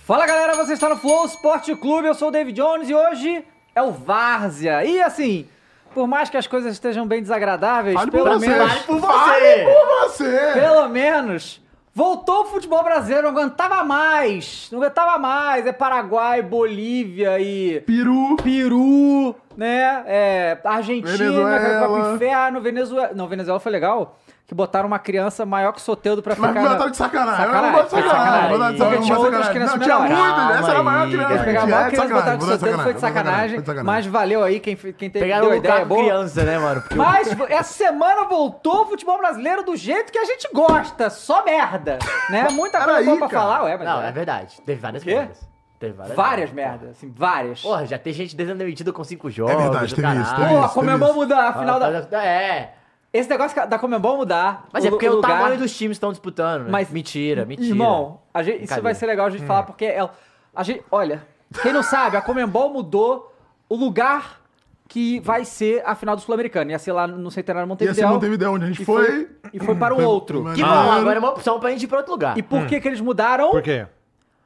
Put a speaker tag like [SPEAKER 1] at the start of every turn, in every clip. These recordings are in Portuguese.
[SPEAKER 1] Fala galera, você está no Flow Sport Clube, eu sou o David Jones e hoje é o Várzea. E assim, por mais que as coisas estejam bem desagradáveis,
[SPEAKER 2] Fale por
[SPEAKER 1] pelo
[SPEAKER 2] você.
[SPEAKER 1] menos,
[SPEAKER 3] Fale por
[SPEAKER 2] Fale
[SPEAKER 3] você.
[SPEAKER 2] por você.
[SPEAKER 1] pelo menos, voltou o futebol brasileiro, não aguentava mais, não aguentava mais. É Paraguai, Bolívia e
[SPEAKER 2] Peru.
[SPEAKER 1] Peru, né? É, Argentina,
[SPEAKER 2] Venezuela.
[SPEAKER 1] vai pro inferno, Venezuela. Não, Venezuela foi legal. Que botaram uma criança maior que o Soteudo pra
[SPEAKER 2] Mas
[SPEAKER 1] ficar.
[SPEAKER 2] me
[SPEAKER 1] na-
[SPEAKER 2] botaram de sacanagem. Eu não
[SPEAKER 1] Sacanagem,
[SPEAKER 2] vou de sacanagem.
[SPEAKER 1] sacanagem.
[SPEAKER 2] Vou dar de sacanagem.
[SPEAKER 1] Porque tinha
[SPEAKER 2] vou dar de
[SPEAKER 1] outras
[SPEAKER 2] sacanagem.
[SPEAKER 1] crianças
[SPEAKER 2] Não, tinha
[SPEAKER 1] melhores.
[SPEAKER 2] muito. Essa era a maior
[SPEAKER 3] Calma aí,
[SPEAKER 2] criança.
[SPEAKER 3] cara.
[SPEAKER 2] que
[SPEAKER 1] Pegar a
[SPEAKER 2] tinha.
[SPEAKER 1] bola,
[SPEAKER 2] É de
[SPEAKER 1] criança botar de
[SPEAKER 2] sacanagem. Vou dar de
[SPEAKER 1] Soteudo foi
[SPEAKER 2] sacanagem.
[SPEAKER 1] de
[SPEAKER 2] vou dar de
[SPEAKER 1] sacanagem.
[SPEAKER 2] vou dar de
[SPEAKER 1] Mas valeu aí quem, fe- quem teve
[SPEAKER 3] Pegaram
[SPEAKER 1] deu a
[SPEAKER 3] o
[SPEAKER 1] ideia
[SPEAKER 3] carro
[SPEAKER 1] boa.
[SPEAKER 3] criança, né, mano? Porque
[SPEAKER 1] Mas essa semana voltou o futebol brasileiro do jeito que a gente gosta. Só merda. Né? Muita coisa
[SPEAKER 2] Peraí,
[SPEAKER 1] boa pra
[SPEAKER 2] cara.
[SPEAKER 1] falar, ué, mas.
[SPEAKER 3] Não,
[SPEAKER 1] é.
[SPEAKER 3] é verdade. Teve várias
[SPEAKER 1] Quê?
[SPEAKER 3] merdas. Teve várias,
[SPEAKER 1] Várias merdas, assim, várias.
[SPEAKER 3] Porra, já tem gente sendo demitida com cinco jogos.
[SPEAKER 2] É verdade,
[SPEAKER 3] do
[SPEAKER 2] teve isso,
[SPEAKER 3] caralho.
[SPEAKER 2] teve
[SPEAKER 1] Pô, a
[SPEAKER 2] isso,
[SPEAKER 1] Comembol
[SPEAKER 2] isso.
[SPEAKER 1] mudar a
[SPEAKER 3] Ah,
[SPEAKER 1] final da.
[SPEAKER 3] tá- tá- É.
[SPEAKER 1] Esse negócio da Comembol mudar.
[SPEAKER 3] Mas é
[SPEAKER 1] lu-
[SPEAKER 3] porque o
[SPEAKER 1] lugar-
[SPEAKER 3] tamanho dos times estão disputando, né?
[SPEAKER 1] Mas-
[SPEAKER 3] mentira, mentira.
[SPEAKER 1] Irmão, a gente- isso
[SPEAKER 3] Brincadeira. Hum.
[SPEAKER 1] vai ser legal a gente falar, porque é, a gente, olha, quem não sabe, a Comembol mudou o lugar que vai ser a final do Sul-Americano. Ia ser lá no Centenário
[SPEAKER 2] E assim
[SPEAKER 1] Montevideo.
[SPEAKER 2] não teve ideia onde a gente
[SPEAKER 1] e
[SPEAKER 2] foi.
[SPEAKER 1] E foi para o
[SPEAKER 2] Foi-
[SPEAKER 1] outro.
[SPEAKER 2] Mas-
[SPEAKER 3] Que bom,
[SPEAKER 2] Ah.
[SPEAKER 3] agora é uma opção pra gente ir pra outro lugar.
[SPEAKER 1] E por que que eles mudaram?
[SPEAKER 4] Por quê?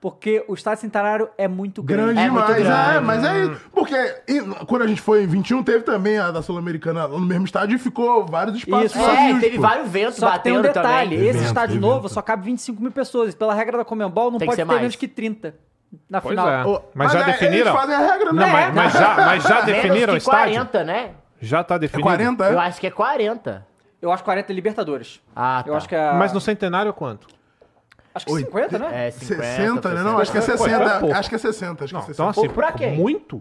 [SPEAKER 1] Porque o estádio centenário é muito grande.
[SPEAKER 2] Grande
[SPEAKER 3] É muito
[SPEAKER 2] demais,
[SPEAKER 3] grande.
[SPEAKER 2] é, mas é isso. Porque e, quando a gente foi em 21, teve também a da Sul-Americana no mesmo estádio e ficou vários espaços tipo.
[SPEAKER 3] É,
[SPEAKER 2] vazios,
[SPEAKER 3] teve
[SPEAKER 2] pô.
[SPEAKER 3] vários ventos
[SPEAKER 1] Só que tem um
[SPEAKER 3] batendo
[SPEAKER 1] detalhe,
[SPEAKER 3] também.
[SPEAKER 1] esse
[SPEAKER 2] Evento,
[SPEAKER 1] estádio
[SPEAKER 2] evento.
[SPEAKER 1] novo só cabe 25 mil pessoas. Pela regra da Comembol, não
[SPEAKER 3] Tem que
[SPEAKER 1] pode
[SPEAKER 3] ser
[SPEAKER 1] ter
[SPEAKER 3] mais.
[SPEAKER 1] menos que 30 na
[SPEAKER 4] Pois
[SPEAKER 1] final.
[SPEAKER 4] é.
[SPEAKER 2] Ô,
[SPEAKER 4] Mas já
[SPEAKER 2] é,
[SPEAKER 4] definiram?
[SPEAKER 2] Eles fazem a regra, né?
[SPEAKER 4] Não, mas, mas já, mas já
[SPEAKER 3] Menos
[SPEAKER 4] definiram o
[SPEAKER 3] que
[SPEAKER 4] estádio?
[SPEAKER 3] 40, né?
[SPEAKER 4] Já tá
[SPEAKER 2] É
[SPEAKER 4] definido.
[SPEAKER 2] 40,
[SPEAKER 3] Eu
[SPEAKER 2] é?
[SPEAKER 3] acho que é 40.
[SPEAKER 1] Eu acho 40 é Libertadores.
[SPEAKER 3] Ah, tá.
[SPEAKER 1] Eu acho que é...
[SPEAKER 4] Mas no centenário quanto?
[SPEAKER 1] Acho que 50, né?
[SPEAKER 3] É 50.
[SPEAKER 2] 60, né? Não,
[SPEAKER 3] 60.
[SPEAKER 2] acho que é
[SPEAKER 4] Pô, é
[SPEAKER 2] 60.
[SPEAKER 4] pouco.
[SPEAKER 2] Acho que é 60. Acho que é
[SPEAKER 4] Não,
[SPEAKER 2] 60.
[SPEAKER 4] então assim,
[SPEAKER 3] Pô, pra quê?
[SPEAKER 4] muito?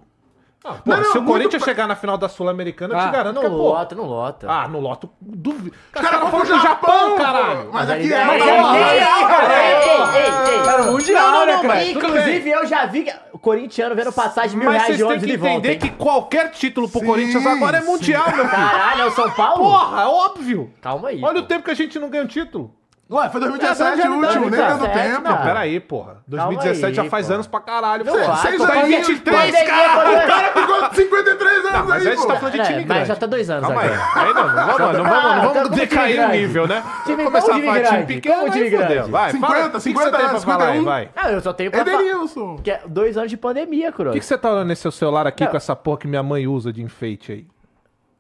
[SPEAKER 4] Ah, pô,
[SPEAKER 2] Não, não,
[SPEAKER 4] se o
[SPEAKER 2] muito
[SPEAKER 4] Corinthians
[SPEAKER 2] pra-
[SPEAKER 4] chegar na final da Sul-Americana, eu
[SPEAKER 1] Ah,
[SPEAKER 4] te garanto que é
[SPEAKER 3] Não
[SPEAKER 4] pouco.
[SPEAKER 3] lota, não lota.
[SPEAKER 4] Ah, no loto, duvido. Os
[SPEAKER 2] Os caras vão pro Japão, pô.
[SPEAKER 4] caralho!
[SPEAKER 2] Mas
[SPEAKER 3] Mas
[SPEAKER 2] aqui
[SPEAKER 3] aí-
[SPEAKER 2] é.
[SPEAKER 3] Mas
[SPEAKER 2] tá
[SPEAKER 3] aí-
[SPEAKER 4] um
[SPEAKER 2] bom.
[SPEAKER 3] Ei, ei, ei, ei.
[SPEAKER 4] é
[SPEAKER 1] Era o Mundial,
[SPEAKER 3] Não, não,
[SPEAKER 1] né,
[SPEAKER 3] não,
[SPEAKER 1] cara?
[SPEAKER 3] mas
[SPEAKER 4] Tudo
[SPEAKER 3] Inclusive,
[SPEAKER 4] bem.
[SPEAKER 3] eu já vi que- corintiano vendo passagem mil
[SPEAKER 4] Mas
[SPEAKER 3] reais
[SPEAKER 4] vocês
[SPEAKER 3] de ônibus
[SPEAKER 4] têm
[SPEAKER 3] de
[SPEAKER 4] que
[SPEAKER 3] volta.
[SPEAKER 4] entender
[SPEAKER 3] hein?
[SPEAKER 4] que qualquer título pro
[SPEAKER 2] Sim,
[SPEAKER 4] Corinthians agora é
[SPEAKER 2] sim.
[SPEAKER 4] mundial, meu filho.
[SPEAKER 3] Caralho, é o São Paulo?
[SPEAKER 4] Porra, é óbvio.
[SPEAKER 3] Calma aí.
[SPEAKER 4] Olha o
[SPEAKER 3] pô.
[SPEAKER 4] tempo que a gente não ganha um título.
[SPEAKER 2] Ué, É, foi 2017 o último, nem tanto
[SPEAKER 3] 2017,
[SPEAKER 2] tempo.
[SPEAKER 3] não. Ah.
[SPEAKER 4] Peraí, porra. 2017 já
[SPEAKER 3] aí,
[SPEAKER 4] faz
[SPEAKER 3] pô.
[SPEAKER 4] anos pra caralho,
[SPEAKER 3] Não
[SPEAKER 4] pô.
[SPEAKER 3] vai, um
[SPEAKER 4] Seis
[SPEAKER 2] pô.
[SPEAKER 4] anos,
[SPEAKER 2] Pandemia-
[SPEAKER 4] 23, cara!
[SPEAKER 2] O cara ficou 53 anos
[SPEAKER 4] Não, mas
[SPEAKER 2] aí,
[SPEAKER 4] aí você
[SPEAKER 2] pô.
[SPEAKER 4] tá falando de
[SPEAKER 3] É,
[SPEAKER 4] time
[SPEAKER 3] mas
[SPEAKER 4] grande.
[SPEAKER 3] já tá dois anos
[SPEAKER 4] Calma
[SPEAKER 3] agora.
[SPEAKER 4] Aí. Aí não, não vamos, não vamos,
[SPEAKER 3] Ah,
[SPEAKER 4] não
[SPEAKER 3] então
[SPEAKER 4] vamos
[SPEAKER 3] como
[SPEAKER 4] decair
[SPEAKER 3] time
[SPEAKER 4] o
[SPEAKER 3] grande.
[SPEAKER 4] nível, né?
[SPEAKER 3] Time-
[SPEAKER 4] Vamos começar a
[SPEAKER 3] como
[SPEAKER 4] falar
[SPEAKER 3] time
[SPEAKER 4] de time
[SPEAKER 3] grande,
[SPEAKER 4] pequeno,
[SPEAKER 3] como
[SPEAKER 4] aí
[SPEAKER 3] time
[SPEAKER 4] fudeu.
[SPEAKER 3] grande.
[SPEAKER 4] Vai, fala,
[SPEAKER 2] 50,
[SPEAKER 4] o que que
[SPEAKER 2] 50,
[SPEAKER 4] você tem pra falar aí,
[SPEAKER 2] 51.
[SPEAKER 4] vai.
[SPEAKER 3] Ah, eu só tenho pra falar.
[SPEAKER 2] Edenilson.
[SPEAKER 3] Que é dois anos de pandemia, Cro.
[SPEAKER 4] O que, que você tá olhando nesse seu celular aqui
[SPEAKER 3] Não.
[SPEAKER 4] com essa porra que minha mãe usa de enfeite aí?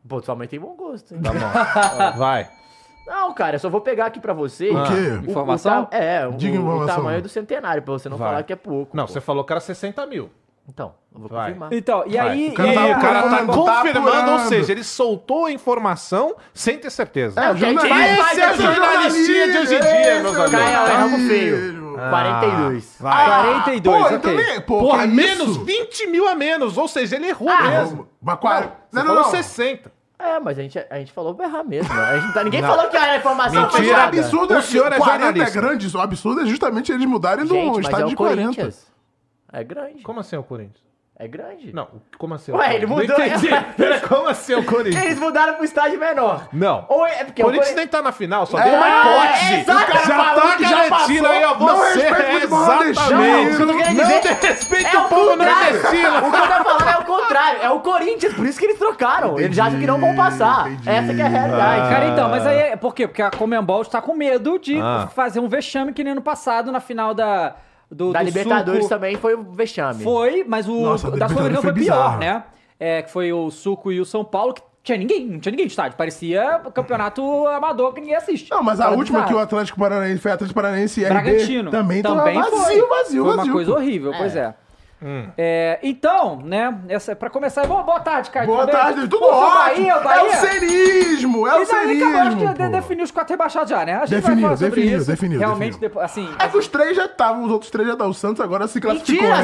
[SPEAKER 3] Pô, sua mãe tem bom gosto,
[SPEAKER 4] Tá.
[SPEAKER 3] hein?
[SPEAKER 4] Vai.
[SPEAKER 3] Não, cara, eu só vou pegar aqui pra você.
[SPEAKER 2] O quê?
[SPEAKER 1] Informação?
[SPEAKER 3] ta- é, o,
[SPEAKER 2] Diga
[SPEAKER 3] o
[SPEAKER 2] informação.
[SPEAKER 3] tamanho do centenário, pra você não
[SPEAKER 4] Vai.
[SPEAKER 3] falar que é pouco.
[SPEAKER 4] Não,
[SPEAKER 3] pô.
[SPEAKER 4] você falou que era 60 mil.
[SPEAKER 3] Então, eu vou
[SPEAKER 4] Vai.
[SPEAKER 3] confirmar.
[SPEAKER 1] Então, e aí...
[SPEAKER 4] O
[SPEAKER 1] e
[SPEAKER 4] cara,
[SPEAKER 1] aí-
[SPEAKER 4] tá, o cara tá
[SPEAKER 2] apurando, tá
[SPEAKER 4] confirmando, ou
[SPEAKER 2] apurando.
[SPEAKER 4] seja, ele soltou a informação sem ter certeza.
[SPEAKER 3] É, o que a
[SPEAKER 2] Mas
[SPEAKER 3] gente- Vai,
[SPEAKER 4] Esse é
[SPEAKER 3] vai,
[SPEAKER 4] a jornalistinha de hoje em dia, meus amigos.
[SPEAKER 2] Tá
[SPEAKER 3] Caio, é ramo
[SPEAKER 2] Ih,
[SPEAKER 3] feio.
[SPEAKER 2] ah,
[SPEAKER 3] 42.
[SPEAKER 4] Vai.
[SPEAKER 1] 42,
[SPEAKER 2] Pô, então
[SPEAKER 1] ok.
[SPEAKER 2] nem- Pô,
[SPEAKER 4] Ah, Porra, é
[SPEAKER 2] que
[SPEAKER 4] menos
[SPEAKER 2] isso?
[SPEAKER 4] 20 mil a menos, ou seja, ele errou mesmo.
[SPEAKER 2] Mas quase.
[SPEAKER 4] Não, não, não. 60.
[SPEAKER 3] É, mas a gente, a gente falou pra errar mesmo. né? A gente, tá- ninguém falou que era informação
[SPEAKER 2] Mas o
[SPEAKER 4] Mentira.
[SPEAKER 3] fachada.
[SPEAKER 2] absurdo
[SPEAKER 4] O senhor é
[SPEAKER 2] 40 é
[SPEAKER 4] jornalista.
[SPEAKER 2] grande, isso. o absurdo é justamente eles mudarem do
[SPEAKER 3] Gente, mas é
[SPEAKER 2] estádio
[SPEAKER 3] o
[SPEAKER 2] de 40.
[SPEAKER 3] Corinthians. É grande.
[SPEAKER 4] Como assim é o Corinthians?
[SPEAKER 3] É grande.
[SPEAKER 4] Não, como assim? é o
[SPEAKER 3] Ué, ele
[SPEAKER 4] Corinthians?
[SPEAKER 3] mudou.
[SPEAKER 4] Não entendi. Pera, como assim é o Corinthians?
[SPEAKER 3] Eles mudaram pro estádio menor.
[SPEAKER 4] Não.
[SPEAKER 3] Ou é porque
[SPEAKER 4] O Corinthians
[SPEAKER 3] o
[SPEAKER 4] nem tá na final, só tem uma
[SPEAKER 3] Ah,
[SPEAKER 4] hipótese.
[SPEAKER 3] é, exato,
[SPEAKER 4] já
[SPEAKER 3] cara, falou
[SPEAKER 4] tá
[SPEAKER 3] que já
[SPEAKER 4] garantindo
[SPEAKER 3] passou.
[SPEAKER 4] aí, ó,
[SPEAKER 2] Não
[SPEAKER 4] você. É,
[SPEAKER 2] respeita o futebol
[SPEAKER 4] Exatamente.
[SPEAKER 2] nordestino.
[SPEAKER 4] Não,
[SPEAKER 3] Não, quer dizer-
[SPEAKER 4] desrespeita
[SPEAKER 3] É
[SPEAKER 4] o
[SPEAKER 3] o
[SPEAKER 4] povo
[SPEAKER 3] contrário.
[SPEAKER 4] nordestino.
[SPEAKER 3] O que eu tô falando é o contrário. É o Corinthians, por isso que eles trocaram. eles acham que não vão passar.
[SPEAKER 2] entendi.
[SPEAKER 3] Essa que é a
[SPEAKER 2] Ah.
[SPEAKER 3] realidade.
[SPEAKER 1] Cara, então, mas aí é por quê? Porque a Comembol está com medo de
[SPEAKER 4] Ah.
[SPEAKER 1] fazer um vexame que nem no passado, na final da... Do,
[SPEAKER 3] da
[SPEAKER 1] do
[SPEAKER 3] Libertadores
[SPEAKER 1] suco.
[SPEAKER 3] também foi o vexame.
[SPEAKER 1] Foi, mas o
[SPEAKER 2] Nossa,
[SPEAKER 1] da
[SPEAKER 2] Libertadores
[SPEAKER 1] Sul-Americana foi
[SPEAKER 2] foi
[SPEAKER 1] pior,
[SPEAKER 2] bizarro.
[SPEAKER 1] né? É, que foi o Suco e o São Paulo, que tinha ninguém, não tinha ninguém no estádio. Parecia campeonato amador que ninguém assiste.
[SPEAKER 2] Não, mas a
[SPEAKER 1] Era
[SPEAKER 2] última que
[SPEAKER 1] bizarro.
[SPEAKER 2] o Atlético Paranaense foi Atlético Paranaense e RB
[SPEAKER 1] Bragantino.
[SPEAKER 2] também,
[SPEAKER 1] também
[SPEAKER 2] tava
[SPEAKER 1] foi.
[SPEAKER 2] vazio, vazio,
[SPEAKER 1] Foi
[SPEAKER 2] vazio.
[SPEAKER 1] uma coisa horrível,
[SPEAKER 3] É.
[SPEAKER 1] pois é. É, então, né, essa, pra começar, boa, boa tarde, Caio.
[SPEAKER 2] Boa
[SPEAKER 1] tudo bem?
[SPEAKER 2] tarde, tudo
[SPEAKER 1] Pô, foi
[SPEAKER 2] ótimo.
[SPEAKER 1] Bahia,
[SPEAKER 2] É
[SPEAKER 1] Bahia.
[SPEAKER 2] o serismo, é o
[SPEAKER 1] E daí acabou, acho
[SPEAKER 2] serismo.
[SPEAKER 1] que de-
[SPEAKER 2] pô.
[SPEAKER 1] definiu os quatro rebaixados já, né? A gente vai
[SPEAKER 2] Definiu,
[SPEAKER 1] falar sobre
[SPEAKER 2] definiu,
[SPEAKER 1] isso.
[SPEAKER 2] definiu,
[SPEAKER 1] Realmente,
[SPEAKER 2] definiu.
[SPEAKER 1] depois, assim...
[SPEAKER 2] É que os três já estavam, os outros três já estavam. O Santos agora se classificou,
[SPEAKER 3] Mentira,
[SPEAKER 2] né?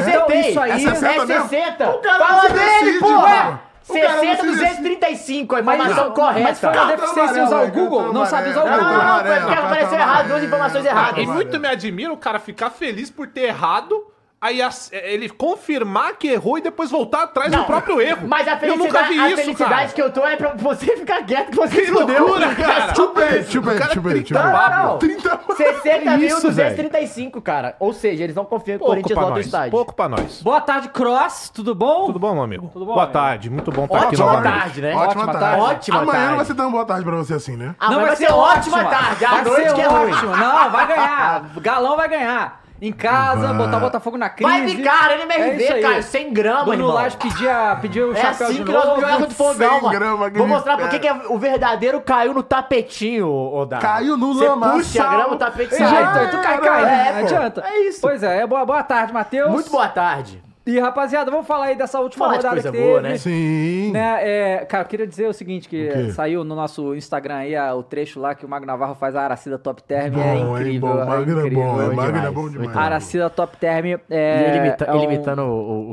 [SPEAKER 1] Então,
[SPEAKER 3] acertei.
[SPEAKER 1] isso aí-
[SPEAKER 2] É 60 mesmo?
[SPEAKER 3] 60.
[SPEAKER 2] O cara
[SPEAKER 3] Fala
[SPEAKER 2] não se
[SPEAKER 3] dele,
[SPEAKER 2] decide,
[SPEAKER 3] porra.
[SPEAKER 2] mano. O cara não se
[SPEAKER 3] 60,
[SPEAKER 2] decide.
[SPEAKER 3] 235, a informação
[SPEAKER 1] Mas-
[SPEAKER 3] correta.
[SPEAKER 1] mas foi uma
[SPEAKER 2] Cartão
[SPEAKER 1] deficiência
[SPEAKER 2] amarelo,
[SPEAKER 1] usar o
[SPEAKER 2] cartão
[SPEAKER 1] Google, não sabe usar o
[SPEAKER 2] amarelo,
[SPEAKER 3] Não, não,
[SPEAKER 1] Google.
[SPEAKER 2] cartão
[SPEAKER 3] não, foi porque
[SPEAKER 2] amarelo,
[SPEAKER 3] apareceu
[SPEAKER 2] cartão
[SPEAKER 3] errado, duas informações
[SPEAKER 2] amarelo.
[SPEAKER 3] erradas.
[SPEAKER 4] E muito me admira o cara ficar feliz por ter errado, aí as- ele confirmar que errou e depois voltar atrás do próprio erro.
[SPEAKER 3] Mas a
[SPEAKER 4] eu
[SPEAKER 3] felicidade,
[SPEAKER 4] nunca vi
[SPEAKER 3] a
[SPEAKER 4] isso,
[SPEAKER 3] felicidade
[SPEAKER 4] cara.
[SPEAKER 3] que eu tô é pra você ficar quieto que você
[SPEAKER 4] Que loucura, cara.
[SPEAKER 2] Chupa aí, chupa aí,
[SPEAKER 4] cara
[SPEAKER 2] chupa aí,
[SPEAKER 4] trinta
[SPEAKER 2] chupa aí.
[SPEAKER 3] Não, não, não.
[SPEAKER 2] 30
[SPEAKER 3] 60.235, cara. Ou seja, eles não confiam que o
[SPEAKER 4] Pouco
[SPEAKER 3] Corinthians
[SPEAKER 4] pra
[SPEAKER 3] volta ao
[SPEAKER 4] nós.
[SPEAKER 3] estádio.
[SPEAKER 4] Pouco pra nós.
[SPEAKER 1] Boa tarde, Cross, tudo bom?
[SPEAKER 4] Tudo bom, meu amigo?
[SPEAKER 1] Tudo bom,
[SPEAKER 4] Boa
[SPEAKER 1] amigo.
[SPEAKER 4] tarde, muito bom estar aqui
[SPEAKER 3] Ótima
[SPEAKER 4] novamente.
[SPEAKER 3] tarde. né?
[SPEAKER 2] Ótima tarde.
[SPEAKER 3] Ótima
[SPEAKER 2] Amanhã
[SPEAKER 3] tarde.
[SPEAKER 2] não vai ser tão boa tarde pra você assim, né?
[SPEAKER 3] Ah, mas vai ser ótima tarde. A
[SPEAKER 1] Vai
[SPEAKER 3] noite
[SPEAKER 1] ser
[SPEAKER 3] que é ruim.
[SPEAKER 1] ótima. Não, vai ganhar. Galão vai ganhar. em casa,
[SPEAKER 2] Vai.
[SPEAKER 1] botar o Botafogo na crise. É
[SPEAKER 3] Vai é bicar, NMRV,
[SPEAKER 1] isso aí.
[SPEAKER 3] cara, 100 gramas,
[SPEAKER 1] Bruno
[SPEAKER 3] irmão.
[SPEAKER 1] Lage pedia, pedia o
[SPEAKER 3] É
[SPEAKER 1] chapéu
[SPEAKER 3] assim
[SPEAKER 1] de
[SPEAKER 3] que
[SPEAKER 1] novo.
[SPEAKER 3] nós vamos jogar contra o Fogão,
[SPEAKER 2] Sem
[SPEAKER 3] mano.
[SPEAKER 2] grama que
[SPEAKER 3] Vou
[SPEAKER 2] me
[SPEAKER 3] mostrar
[SPEAKER 2] espera.
[SPEAKER 3] porque que é- o verdadeiro caiu no tapetinho, Oda.
[SPEAKER 2] Caiu no
[SPEAKER 3] Você
[SPEAKER 2] lamaçal.
[SPEAKER 3] puxa a grama, o tapete
[SPEAKER 1] Esse jeito,
[SPEAKER 3] sai.
[SPEAKER 1] aí, tu cai, cai,
[SPEAKER 3] É,
[SPEAKER 1] né?
[SPEAKER 3] pô.
[SPEAKER 1] Não adianta.
[SPEAKER 3] É isso.
[SPEAKER 1] Pois é, é boa, boa tarde, Matheus.
[SPEAKER 3] Muito boa tarde.
[SPEAKER 1] E, rapaziada, vamos falar aí dessa última
[SPEAKER 3] Falar de
[SPEAKER 1] rodada
[SPEAKER 3] coisa
[SPEAKER 1] que teve.
[SPEAKER 3] boa, né?
[SPEAKER 2] Sim.
[SPEAKER 1] Né, é, cara, eu queria dizer o seguinte, que
[SPEAKER 2] O quê?
[SPEAKER 1] saiu no nosso Instagram aí ah, o trecho lá que o Magno Navarro faz a Aracida Top Term,
[SPEAKER 2] Bom,
[SPEAKER 1] é
[SPEAKER 2] hein,
[SPEAKER 1] incrível,
[SPEAKER 2] bom.
[SPEAKER 1] é
[SPEAKER 2] Magno é
[SPEAKER 1] incrível.
[SPEAKER 2] bom, hein? Magno é
[SPEAKER 3] demais,
[SPEAKER 2] bom
[SPEAKER 3] muito
[SPEAKER 2] demais.
[SPEAKER 1] A Aracida Top Term é...
[SPEAKER 3] E ele, imita-
[SPEAKER 1] é
[SPEAKER 3] ele
[SPEAKER 1] um-
[SPEAKER 3] imitando o,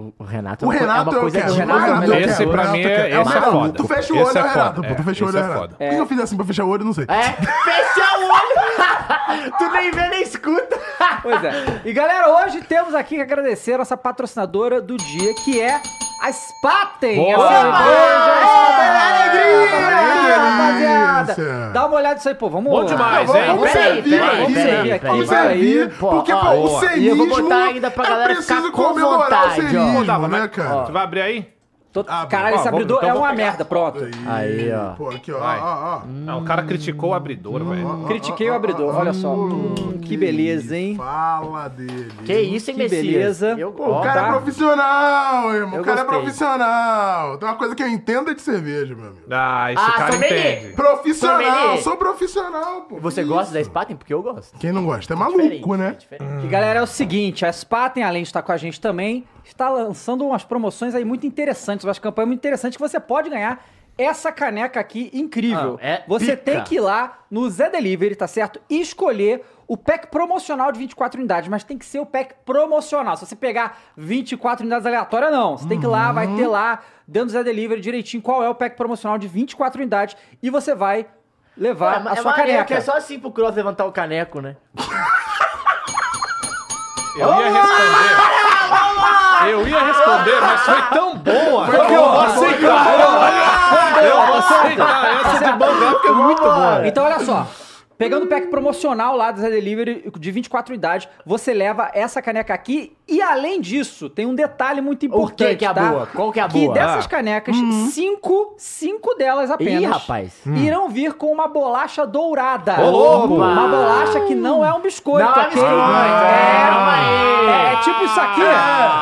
[SPEAKER 3] o- o Renato.
[SPEAKER 2] O
[SPEAKER 3] é uma co-
[SPEAKER 2] Renato
[SPEAKER 3] é uma coisa
[SPEAKER 2] eu quero.
[SPEAKER 3] de
[SPEAKER 1] demais,
[SPEAKER 2] o Renato, eu
[SPEAKER 1] velho.
[SPEAKER 4] Esse
[SPEAKER 2] quero,
[SPEAKER 4] pra
[SPEAKER 2] o
[SPEAKER 4] mim
[SPEAKER 2] Renato eu
[SPEAKER 4] é,
[SPEAKER 2] quero.
[SPEAKER 4] esse é
[SPEAKER 2] maluco.
[SPEAKER 4] foda.
[SPEAKER 2] Tu fecha o
[SPEAKER 4] Esse
[SPEAKER 2] olho,
[SPEAKER 4] é
[SPEAKER 2] é o Renato.
[SPEAKER 4] foda,
[SPEAKER 2] pô, Tu fecha o
[SPEAKER 4] é,
[SPEAKER 2] olho,
[SPEAKER 4] esse
[SPEAKER 2] é
[SPEAKER 4] é
[SPEAKER 2] o Renato.
[SPEAKER 4] foda,
[SPEAKER 2] Por que
[SPEAKER 4] é.
[SPEAKER 2] eu fiz assim pra fechar o olho? Eu Não sei.
[SPEAKER 3] É, fecha o olho! tu nem vê nem escuta.
[SPEAKER 1] Pois é. E galera, hoje temos aqui que agradecer a nossa patrocinadora do dia, que é a Spaten.
[SPEAKER 4] Boa!
[SPEAKER 1] A cerveja
[SPEAKER 2] Alegria!
[SPEAKER 1] Spaten. Rapaziada,
[SPEAKER 2] Delícia!
[SPEAKER 1] dá uma olhada nisso aí, pô. Vamos
[SPEAKER 4] Bom demais,
[SPEAKER 2] Vamos,
[SPEAKER 4] hein?
[SPEAKER 2] vamos
[SPEAKER 3] Peraí,
[SPEAKER 2] servir
[SPEAKER 3] peraí,
[SPEAKER 2] aqui,
[SPEAKER 1] peraí,
[SPEAKER 2] né?
[SPEAKER 1] peraí,
[SPEAKER 2] Vamos
[SPEAKER 1] peraí.
[SPEAKER 2] servir,
[SPEAKER 3] Pô,
[SPEAKER 2] porque
[SPEAKER 3] ó,
[SPEAKER 2] pô, o
[SPEAKER 4] boa.
[SPEAKER 3] E eu vou
[SPEAKER 2] senismo
[SPEAKER 3] botar ainda pra
[SPEAKER 2] é
[SPEAKER 3] galera
[SPEAKER 2] preciso
[SPEAKER 3] ficar com
[SPEAKER 2] comemorar o
[SPEAKER 3] vontade, ó.
[SPEAKER 2] senismo,
[SPEAKER 4] Dava,
[SPEAKER 2] né,
[SPEAKER 4] mas-
[SPEAKER 2] cara?
[SPEAKER 4] Tu vai abrir aí?
[SPEAKER 1] Tô...
[SPEAKER 2] Ah,
[SPEAKER 1] Caralho,
[SPEAKER 4] ó,
[SPEAKER 1] esse
[SPEAKER 4] vamos-
[SPEAKER 1] abridor
[SPEAKER 4] então
[SPEAKER 1] é
[SPEAKER 4] vou
[SPEAKER 1] uma
[SPEAKER 4] pegar.
[SPEAKER 1] merda, pronto.
[SPEAKER 3] Aí, ó.
[SPEAKER 2] Pô, aqui, ó,
[SPEAKER 4] Vai.
[SPEAKER 2] ó, ó.
[SPEAKER 4] Não, o cara criticou o abridor,
[SPEAKER 2] Hum.
[SPEAKER 4] velho.
[SPEAKER 1] Critiquei o abridor, olha só. Hum, que beleza, hein?
[SPEAKER 2] Fala dele.
[SPEAKER 3] Que isso, hein,
[SPEAKER 1] Que
[SPEAKER 3] Messias?
[SPEAKER 1] beleza.
[SPEAKER 3] Eu,
[SPEAKER 2] Pô, o
[SPEAKER 3] ó,
[SPEAKER 2] cara
[SPEAKER 1] tá.
[SPEAKER 2] é profissional, irmão.
[SPEAKER 1] Eu
[SPEAKER 2] o cara
[SPEAKER 1] gostei.
[SPEAKER 2] é profissional. Tem uma coisa que eu entendo é de cerveja, meu amigo.
[SPEAKER 4] Ah, esse
[SPEAKER 3] Ah,
[SPEAKER 4] cara
[SPEAKER 3] sommelier.
[SPEAKER 4] entende.
[SPEAKER 2] Profissional,
[SPEAKER 3] Sommelier.
[SPEAKER 2] sou profissional, pô.
[SPEAKER 3] Você
[SPEAKER 2] Que
[SPEAKER 3] gosta da
[SPEAKER 2] isso?
[SPEAKER 3] Spaten? Porque eu gosto.
[SPEAKER 2] Quem não gosta? É maluco,
[SPEAKER 3] Diferente,
[SPEAKER 2] né?
[SPEAKER 3] é diferente.
[SPEAKER 1] E galera, é o seguinte, a Spaten, além de estar com a gente também, está lançando umas promoções aí muito interessantes, umas campanhas muito interessantes que você pode ganhar essa caneca aqui incrível.
[SPEAKER 3] Ah, é
[SPEAKER 1] você
[SPEAKER 3] pica.
[SPEAKER 1] tem que ir lá no Zé Delivery, tá certo? E escolher o pack promocional de 24 unidades, mas tem que ser o pack promocional. Se você pegar 24 unidades aleatórias, não. Você tem que ir lá, vai ter lá, dentro do Zé Delivery direitinho, qual é o pack promocional de 24 unidades e você vai levar
[SPEAKER 3] é,
[SPEAKER 1] a
[SPEAKER 3] é
[SPEAKER 1] sua
[SPEAKER 3] maneiro
[SPEAKER 1] caneca.
[SPEAKER 3] que é só assim pro Cross levantar o caneco, né?
[SPEAKER 4] Eu ia responder. Eu ia responder, mas foi tão
[SPEAKER 3] um
[SPEAKER 4] boa. que Eu vou aceitar.
[SPEAKER 2] Ah,
[SPEAKER 4] Eu vou aceitar essa de bangar porque é muito boa.
[SPEAKER 1] Então, olha só. Pegando o pack promocional lá do Zé Delivery de 24 unidades, você leva essa caneca aqui. E além disso, tem um detalhe muito importante.
[SPEAKER 3] que que é a
[SPEAKER 1] tá?
[SPEAKER 3] boa? Qual que é a boa? Uhum.
[SPEAKER 1] dessas
[SPEAKER 4] Ah.
[SPEAKER 1] canecas, cinco, cinco delas apenas.
[SPEAKER 3] Ih, rapaz. Hum.
[SPEAKER 1] Irão vir com uma bolacha dourada.
[SPEAKER 4] Ô, louco!
[SPEAKER 1] Uma bolacha que não é um biscoito,
[SPEAKER 3] Não é
[SPEAKER 1] ok?
[SPEAKER 3] biscoito,
[SPEAKER 1] é,
[SPEAKER 3] calma aí.
[SPEAKER 1] é, é tipo isso aqui.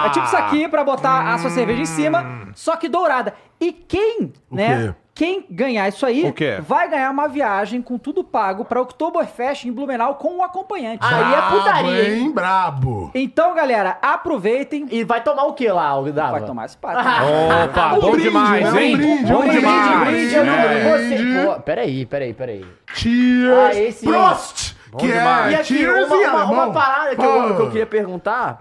[SPEAKER 1] É tipo isso aqui pra botar a sua cerveja em
[SPEAKER 3] Hum.
[SPEAKER 1] cima, só que dourada. E quem, né?
[SPEAKER 2] quê?
[SPEAKER 1] Quem ganhar isso aí
[SPEAKER 4] O quê?
[SPEAKER 1] vai ganhar uma viagem com tudo pago pra Oktoberfest em Blumenau com um acompanhante.
[SPEAKER 2] Ah.
[SPEAKER 3] Aí é putaria, hein?
[SPEAKER 2] Bem brabo.
[SPEAKER 1] Então, galera, aproveitem.
[SPEAKER 3] E vai tomar o que lá, o Dava?
[SPEAKER 1] Vai tomar esse pato.
[SPEAKER 4] Opa, bom
[SPEAKER 2] brinde,
[SPEAKER 4] demais,
[SPEAKER 2] né? Um
[SPEAKER 4] hein?
[SPEAKER 2] brinde,
[SPEAKER 4] Bom
[SPEAKER 2] um brinde,
[SPEAKER 4] demais.
[SPEAKER 2] um brinde, um
[SPEAKER 4] né?
[SPEAKER 2] brinde.
[SPEAKER 3] Você... Pô, peraí, peraí, peraí.
[SPEAKER 2] Cheers.
[SPEAKER 3] Ah, esse
[SPEAKER 2] Prost. que
[SPEAKER 4] demais.
[SPEAKER 2] é
[SPEAKER 3] E aqui,
[SPEAKER 2] cheers
[SPEAKER 3] uma,
[SPEAKER 2] em
[SPEAKER 3] uma,
[SPEAKER 2] alemão.
[SPEAKER 3] uma parada que eu,
[SPEAKER 2] Pô. Hum.
[SPEAKER 3] que eu queria perguntar.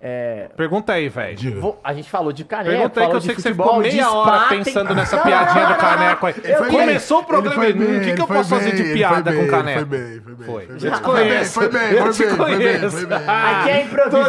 [SPEAKER 3] é,
[SPEAKER 4] Pergunta aí, velho.
[SPEAKER 2] Diga.
[SPEAKER 3] Vou- a gente falou de caneca,
[SPEAKER 4] Pergunta aí que
[SPEAKER 3] falou
[SPEAKER 4] eu sei
[SPEAKER 3] de
[SPEAKER 4] que você
[SPEAKER 3] futebol,
[SPEAKER 4] ficou
[SPEAKER 3] de
[SPEAKER 4] meia hora
[SPEAKER 3] Spaten.
[SPEAKER 4] pensando nessa
[SPEAKER 3] Não,
[SPEAKER 4] piadinha
[SPEAKER 3] não, não,
[SPEAKER 4] do
[SPEAKER 3] não,
[SPEAKER 4] caneco aí.
[SPEAKER 2] Ele foi
[SPEAKER 4] Começou
[SPEAKER 2] bem,
[SPEAKER 4] o programa
[SPEAKER 2] ele
[SPEAKER 4] e
[SPEAKER 2] foi
[SPEAKER 4] hum, o que,
[SPEAKER 2] bem,
[SPEAKER 4] que eu
[SPEAKER 2] ele
[SPEAKER 4] posso
[SPEAKER 2] foi
[SPEAKER 4] fazer de
[SPEAKER 2] bem,
[SPEAKER 4] piada
[SPEAKER 2] ele foi
[SPEAKER 4] com
[SPEAKER 2] bem,
[SPEAKER 4] caneco?
[SPEAKER 2] Foi bem, foi bem.
[SPEAKER 4] Foi.
[SPEAKER 2] bem.
[SPEAKER 4] Eu
[SPEAKER 2] Foi
[SPEAKER 4] te
[SPEAKER 2] bem,
[SPEAKER 4] conheço.
[SPEAKER 2] Foi bem,
[SPEAKER 4] Eu
[SPEAKER 2] foi
[SPEAKER 4] te
[SPEAKER 2] bem, foi bem, foi
[SPEAKER 4] conheço.
[SPEAKER 2] bem.
[SPEAKER 3] Aqui é improviso,
[SPEAKER 4] Tô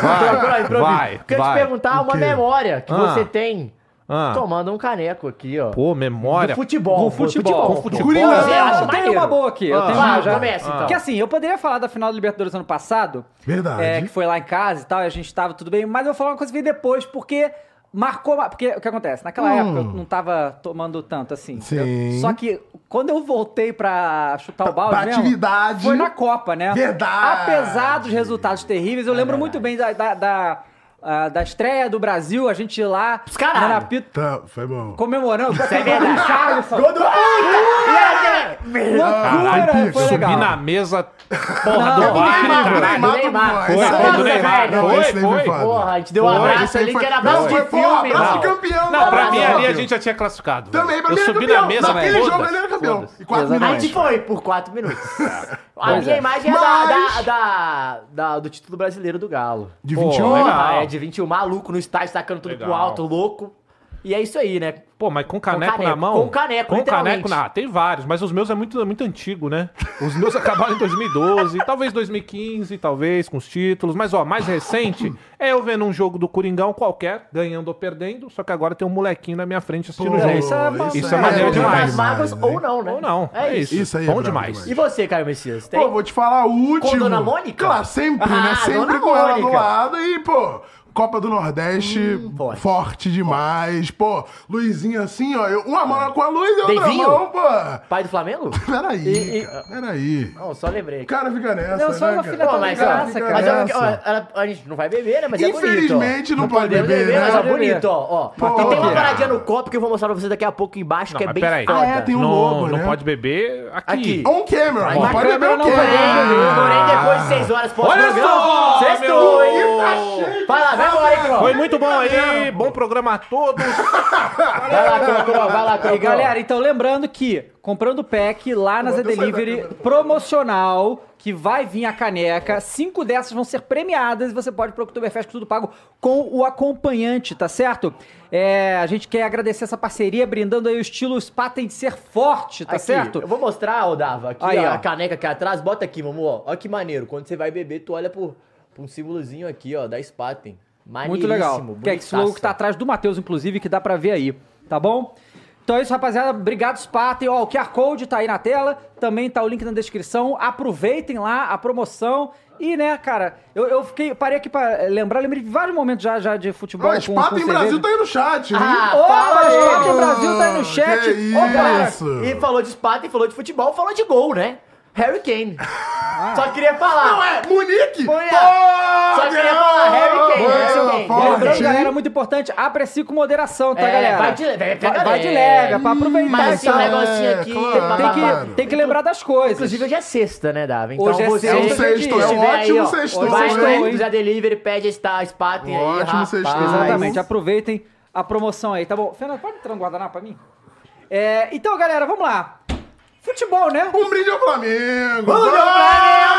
[SPEAKER 3] Procro, Procro,
[SPEAKER 4] Vai,
[SPEAKER 3] improviso.
[SPEAKER 4] vai,
[SPEAKER 3] Queria
[SPEAKER 4] vai.
[SPEAKER 3] te perguntar
[SPEAKER 2] O
[SPEAKER 3] uma
[SPEAKER 2] quê?
[SPEAKER 3] memória que
[SPEAKER 4] Ah.
[SPEAKER 3] você tem
[SPEAKER 4] Ah.
[SPEAKER 3] tomando um caneco aqui, ó.
[SPEAKER 4] Pô, memória.
[SPEAKER 3] Do futebol.
[SPEAKER 1] Do futebol.
[SPEAKER 3] Do
[SPEAKER 4] futebol.
[SPEAKER 1] Não,
[SPEAKER 4] Não,
[SPEAKER 1] eu
[SPEAKER 3] Você acha
[SPEAKER 1] tenho uma
[SPEAKER 3] maneiro?
[SPEAKER 1] boa aqui. Eu
[SPEAKER 4] Ah.
[SPEAKER 1] tenho uma
[SPEAKER 3] Vai,
[SPEAKER 1] já.
[SPEAKER 3] começa, então.
[SPEAKER 1] Que assim, eu poderia falar da final do Libertadores ano passado.
[SPEAKER 2] Verdade.
[SPEAKER 1] é, que foi lá em casa e tal, e a gente tava tudo bem, mas eu vou falar uma coisa que veio depois, porque marcou. ma- Porque o que acontece? Naquela
[SPEAKER 2] Hum.
[SPEAKER 1] época eu não tava tomando tanto assim. entendeu?
[SPEAKER 2] Sim.
[SPEAKER 1] Só que quando eu voltei pra chutar o
[SPEAKER 2] Pra-
[SPEAKER 1] balde.
[SPEAKER 2] pra
[SPEAKER 1] mesmo,
[SPEAKER 2] atividade.
[SPEAKER 1] Foi na Copa, né?
[SPEAKER 2] Verdade.
[SPEAKER 1] Apesar dos resultados terríveis, eu
[SPEAKER 3] É
[SPEAKER 1] lembro muito bem da. da, da ah, da estreia do Brasil, a gente lá
[SPEAKER 3] caralho.
[SPEAKER 1] na Pito,
[SPEAKER 2] Tá, foi bom.
[SPEAKER 1] comemorando.
[SPEAKER 3] É verdade. Gol do Puta! E aí,
[SPEAKER 1] Loucura,
[SPEAKER 2] Caralho,
[SPEAKER 1] foi
[SPEAKER 2] Pico,
[SPEAKER 1] legal.
[SPEAKER 4] Subi na mesa, porra,
[SPEAKER 1] Não,
[SPEAKER 4] do
[SPEAKER 1] do
[SPEAKER 4] bar,
[SPEAKER 3] Ah, Neymar,
[SPEAKER 4] caralho.
[SPEAKER 3] Neymar.
[SPEAKER 4] Foi,
[SPEAKER 2] Esse
[SPEAKER 3] foi
[SPEAKER 2] aí
[SPEAKER 3] do Neymar.
[SPEAKER 2] Ah, Não,
[SPEAKER 4] Foi,
[SPEAKER 2] esse é daí
[SPEAKER 4] foi.
[SPEAKER 2] foda.
[SPEAKER 3] Porra, a gente deu um
[SPEAKER 2] Foi,
[SPEAKER 3] abraço
[SPEAKER 2] esse aí
[SPEAKER 3] ali
[SPEAKER 2] foi-
[SPEAKER 3] que era abraço
[SPEAKER 2] Não,
[SPEAKER 3] de
[SPEAKER 2] foi, um
[SPEAKER 3] filme,
[SPEAKER 2] Abraço
[SPEAKER 3] não.
[SPEAKER 2] de campeão.
[SPEAKER 4] Não, pra mim ali a
[SPEAKER 2] campeão.
[SPEAKER 4] gente já tinha classificado. velho.
[SPEAKER 2] Também, pra mim
[SPEAKER 4] Eu
[SPEAKER 2] era
[SPEAKER 4] subi
[SPEAKER 2] campeão.
[SPEAKER 4] na mesa,
[SPEAKER 2] Naquele
[SPEAKER 4] velho.
[SPEAKER 2] jogo ele era campeão. E quatro
[SPEAKER 1] Exatamente.
[SPEAKER 3] A gente
[SPEAKER 2] milhões.
[SPEAKER 3] foi por 4 minutos. A
[SPEAKER 1] Pois
[SPEAKER 3] minha
[SPEAKER 1] é.
[SPEAKER 3] imagem é da, da,
[SPEAKER 2] Mas-
[SPEAKER 3] da- da- do título brasileiro do Galo.
[SPEAKER 2] De
[SPEAKER 4] Pô,
[SPEAKER 2] 21?
[SPEAKER 4] legal.
[SPEAKER 3] Ah, é de 21, maluco no estádio, tacando tudo pro
[SPEAKER 4] Legal.
[SPEAKER 3] alto, louco. E é isso aí, né?
[SPEAKER 4] Pô, mas com caneco,
[SPEAKER 3] caneco,
[SPEAKER 4] na mão?
[SPEAKER 3] com caneco,
[SPEAKER 4] Com caneco
[SPEAKER 3] literalmente.
[SPEAKER 4] na... Tem vários, mas os meus é muito, é muito antigo, né? Os meus acabaram em 2012, talvez 2015, talvez, com os títulos. Mas, ó, mais recente é eu vendo um jogo do Coringão qualquer, ganhando ou perdendo, só que agora tem um molequinho na minha frente assistindo o
[SPEAKER 2] Pô,
[SPEAKER 4] jogo.
[SPEAKER 1] isso é bom.
[SPEAKER 4] Isso é
[SPEAKER 3] É,
[SPEAKER 4] maneiro
[SPEAKER 3] juntar
[SPEAKER 4] demais.
[SPEAKER 3] as mágoas
[SPEAKER 2] hein?
[SPEAKER 3] ou não, né?
[SPEAKER 4] Ou não,
[SPEAKER 3] É isso.
[SPEAKER 4] Isso aí é
[SPEAKER 2] brabo
[SPEAKER 4] bom demais.
[SPEAKER 2] demais.
[SPEAKER 3] E você, Caio Messias? Tem?
[SPEAKER 2] Pô, vou te falar o último.
[SPEAKER 3] Com Dona Mônica?
[SPEAKER 2] Claro, sempre,
[SPEAKER 3] Ah,
[SPEAKER 2] né? Sempre
[SPEAKER 3] Dona
[SPEAKER 2] com ela do
[SPEAKER 3] Mônica.
[SPEAKER 2] lado e, pô. Copa do Nordeste,
[SPEAKER 3] forte.
[SPEAKER 2] forte. demais. Pô, Luizinho assim, ó. eu- uma mão com a luz e outra
[SPEAKER 3] Deivinho?
[SPEAKER 2] mão, pô.
[SPEAKER 3] Pai do Flamengo?
[SPEAKER 2] Peraí,
[SPEAKER 3] E- e-
[SPEAKER 2] cara. Peraí.
[SPEAKER 3] Não, só lembrei.
[SPEAKER 2] O cara fica nessa,
[SPEAKER 1] Não, só
[SPEAKER 2] né,
[SPEAKER 1] uma
[SPEAKER 2] cara?
[SPEAKER 1] filha da
[SPEAKER 3] Pô, mas, ó,
[SPEAKER 1] graça,
[SPEAKER 2] fica
[SPEAKER 1] cara. é
[SPEAKER 3] mas ó, ó,
[SPEAKER 2] nessa.
[SPEAKER 3] ela- a gente não vai beber, né? Mas
[SPEAKER 2] Infelizmente,
[SPEAKER 3] é bonito, ó.
[SPEAKER 2] não pode
[SPEAKER 3] podemos
[SPEAKER 2] beber, né? tá
[SPEAKER 3] Mas é
[SPEAKER 1] Não pode
[SPEAKER 3] bonito, ó. ó.
[SPEAKER 2] Pô,
[SPEAKER 3] e tem uma
[SPEAKER 2] que-
[SPEAKER 3] paradinha no copo que eu vou mostrar pra vocês daqui a pouco embaixo,
[SPEAKER 4] Não,
[SPEAKER 3] que é
[SPEAKER 4] mas
[SPEAKER 3] bem
[SPEAKER 4] peraí.
[SPEAKER 3] foda.
[SPEAKER 2] Ah, é, tem um
[SPEAKER 4] não,
[SPEAKER 2] lobo,
[SPEAKER 4] não
[SPEAKER 2] né?
[SPEAKER 4] pode beber aqui.
[SPEAKER 3] Aqui.
[SPEAKER 2] On
[SPEAKER 3] Tá
[SPEAKER 2] camera,
[SPEAKER 1] Uma
[SPEAKER 2] não pode beber
[SPEAKER 1] câmera
[SPEAKER 2] o
[SPEAKER 1] não
[SPEAKER 2] quê?
[SPEAKER 1] pode beber.
[SPEAKER 2] Ah.
[SPEAKER 3] Porém, depois de 6 horas, pós
[SPEAKER 4] Olha
[SPEAKER 3] programa.
[SPEAKER 4] só!
[SPEAKER 3] Sextou,
[SPEAKER 4] meu!
[SPEAKER 3] hein? Vai lá, vai embora, hein, Cro.
[SPEAKER 4] Foi muito bom aí, bom programa a todos.
[SPEAKER 3] Vai lá, Cro, Cro, vai lá, Cro.
[SPEAKER 1] E galera, então lembrando que comprando o pack lá na
[SPEAKER 2] vou
[SPEAKER 1] Zé
[SPEAKER 2] até sair da
[SPEAKER 1] Delivery
[SPEAKER 2] câmera.
[SPEAKER 1] promocional, que vai vir a caneca, cinco dessas vão ser premiadas e você pode ir pro Oktoberfest com tudo pago com o acompanhante, tá certo? É, a gente quer agradecer essa parceria, brindando aí o estilo Spaten de ser forte, tá
[SPEAKER 3] Aqui,
[SPEAKER 1] certo?
[SPEAKER 3] Eu vou mostrar, ô Dava, aqui
[SPEAKER 1] Aí,
[SPEAKER 3] ó,
[SPEAKER 1] ó.
[SPEAKER 3] a caneca aqui atrás. Bota aqui, mamu, ó. Olha que maneiro. Quando você vai beber, tu olha pro, pro um símbolozinho aqui, ó, da Spaten.
[SPEAKER 1] Muito legal. Que é esse logo que tá
[SPEAKER 3] bonitaça.
[SPEAKER 1] atrás do Matheus, inclusive, que dá pra ver aí, tá bom? Então é isso, rapaziada. Obrigado, Spaten. Ó, o QR Code tá aí na tela. Também tá o link na descrição. Aproveitem lá a promoção. E, né, cara, eu, eu fiquei, parei aqui pra lembrar. Lembrei de vários momentos já, já de futebol.
[SPEAKER 2] Ó, Spaten
[SPEAKER 1] cerveja.
[SPEAKER 2] Brasil tá aí no chat,
[SPEAKER 3] Ah,
[SPEAKER 2] viu?
[SPEAKER 1] Opa,
[SPEAKER 3] Fala,
[SPEAKER 1] Spaten
[SPEAKER 2] ô,
[SPEAKER 1] Brasil tá aí no
[SPEAKER 2] que
[SPEAKER 1] chat. Ô, cara,
[SPEAKER 2] isso.
[SPEAKER 3] E falou de Spaten, falou de futebol, falou de gol, né? Harry Kane.
[SPEAKER 1] Ah.
[SPEAKER 3] Só queria falar.
[SPEAKER 2] Não é, Munique!
[SPEAKER 3] Olha,
[SPEAKER 2] Pô,
[SPEAKER 3] só queria
[SPEAKER 2] Adriano,
[SPEAKER 3] falar Harry Kane, Harry Kane.
[SPEAKER 2] forte,
[SPEAKER 1] Lembrando,
[SPEAKER 2] hein?
[SPEAKER 1] galera, muito importante, aprecie com moderação, tá,
[SPEAKER 3] É,
[SPEAKER 1] galera?
[SPEAKER 3] vai de- vai- pega
[SPEAKER 1] Vai de
[SPEAKER 3] leve.
[SPEAKER 1] leve, é pra aproveitar.
[SPEAKER 3] Mas assim,
[SPEAKER 1] então.
[SPEAKER 3] um
[SPEAKER 2] é,
[SPEAKER 3] negocinho aqui.
[SPEAKER 2] claro.
[SPEAKER 1] tem,
[SPEAKER 3] bababá.
[SPEAKER 1] que, tem que lembrar das coisas.
[SPEAKER 3] Inclusive, hoje é sexta, né, Dava? Então
[SPEAKER 1] Hoje é
[SPEAKER 3] você
[SPEAKER 1] sexta,
[SPEAKER 2] É um
[SPEAKER 1] Hoje
[SPEAKER 2] sexto, é
[SPEAKER 1] dia.
[SPEAKER 2] um
[SPEAKER 3] estiver aí,
[SPEAKER 2] ótimo
[SPEAKER 3] ó,
[SPEAKER 2] sexto, Um
[SPEAKER 3] Vai
[SPEAKER 1] sextou,
[SPEAKER 3] no
[SPEAKER 1] hein?
[SPEAKER 3] Enzo da Delivery, pede esta Spaten aí,
[SPEAKER 2] Ótimo
[SPEAKER 3] rapaz.
[SPEAKER 2] sextou.
[SPEAKER 1] Exatamente, aproveitem a promoção aí, tá bom? Fernando, pode entrar um guardanapo pra mim? É, então, galera, vamos lá. Futebol, né?
[SPEAKER 2] Um brinde ao Flamengo!
[SPEAKER 3] Vamos, meu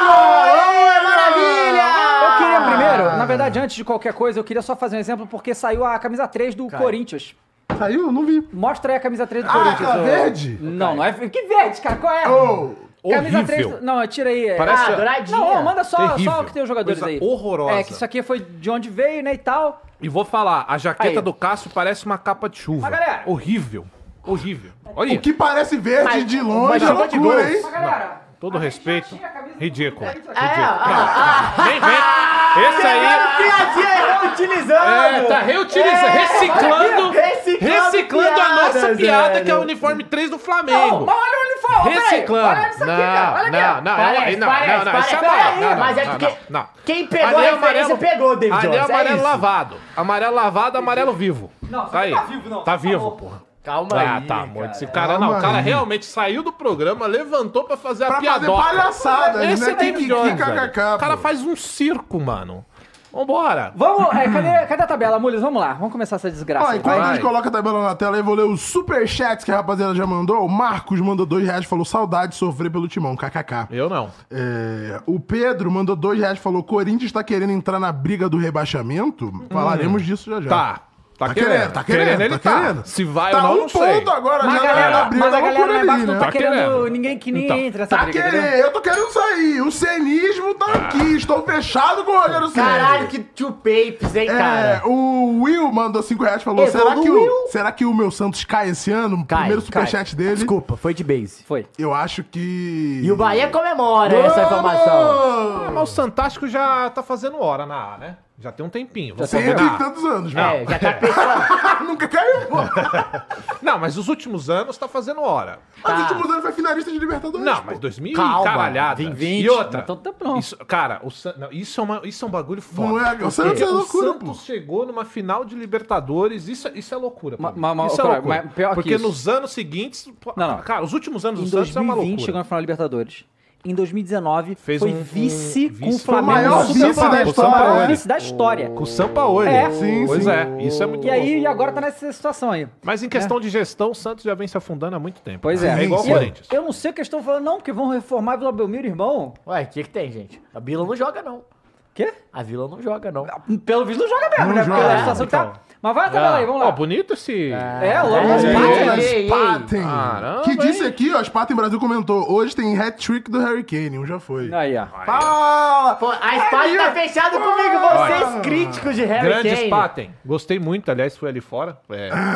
[SPEAKER 2] Olha!
[SPEAKER 3] Maravilha!
[SPEAKER 2] Ah!
[SPEAKER 1] Eu queria primeiro, na verdade, antes de qualquer coisa, eu queria só fazer um exemplo porque saiu a camisa 3 do
[SPEAKER 3] Cara.
[SPEAKER 1] Corinthians.
[SPEAKER 2] Saiu? Não vi.
[SPEAKER 1] Mostra aí a camisa 3 do
[SPEAKER 2] Ah,
[SPEAKER 1] Corinthians.
[SPEAKER 2] aquela
[SPEAKER 1] ô-
[SPEAKER 2] verde?
[SPEAKER 1] Não, não é. Que verde, cara? Qual é?
[SPEAKER 2] Oh,
[SPEAKER 1] camisa
[SPEAKER 4] horrível.
[SPEAKER 1] 3. do- Não, tira aí.
[SPEAKER 4] Parece-
[SPEAKER 3] Ah,
[SPEAKER 4] Essa-
[SPEAKER 3] douradinha.
[SPEAKER 1] Não, manda só,
[SPEAKER 4] Terrível.
[SPEAKER 1] só o que tem os jogadores
[SPEAKER 4] Coisa
[SPEAKER 1] aí.
[SPEAKER 4] horrorosa.
[SPEAKER 1] É, que isso aqui foi de onde veio, né, e tal.
[SPEAKER 4] E vou falar, a jaqueta
[SPEAKER 1] Aí.
[SPEAKER 4] do Cássio parece uma capa de chuva.
[SPEAKER 1] Mas, galera-
[SPEAKER 4] Horrível. Horrível. Olha aí.
[SPEAKER 2] o que parece verde
[SPEAKER 3] Mas-
[SPEAKER 2] de longe é
[SPEAKER 3] mas chupa de
[SPEAKER 2] loucura,
[SPEAKER 3] gols.
[SPEAKER 2] hein?
[SPEAKER 1] Mas, galera...
[SPEAKER 4] Todo
[SPEAKER 1] a gente já
[SPEAKER 4] respeito.
[SPEAKER 1] tinha a camisa do
[SPEAKER 4] Ridículo.
[SPEAKER 1] Corinthians.
[SPEAKER 3] É, ah,
[SPEAKER 4] Vem, vem. Esse
[SPEAKER 3] ah,
[SPEAKER 4] aí.
[SPEAKER 3] piadinha
[SPEAKER 4] É,
[SPEAKER 3] reutilizando.
[SPEAKER 4] tá reutilizando, reciclando,
[SPEAKER 1] é,
[SPEAKER 3] reciclando
[SPEAKER 4] reciclando a
[SPEAKER 3] piadas,
[SPEAKER 4] nossa piada
[SPEAKER 3] velho.
[SPEAKER 4] que é o uniforme 3 do
[SPEAKER 1] Não,
[SPEAKER 4] Flamengo.
[SPEAKER 1] mas olha o uniforme, peraí,
[SPEAKER 4] Reciclando.
[SPEAKER 1] Olha isso aqui,
[SPEAKER 4] não,
[SPEAKER 1] cara. Olha aqui.
[SPEAKER 4] não, não,
[SPEAKER 3] Parece,
[SPEAKER 4] aí não,
[SPEAKER 3] parece,
[SPEAKER 4] não, não, isso é
[SPEAKER 3] parece.
[SPEAKER 4] amarelo, não, não,
[SPEAKER 3] Mas é
[SPEAKER 4] não,
[SPEAKER 3] porque
[SPEAKER 4] não, não.
[SPEAKER 3] quem pegou
[SPEAKER 4] Ali é
[SPEAKER 3] a referência pegou, David
[SPEAKER 4] ali
[SPEAKER 3] Jones,
[SPEAKER 4] é
[SPEAKER 3] é
[SPEAKER 4] amarelo
[SPEAKER 3] isso.
[SPEAKER 4] lavado. Amarelo lavado, amarelo vivo.
[SPEAKER 1] Não, você
[SPEAKER 4] tá aí.
[SPEAKER 1] tá vivo, não,
[SPEAKER 4] Tá
[SPEAKER 1] por
[SPEAKER 4] vivo,
[SPEAKER 1] favor.
[SPEAKER 4] porra.
[SPEAKER 3] Calma aí,
[SPEAKER 4] Ah, tá, muito. Esse cara
[SPEAKER 2] Calma
[SPEAKER 4] não, o cara
[SPEAKER 2] aí.
[SPEAKER 4] realmente saiu do programa, levantou pra fazer a
[SPEAKER 2] Pra fazer
[SPEAKER 4] piadoca.
[SPEAKER 2] palhaçada, né?
[SPEAKER 4] Esse é
[SPEAKER 2] Tem
[SPEAKER 4] David
[SPEAKER 2] que
[SPEAKER 4] Jones, velho.
[SPEAKER 2] kkk.
[SPEAKER 4] O cara faz um circo, mano. Vambora.
[SPEAKER 1] Vamos, é, cadê, cadê a tabela, Mules? Vamos lá, vamos começar essa desgraça.
[SPEAKER 2] Ó,
[SPEAKER 1] aí,
[SPEAKER 2] enquanto
[SPEAKER 1] vai.
[SPEAKER 2] a gente coloca a tabela na tela, eu vou ler os superchats que a rapaziada já mandou. O Marcos mandou dois reais, falou saudade de sofrer pelo timão, kkk.
[SPEAKER 4] Eu não.
[SPEAKER 2] É, o Pedro mandou dois reais, falou Corinthians tá querendo entrar na briga do rebaixamento? Falaremos disso já já.
[SPEAKER 4] Hum. Tá. Tá, querendo,
[SPEAKER 2] É. tá querendo,
[SPEAKER 4] ele tá. Se vai
[SPEAKER 2] tá
[SPEAKER 4] ou não,
[SPEAKER 2] um
[SPEAKER 4] não sei.
[SPEAKER 2] ponto agora
[SPEAKER 1] Mas a
[SPEAKER 2] já na
[SPEAKER 1] galera,
[SPEAKER 2] briga,
[SPEAKER 1] mas a
[SPEAKER 2] tá
[SPEAKER 1] galera lá
[SPEAKER 2] loucura
[SPEAKER 1] embaixo
[SPEAKER 2] ali,
[SPEAKER 1] não tá
[SPEAKER 2] né?
[SPEAKER 4] Tá
[SPEAKER 1] querendo
[SPEAKER 4] querendo.
[SPEAKER 1] ninguém que nem
[SPEAKER 4] Então,
[SPEAKER 1] entre nessa
[SPEAKER 2] Tá
[SPEAKER 1] briga, entendeu?
[SPEAKER 2] querendo, eu tô querendo sair. O cenismo tá
[SPEAKER 4] Ah.
[SPEAKER 2] aqui, estou fechado com o Rogério Ceni.
[SPEAKER 3] Caralho, que two papes, hein,
[SPEAKER 2] É,
[SPEAKER 3] cara.
[SPEAKER 2] o Will mandou 5 reais e falou:
[SPEAKER 3] Evoluiu.
[SPEAKER 2] será que, o, será que o meu Santos cai esse ano? O
[SPEAKER 3] Cai,
[SPEAKER 2] Primeiro
[SPEAKER 3] cai.
[SPEAKER 2] superchat dele.
[SPEAKER 3] Desculpa, foi de base.
[SPEAKER 1] Foi.
[SPEAKER 2] Eu acho que.
[SPEAKER 3] E o Bahia comemora essa informação.
[SPEAKER 4] Ah,
[SPEAKER 2] informação.
[SPEAKER 4] mas o Santástico já tá fazendo hora na A, né? Já tem um tempinho. Vamos
[SPEAKER 2] Sempre e
[SPEAKER 4] combinar.
[SPEAKER 2] tantos anos,
[SPEAKER 3] É, já tá pensando.
[SPEAKER 2] pô. Nunca caiu, pô.
[SPEAKER 4] Não, mas os últimos anos tá fazendo hora.
[SPEAKER 2] Mas os últimos anos foi finalista de Libertadores.
[SPEAKER 4] Não,
[SPEAKER 2] pô.
[SPEAKER 4] mas 2000
[SPEAKER 3] Calma,
[SPEAKER 4] e caralhada.
[SPEAKER 1] 2020,
[SPEAKER 4] E outra.
[SPEAKER 1] então tá pronto.
[SPEAKER 4] Isso, cara, o San- não, isso, é uma, isso é um bagulho foda.
[SPEAKER 2] Não é- o
[SPEAKER 4] Porque
[SPEAKER 2] Santos é loucura,
[SPEAKER 4] O Santos
[SPEAKER 2] pô.
[SPEAKER 4] chegou numa final de Libertadores. Isso, isso é loucura. pra
[SPEAKER 1] Ma-
[SPEAKER 4] mim.
[SPEAKER 1] ma- ma-
[SPEAKER 4] isso é
[SPEAKER 1] cara,
[SPEAKER 4] loucura.
[SPEAKER 1] mas pior que
[SPEAKER 4] Porque
[SPEAKER 1] isso.
[SPEAKER 4] nos anos seguintes. pô,
[SPEAKER 1] Não, não.
[SPEAKER 4] Cara, os últimos anos
[SPEAKER 1] Em
[SPEAKER 4] do Santos é uma
[SPEAKER 1] 2020
[SPEAKER 4] loucura.
[SPEAKER 1] chegou na final da Libertadores. Em 2019
[SPEAKER 4] Fez
[SPEAKER 1] foi
[SPEAKER 4] um- um
[SPEAKER 1] vice com o
[SPEAKER 4] vice. Foi o
[SPEAKER 1] Flamengo.
[SPEAKER 2] maior
[SPEAKER 1] no
[SPEAKER 2] vice
[SPEAKER 1] Super Bowl.
[SPEAKER 2] da
[SPEAKER 1] Foi o
[SPEAKER 2] história,
[SPEAKER 1] maior
[SPEAKER 2] né?
[SPEAKER 1] vice da história.
[SPEAKER 4] Com o Sampaoli.
[SPEAKER 1] É.
[SPEAKER 2] Sim,
[SPEAKER 4] pois
[SPEAKER 2] sim.
[SPEAKER 4] é. Isso é muito
[SPEAKER 1] E aí,
[SPEAKER 4] louco.
[SPEAKER 1] e agora tá nessa situação aí.
[SPEAKER 4] Mas em questão de gestão, o Santos já vem se afundando há muito tempo.
[SPEAKER 1] Pois é.
[SPEAKER 4] É igual o
[SPEAKER 1] E eu-
[SPEAKER 4] Corinthians.
[SPEAKER 1] Eu não sei o que eles estão falando, não, porque vão reformar a Vila Belmiro, irmão.
[SPEAKER 3] Ué, o que que tem, gente? A Vila não joga, não.
[SPEAKER 1] Quê?
[SPEAKER 3] A Vila não joga, não.
[SPEAKER 1] Pelo visto não joga mesmo, né? Porque
[SPEAKER 2] joga,
[SPEAKER 1] a situação que tá. Mas vai a tabela aí, vamos
[SPEAKER 4] então. Ó,
[SPEAKER 1] lá.
[SPEAKER 4] bonito esse.
[SPEAKER 1] É,
[SPEAKER 3] É,
[SPEAKER 1] Lomas
[SPEAKER 2] Ei,
[SPEAKER 1] Paten.
[SPEAKER 2] Jonas
[SPEAKER 3] ei, ei.
[SPEAKER 2] Patten.
[SPEAKER 4] Caramba,
[SPEAKER 2] Que disse
[SPEAKER 4] hein?
[SPEAKER 2] aqui, ó, Spaten Brasil comentou: hoje tem hat-trick do Harry Kane, um já foi.
[SPEAKER 1] Aí, ó.
[SPEAKER 2] Fala!
[SPEAKER 3] Pô, a espada tá fechada comigo, vocês críticos de Harry
[SPEAKER 4] Grande
[SPEAKER 3] É Kane.
[SPEAKER 4] Spaten. Gostei muito, aliás, foi ali fora. É.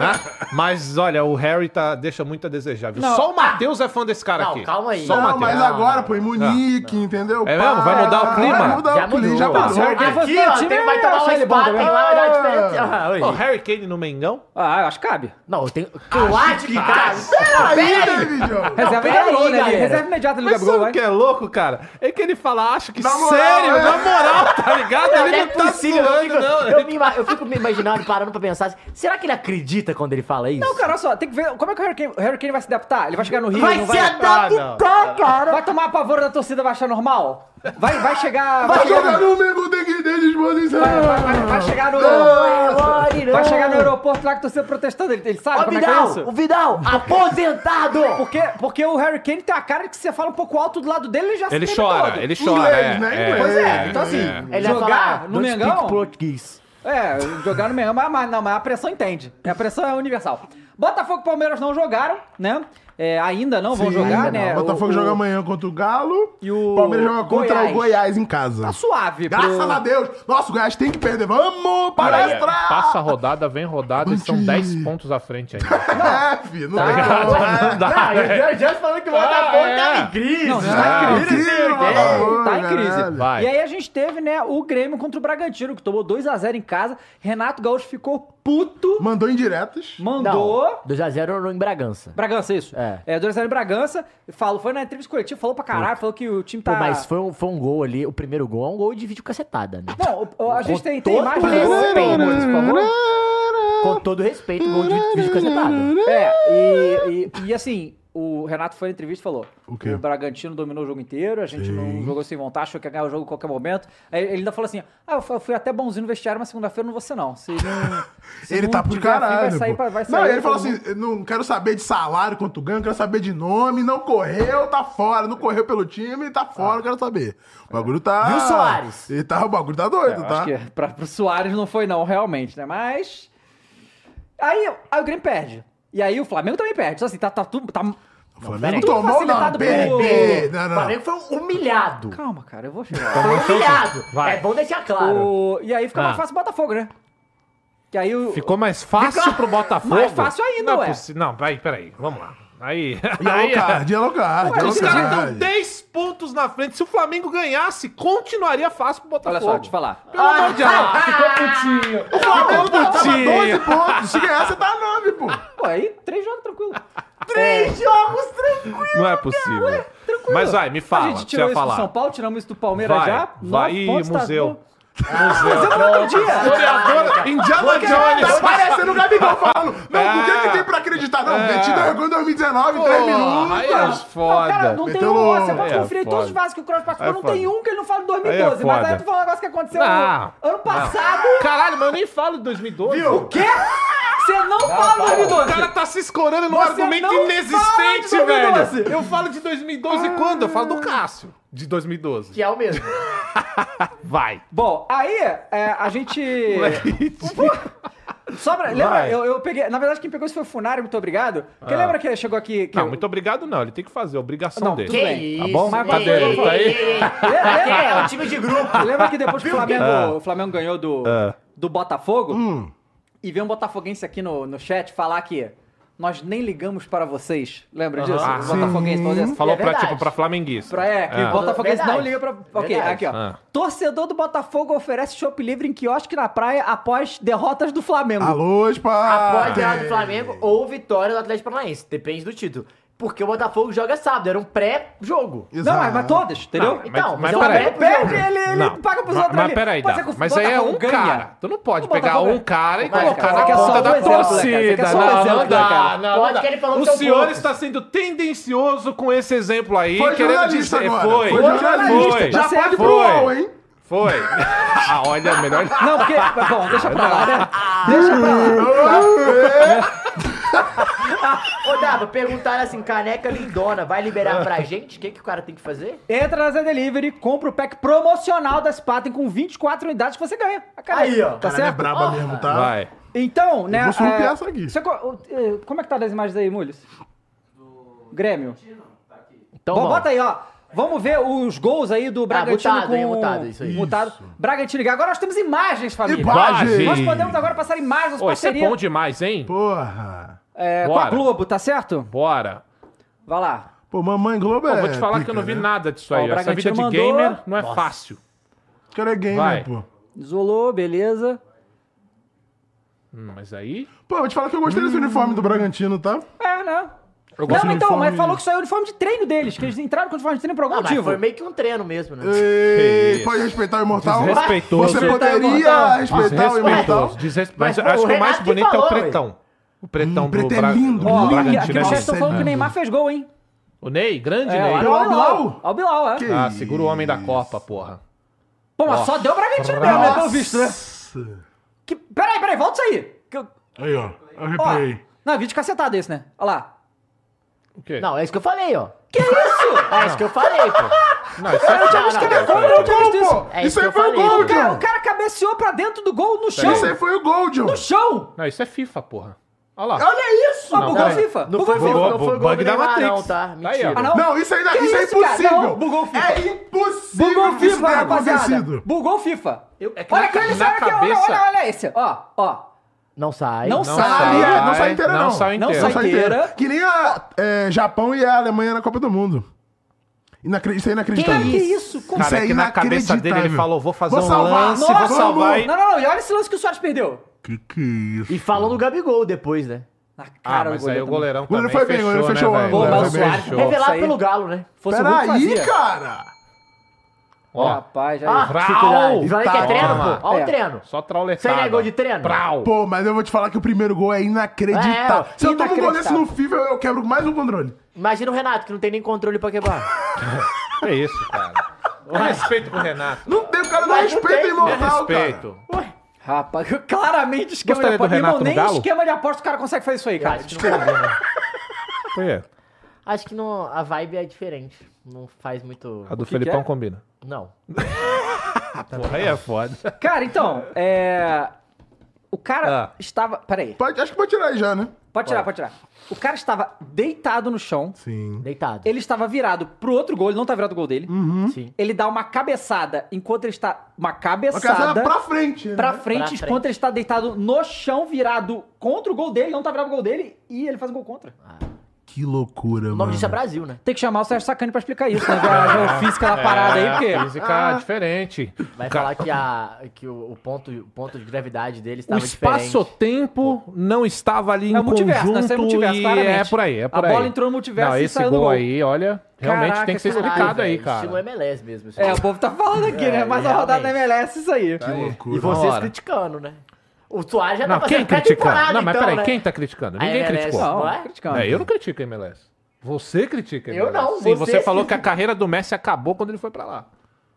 [SPEAKER 4] Né? Mas olha, o Harry tá, deixa muito a desejar, viu?
[SPEAKER 1] Não.
[SPEAKER 4] Só o Matheus é fã desse cara
[SPEAKER 3] Não,
[SPEAKER 4] aqui.
[SPEAKER 3] calma aí.
[SPEAKER 4] Só o
[SPEAKER 2] Não,
[SPEAKER 4] Matheus.
[SPEAKER 2] mas agora, pô, em Munique, entendeu?
[SPEAKER 4] É mesmo? Vai mudar o clima?
[SPEAKER 2] mudou.
[SPEAKER 3] já
[SPEAKER 2] o Clean
[SPEAKER 3] mudou.
[SPEAKER 2] já
[SPEAKER 3] Tá
[SPEAKER 2] mudou.
[SPEAKER 1] certo.
[SPEAKER 2] Aqui,
[SPEAKER 1] Ah,
[SPEAKER 3] Aqui,
[SPEAKER 1] Meu
[SPEAKER 3] ó,
[SPEAKER 1] time
[SPEAKER 3] tem, vai
[SPEAKER 1] é
[SPEAKER 3] tomar uma
[SPEAKER 1] Chelsea bom
[SPEAKER 3] espada, tem
[SPEAKER 1] também.
[SPEAKER 3] lá, olha a diferença. Ah, oi.
[SPEAKER 4] Ó, Harry Kane no Mengão?
[SPEAKER 1] Ah, eu acho que cabe.
[SPEAKER 3] Não, tem... Eu acho que, cara...
[SPEAKER 2] Aí, David Jones.
[SPEAKER 1] Reserva
[SPEAKER 3] pera aí,
[SPEAKER 1] imediata, né?
[SPEAKER 3] galera.
[SPEAKER 1] Reserva imediata do
[SPEAKER 4] Mas
[SPEAKER 1] Gabigol,
[SPEAKER 4] sabe
[SPEAKER 1] vai.
[SPEAKER 4] o que é louco, cara? É que ele fala, acho que
[SPEAKER 2] Na moral,
[SPEAKER 4] sério,
[SPEAKER 2] é.
[SPEAKER 4] na moral, tá ligado?
[SPEAKER 3] Não,
[SPEAKER 4] ele
[SPEAKER 3] não é
[SPEAKER 4] não tá
[SPEAKER 3] possível, eu
[SPEAKER 4] zoando,
[SPEAKER 3] fico,
[SPEAKER 4] não.
[SPEAKER 3] eu, me ima- eu fico me imaginando, parando pra pensar assim, será que ele acredita quando ele fala isso?
[SPEAKER 1] Não, cara, olha só, tem que ver como é que o Harry Kane, o Harry Kane vai se adaptar. Ele vai chegar no Rio,
[SPEAKER 3] Vai
[SPEAKER 1] não
[SPEAKER 3] se adaptar, cara!
[SPEAKER 1] Vai tomar pavor da torcida, vai achar normal? Vai, vai chegar... Vai,
[SPEAKER 2] Vai
[SPEAKER 1] chegar,
[SPEAKER 2] jogar no Mengo tem que ter disposição.
[SPEAKER 1] vai- vai chegar no... Vai chegar no aeroporto lá que a torcida protestando, ele, ele sabe
[SPEAKER 3] Ó,
[SPEAKER 1] como é que é
[SPEAKER 3] Vidal, o
[SPEAKER 1] isso?
[SPEAKER 3] Vidal, aposentado!
[SPEAKER 1] Porque, porque o Harry Kane tem a cara que você fala um pouco alto do lado dele, ele já se
[SPEAKER 4] Ele
[SPEAKER 1] lembra
[SPEAKER 4] chora,
[SPEAKER 1] todo.
[SPEAKER 4] ele
[SPEAKER 2] Inglês,
[SPEAKER 4] chora. é,
[SPEAKER 2] né?
[SPEAKER 4] é,
[SPEAKER 2] Inglês.
[SPEAKER 1] Pois é,
[SPEAKER 2] É,
[SPEAKER 1] então assim,
[SPEAKER 3] Ele vai
[SPEAKER 1] jogar
[SPEAKER 3] falar,
[SPEAKER 1] no
[SPEAKER 3] "Don't speak
[SPEAKER 1] Mengão...
[SPEAKER 3] português.
[SPEAKER 1] É, jogar no Mengão, mas, mas, não, mas a pressão entende. A pressão é universal. Botafogo e Palmeiras não jogaram, né? É, ainda não vão
[SPEAKER 2] Sim,
[SPEAKER 1] jogar,
[SPEAKER 2] ainda não.
[SPEAKER 1] né?
[SPEAKER 2] O Botafogo
[SPEAKER 1] O-
[SPEAKER 2] joga
[SPEAKER 1] o-
[SPEAKER 2] amanhã contra o Galo.
[SPEAKER 1] E o
[SPEAKER 2] Palmeiras joga contra
[SPEAKER 1] Goiás.
[SPEAKER 2] o Goiás em casa.
[SPEAKER 1] Tá suave, pro-
[SPEAKER 2] Graças a Deus. Nossa, o Goiás tem que perder. Vamos,
[SPEAKER 4] Cara,
[SPEAKER 2] palestra!
[SPEAKER 4] Passa a rodada, vem rodada e são
[SPEAKER 2] Bandido.
[SPEAKER 4] 10 pontos à frente ainda.
[SPEAKER 2] É, filho,
[SPEAKER 1] Tá
[SPEAKER 2] não tem como.
[SPEAKER 4] Não dá, né?
[SPEAKER 3] já, já falando que o
[SPEAKER 4] Botafogo
[SPEAKER 3] é.
[SPEAKER 4] tá em
[SPEAKER 3] crise.
[SPEAKER 1] Não, está em crise.
[SPEAKER 2] Incrível,
[SPEAKER 1] É, tá em crise.
[SPEAKER 2] caralho.
[SPEAKER 4] Vai.
[SPEAKER 1] E aí a gente teve, né, o Grêmio contra o Bragantino, que tomou 2x0 em casa. Renato Gaúcho ficou puto,
[SPEAKER 2] Mandou indiretas.
[SPEAKER 1] mandou...
[SPEAKER 3] 2x0 em Bragança.
[SPEAKER 1] Bragança, isso?
[SPEAKER 3] É.
[SPEAKER 1] É, 2x0 em Bragança. Falou, foi na entrevista coletiva, falou pra caralho, falou que o time tá...
[SPEAKER 3] Pô, mas foi um, foi um gol ali, o primeiro gol é um gol de vídeo cacetada, né?
[SPEAKER 1] Não, o- o- a gente tem, tem
[SPEAKER 3] todo né?
[SPEAKER 1] imagem
[SPEAKER 3] mundo.
[SPEAKER 1] desse-
[SPEAKER 3] Com todo respeito, gol de vídeo cacetada.
[SPEAKER 1] É, e, e- e assim, o Renato foi na entrevista e falou:
[SPEAKER 2] O quê?
[SPEAKER 1] Bragantino dominou o jogo inteiro, a gente não jogou sem vontade, achou que ia ganhar o jogo a qualquer momento. Aí ele ainda falou assim: ah, eu fu- eu fui até bonzinho no vestiário, mas segunda-feira eu não vou ser, não. Se não se
[SPEAKER 2] Ele
[SPEAKER 1] não
[SPEAKER 2] tá pro
[SPEAKER 1] tiver afim,
[SPEAKER 2] caralho.
[SPEAKER 1] Vai sair,
[SPEAKER 2] pô.
[SPEAKER 1] pra- vai sair,
[SPEAKER 2] não, ele
[SPEAKER 1] todo
[SPEAKER 2] falou assim:
[SPEAKER 1] mundo."
[SPEAKER 2] "Eu não quero saber de salário quanto ganho, quero saber de nome, não correu, tá fora, não correu pelo time, tá fora, eu quero saber. O bagulho tá.
[SPEAKER 3] Viu, Soares?
[SPEAKER 2] Ele tá, o bagulho tá doido,
[SPEAKER 1] Eu
[SPEAKER 2] tá?
[SPEAKER 1] Acho que pra, pro Soares não foi, não, realmente, né? Mas. Aí, aí o Grêmio perde. E aí o Flamengo também perde. Então, assim, tá, tá tudo. Tá...
[SPEAKER 2] O Flamengo
[SPEAKER 3] peraí.
[SPEAKER 2] não tomou, não.
[SPEAKER 1] Facilitado pelo-
[SPEAKER 2] PRB. Não,
[SPEAKER 3] O
[SPEAKER 2] não.
[SPEAKER 3] É, Flamengo foi humilhado.
[SPEAKER 1] Calma, cara, eu vou chegar.
[SPEAKER 2] Tá
[SPEAKER 1] lá.
[SPEAKER 3] Foi
[SPEAKER 4] Então,
[SPEAKER 3] humilhado.
[SPEAKER 4] vai.
[SPEAKER 3] É bom deixar claro.
[SPEAKER 1] O- E aí fica mais
[SPEAKER 4] Ah.
[SPEAKER 1] fácil o Botafogo, né? Que aí o.
[SPEAKER 4] Ficou mais fácil
[SPEAKER 1] Ficou
[SPEAKER 4] pro Botafogo?
[SPEAKER 1] mais fácil ainda,
[SPEAKER 4] não
[SPEAKER 1] ué.
[SPEAKER 4] É possi- não, peraí, peraí, vamos lá. Aí, aí
[SPEAKER 2] Yellow é card, yellow card,
[SPEAKER 1] Ué,
[SPEAKER 2] yellow
[SPEAKER 4] os caras estão
[SPEAKER 2] card.
[SPEAKER 4] 10 pontos na frente. Se o Flamengo ganhasse, continuaria fácil pro
[SPEAKER 1] Olha
[SPEAKER 4] Botafogo.
[SPEAKER 1] só, deixa eu falar.
[SPEAKER 4] Pelo amor de Deus.
[SPEAKER 1] Ficou putinho.
[SPEAKER 2] Flamengo tava
[SPEAKER 4] putinho.
[SPEAKER 2] 12 pontos. Se ganhar, você tá 9, pô.
[SPEAKER 1] Pô, aí três jogos tranquilo. É.
[SPEAKER 3] Três jogos tranquilos.
[SPEAKER 4] Não é possível. Mas vai, me fala,
[SPEAKER 1] a gente
[SPEAKER 4] você ia
[SPEAKER 1] tirou isso
[SPEAKER 4] falar.
[SPEAKER 1] do São Paulo, tiramos isso do Palmeiras
[SPEAKER 4] vai,
[SPEAKER 1] já.
[SPEAKER 4] vai,
[SPEAKER 1] nove
[SPEAKER 4] Ih,
[SPEAKER 1] pontos, tá
[SPEAKER 4] museu.
[SPEAKER 1] bom. Museu no outro dia.
[SPEAKER 4] Historiadora Indiana
[SPEAKER 1] é
[SPEAKER 2] Tá
[SPEAKER 4] Jones.
[SPEAKER 2] parecendo o Gabigol falando. Não, por que que tem pra acreditar? Não,
[SPEAKER 4] É.
[SPEAKER 2] meti dois gols em 2019, 3 minutos.
[SPEAKER 4] Porra, aí é
[SPEAKER 1] Não, cara,
[SPEAKER 4] foda.
[SPEAKER 1] não tem
[SPEAKER 2] Meteu
[SPEAKER 1] um.
[SPEAKER 2] louco.
[SPEAKER 1] Você pode
[SPEAKER 4] É,
[SPEAKER 1] conferir
[SPEAKER 4] foda.
[SPEAKER 1] todos os vasos que o Cross participou.
[SPEAKER 4] Aí é
[SPEAKER 1] Não tem
[SPEAKER 4] foda.
[SPEAKER 1] um que ele não fala de 2012.
[SPEAKER 4] Aí é
[SPEAKER 1] mas aí
[SPEAKER 4] foda.
[SPEAKER 1] tu falou um negócio que aconteceu
[SPEAKER 4] Ah,
[SPEAKER 1] ano passado.
[SPEAKER 4] Caralho, mas eu nem falo de 2012.
[SPEAKER 1] O quê? Você não fala de
[SPEAKER 4] O
[SPEAKER 1] 2012.
[SPEAKER 4] cara tá se escorando num
[SPEAKER 1] Você
[SPEAKER 4] argumento
[SPEAKER 1] não
[SPEAKER 4] inexistente,
[SPEAKER 1] fala de
[SPEAKER 4] velho.
[SPEAKER 1] 2012.
[SPEAKER 4] Eu falo de 2012 quando? Eu falo do Cássio. De 2012.
[SPEAKER 3] Que é o mesmo.
[SPEAKER 4] Vai.
[SPEAKER 1] Bom, aí é, a gente.
[SPEAKER 4] Então.
[SPEAKER 1] Só pra, lembra,
[SPEAKER 4] Vai. Ah.
[SPEAKER 1] eu, eu peguei. Na verdade, quem pegou isso foi o Funari, muito obrigado. Porque lembra que chegou aqui. Que
[SPEAKER 4] Não,
[SPEAKER 1] eu-
[SPEAKER 4] muito obrigado não. Ele tem que fazer, a obrigação
[SPEAKER 1] Não,
[SPEAKER 4] dele.
[SPEAKER 1] tudo bem.
[SPEAKER 4] Tá bom?
[SPEAKER 1] Mas
[SPEAKER 4] Cadê
[SPEAKER 1] ei,
[SPEAKER 4] ele? Tá aí?
[SPEAKER 1] Lembra-
[SPEAKER 3] Aqui é um time de grupo.
[SPEAKER 1] Lembra que depois que o Flamengo,
[SPEAKER 4] Ah.
[SPEAKER 1] o Flamengo ganhou do,
[SPEAKER 4] Ah.
[SPEAKER 1] do Botafogo?
[SPEAKER 4] Hum.
[SPEAKER 1] E veio um botafoguense aqui no, no chat falar que nós nem ligamos para vocês. Lembra disso?
[SPEAKER 4] Ah,
[SPEAKER 1] o botafoguense falou isso.
[SPEAKER 4] Falou
[SPEAKER 3] É
[SPEAKER 4] pra, tipo,
[SPEAKER 3] verdade.
[SPEAKER 4] pra flamenguista.
[SPEAKER 1] Pra, é, que o Botafoguense
[SPEAKER 3] Verdade.
[SPEAKER 1] não liga pra. Ok,
[SPEAKER 3] Verdade.
[SPEAKER 1] aqui, ó.
[SPEAKER 4] Ah.
[SPEAKER 1] Torcedor do Botafogo oferece chopp livre em quiosque na praia após derrotas do Flamengo.
[SPEAKER 4] Ah,
[SPEAKER 2] Alô,
[SPEAKER 3] Após
[SPEAKER 2] Spa.
[SPEAKER 3] ganhar do Flamengo ou vitória do Atlético Paranaense. Depende do título. Porque o Botafogo joga sábado, era um pré-jogo.
[SPEAKER 1] Não, mas, mas todas, entendeu?
[SPEAKER 4] Não,
[SPEAKER 3] Então, mas,
[SPEAKER 4] mas
[SPEAKER 3] mas
[SPEAKER 4] peraí.
[SPEAKER 1] Ele perde, ele, ele
[SPEAKER 4] Não,
[SPEAKER 1] paga pros
[SPEAKER 4] mas-
[SPEAKER 1] outros
[SPEAKER 4] Mas
[SPEAKER 1] ali.
[SPEAKER 4] peraí,
[SPEAKER 1] Pode
[SPEAKER 4] Dá.
[SPEAKER 1] ser que o
[SPEAKER 4] Mas aí é
[SPEAKER 1] Botafogo
[SPEAKER 4] um
[SPEAKER 1] ganha.
[SPEAKER 4] cara. Tu não pode
[SPEAKER 1] O
[SPEAKER 4] pegar
[SPEAKER 1] Botafogo
[SPEAKER 4] um cara e
[SPEAKER 1] Mas,
[SPEAKER 4] colocar
[SPEAKER 1] cara,
[SPEAKER 4] na
[SPEAKER 1] isso aqui é só
[SPEAKER 4] conta
[SPEAKER 1] um
[SPEAKER 4] da
[SPEAKER 1] exemplo, né, cara? Isso aqui é
[SPEAKER 4] torcida.
[SPEAKER 1] só um
[SPEAKER 4] Não,
[SPEAKER 1] exemplo,
[SPEAKER 4] não
[SPEAKER 1] né,
[SPEAKER 4] dá,
[SPEAKER 1] cara?
[SPEAKER 4] não
[SPEAKER 3] Pode
[SPEAKER 4] dá.
[SPEAKER 3] que ele falou
[SPEAKER 4] O
[SPEAKER 3] que são
[SPEAKER 4] senhor
[SPEAKER 3] poucos.
[SPEAKER 4] está sendo tendencioso com esse exemplo aí,
[SPEAKER 2] Foi
[SPEAKER 4] querendo
[SPEAKER 2] jornalista
[SPEAKER 4] dizer...
[SPEAKER 2] agora.
[SPEAKER 4] Foi,
[SPEAKER 2] Foi jornalista.
[SPEAKER 4] foi.
[SPEAKER 2] Já
[SPEAKER 1] Tá certo.
[SPEAKER 2] pode pro
[SPEAKER 4] Foi.
[SPEAKER 2] UOL, hein?
[SPEAKER 4] Foi. Ah, olha, melhor...
[SPEAKER 1] Não, porque. Bom, deixa pra lá, né?
[SPEAKER 4] Ah.
[SPEAKER 1] Deixa pra lá.
[SPEAKER 3] Ô, Dava, perguntaram assim, caneca lindona, vai liberar pra gente? O que, que o cara tem que fazer?
[SPEAKER 1] Entra na Zé Delivery, compra o pack promocional da Spaten com 24 unidades que você ganha. A caneca,
[SPEAKER 3] Aí, ó.
[SPEAKER 1] Tá
[SPEAKER 2] Ela é
[SPEAKER 1] certo?
[SPEAKER 2] braba mesmo, tá?
[SPEAKER 4] Vai.
[SPEAKER 1] Então, né?
[SPEAKER 2] vou surrupiar
[SPEAKER 1] é,
[SPEAKER 2] isso aqui.
[SPEAKER 1] você co- o- eh, como é que tá das imagens aí, Mules? Grêmio.
[SPEAKER 3] Então,
[SPEAKER 1] Bom,
[SPEAKER 3] vamos.
[SPEAKER 1] bota aí, ó. Vamos ver os gols aí do Bragantino
[SPEAKER 3] Ah, mutado,
[SPEAKER 1] com...
[SPEAKER 3] hein? Mutado, isso aí.
[SPEAKER 1] Mutado. Bragantino ligar. Agora nós temos imagens, família.
[SPEAKER 2] Imagem.
[SPEAKER 1] Nós podemos agora passar imagens,
[SPEAKER 4] Pô, isso é
[SPEAKER 1] parceria
[SPEAKER 4] bom demais, hein?
[SPEAKER 2] Porra.
[SPEAKER 1] eh, com a
[SPEAKER 4] Bora.
[SPEAKER 1] Globo, tá certo?
[SPEAKER 4] Bora.
[SPEAKER 1] Vai lá.
[SPEAKER 2] Pô, mamãe Globo é.
[SPEAKER 4] Pô, vou te falar
[SPEAKER 2] pica,
[SPEAKER 4] que eu não vi
[SPEAKER 2] né?
[SPEAKER 4] nada disso
[SPEAKER 1] Ó,
[SPEAKER 4] aí.
[SPEAKER 1] o
[SPEAKER 4] Essa vida
[SPEAKER 1] Bragantino
[SPEAKER 4] de
[SPEAKER 1] mandou.
[SPEAKER 4] gamer não é fácil.
[SPEAKER 2] Os caras é
[SPEAKER 4] Vai.
[SPEAKER 2] gamer, pô.
[SPEAKER 1] Isolou, beleza.
[SPEAKER 4] Hum, mas aí.
[SPEAKER 2] Pô, eu vou te falar que eu gostei desse
[SPEAKER 4] Hum.
[SPEAKER 2] uniforme do Bragantino, tá?
[SPEAKER 1] É, né?
[SPEAKER 4] Eu
[SPEAKER 1] Não,
[SPEAKER 4] gosto
[SPEAKER 1] mas
[SPEAKER 2] do
[SPEAKER 1] então, mas
[SPEAKER 2] uniforme.
[SPEAKER 1] falou que saiu o uniforme de treino deles, que eles entraram com o uniforme de treino por algum
[SPEAKER 3] Ah, mas
[SPEAKER 1] motivo.
[SPEAKER 3] foi meio que um treino mesmo, né?
[SPEAKER 2] Ei,
[SPEAKER 4] isso.
[SPEAKER 2] pode respeitar o Imortal?
[SPEAKER 4] Desrespeitoso.
[SPEAKER 2] então, Você
[SPEAKER 4] Ah,
[SPEAKER 1] Respeitar o
[SPEAKER 2] poderia
[SPEAKER 1] Imortal.
[SPEAKER 2] respeitar o Imortal?
[SPEAKER 4] Desrespeitoso. desrespe-
[SPEAKER 3] Mas,
[SPEAKER 4] Mas,
[SPEAKER 3] pô,
[SPEAKER 4] acho
[SPEAKER 3] o
[SPEAKER 4] que o mais
[SPEAKER 3] Renato que
[SPEAKER 4] bonito é
[SPEAKER 3] falou,
[SPEAKER 4] o
[SPEAKER 3] ué.
[SPEAKER 4] pretão. O pretão
[SPEAKER 2] Hum,
[SPEAKER 4] do
[SPEAKER 2] preto é
[SPEAKER 4] Bra-
[SPEAKER 2] lindo,
[SPEAKER 4] do
[SPEAKER 1] Ó,
[SPEAKER 2] lindo.
[SPEAKER 1] aqui,
[SPEAKER 4] Bragantino.
[SPEAKER 1] aqui no chat estão falando
[SPEAKER 2] Nossa, é
[SPEAKER 1] que o
[SPEAKER 2] lindo.
[SPEAKER 1] Neymar fez gol, hein?
[SPEAKER 4] O Ney, grande
[SPEAKER 1] É,
[SPEAKER 4] Ney.
[SPEAKER 2] Pelo
[SPEAKER 1] olha o Bilal.
[SPEAKER 2] Bilal?
[SPEAKER 1] Olha o Bilal, é.
[SPEAKER 2] Que
[SPEAKER 4] Ah, segura o homem da Copa, porra.
[SPEAKER 1] Pô, mas só deu o Bragantino mesmo, né? Pelo visto, né?
[SPEAKER 2] Nossa.
[SPEAKER 1] Que... Peraí, peraí, volta isso aí. Que eu...
[SPEAKER 2] Aí, ó. Eu
[SPEAKER 1] Ó,
[SPEAKER 2] reparei.
[SPEAKER 1] não, é vídeo cacetado esse, né? Olha lá.
[SPEAKER 4] O quê?
[SPEAKER 3] Não, é isso que eu falei, ó.
[SPEAKER 1] Que isso?
[SPEAKER 3] É isso que eu falei, pô.
[SPEAKER 4] Não, isso é
[SPEAKER 1] Eu tinha
[SPEAKER 3] não,
[SPEAKER 1] visto que
[SPEAKER 3] não,
[SPEAKER 1] era
[SPEAKER 3] não,
[SPEAKER 1] gol,
[SPEAKER 4] não,
[SPEAKER 1] eu tinha visto
[SPEAKER 2] Pô,
[SPEAKER 1] isso.
[SPEAKER 3] É isso
[SPEAKER 2] isso
[SPEAKER 3] que
[SPEAKER 2] aí
[SPEAKER 3] eu
[SPEAKER 2] foi o
[SPEAKER 3] falei.
[SPEAKER 2] gol,
[SPEAKER 1] O cara, o
[SPEAKER 2] John.
[SPEAKER 1] cara cabeceou pra dentro do gol no chão.
[SPEAKER 2] Isso aí foi o gol, John.
[SPEAKER 1] No chão!
[SPEAKER 4] Não, isso é FIFA, porra. Olha lá.
[SPEAKER 1] Olha isso! Ó,
[SPEAKER 4] Não,
[SPEAKER 1] bugou o
[SPEAKER 4] peraí.
[SPEAKER 1] FIFA.
[SPEAKER 3] Não
[SPEAKER 1] Bugou
[SPEAKER 3] foi
[SPEAKER 1] o
[SPEAKER 3] gol,
[SPEAKER 1] FIFA.
[SPEAKER 4] Bug-
[SPEAKER 3] não foi gol
[SPEAKER 4] bug
[SPEAKER 3] do
[SPEAKER 4] da
[SPEAKER 3] Neymar,
[SPEAKER 4] Matrix.
[SPEAKER 3] não, tá?
[SPEAKER 4] Tá aí, ó.
[SPEAKER 3] Mentira.
[SPEAKER 1] Ah, não?
[SPEAKER 2] Não, isso aí, dá-
[SPEAKER 1] Que
[SPEAKER 2] isso é
[SPEAKER 1] isso, cara?
[SPEAKER 2] impossível.
[SPEAKER 1] Não, bugou o FIFA.
[SPEAKER 2] É impossível
[SPEAKER 1] Bugou o
[SPEAKER 2] que isso
[SPEAKER 1] FIFA,
[SPEAKER 2] tenha
[SPEAKER 1] rapaziada.
[SPEAKER 2] acontecido.
[SPEAKER 1] Bugou o FIFA.
[SPEAKER 4] Eu- é que
[SPEAKER 1] olha
[SPEAKER 4] na-
[SPEAKER 1] aquele
[SPEAKER 4] na
[SPEAKER 1] olha aqui, olha,
[SPEAKER 4] cabeça-
[SPEAKER 1] olha, olha esse. Ó, ó.
[SPEAKER 3] Não sai.
[SPEAKER 1] Não
[SPEAKER 4] Não
[SPEAKER 1] sai.
[SPEAKER 2] sai,
[SPEAKER 4] sai,
[SPEAKER 2] não sai inteira, não.
[SPEAKER 4] Não sai
[SPEAKER 1] Não
[SPEAKER 4] inteira.
[SPEAKER 1] sai
[SPEAKER 2] Só inteira.
[SPEAKER 1] inteira.
[SPEAKER 2] Que nem a é, Japão e a Alemanha na Copa do Mundo. Inacre- Isso é
[SPEAKER 1] Cara,
[SPEAKER 2] inacreditável.
[SPEAKER 1] que isso? Como
[SPEAKER 2] Isso
[SPEAKER 4] Cara,
[SPEAKER 2] é
[SPEAKER 4] é que na cabeça
[SPEAKER 2] inacreditável.
[SPEAKER 4] dele ele falou, vou fazer
[SPEAKER 2] Vou
[SPEAKER 4] um
[SPEAKER 2] salvar.
[SPEAKER 4] lance,
[SPEAKER 2] Nossa,
[SPEAKER 4] vou salvar.
[SPEAKER 2] vamos.
[SPEAKER 4] e-
[SPEAKER 1] Não, não, não. E olha esse lance que o Soares perdeu.
[SPEAKER 2] Que que é isso?
[SPEAKER 3] E falam do Gabigol depois, né?
[SPEAKER 1] Na
[SPEAKER 4] Ah,
[SPEAKER 1] cara,
[SPEAKER 4] mas aí o
[SPEAKER 1] também.
[SPEAKER 4] goleirão
[SPEAKER 2] goleiro
[SPEAKER 4] também
[SPEAKER 2] foi bem, o goleiro fechou o
[SPEAKER 4] né, velho?
[SPEAKER 2] ângulo,
[SPEAKER 1] Pô, mas
[SPEAKER 4] goleiro
[SPEAKER 1] o Soares-
[SPEAKER 4] fechou.
[SPEAKER 1] Revela-
[SPEAKER 3] Revelado
[SPEAKER 1] Isso aí.
[SPEAKER 3] pelo Galo, né?
[SPEAKER 1] Fosse o Hulk,
[SPEAKER 2] Peraí,
[SPEAKER 1] fazia.
[SPEAKER 2] cara! Ah!
[SPEAKER 4] Ó,
[SPEAKER 1] Rapaz, aí.
[SPEAKER 3] Ah,
[SPEAKER 4] Vrau!
[SPEAKER 3] dificuldade. Vai que é
[SPEAKER 2] Tá,
[SPEAKER 3] treino,
[SPEAKER 4] toma.
[SPEAKER 3] pô. Ó
[SPEAKER 1] É.
[SPEAKER 3] o treino.
[SPEAKER 4] só trauletada.
[SPEAKER 3] Você não é gol de treino?
[SPEAKER 4] Prau.
[SPEAKER 2] Pô, mas eu vou te falar que o primeiro gol é inacreditável.
[SPEAKER 3] É,
[SPEAKER 2] Se eu tomo um gol desse
[SPEAKER 1] inacreditável.
[SPEAKER 2] no FIFA, eu eu quebro mais um controle.
[SPEAKER 3] Imagina o Renato, que não tem nem controle pra quebrar.
[SPEAKER 4] É isso, cara. Respeito com o Renato.
[SPEAKER 2] Não tem, o cara não
[SPEAKER 3] Mas não
[SPEAKER 2] respeita o
[SPEAKER 3] tem, né?
[SPEAKER 4] É
[SPEAKER 2] imortal, cara.
[SPEAKER 4] respeito.
[SPEAKER 3] Ué,
[SPEAKER 1] Rapaz, claramente esquema de
[SPEAKER 4] Gostaria do
[SPEAKER 1] aposta. Meu irmão,
[SPEAKER 4] Renato no
[SPEAKER 1] nem
[SPEAKER 4] Galo?
[SPEAKER 1] esquema de aposta o cara consegue fazer isso aí, cara.
[SPEAKER 3] acho que não combina.
[SPEAKER 4] Por quê?
[SPEAKER 3] né? Acho que não, a vibe é diferente. Não faz muito.
[SPEAKER 4] A do
[SPEAKER 1] que que
[SPEAKER 4] Felipão
[SPEAKER 1] é?
[SPEAKER 4] combina.
[SPEAKER 3] Não.
[SPEAKER 4] Porra, aí é foda.
[SPEAKER 1] Cara, então, é. O cara
[SPEAKER 4] Ah.
[SPEAKER 1] estava. Peraí,
[SPEAKER 2] Pode, acho que pode tirar aí já, né?
[SPEAKER 1] pode tirar, pode tirar. O cara estava deitado no chão,
[SPEAKER 2] Sim.
[SPEAKER 3] Deitado.
[SPEAKER 1] ele estava virado pro outro gol, ele não tá virado o gol dele.
[SPEAKER 2] Uhum.
[SPEAKER 3] Sim.
[SPEAKER 1] Ele dá uma cabeçada enquanto ele está. Uma
[SPEAKER 2] Mas cara,
[SPEAKER 1] cabeçada.
[SPEAKER 2] sai pra frente, né?
[SPEAKER 1] Pra frente,
[SPEAKER 3] Pra frente.
[SPEAKER 1] enquanto ele está deitado no chão, virado contra o gol dele, não tá virado o gol dele, e ele faz um gol contra.
[SPEAKER 2] Que loucura,
[SPEAKER 3] O
[SPEAKER 2] mano.
[SPEAKER 3] nome disso é Brasil, né?
[SPEAKER 1] Tem que chamar o Sérgio Sacani pra explicar isso, né? Já, já o física da parada aí, porque. Ah.
[SPEAKER 4] É,
[SPEAKER 1] Tá
[SPEAKER 4] A física diferente.
[SPEAKER 3] Vai
[SPEAKER 4] Cara,
[SPEAKER 3] falar que, a, que o, o ponto, o ponto de gravidade dele
[SPEAKER 4] O
[SPEAKER 3] estava diferente.
[SPEAKER 4] espaço-tempo não estava ali em
[SPEAKER 1] É o multiverso, né? Isso
[SPEAKER 4] conjunto
[SPEAKER 1] é multiverso,
[SPEAKER 4] e
[SPEAKER 1] claramente.
[SPEAKER 4] é por aí, é por
[SPEAKER 1] A
[SPEAKER 4] aí.
[SPEAKER 1] bola entrou no multiverso
[SPEAKER 4] não,
[SPEAKER 1] e
[SPEAKER 4] esse
[SPEAKER 1] saiu do
[SPEAKER 4] gol
[SPEAKER 1] gol.
[SPEAKER 4] aí, olha, realmente
[SPEAKER 1] Caraca,
[SPEAKER 4] tem que ser
[SPEAKER 1] caralho,
[SPEAKER 4] explicado aí,
[SPEAKER 3] velho, Estilo
[SPEAKER 4] cara.
[SPEAKER 3] MLS mesmo. assim. isso
[SPEAKER 1] É,
[SPEAKER 3] aí.
[SPEAKER 1] o povo tá falando aqui,
[SPEAKER 4] É,
[SPEAKER 1] né? Mais uma rodada da
[SPEAKER 3] realmente.
[SPEAKER 1] MLS, é isso aí.
[SPEAKER 4] Tá
[SPEAKER 2] Que loucura.
[SPEAKER 3] E vocês
[SPEAKER 4] Vambora.
[SPEAKER 3] criticando, né? O Soares já
[SPEAKER 4] Não,
[SPEAKER 3] tá
[SPEAKER 4] quem
[SPEAKER 3] fazendo
[SPEAKER 4] criticando?
[SPEAKER 3] pré-temporada,
[SPEAKER 4] Não, mas
[SPEAKER 3] então,
[SPEAKER 4] peraí,
[SPEAKER 3] né?
[SPEAKER 4] quem tá criticando?
[SPEAKER 3] A
[SPEAKER 4] Ninguém
[SPEAKER 3] MLS.
[SPEAKER 2] um
[SPEAKER 4] criticou.
[SPEAKER 1] Não,
[SPEAKER 3] Não é?
[SPEAKER 1] criticando.
[SPEAKER 4] É, eu não critico a MLS. Você critica a
[SPEAKER 3] Eu
[SPEAKER 4] MLS.
[SPEAKER 3] não,
[SPEAKER 4] Sim,
[SPEAKER 3] você
[SPEAKER 4] você falou que
[SPEAKER 3] critica.
[SPEAKER 4] a carreira do Messi acabou quando ele foi pra lá.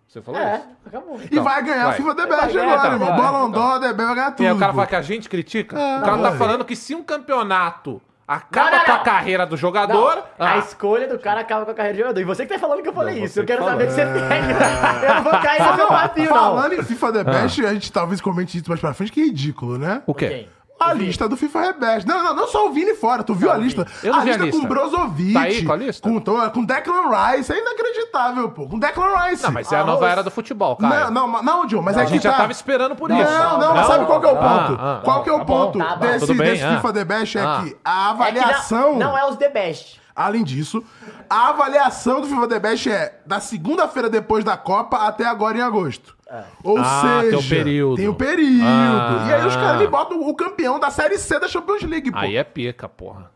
[SPEAKER 4] Você falou isso.
[SPEAKER 3] É, acabou.
[SPEAKER 2] E vai ganhar
[SPEAKER 4] Então, Vai.
[SPEAKER 2] o FIFA The Best
[SPEAKER 3] ganhar,
[SPEAKER 1] então.
[SPEAKER 2] agora,
[SPEAKER 4] tá,
[SPEAKER 2] irmão.
[SPEAKER 4] vai.
[SPEAKER 2] Bolão dó, The Best vai ganhar
[SPEAKER 4] E
[SPEAKER 2] tudo. Ah,
[SPEAKER 4] aí é o cara
[SPEAKER 2] pô.
[SPEAKER 4] fala que a gente critica? o cara tá
[SPEAKER 2] ué.
[SPEAKER 4] falando que se um campeonato acaba
[SPEAKER 3] Não, não,
[SPEAKER 4] com a
[SPEAKER 3] não.
[SPEAKER 4] carreira do
[SPEAKER 3] Não,
[SPEAKER 4] jogador...
[SPEAKER 3] A
[SPEAKER 4] ah,
[SPEAKER 3] escolha do cara acaba com a carreira de jogador. E você que tá falando que eu falei
[SPEAKER 4] Não,
[SPEAKER 3] isso.
[SPEAKER 4] você
[SPEAKER 3] Eu quero
[SPEAKER 4] que
[SPEAKER 3] saber se você
[SPEAKER 2] É.
[SPEAKER 3] tem. Eu não vou cair no meu papinho, não.
[SPEAKER 2] Falando em FIFA The Best, a gente talvez comente isso mais pra frente, que é ridículo, né?
[SPEAKER 4] Ah. o quê?
[SPEAKER 3] Quem?
[SPEAKER 2] A lista do FIFA Rebest. Não, não, não só o Vini fora. Tu viu a lista?
[SPEAKER 4] Eu não
[SPEAKER 2] a
[SPEAKER 4] vi a
[SPEAKER 2] lista
[SPEAKER 4] lista.
[SPEAKER 2] com Brozovic.
[SPEAKER 4] Tá aí com a lista?
[SPEAKER 2] Com, to- com Declan Rice. É inacreditável, pô. Com Declan Rice.
[SPEAKER 4] Não, mas é a nova era do futebol, cara.
[SPEAKER 2] Ah, Não, não, mas- não, John, mas é
[SPEAKER 4] a
[SPEAKER 2] que
[SPEAKER 4] gente já
[SPEAKER 2] tá.
[SPEAKER 4] tava esperando por isso.
[SPEAKER 2] Não, não, mas sabe qual que é o ponto?
[SPEAKER 4] Ah, ah,
[SPEAKER 2] qual que é o
[SPEAKER 4] tá bom,
[SPEAKER 2] ponto
[SPEAKER 3] tá bom,
[SPEAKER 2] desse,
[SPEAKER 4] tudo bem,
[SPEAKER 2] desse
[SPEAKER 4] ah.
[SPEAKER 2] FIFA The Best
[SPEAKER 4] Ah.
[SPEAKER 2] é que a
[SPEAKER 3] É que não-
[SPEAKER 2] avaliação...
[SPEAKER 3] não é os The Best.
[SPEAKER 2] Além disso, a avaliação do FIFA The Best é da segunda-feira depois da Copa até agora em agosto. Ou
[SPEAKER 4] Ah,
[SPEAKER 2] seja,
[SPEAKER 4] tem o período.
[SPEAKER 2] tem o período.
[SPEAKER 4] Ah.
[SPEAKER 2] e aí os caras me botam o campeão da Série C da Champions League, pô.
[SPEAKER 4] Aí é pica, porra.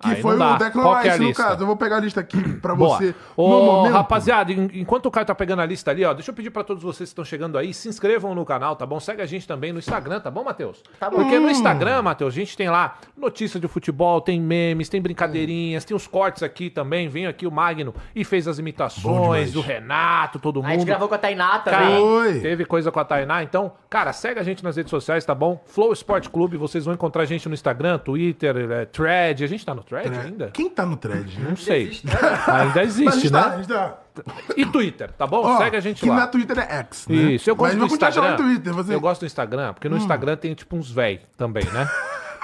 [SPEAKER 2] que
[SPEAKER 4] Aí não
[SPEAKER 2] foi
[SPEAKER 4] dá.
[SPEAKER 2] o Declan
[SPEAKER 4] Qual que é a
[SPEAKER 2] Rice, no
[SPEAKER 4] lista?
[SPEAKER 2] caso. Eu vou pegar a lista aqui pra
[SPEAKER 4] Boa.
[SPEAKER 2] você
[SPEAKER 4] Ô,
[SPEAKER 2] no momento.
[SPEAKER 4] rapaziada, en- enquanto o Caio tá pegando a lista ali, ó, deixa eu pedir pra todos vocês que estão chegando aí, se inscrevam no canal, tá bom? Segue a gente também no Instagram, tá bom, Matheus?
[SPEAKER 3] Tá bom.
[SPEAKER 4] Porque no Instagram, Matheus, a gente tem lá notícia de futebol, tem memes, tem brincadeirinhas, tem os cortes aqui também. Vem aqui o Magno e fez as
[SPEAKER 2] Bom
[SPEAKER 4] imitações,
[SPEAKER 2] demais.
[SPEAKER 4] o Renato, todo mundo.
[SPEAKER 3] A gente gravou com a Tainá
[SPEAKER 4] Cara,
[SPEAKER 3] também.
[SPEAKER 2] Oi.
[SPEAKER 4] teve coisa com a Tainá, então, cara, segue a gente nas redes sociais, tá bom? Flow Esporte Clube, vocês vão encontrar a gente no Instagram, Twitter, eh, Thread. A gente tá no Thread ainda?
[SPEAKER 2] Quem tá no thread? né?
[SPEAKER 4] Não sei. Ainda
[SPEAKER 2] Mas a
[SPEAKER 4] existe,
[SPEAKER 2] gente tá- a
[SPEAKER 4] né?
[SPEAKER 2] gente tá-
[SPEAKER 4] E Twitter, tá bom?
[SPEAKER 2] Ó,
[SPEAKER 4] Segue a gente
[SPEAKER 2] que na
[SPEAKER 4] lá.
[SPEAKER 2] Twitter é X, né?
[SPEAKER 4] Isso, eu gosto
[SPEAKER 2] Mas
[SPEAKER 4] do
[SPEAKER 2] vou continuar
[SPEAKER 4] Instagram.
[SPEAKER 2] chamando Twitter. Você... Hum.
[SPEAKER 4] Eu gosto do Instagram, porque no Instagram tem tipo uns véi também, né?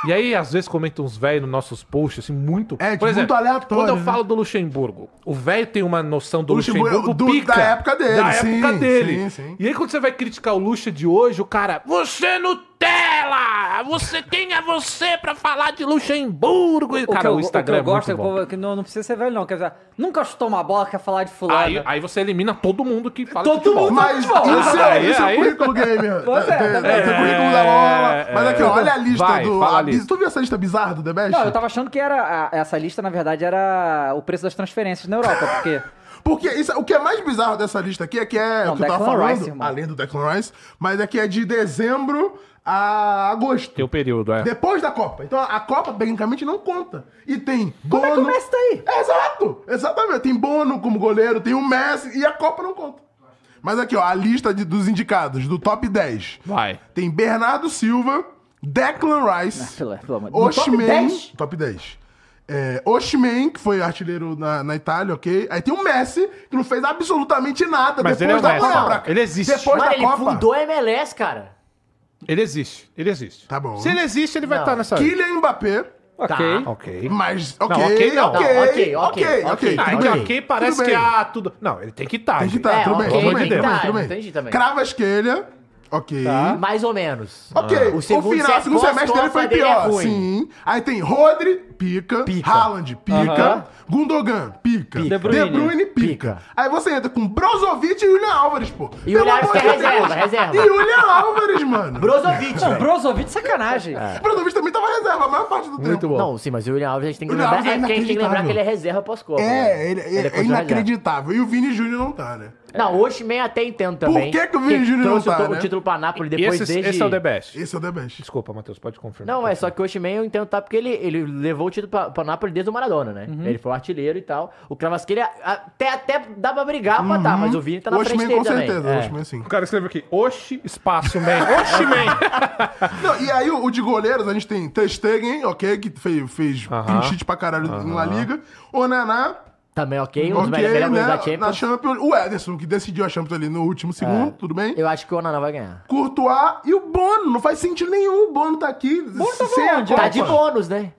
[SPEAKER 4] E aí, às vezes, comentam uns véi nos nossos posts, assim, muito.
[SPEAKER 2] É, tipo, muito aleatório,
[SPEAKER 4] Quando eu
[SPEAKER 2] né?
[SPEAKER 4] falo do Luxemburgo, o velho tem uma noção do
[SPEAKER 2] O Luxemburgo é
[SPEAKER 4] Luxemburgo,
[SPEAKER 2] do-
[SPEAKER 4] pica.
[SPEAKER 2] da época dele,
[SPEAKER 4] Da
[SPEAKER 2] sim,
[SPEAKER 4] época dele.
[SPEAKER 2] sim, sim.
[SPEAKER 4] E aí, quando você vai criticar o Luxa de hoje, o cara, você não tem Varela! Você quem é você pra falar de Luxemburgo? E,
[SPEAKER 1] O que
[SPEAKER 4] cara,
[SPEAKER 1] eu,
[SPEAKER 4] o Instagram
[SPEAKER 1] o que eu
[SPEAKER 4] é
[SPEAKER 1] gosto é
[SPEAKER 4] muito
[SPEAKER 1] que o
[SPEAKER 4] bom.
[SPEAKER 1] povo é que não, não precisa ser velho, não. Quer dizer, nunca chutou uma bola, quer falar de
[SPEAKER 4] Aí,
[SPEAKER 1] fulano.
[SPEAKER 4] aí você elimina todo mundo que fala
[SPEAKER 1] né? Todo
[SPEAKER 4] de futebol.
[SPEAKER 1] mundo.
[SPEAKER 2] Mas
[SPEAKER 1] Futebol.
[SPEAKER 2] isso é,
[SPEAKER 4] Aí,
[SPEAKER 2] isso é
[SPEAKER 4] aí.
[SPEAKER 2] currículo gamer.
[SPEAKER 1] Pois é, tá vendo?
[SPEAKER 2] Esse é currículo da bola. Mas aqui, ó, olha a lista
[SPEAKER 4] então Vai,
[SPEAKER 2] do.
[SPEAKER 4] fala
[SPEAKER 2] a
[SPEAKER 4] a lista.
[SPEAKER 2] lista- Tu viu essa lista bizarra do The Best?
[SPEAKER 1] Não, eu tava achando que era a- essa lista, na verdade, era o preço das transferências na Europa, porque.
[SPEAKER 2] Porque isso, o que é mais bizarro dessa lista aqui é que é
[SPEAKER 1] Não,
[SPEAKER 2] o que eu tava
[SPEAKER 1] Declan
[SPEAKER 2] falando,
[SPEAKER 1] Rice, irmão.
[SPEAKER 2] além do Declan Rice, mas é que é de dezembro a agosto.
[SPEAKER 4] Tem o período, é.
[SPEAKER 2] Depois da Copa. Então a Copa, tecnicamente, não conta. E tem
[SPEAKER 1] Como é que
[SPEAKER 2] Bono-
[SPEAKER 1] começa daí?
[SPEAKER 2] É, exato! Exatamente. Tem Bono como goleiro, tem o Messi e a Copa não conta. Mas aqui, ó, a lista de- dos indicados, do top 10.
[SPEAKER 4] Vai.
[SPEAKER 2] Tem Bernardo Silva, Declan Rice,
[SPEAKER 1] Pelo, pelo amor de Deus. No top
[SPEAKER 2] Oshmen.
[SPEAKER 1] 10?
[SPEAKER 2] Top 10. É, Oshmen, que foi artilheiro na, na Itália, ok? Aí tem o Messi, que não fez absolutamente nada
[SPEAKER 4] Mas
[SPEAKER 2] depois
[SPEAKER 4] ele é o
[SPEAKER 2] da
[SPEAKER 4] Messi.
[SPEAKER 2] Copa.
[SPEAKER 4] Ele existe.
[SPEAKER 2] Depois
[SPEAKER 3] Mano,
[SPEAKER 2] da
[SPEAKER 3] ele é
[SPEAKER 2] Copa.
[SPEAKER 3] fundou a MLS, cara.
[SPEAKER 4] Ele existe, ele existe.
[SPEAKER 2] Tá bom. tá.
[SPEAKER 4] Se ele existe, ele vai
[SPEAKER 3] Não.
[SPEAKER 4] estar nessa...
[SPEAKER 2] Kylian Mbappé,
[SPEAKER 1] Ok.
[SPEAKER 4] Ok.
[SPEAKER 2] mas ok,
[SPEAKER 4] Não, ok
[SPEAKER 2] ok,
[SPEAKER 4] não.
[SPEAKER 3] Não, ok,
[SPEAKER 2] ok,
[SPEAKER 3] ok,
[SPEAKER 2] ok,
[SPEAKER 3] ok.
[SPEAKER 4] Ah, é
[SPEAKER 2] tudo
[SPEAKER 4] que
[SPEAKER 2] bem.
[SPEAKER 4] aqui parece
[SPEAKER 2] Tudo
[SPEAKER 4] que
[SPEAKER 2] bem.
[SPEAKER 4] ah, tudo. Não, ele tem que estar.
[SPEAKER 2] Tem que
[SPEAKER 4] gente.
[SPEAKER 2] estar,
[SPEAKER 3] É,
[SPEAKER 2] tudo bem,
[SPEAKER 3] ok,
[SPEAKER 2] tudo bem,
[SPEAKER 4] tem que
[SPEAKER 2] tudo bem,
[SPEAKER 3] tá,
[SPEAKER 2] tudo bem.
[SPEAKER 3] entendi também.
[SPEAKER 2] Cravasquelha, ok.
[SPEAKER 3] Mais ou menos.
[SPEAKER 2] Ok,
[SPEAKER 3] Ah. O
[SPEAKER 2] o,
[SPEAKER 3] segundo
[SPEAKER 2] final,
[SPEAKER 3] semestre-
[SPEAKER 2] o segundo semestre dele foi
[SPEAKER 3] pós-Copa dele é
[SPEAKER 2] pior.
[SPEAKER 3] ruim.
[SPEAKER 2] Sim. Aí tem Rodri, pica.
[SPEAKER 3] Pica.
[SPEAKER 2] Haaland, pica.
[SPEAKER 1] Aham.
[SPEAKER 2] Gundogan, pica.
[SPEAKER 1] Pica.
[SPEAKER 2] De Bruyne, pica.
[SPEAKER 3] Pica.
[SPEAKER 2] Aí você entra com Brozovic e Julian Álvares, pô.
[SPEAKER 3] E
[SPEAKER 2] Pelo
[SPEAKER 3] o Alves
[SPEAKER 2] amor
[SPEAKER 3] que é
[SPEAKER 2] de Deus.
[SPEAKER 3] reserva, reserva.
[SPEAKER 2] E Julian Álvares, mano.
[SPEAKER 3] Brozovic,
[SPEAKER 1] Não,
[SPEAKER 3] velho.
[SPEAKER 1] Brozovic, sacanagem.
[SPEAKER 4] É.
[SPEAKER 2] Brozovic também tava reserva a maior parte do tempo.
[SPEAKER 3] Não, sim, mas o William Alves a gente tem que
[SPEAKER 2] O Willian
[SPEAKER 3] lembrar.
[SPEAKER 2] Alves é
[SPEAKER 3] é, porque a gente tem que
[SPEAKER 2] inacreditável.
[SPEAKER 3] lembrar que ele é reserva pós-copa. né?
[SPEAKER 2] É, ele, é, é
[SPEAKER 3] considerado
[SPEAKER 2] inacreditável. E o Vini Júnior não tá, né?
[SPEAKER 3] reserva. Não, o Oshman até entendo também.
[SPEAKER 2] que que o Vini Júnior não
[SPEAKER 3] trouxe
[SPEAKER 2] tá,
[SPEAKER 3] o,
[SPEAKER 2] né?
[SPEAKER 3] o título pra Nápoles
[SPEAKER 4] E
[SPEAKER 3] depois
[SPEAKER 4] esse,
[SPEAKER 3] desde...
[SPEAKER 4] esse é o The Best.
[SPEAKER 2] Esse é o The Best.
[SPEAKER 4] Desculpa, Matheus, pode confirmar.
[SPEAKER 3] Não, é só que o Oshman eu entendo tá porque ele, ele levou o título pra, pra Nápoles desde o Maradona, né?
[SPEAKER 4] Uhum.
[SPEAKER 3] Ele foi o artilheiro e tal. O Cravasqueira até, até dá pra brigar pra tá, mas o Vini tá na
[SPEAKER 2] Oshman,
[SPEAKER 3] frente dele
[SPEAKER 2] Uhum. com
[SPEAKER 3] também.
[SPEAKER 2] certeza.
[SPEAKER 3] É.
[SPEAKER 2] Oshman, sim.
[SPEAKER 4] O cara escreveu aqui, Oxi, espaço, man. Oxi, man.
[SPEAKER 2] Não, e aí o, o de goleiros, a gente tem Ter Stegen, ok, que fez, fez
[SPEAKER 4] Aham.
[SPEAKER 2] clean sheet pra caralho na Liga. O Naná,
[SPEAKER 3] Também ok, um dos
[SPEAKER 2] ok,
[SPEAKER 3] melhores
[SPEAKER 2] né,
[SPEAKER 3] goleiros da
[SPEAKER 2] na
[SPEAKER 3] Champions. É.
[SPEAKER 2] Champions. O Ederson, que decidiu a Champions ali no último segundo, tudo bem.
[SPEAKER 3] Eu acho que o Onaná vai ganhar.
[SPEAKER 2] Courtois e o Bono, não faz sentido nenhum o Bono tá aqui. Bono
[SPEAKER 1] tava onde?
[SPEAKER 3] Tá de bônus, né?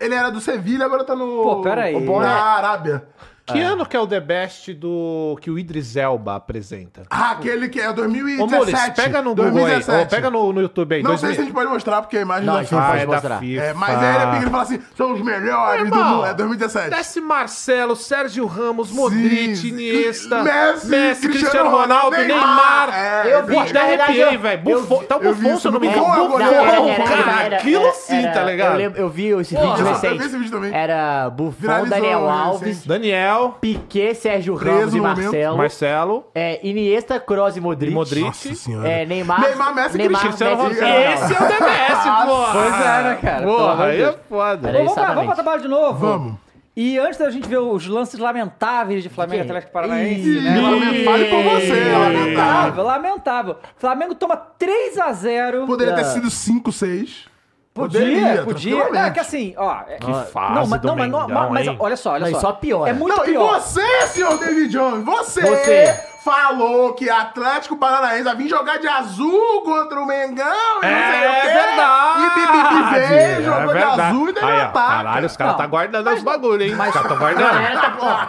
[SPEAKER 2] Ele era do Sevilha, agora tá no...
[SPEAKER 1] Pô, pera aí.
[SPEAKER 2] O Bono na Arábia.
[SPEAKER 4] que ano que é o The Best do que o Idris Elba apresenta?
[SPEAKER 2] Ah, aquele que é 2017.
[SPEAKER 4] Ô, Mules, pega no Google aí. Ô, pega no, no YouTube aí.
[SPEAKER 2] Não
[SPEAKER 4] 2000.
[SPEAKER 2] sei se a gente pode mostrar, porque a imagem
[SPEAKER 3] Não,
[SPEAKER 2] da
[SPEAKER 3] a gente
[SPEAKER 2] FIFA-
[SPEAKER 3] não
[SPEAKER 4] Ah,
[SPEAKER 3] pode
[SPEAKER 4] é da
[SPEAKER 3] mostrar.
[SPEAKER 4] FIFA.
[SPEAKER 2] É, mas aí ele pega e fala assim, são os melhores do
[SPEAKER 4] Irmão,
[SPEAKER 2] mundo. É 2017.
[SPEAKER 4] Desce Marcelo, Sérgio Ramos, Modric,
[SPEAKER 2] Sim.
[SPEAKER 4] Iniesta,
[SPEAKER 2] Messi,
[SPEAKER 4] Cristiano Ronaldo, Neymar.
[SPEAKER 2] É,
[SPEAKER 3] Eu vi,
[SPEAKER 4] Pô,
[SPEAKER 2] exato.
[SPEAKER 4] até
[SPEAKER 3] na verdade,
[SPEAKER 4] arrepiei,
[SPEAKER 3] eu-
[SPEAKER 4] velho.
[SPEAKER 3] eu
[SPEAKER 4] Buffon-
[SPEAKER 3] vi-
[SPEAKER 4] Tá o
[SPEAKER 2] eu vi
[SPEAKER 4] Buffon,
[SPEAKER 2] isso
[SPEAKER 4] se eu não
[SPEAKER 3] É,
[SPEAKER 4] me
[SPEAKER 2] no-
[SPEAKER 4] engano.
[SPEAKER 2] Não,
[SPEAKER 4] Buffon,
[SPEAKER 2] era-
[SPEAKER 4] Buffon,
[SPEAKER 2] era-
[SPEAKER 4] então, cara. Aquilo sim, tá
[SPEAKER 3] Eu,
[SPEAKER 4] ligado?
[SPEAKER 3] lembro- eu vi esse
[SPEAKER 2] eu
[SPEAKER 3] vídeo
[SPEAKER 2] vi
[SPEAKER 3] recente. É,
[SPEAKER 2] esse vídeo também.
[SPEAKER 3] Era Buffon,
[SPEAKER 2] Viralizou,
[SPEAKER 3] Daniel
[SPEAKER 2] né,
[SPEAKER 3] Alves,
[SPEAKER 2] recente.
[SPEAKER 4] Daniel,
[SPEAKER 3] Piquet, Sérgio
[SPEAKER 2] Preso
[SPEAKER 3] Ramos e
[SPEAKER 2] no momento.
[SPEAKER 3] Marcelo.
[SPEAKER 4] Marcelo,
[SPEAKER 3] É, Iniesta, Kroos e Modric.
[SPEAKER 4] E Modric.
[SPEAKER 2] Nossa senhora.
[SPEAKER 3] É, Neymar.
[SPEAKER 2] Neymar, Messi e
[SPEAKER 4] Cristiano
[SPEAKER 3] Messi
[SPEAKER 4] Ronaldo.
[SPEAKER 3] e
[SPEAKER 4] Esse é o The Best, porra.
[SPEAKER 1] Pois é, né, cara? Pelo
[SPEAKER 4] Porra,
[SPEAKER 1] amor de
[SPEAKER 4] aí é
[SPEAKER 1] Deus.
[SPEAKER 4] foda.
[SPEAKER 1] Bom, vamos, pra,
[SPEAKER 3] exatamente.
[SPEAKER 1] vamos pra trabalho de novo?
[SPEAKER 2] Vamos.
[SPEAKER 1] E antes da gente ver os lances lamentáveis de Flamengo e Atlético Paranaense,
[SPEAKER 2] Ih,
[SPEAKER 1] né?
[SPEAKER 2] Flamengo, É, fale por você, lamentável.
[SPEAKER 1] Lamentável, lamentável. Flamengo toma 3 a 0
[SPEAKER 2] Poderia ter
[SPEAKER 3] Ah.
[SPEAKER 2] sido 5, 6.
[SPEAKER 1] Podia, podia. Não, é que assim, ó. é-
[SPEAKER 4] Que fase
[SPEAKER 1] não, mas,
[SPEAKER 4] do
[SPEAKER 1] não, mas, não,
[SPEAKER 4] Mengão,
[SPEAKER 1] mas
[SPEAKER 4] hein?
[SPEAKER 1] olha só, olha
[SPEAKER 3] Não, e
[SPEAKER 1] só.
[SPEAKER 3] só piora.
[SPEAKER 1] É muito
[SPEAKER 2] Não, e
[SPEAKER 1] pior.
[SPEAKER 2] você, senhor David Jones, você,
[SPEAKER 3] Você.
[SPEAKER 2] falou que Atlético Paranaense vai vir jogar de azul contra o Mengão e
[SPEAKER 4] É
[SPEAKER 1] É
[SPEAKER 2] não sei o quê. E Bibi veio, jogou de azul e deu
[SPEAKER 4] Aí, ó,
[SPEAKER 2] ataque.
[SPEAKER 4] Caralho, os caras
[SPEAKER 1] Não,
[SPEAKER 4] tá guardando os bagulho, hein? Os caras tão guardando.
[SPEAKER 1] Quando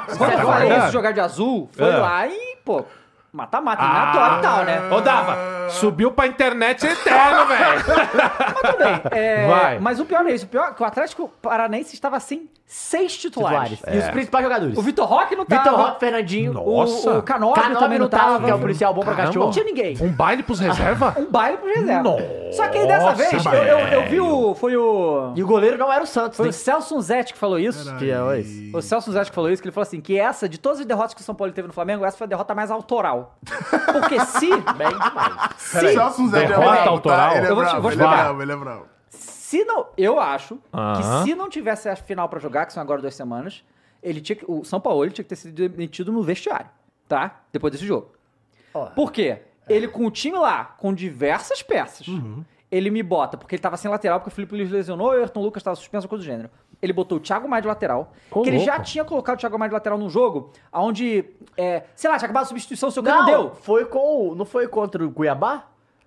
[SPEAKER 1] eu
[SPEAKER 4] Tá
[SPEAKER 1] falei
[SPEAKER 4] guardado.
[SPEAKER 1] isso, jogar de azul, foi
[SPEAKER 4] Ah.
[SPEAKER 1] lá e, pô, mata-mata, eliminatório e tal, né?
[SPEAKER 4] Ô, Dava, subiu pra internet eterno, velho.
[SPEAKER 1] Tudo bem. é,
[SPEAKER 4] Vai.
[SPEAKER 1] Mas o pior é isso. O pior é que o Atlético Paranaense estava sem seis titulares.
[SPEAKER 3] Titulares. E os principais jogadores.
[SPEAKER 1] O Vitor tá Roque não tava.
[SPEAKER 3] Vitor Roque, Fernandinho.
[SPEAKER 4] é. Nossa.
[SPEAKER 1] O, o Canóbio
[SPEAKER 3] Canóbio
[SPEAKER 1] também não
[SPEAKER 3] não tava,
[SPEAKER 1] tava.
[SPEAKER 3] que é o policial bom pra
[SPEAKER 1] Caramba.
[SPEAKER 3] cachorro.
[SPEAKER 1] Não tinha ninguém.
[SPEAKER 4] Um baile pros reserva?
[SPEAKER 1] Um baile pro reserva.
[SPEAKER 4] Nossa,
[SPEAKER 1] Só que aí dessa vez, eu, eu, eu vi o... Foi o...
[SPEAKER 3] E o goleiro não era o Santos,
[SPEAKER 1] Foi
[SPEAKER 3] né?
[SPEAKER 1] o Celso Unzetti que falou isso.
[SPEAKER 3] Que é esse.
[SPEAKER 1] O Celso Zé que falou isso, que ele falou assim, que essa, de todas as derrotas que o São Paulo teve no Flamengo, essa foi a derrota mais autoral. Porque se,
[SPEAKER 3] Bem demais.
[SPEAKER 2] Peraí, Celso Zé, ele é
[SPEAKER 4] Derrota
[SPEAKER 2] bravo, tá?
[SPEAKER 4] autoral.
[SPEAKER 2] Ele é
[SPEAKER 1] Eu vou te-
[SPEAKER 2] bravo,
[SPEAKER 1] vou te
[SPEAKER 2] ele é
[SPEAKER 1] explicar.
[SPEAKER 2] bravo, ele é bravo.
[SPEAKER 1] se não, eu acho
[SPEAKER 4] Aham.
[SPEAKER 1] que se não tivesse a final pra jogar, que são agora duas semanas, ele tinha que- o São Paulo ele tinha que ter sido demitido no vestiário, tá? Depois desse jogo.
[SPEAKER 3] Ó.
[SPEAKER 1] Por quê? Ele com o time lá, com diversas peças,
[SPEAKER 4] Uhum.
[SPEAKER 1] ele me bota, porque ele tava sem lateral, porque o Felipe Luiz lesionou, o Ayrton Lucas tava suspenso, coisa do gênero. Ele botou o Thiago Maia de lateral,
[SPEAKER 4] Ô,
[SPEAKER 1] que ele já
[SPEAKER 4] louco.
[SPEAKER 1] tinha colocado o Thiago Maia de lateral num jogo, onde, é, sei lá, tinha acabado a substituição, seu cara
[SPEAKER 3] Não,
[SPEAKER 1] não deu.
[SPEAKER 3] foi com. o- Não foi contra o Cuiabá?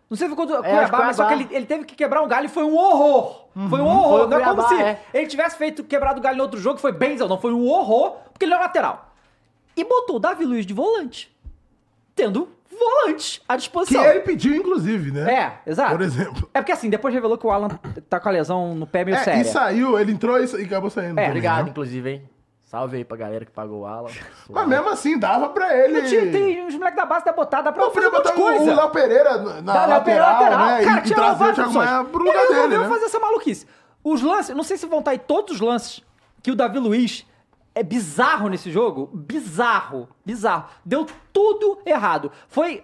[SPEAKER 1] Não sei se foi contra o
[SPEAKER 3] É, acho que
[SPEAKER 1] Cuiabá, mas só que ele,
[SPEAKER 3] Cuiabá. Uhum.
[SPEAKER 1] ele teve que quebrar um galho e foi um horror. Foi um horror.
[SPEAKER 3] Foi o
[SPEAKER 1] não é como
[SPEAKER 3] Cuiabá,
[SPEAKER 1] se
[SPEAKER 3] é.
[SPEAKER 1] ele tivesse feito quebrado o galho no outro jogo, foi Benzel. Não, foi um horror, porque ele é lateral. E botou o Davi Luiz de volante. Tendo volante à
[SPEAKER 2] Que
[SPEAKER 4] é
[SPEAKER 1] disposição.
[SPEAKER 2] ele pediu, inclusive, né?
[SPEAKER 1] É, exato.
[SPEAKER 2] Por exemplo.
[SPEAKER 1] É porque assim, depois revelou que o Alan tá com a lesão no pé meio
[SPEAKER 2] É,
[SPEAKER 1] séria.
[SPEAKER 2] e saiu, ele entrou e sa- e acabou saindo.
[SPEAKER 1] É,
[SPEAKER 2] também,
[SPEAKER 3] Obrigado,
[SPEAKER 2] né?
[SPEAKER 3] inclusive, hein? Salve aí pra galera que pagou o Alan.
[SPEAKER 2] Mas mesmo assim, dava pra ele.
[SPEAKER 1] Mas tinha- tem os moleques da base da botada dá pra
[SPEAKER 2] Não,
[SPEAKER 1] fazer
[SPEAKER 2] podia
[SPEAKER 1] um monte de
[SPEAKER 2] botar o,
[SPEAKER 1] coisa.
[SPEAKER 2] o Léo Pereira na na
[SPEAKER 1] Dá Léo Pereira é
[SPEAKER 2] lateral,
[SPEAKER 1] lateral.
[SPEAKER 2] né?
[SPEAKER 1] Cara,
[SPEAKER 2] e, e
[SPEAKER 1] tinha
[SPEAKER 2] trazer o
[SPEAKER 1] várias
[SPEAKER 2] Thiago Maia
[SPEAKER 1] opções.
[SPEAKER 2] pro
[SPEAKER 1] Ele
[SPEAKER 2] lugar dele,
[SPEAKER 1] resolveu
[SPEAKER 2] né?
[SPEAKER 1] fazer essa maluquice. Os lances, não sei se vão estar aí todos os lances que o Davi Luiz é bizarro nesse jogo. Bizarro, bizarro. Deu tudo errado. Foi...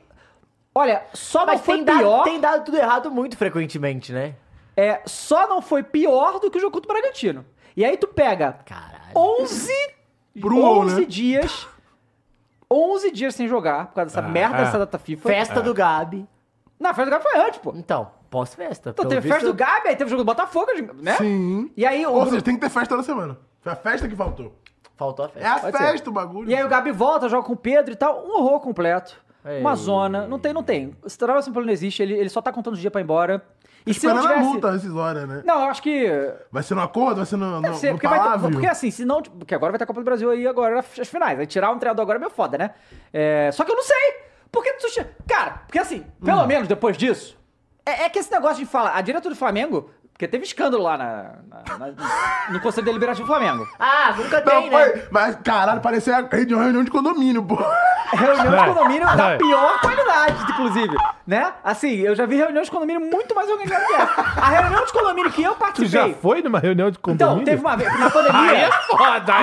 [SPEAKER 1] Olha, só não
[SPEAKER 3] Mas
[SPEAKER 1] foi
[SPEAKER 3] tem
[SPEAKER 1] pior...
[SPEAKER 3] dado, tem dado tudo errado muito frequentemente, né?
[SPEAKER 1] É, só não foi pior do que o jogo contra o Bragantino. E aí tu pega
[SPEAKER 3] Caralho.
[SPEAKER 1] 11,
[SPEAKER 2] Pro
[SPEAKER 1] 11
[SPEAKER 2] gol, né?
[SPEAKER 1] dias... 11 dias sem jogar, por causa dessa
[SPEAKER 4] Ah,
[SPEAKER 1] merda
[SPEAKER 4] ah.
[SPEAKER 1] dessa data FIFA.
[SPEAKER 3] Festa do Gabi.
[SPEAKER 1] Na festa do Gabi foi antes, pô.
[SPEAKER 3] Então, pós-festa.
[SPEAKER 1] Então
[SPEAKER 3] pelo
[SPEAKER 1] teve
[SPEAKER 3] visto-
[SPEAKER 1] festa do Gabi, aí teve o jogo do Botafogo, né?
[SPEAKER 2] Sim.
[SPEAKER 1] E aí, o
[SPEAKER 2] Ou
[SPEAKER 1] Bru-
[SPEAKER 2] seja, tem que ter festa toda semana. Foi a festa que faltou.
[SPEAKER 3] Faltou a festa.
[SPEAKER 2] É a
[SPEAKER 1] Pode
[SPEAKER 2] festa
[SPEAKER 1] ser.
[SPEAKER 2] o bagulho.
[SPEAKER 1] e aí o Gabi volta, joga com o Pedro e tal. Um horror completo. Uma
[SPEAKER 3] Ei.
[SPEAKER 1] zona. Não tem, não tem. Esse trabalho São Paulo não existe, ele, ele só tá contando os dias pra ir embora. E se não
[SPEAKER 2] Esperando a
[SPEAKER 1] tivesse...
[SPEAKER 2] é multa rescisória, né?
[SPEAKER 1] Não, eu acho que...
[SPEAKER 2] Vai ser no acordo, vai ser no, no,
[SPEAKER 1] Deve ser,
[SPEAKER 2] no
[SPEAKER 1] porque, vai ter-
[SPEAKER 2] palável.
[SPEAKER 1] porque assim, se não... Porque agora vai ter a Copa do Brasil aí agora as finais. Aí tirar um treinador agora é meio foda, né? É, Só que eu não sei. Porque tu... che- Cara, porque assim, pelo menos depois disso... É, é que esse negócio de falar... A diretora do Flamengo... Porque teve escândalo lá na- na- na- no Conselho Deliberativo do Flamengo.
[SPEAKER 3] Ah, nunca
[SPEAKER 2] Não,
[SPEAKER 3] tem, né?
[SPEAKER 2] foi, mas caralho, parecia a reunião, reunião de condomínio, pô.
[SPEAKER 4] Tá
[SPEAKER 1] Reunião
[SPEAKER 4] Vai,
[SPEAKER 1] de condomínio da
[SPEAKER 4] vai.
[SPEAKER 1] pior qualidade, inclusive. Né? Assim, eu já vi reunião de condomínio muito mais organizada que essa. A reunião de condomínio que eu
[SPEAKER 4] Tu
[SPEAKER 1] participei.
[SPEAKER 4] já foi numa reunião de condomínio?
[SPEAKER 1] Então, teve uma vez. Na
[SPEAKER 4] Aí é
[SPEAKER 1] pandemia.
[SPEAKER 4] foda, aí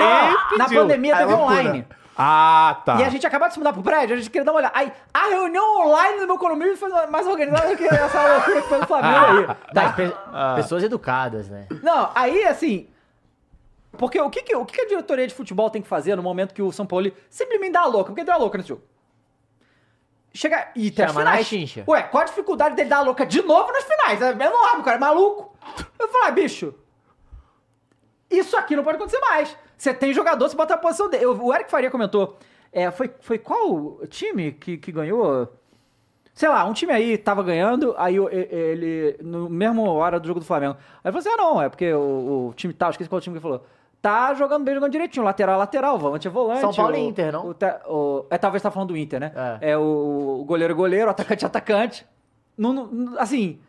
[SPEAKER 1] Não, na
[SPEAKER 4] pediu.
[SPEAKER 1] pandemia
[SPEAKER 2] É
[SPEAKER 1] teve
[SPEAKER 2] loucura.
[SPEAKER 1] online.
[SPEAKER 4] Ah, tá.
[SPEAKER 1] E a gente acabou de se mudar pro prédio, a gente queria dar uma olhada. Aí, a reunião online do meu condomínio foi mais organizada do que essa loucura que foi no Flamengo aí.
[SPEAKER 3] Mas
[SPEAKER 1] Tá?
[SPEAKER 3] pe- pessoas educadas, né?
[SPEAKER 1] Não, aí assim. Porque o que, que- o que que a diretoria de futebol tem que fazer no momento que o São Paulo simplesmente dá a louca? Porque deu a louca nesse jogo. Chega e tem as
[SPEAKER 3] Chama na
[SPEAKER 1] finais.
[SPEAKER 3] chincha.
[SPEAKER 1] Ué, qual a dificuldade dele dar a louca de novo nas finais? É enorme, cara, é maluco. Eu falei, ah, bicho, isso aqui não pode acontecer mais. Você tem jogador, você bota a posição dele. Eu- O Eric Faria comentou, é, foi, foi qual time que, que ganhou? Sei lá, um time aí tava ganhando, aí o- e- ele, no mesmo hora do jogo do Flamengo. Aí ele falou assim: ah, não, é porque o, o time tal, esqueci qual time que ele falou. Tá jogando bem, jogando direitinho. Lateral, é lateral, volante é volante.
[SPEAKER 3] São Paulo
[SPEAKER 1] o-
[SPEAKER 3] e Inter, não?
[SPEAKER 1] o te- o- é, talvez tá falando do Inter, né?
[SPEAKER 3] É.
[SPEAKER 1] É, o, o goleiro, é goleiro, atacante, atacante. Não, não- não- assim,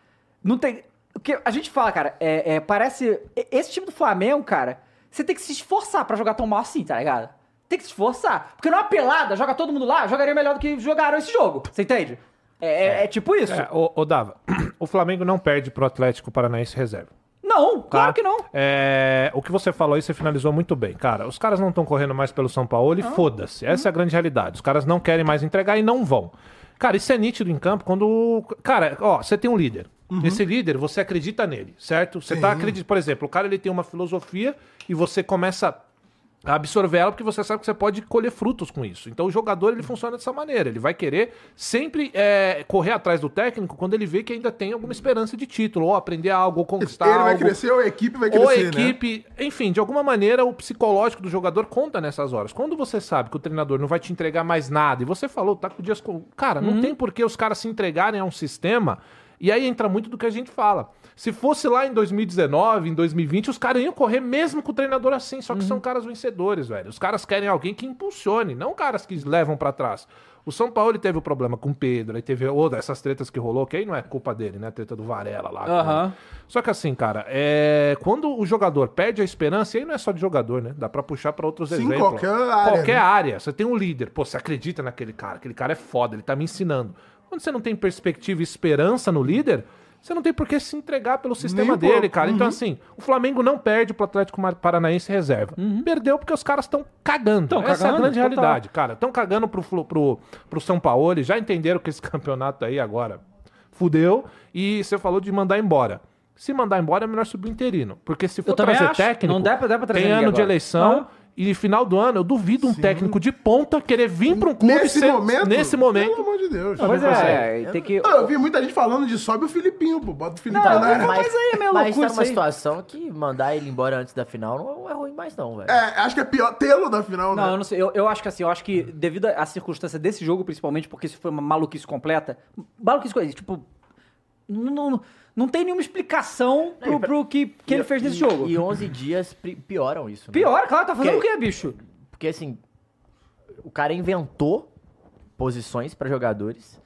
[SPEAKER 1] não tem. O que a gente fala, cara, é, é, parece. e- Esse time do Flamengo, cara, você tem que se esforçar pra jogar tão mal assim, tá ligado? Tem que se esforçar. Porque numa pelada, joga todo mundo lá, jogaria melhor do que jogaram esse jogo. Você entende? É, é- é tipo isso.
[SPEAKER 4] É, ô, ô, Dava, o Flamengo não perde pro Atlético Paranaense reserva.
[SPEAKER 1] Não,
[SPEAKER 4] tá?
[SPEAKER 1] claro que não.
[SPEAKER 4] É, o que você falou aí, você finalizou muito bem. Cara, os caras não estão correndo mais pelo São Paulo e
[SPEAKER 1] Uhum.
[SPEAKER 4] foda-se. Essa é a grande realidade. Os caras não querem mais entregar e não vão. Cara, isso é nítido em campo quando. Cara, ó, você tem um líder.
[SPEAKER 1] Uhum.
[SPEAKER 4] Esse líder, você acredita nele, certo? Você tá acreditando. Por exemplo, o cara ele tem uma filosofia e você começa a absorver ela porque você sabe que você pode colher frutos com isso. Então o jogador ele funciona dessa maneira, ele vai querer sempre é, correr atrás do técnico quando ele vê que ainda tem alguma esperança de título, ou aprender algo, ou conquistar
[SPEAKER 2] Ele vai
[SPEAKER 4] algo
[SPEAKER 2] crescer, ou a equipe vai
[SPEAKER 4] ou a
[SPEAKER 2] crescer, né?
[SPEAKER 4] equipe, enfim, de alguma maneira o psicológico do jogador conta nessas horas. Quando você sabe que o treinador não vai te entregar mais nada e você falou, tá com dias com, cara, não tem por que os caras se entregarem a um sistema. E aí entra muito do que a gente fala. Se fosse lá em 2019, em 2020, os caras iam correr mesmo com o treinador assim, só que são caras vencedores, velho. Os caras querem alguém que impulsione, não caras que levam pra trás. O São Paulo ele teve o problema com o Pedro, aí teve outra, essas tretas que rolou, que aí não é culpa dele, né? A treta do Varela lá. com-
[SPEAKER 1] Aham.
[SPEAKER 4] só que assim, cara, é... quando o jogador perde a esperança, e aí não é só de jogador, né? Dá pra puxar pra outros
[SPEAKER 2] Sim,
[SPEAKER 4] exemplos.
[SPEAKER 2] qualquer área,
[SPEAKER 4] Qualquer
[SPEAKER 2] né?
[SPEAKER 4] área. Você tem um líder, pô, você acredita naquele cara, aquele cara é foda, ele tá me ensinando. Quando você não tem perspectiva e esperança no líder, você não tem por que se entregar pelo sistema
[SPEAKER 2] um
[SPEAKER 4] dele,
[SPEAKER 2] pouco.
[SPEAKER 4] cara. Então assim, o Flamengo não perde pro Atlético Mar- Paranaense reserva.
[SPEAKER 2] Uhum.
[SPEAKER 4] Perdeu porque os caras estão cagando.
[SPEAKER 1] Tão
[SPEAKER 4] Essa é a
[SPEAKER 1] cagando,
[SPEAKER 4] grande
[SPEAKER 1] total.
[SPEAKER 4] realidade, cara. Estão cagando pro, Flu- pro, pro São Paulo, eles já entenderam que esse campeonato aí agora fudeu. E você falou de mandar embora. Se mandar embora, é melhor subir interino. Porque se for
[SPEAKER 1] também
[SPEAKER 4] trazer
[SPEAKER 1] acho.
[SPEAKER 4] técnico,
[SPEAKER 1] Não dá pra- dá pra trazer
[SPEAKER 4] tem
[SPEAKER 1] ninguém
[SPEAKER 4] ano de
[SPEAKER 1] agora.
[SPEAKER 4] eleição.
[SPEAKER 1] Não.
[SPEAKER 4] E final do ano, eu duvido um técnico de ponta querer vir para um clube
[SPEAKER 2] Nesse
[SPEAKER 4] ser-
[SPEAKER 2] momento?
[SPEAKER 4] nesse
[SPEAKER 2] Pelo
[SPEAKER 4] momento.
[SPEAKER 2] amor de Deus.
[SPEAKER 1] Pois
[SPEAKER 4] não consegue.
[SPEAKER 1] é, é, tem que.
[SPEAKER 2] Ah, Eu vi muita gente falando de sobe o Filipinho, pô. Bota o Filipinho
[SPEAKER 1] Não,
[SPEAKER 2] na área.
[SPEAKER 1] mas aí é meio
[SPEAKER 3] Então,
[SPEAKER 1] loucura
[SPEAKER 3] mas tá
[SPEAKER 1] isso
[SPEAKER 3] numa
[SPEAKER 1] aí.
[SPEAKER 3] situação que mandar ele embora antes da final não é ruim mais, não, velho.
[SPEAKER 2] É, acho que é pior tê-lo na final,
[SPEAKER 1] Não, eu
[SPEAKER 2] né?
[SPEAKER 1] não sei. Eu, eu acho que assim, eu acho que devido à circunstância desse jogo, principalmente, porque isso foi uma maluquice completa. Maluquice coisa, tipo. Não, não, não tem nenhuma explicação pro, pro que, que ele fez nesse
[SPEAKER 3] E-
[SPEAKER 1] jogo.
[SPEAKER 3] E 11 dias pri- pioram isso. né?
[SPEAKER 1] Pior, claro, tá fazendo
[SPEAKER 3] Que-
[SPEAKER 1] o quê, bicho?
[SPEAKER 3] Porque assim, o cara inventou posições pra jogadores.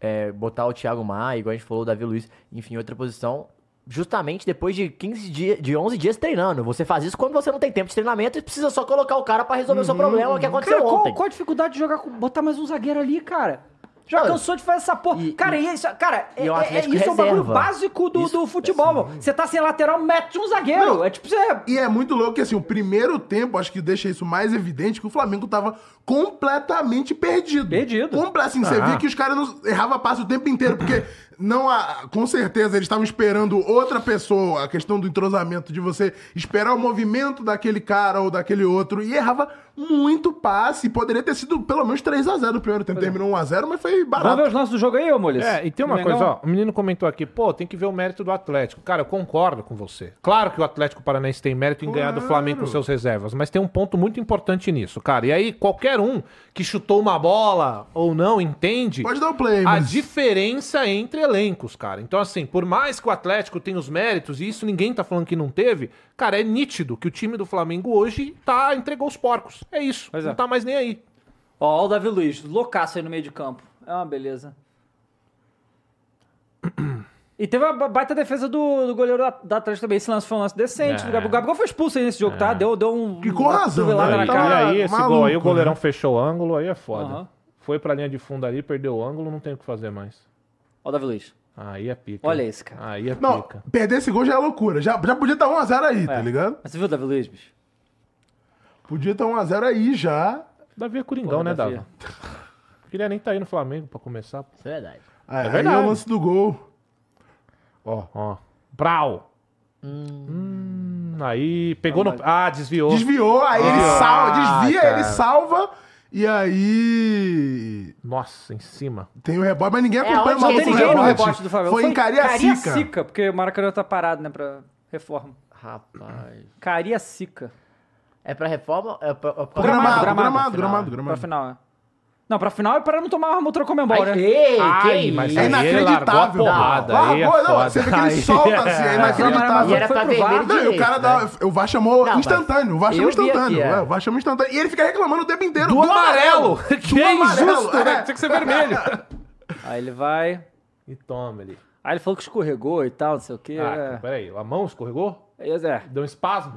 [SPEAKER 3] É, botar o Thiago Maia, igual a gente falou, o Davi Luiz, enfim, outra posição. Justamente depois de 15 dias, de 11 dias treinando. Você faz isso quando você não tem tempo de treinamento e precisa só colocar o cara pra resolver o seu problema que aconteceu
[SPEAKER 1] Cara,
[SPEAKER 3] ontem.
[SPEAKER 1] qual, qual a dificuldade de jogar com. botar mais um zagueiro ali, cara? Já
[SPEAKER 3] Não,
[SPEAKER 1] cansou de fazer essa porra.
[SPEAKER 3] e-
[SPEAKER 1] cara, e, isso, cara,
[SPEAKER 3] e
[SPEAKER 1] é-
[SPEAKER 3] o
[SPEAKER 1] é-
[SPEAKER 3] Atlético
[SPEAKER 1] isso é um bagulho
[SPEAKER 3] reserva.
[SPEAKER 1] básico do,
[SPEAKER 3] Isso, é
[SPEAKER 1] do futebol, mano. Você tá sem lateral, mete um zagueiro.
[SPEAKER 2] Não.
[SPEAKER 1] É tipo, você.
[SPEAKER 2] E é muito louco que, assim, o primeiro tempo, acho que deixa isso mais evidente, que o Flamengo tava completamente perdido.
[SPEAKER 1] Perdido.
[SPEAKER 2] Comple assim, você
[SPEAKER 4] Ah.
[SPEAKER 2] via que os caras não- erravam passe o tempo inteiro, porque não há- com certeza eles estavam esperando outra pessoa, a questão do entrosamento, de você esperar o movimento daquele cara ou daquele outro, e errava muito passe. Poderia ter sido pelo menos 3x0 no primeiro tempo. Terminou 1x0, mas foi
[SPEAKER 1] é. Vamos
[SPEAKER 2] barato.
[SPEAKER 1] ver os lances do jogo aí, ô Molis?
[SPEAKER 4] É, e tem uma
[SPEAKER 1] Mengão?
[SPEAKER 4] coisa, ó. O menino comentou aqui, pô, tem que ver o mérito do Atlético. Cara, eu concordo com você. Claro que o Atlético Paranaense tem mérito em ganhar do Flamengo com seus reservas, mas tem um ponto muito importante nisso, cara. E aí, qualquer um que chutou uma bola ou não, entende.
[SPEAKER 2] Pode dar o play,
[SPEAKER 4] A
[SPEAKER 2] mas-
[SPEAKER 4] diferença entre elencos, cara. Então, assim, por mais que o Atlético tenha os méritos, e isso ninguém tá falando que não teve, cara, é nítido que o time do Flamengo hoje tá entregou os porcos. É isso.
[SPEAKER 1] Pois é.
[SPEAKER 4] não tá mais nem aí.
[SPEAKER 1] Ó, ó o Davi Luiz, loucaço aí no meio de campo. É uma beleza. E teve uma ba- baita defesa do, do goleiro da, da Atlético também. Esse lance foi um lance decente.
[SPEAKER 4] É.
[SPEAKER 1] O Gabigol, o Gabigol foi expulso aí nesse jogo, tá? Deu, deu um.
[SPEAKER 2] E com razão,
[SPEAKER 1] cotovelada
[SPEAKER 2] né?
[SPEAKER 1] na
[SPEAKER 4] E
[SPEAKER 2] Então,
[SPEAKER 1] cara.
[SPEAKER 2] é-
[SPEAKER 4] aí, esse
[SPEAKER 2] maluco,
[SPEAKER 4] gol aí, o goleirão
[SPEAKER 2] né?
[SPEAKER 4] fechou o ângulo, aí é foda.
[SPEAKER 1] Aham.
[SPEAKER 4] Foi pra linha de fundo ali, perdeu o ângulo, não tem o que fazer mais.
[SPEAKER 1] Ó, o Davi Luiz.
[SPEAKER 4] Aí é pica.
[SPEAKER 1] Olha esse, cara.
[SPEAKER 4] Aí é
[SPEAKER 2] Não,
[SPEAKER 4] pica.
[SPEAKER 2] perder esse gol já é loucura. Já, já podia estar 1x0 aí,
[SPEAKER 1] É.
[SPEAKER 2] tá ligado?
[SPEAKER 1] Mas você viu o Davi Luiz, bicho?
[SPEAKER 2] Podia tá estar 1x0 aí já.
[SPEAKER 4] Davi é Coringão,
[SPEAKER 1] Porra,
[SPEAKER 4] né,
[SPEAKER 1] Davi.
[SPEAKER 4] Davi? Queria nem tá aí no Flamengo pra começar.
[SPEAKER 3] Isso é verdade.
[SPEAKER 2] Aí, aí é
[SPEAKER 4] verdade.
[SPEAKER 2] o lance do gol.
[SPEAKER 4] Ó, ó. Brau! Hum, aí, pegou no... Ah, desviou.
[SPEAKER 2] Desviou, aí ele
[SPEAKER 4] Ah,
[SPEAKER 2] salva, desvia,
[SPEAKER 4] cara.
[SPEAKER 2] ele salva. E aí.
[SPEAKER 4] Nossa, em cima.
[SPEAKER 2] Tem o rebote, mas ninguém acompanha o
[SPEAKER 3] onde
[SPEAKER 1] Não
[SPEAKER 3] Não,
[SPEAKER 1] tem
[SPEAKER 3] foi
[SPEAKER 2] maluco
[SPEAKER 1] ninguém no rebote do Flamengo.
[SPEAKER 2] é né? Foi, em Cariacica.
[SPEAKER 1] Cariacica, porque o Maracanã tá parado, né, pra reforma.
[SPEAKER 3] Rapaz.
[SPEAKER 1] Cariacica.
[SPEAKER 3] É pra reforma? É pra, é pra-
[SPEAKER 1] Gramado,
[SPEAKER 2] Gramado, gramado,
[SPEAKER 3] final.
[SPEAKER 2] gramado,
[SPEAKER 1] Pra
[SPEAKER 2] gramado.
[SPEAKER 1] final, é. Não, pra final é pra não tomar uma outra comembol,
[SPEAKER 3] Ai,
[SPEAKER 1] né?
[SPEAKER 3] ei,
[SPEAKER 4] Ai,
[SPEAKER 3] que
[SPEAKER 4] mas
[SPEAKER 3] isso?
[SPEAKER 2] É
[SPEAKER 4] aí ele largou a
[SPEAKER 2] inacreditável.
[SPEAKER 4] porrada.
[SPEAKER 2] Largou,
[SPEAKER 4] aí é
[SPEAKER 2] Ah, não,
[SPEAKER 4] foda.
[SPEAKER 2] você vê que ele
[SPEAKER 4] Aí-
[SPEAKER 2] solta, assim, é
[SPEAKER 1] Mas
[SPEAKER 2] inacreditável.
[SPEAKER 1] foi
[SPEAKER 3] E era pra
[SPEAKER 1] pro
[SPEAKER 3] vermelho
[SPEAKER 1] VAR.
[SPEAKER 3] de
[SPEAKER 2] Não, e o cara dá. O VAR chamou
[SPEAKER 3] Não, mas
[SPEAKER 2] instantâneo. O VAR chamou
[SPEAKER 1] eu vi aqui,
[SPEAKER 2] instantâneo.
[SPEAKER 1] é.
[SPEAKER 2] é, O VAR chamou instantâneo. E ele fica reclamando o tempo inteiro.
[SPEAKER 4] Do amarelo! Que injusto,
[SPEAKER 2] é.
[SPEAKER 4] né? Tinha que ser vermelho.
[SPEAKER 1] Aí ele vai.
[SPEAKER 4] E toma ele.
[SPEAKER 1] Aí ele falou que escorregou e tal, não sei o quê.
[SPEAKER 4] Ah,
[SPEAKER 1] é.
[SPEAKER 4] cara, peraí, a mão escorregou?
[SPEAKER 1] Aí, é.
[SPEAKER 4] Deu um espasmo?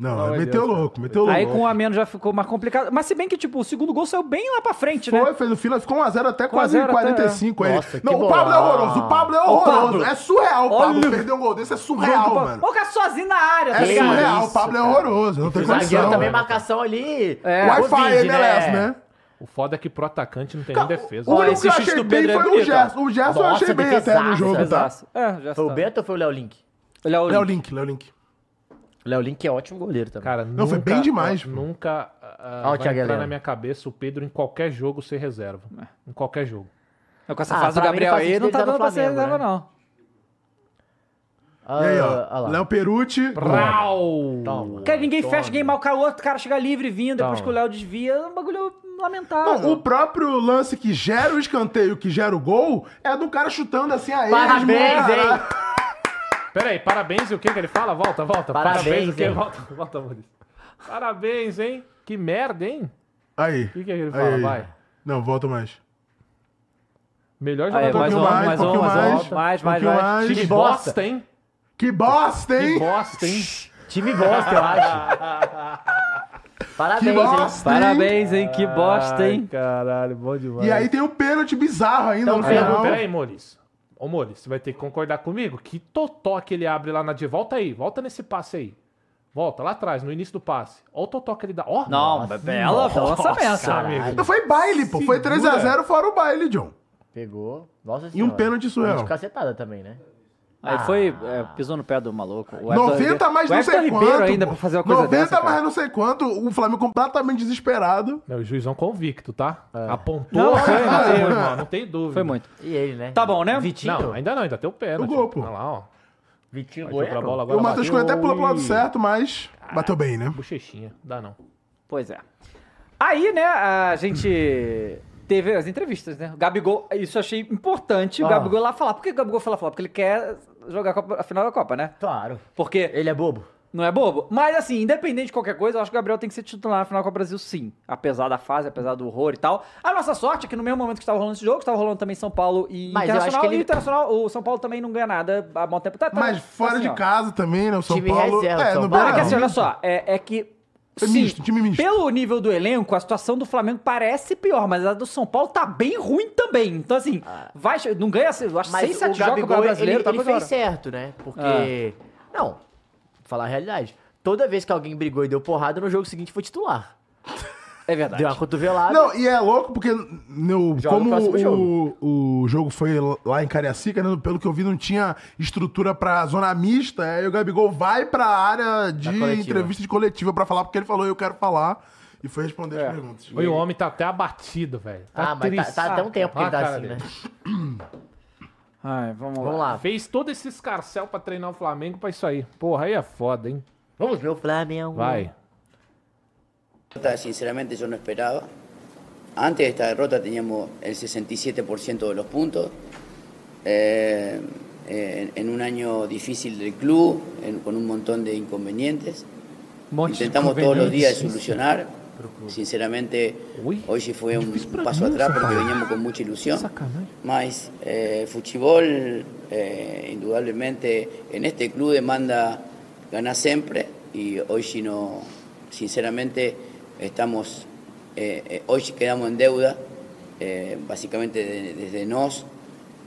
[SPEAKER 2] Não,
[SPEAKER 4] Não, é
[SPEAKER 2] meteu
[SPEAKER 4] Deus, cara.
[SPEAKER 2] louco, meteu louco.
[SPEAKER 1] Aí com um a menos já ficou mais complicado. Mas se bem que, tipo, o segundo gol saiu bem lá pra frente, né?
[SPEAKER 2] Foi, fez o fila, ficou 1x0 até quase
[SPEAKER 1] 1 a 0 até,
[SPEAKER 2] 45 aí.
[SPEAKER 3] Nossa, que
[SPEAKER 2] não, o Pablo é
[SPEAKER 3] bolão.
[SPEAKER 2] horroroso, o Pablo é
[SPEAKER 1] Ó, o Pablo.
[SPEAKER 2] horroroso. É surreal, o Pablo
[SPEAKER 1] Olha.
[SPEAKER 2] perder um gol desse, é surreal, mano.
[SPEAKER 1] Ô, cara, sozinho na área, tá
[SPEAKER 2] É
[SPEAKER 1] ligado?
[SPEAKER 2] surreal,
[SPEAKER 3] isso,
[SPEAKER 2] o Pablo é
[SPEAKER 3] cara.
[SPEAKER 2] horroroso, não tem
[SPEAKER 3] O zagueiro
[SPEAKER 2] condição.
[SPEAKER 3] também, marcação ali.
[SPEAKER 1] É.
[SPEAKER 2] Wi-Fi,
[SPEAKER 3] Covid,
[SPEAKER 2] MLS, né?
[SPEAKER 4] O foda é que pro atacante não tem
[SPEAKER 2] Cara,
[SPEAKER 4] nem defesa.
[SPEAKER 2] O
[SPEAKER 1] Olha,
[SPEAKER 2] único
[SPEAKER 1] esse
[SPEAKER 2] que eu
[SPEAKER 1] chute
[SPEAKER 2] achei
[SPEAKER 1] do
[SPEAKER 2] bem
[SPEAKER 1] Pedro é
[SPEAKER 2] foi o
[SPEAKER 1] bonito,
[SPEAKER 2] Gerson. O Gerson eu
[SPEAKER 3] Nossa,
[SPEAKER 2] achei bem até no
[SPEAKER 3] defesaço,
[SPEAKER 2] jogo, tá?
[SPEAKER 1] Exato. É, já
[SPEAKER 3] Foi o
[SPEAKER 1] está.
[SPEAKER 3] Bento ou foi o Léo Link?
[SPEAKER 1] Ele é o
[SPEAKER 2] Léo
[SPEAKER 1] Link.
[SPEAKER 2] Link, Léo Link.
[SPEAKER 3] Léo Link é ótimo goleiro também.
[SPEAKER 4] Cara,
[SPEAKER 2] Não,
[SPEAKER 4] nunca,
[SPEAKER 2] foi bem demais, pô.
[SPEAKER 4] Nunca ah,
[SPEAKER 3] Ó, o
[SPEAKER 4] vai
[SPEAKER 3] Thiago
[SPEAKER 4] entrar
[SPEAKER 3] Heleno.
[SPEAKER 4] na minha cabeça o Pedro em qualquer jogo ser reserva. Em qualquer jogo.
[SPEAKER 1] Não, Com essa
[SPEAKER 3] Ah,
[SPEAKER 1] fase do
[SPEAKER 3] pra mim
[SPEAKER 1] Gabriel
[SPEAKER 3] faz
[SPEAKER 1] aí, não
[SPEAKER 3] sentido
[SPEAKER 1] tá
[SPEAKER 3] ele tá
[SPEAKER 1] dando
[SPEAKER 3] no
[SPEAKER 1] pra ser
[SPEAKER 3] Flamengo,
[SPEAKER 1] reserva,
[SPEAKER 3] né?
[SPEAKER 1] não.
[SPEAKER 3] Ah,
[SPEAKER 2] E aí,
[SPEAKER 3] ah
[SPEAKER 2] ó.
[SPEAKER 3] lá.
[SPEAKER 2] Léo Perucci.
[SPEAKER 4] Brau!
[SPEAKER 3] Toma.
[SPEAKER 1] Cara, ninguém fecha, ninguém marca o outro, o cara chega livre vindo, depois
[SPEAKER 4] Tá.
[SPEAKER 1] que o Léo desvia, é um bagulho lamentável.
[SPEAKER 2] Não, o próprio lance que gera o escanteio, que gera o gol, é do cara chutando assim a ele.
[SPEAKER 3] Parabéns, hein?
[SPEAKER 4] Peraí, parabéns e o que que ele fala? Volta, volta.
[SPEAKER 3] Parabéns,
[SPEAKER 4] o que?
[SPEAKER 3] hein?
[SPEAKER 4] Volta, volta, Maurício. Parabéns, hein? Que merda, hein?
[SPEAKER 2] Aí.
[SPEAKER 4] O que que ele fala?
[SPEAKER 2] aí.
[SPEAKER 4] Vai.
[SPEAKER 2] Não, volta mais.
[SPEAKER 4] Melhor
[SPEAKER 1] Aí,
[SPEAKER 4] jogador
[SPEAKER 1] mais
[SPEAKER 4] do
[SPEAKER 1] um,
[SPEAKER 2] pouquinho mais,
[SPEAKER 1] mais um,
[SPEAKER 2] pouquinho
[SPEAKER 1] mais
[SPEAKER 2] mais,
[SPEAKER 1] um. Mais, mais,
[SPEAKER 2] pouquinho
[SPEAKER 1] mais.
[SPEAKER 2] mais.
[SPEAKER 4] Que
[SPEAKER 3] Que
[SPEAKER 4] bosta,
[SPEAKER 3] bosta,
[SPEAKER 4] hein?
[SPEAKER 2] Que bosta,
[SPEAKER 4] Que
[SPEAKER 2] hein?
[SPEAKER 4] bosta, hein?
[SPEAKER 3] Time bosta, eu acho. Parabéns,
[SPEAKER 2] Que
[SPEAKER 3] hein?
[SPEAKER 2] bosta.
[SPEAKER 1] Parabéns, hein? Que bosta,
[SPEAKER 4] Ai,
[SPEAKER 1] hein?
[SPEAKER 4] Caralho, bom demais.
[SPEAKER 2] E aí tem um pênalti bizarro ainda
[SPEAKER 3] Então,
[SPEAKER 2] no
[SPEAKER 4] Aí,
[SPEAKER 3] Não.
[SPEAKER 2] final.
[SPEAKER 4] peraí, Maurício. Ô, Maurício, você vai ter que concordar comigo que totó que ele abre lá na... de- Volta aí, volta nesse passe aí. Volta, lá atrás, no início do passe. Olha o totó que ele dá. Ó,
[SPEAKER 1] Não,
[SPEAKER 4] nossa,
[SPEAKER 1] bela, bom lançamento.
[SPEAKER 4] amigo.
[SPEAKER 2] Não, foi baile, pô. Foi
[SPEAKER 4] Segura.
[SPEAKER 2] 3x0 fora o baile, John.
[SPEAKER 3] Pegou. Nossa
[SPEAKER 2] E um
[SPEAKER 3] senhora.
[SPEAKER 2] pênalti surreal.
[SPEAKER 3] De cacetada também, né?
[SPEAKER 1] Aí foi, é, pisou no pé do maluco. O Everton
[SPEAKER 2] 90
[SPEAKER 1] Ribeiro-
[SPEAKER 2] mais
[SPEAKER 1] o
[SPEAKER 2] não
[SPEAKER 1] Everton
[SPEAKER 2] sei
[SPEAKER 1] Ribeiro
[SPEAKER 2] quanto.
[SPEAKER 1] ainda
[SPEAKER 2] pô.
[SPEAKER 1] pra fazer uma coisa
[SPEAKER 2] 90
[SPEAKER 1] dessa, cara.
[SPEAKER 2] mais não sei quanto. O Flamengo completamente desesperado.
[SPEAKER 4] Não, o juizão convicto, tá?
[SPEAKER 3] É.
[SPEAKER 4] Apontou.
[SPEAKER 1] Não, foi,
[SPEAKER 4] Ah,
[SPEAKER 1] foi,
[SPEAKER 4] irmão, não tem dúvida.
[SPEAKER 1] Foi muito.
[SPEAKER 3] E ele, né?
[SPEAKER 1] Tá bom, né?
[SPEAKER 3] Vitinho.
[SPEAKER 4] Não, ainda não, ainda tem o pênalti.
[SPEAKER 2] O gol, pô.
[SPEAKER 4] Olha lá, ó.
[SPEAKER 3] Vitinho
[SPEAKER 4] Vai jogar a bola
[SPEAKER 3] Goiano.
[SPEAKER 2] E
[SPEAKER 4] agora.
[SPEAKER 2] o Matheus Cunha até pulou pro lado
[SPEAKER 4] e-
[SPEAKER 2] certo, mas bateu bem, né?
[SPEAKER 4] Bochechinha, dá não.
[SPEAKER 1] Pois é. Aí, né, a gente teve as entrevistas, né? O Gabigol, isso eu achei importante, o
[SPEAKER 3] Ah.
[SPEAKER 1] Gabigol lá falar. Por que o Gabigol foi lá falar? Porque ele quer jogar a Copa- a final da Copa, né?
[SPEAKER 3] Claro.
[SPEAKER 1] Porque
[SPEAKER 3] Ele é bobo.
[SPEAKER 1] Não é bobo? Mas assim, independente de qualquer coisa, eu acho que o Gabriel tem que ser titular na final com o Brasil, sim. Apesar da fase, apesar do horror e tal. A nossa sorte é que no mesmo momento que estava rolando esse jogo, estava rolando também São Paulo e
[SPEAKER 3] Mas eu acho
[SPEAKER 1] Internacional.
[SPEAKER 3] que ele-
[SPEAKER 1] E o Internacional, o São Paulo também não ganha nada há bom tempo. Tá, tá,
[SPEAKER 2] Mas
[SPEAKER 1] tá
[SPEAKER 2] fora
[SPEAKER 1] assim,
[SPEAKER 2] de
[SPEAKER 1] ó.
[SPEAKER 2] casa também, né? O São
[SPEAKER 3] Time
[SPEAKER 2] Paulo.
[SPEAKER 3] reserva,
[SPEAKER 2] é,
[SPEAKER 3] São
[SPEAKER 2] no
[SPEAKER 3] Paulo.
[SPEAKER 1] Não, é que
[SPEAKER 2] Beira
[SPEAKER 1] assim, olha só, é, é que.
[SPEAKER 2] É
[SPEAKER 1] sim,
[SPEAKER 2] misto, time misto.
[SPEAKER 1] Pelo nível do elenco, a situação do Flamengo parece pior, mas a do São Paulo tá bem ruim também. Então, assim, vai, che- não ganha, assim, eu acho, 6,
[SPEAKER 3] Ah. Mas
[SPEAKER 1] 7
[SPEAKER 3] o
[SPEAKER 1] jogos
[SPEAKER 3] Gabigol,
[SPEAKER 1] do brasileiro,
[SPEAKER 3] ele,
[SPEAKER 1] tá
[SPEAKER 3] ele
[SPEAKER 1] bem
[SPEAKER 3] fez
[SPEAKER 1] fora.
[SPEAKER 3] certo, né? Porque... Não, vou falar a realidade. Toda vez que alguém brigou e deu porrada, no jogo seguinte foi titular.
[SPEAKER 1] É verdade.
[SPEAKER 3] Deu uma cotovelada.
[SPEAKER 2] Não, e é louco porque no,
[SPEAKER 3] Ah, né? Joga no
[SPEAKER 2] como
[SPEAKER 3] próximo
[SPEAKER 2] o,
[SPEAKER 3] jogo.
[SPEAKER 2] o jogo foi lá em Cariacica, né, pelo que eu vi, não tinha estrutura pra zona mista. Aí o Gabigol vai pra área de
[SPEAKER 3] Da coletiva.
[SPEAKER 2] entrevista de coletiva pra falar, porque ele falou, eu quero falar. E foi responder
[SPEAKER 3] É.
[SPEAKER 2] as perguntas.
[SPEAKER 4] Oi, o homem tá até abatido, velho. Tá
[SPEAKER 3] ah, mas tá-
[SPEAKER 4] triste.
[SPEAKER 3] tá, até um tempo que
[SPEAKER 4] Olha
[SPEAKER 3] ele tá
[SPEAKER 4] a cara
[SPEAKER 3] assim, né?
[SPEAKER 4] dele.
[SPEAKER 1] Ai, vamos lá.
[SPEAKER 3] Vamos lá.
[SPEAKER 4] Fez todo esse escarcel pra treinar o Flamengo pra isso aí. Porra, aí é foda, hein?
[SPEAKER 3] Vamos ver o Flamengo.
[SPEAKER 4] Vai.
[SPEAKER 5] derrota, sinceramente yo no esperaba. Antes de esta derrota teníamos el 67% de los puntos. Eh, eh, en un año difícil del club, en- con un montón de inconvenientes.
[SPEAKER 4] Um monte de
[SPEAKER 5] Intentamos todos los días
[SPEAKER 4] inconvenientes.
[SPEAKER 5] solucionar. Sinceramente,
[SPEAKER 4] Uy,
[SPEAKER 5] hoy sí fue un
[SPEAKER 4] difícil para
[SPEAKER 5] paso
[SPEAKER 4] mí,
[SPEAKER 5] atrás
[SPEAKER 4] esa
[SPEAKER 5] porque
[SPEAKER 4] palabra.
[SPEAKER 5] veníamos con mucha ilusión.
[SPEAKER 4] Sacanagem.
[SPEAKER 5] Más, eh, Fuchibol, eh, indudablemente, en este club demanda ganar siempre y hoy sí no, sinceramente, estamos, eh, eh, hoy sí quedamos en deuda, eh, básicamente de- desde nos,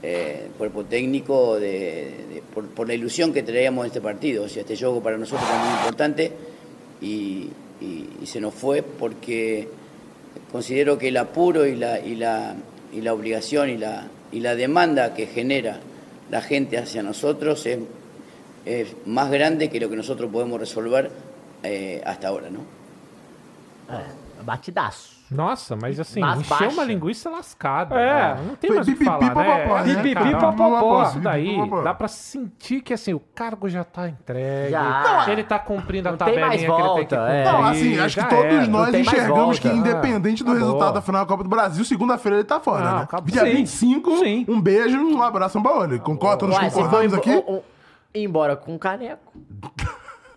[SPEAKER 5] eh, cuerpo técnico, de- de- por, por la ilusión que traíamos de este partido. O sea, este juego para nosotros era muy importante y, y- y se nos fue porque considero que el apuro y la, y la, y la obligación y la, y la demanda que genera la gente hacia nosotros es, es más grande que lo que nosotros podemos resolver eh, hasta ahora, ¿no?
[SPEAKER 3] É, batidaço.
[SPEAKER 4] Nossa, mas assim,
[SPEAKER 3] Mas
[SPEAKER 4] encheu
[SPEAKER 3] baixa.
[SPEAKER 4] uma linguiça lascada.
[SPEAKER 1] É.
[SPEAKER 4] né? não tem
[SPEAKER 2] Foi
[SPEAKER 4] mais o que
[SPEAKER 2] pipipi,
[SPEAKER 4] falar, né?
[SPEAKER 2] papapá,
[SPEAKER 4] É,
[SPEAKER 2] né,
[SPEAKER 4] pipipi,
[SPEAKER 2] cara?
[SPEAKER 4] papapó.
[SPEAKER 2] Papapó,
[SPEAKER 4] Isso daí,
[SPEAKER 2] pipipi, papapó.
[SPEAKER 4] dá pra sentir que assim, o cargo já tá entregue.
[SPEAKER 3] Já.
[SPEAKER 4] Ele tá cumprindo a
[SPEAKER 3] Não tem
[SPEAKER 4] tabelinha
[SPEAKER 3] mais
[SPEAKER 4] que ele tem que
[SPEAKER 3] volta,
[SPEAKER 4] cumprir.
[SPEAKER 3] é.
[SPEAKER 2] Não, assim, acho que todos
[SPEAKER 4] era.
[SPEAKER 2] nós
[SPEAKER 3] tem mais
[SPEAKER 2] enxergamos
[SPEAKER 3] volta.
[SPEAKER 2] que, independente do
[SPEAKER 4] Ah,
[SPEAKER 2] resultado
[SPEAKER 4] acabou.
[SPEAKER 2] da final da Copa do Brasil, segunda-feira ele tá fora,
[SPEAKER 4] Ah,
[SPEAKER 2] né?
[SPEAKER 4] acabou.
[SPEAKER 2] Dia
[SPEAKER 4] Sim.
[SPEAKER 2] 25,
[SPEAKER 4] Sim.
[SPEAKER 2] um beijo, um abraço, um baú. Concorda? Todos
[SPEAKER 3] Ué, se for
[SPEAKER 2] concordamos
[SPEAKER 3] embo-
[SPEAKER 2] aqui?
[SPEAKER 3] o- o- embora com caneco.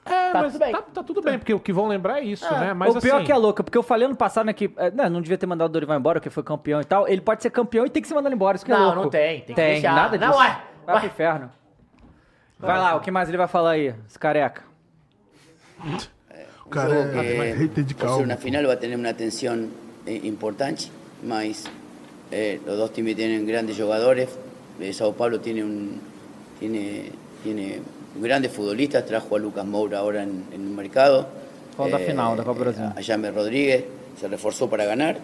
[SPEAKER 4] É,
[SPEAKER 3] Tá
[SPEAKER 4] mas
[SPEAKER 3] tudo bem.
[SPEAKER 4] Tá, tá tudo bem, porque o que vão lembrar é isso, né? Mas
[SPEAKER 1] o pior
[SPEAKER 4] assim,
[SPEAKER 1] que é louca, porque eu falei ano passado, né, que é, né, não devia ter mandado o Dorival embora, que foi campeão e tal. Ele pode ser campeão e tem que ser mandado embora, isso que é
[SPEAKER 3] Não,
[SPEAKER 1] louco.
[SPEAKER 3] não tem, tem que
[SPEAKER 1] tem
[SPEAKER 3] deixar.
[SPEAKER 1] nada
[SPEAKER 3] Não,
[SPEAKER 1] disso.
[SPEAKER 3] ué,
[SPEAKER 1] Vai
[SPEAKER 3] ué.
[SPEAKER 1] pro inferno. Vai lá, o que mais ele vai falar aí, esse careca?
[SPEAKER 2] O cara
[SPEAKER 5] Creo que,
[SPEAKER 2] é hater de
[SPEAKER 5] por ser una
[SPEAKER 2] calma.
[SPEAKER 5] final va a tener una tensión eh, importante, más eh, los dos times tienen grandes jugadores. Eh, Sao Paulo tiene un tiene tiene grandes futbolistas, trajo a Lucas Moura ahora en, en el mercado. Eh,
[SPEAKER 1] Falta final da Copa do Brasil.
[SPEAKER 5] a James Rodríguez se reforzó para ganar.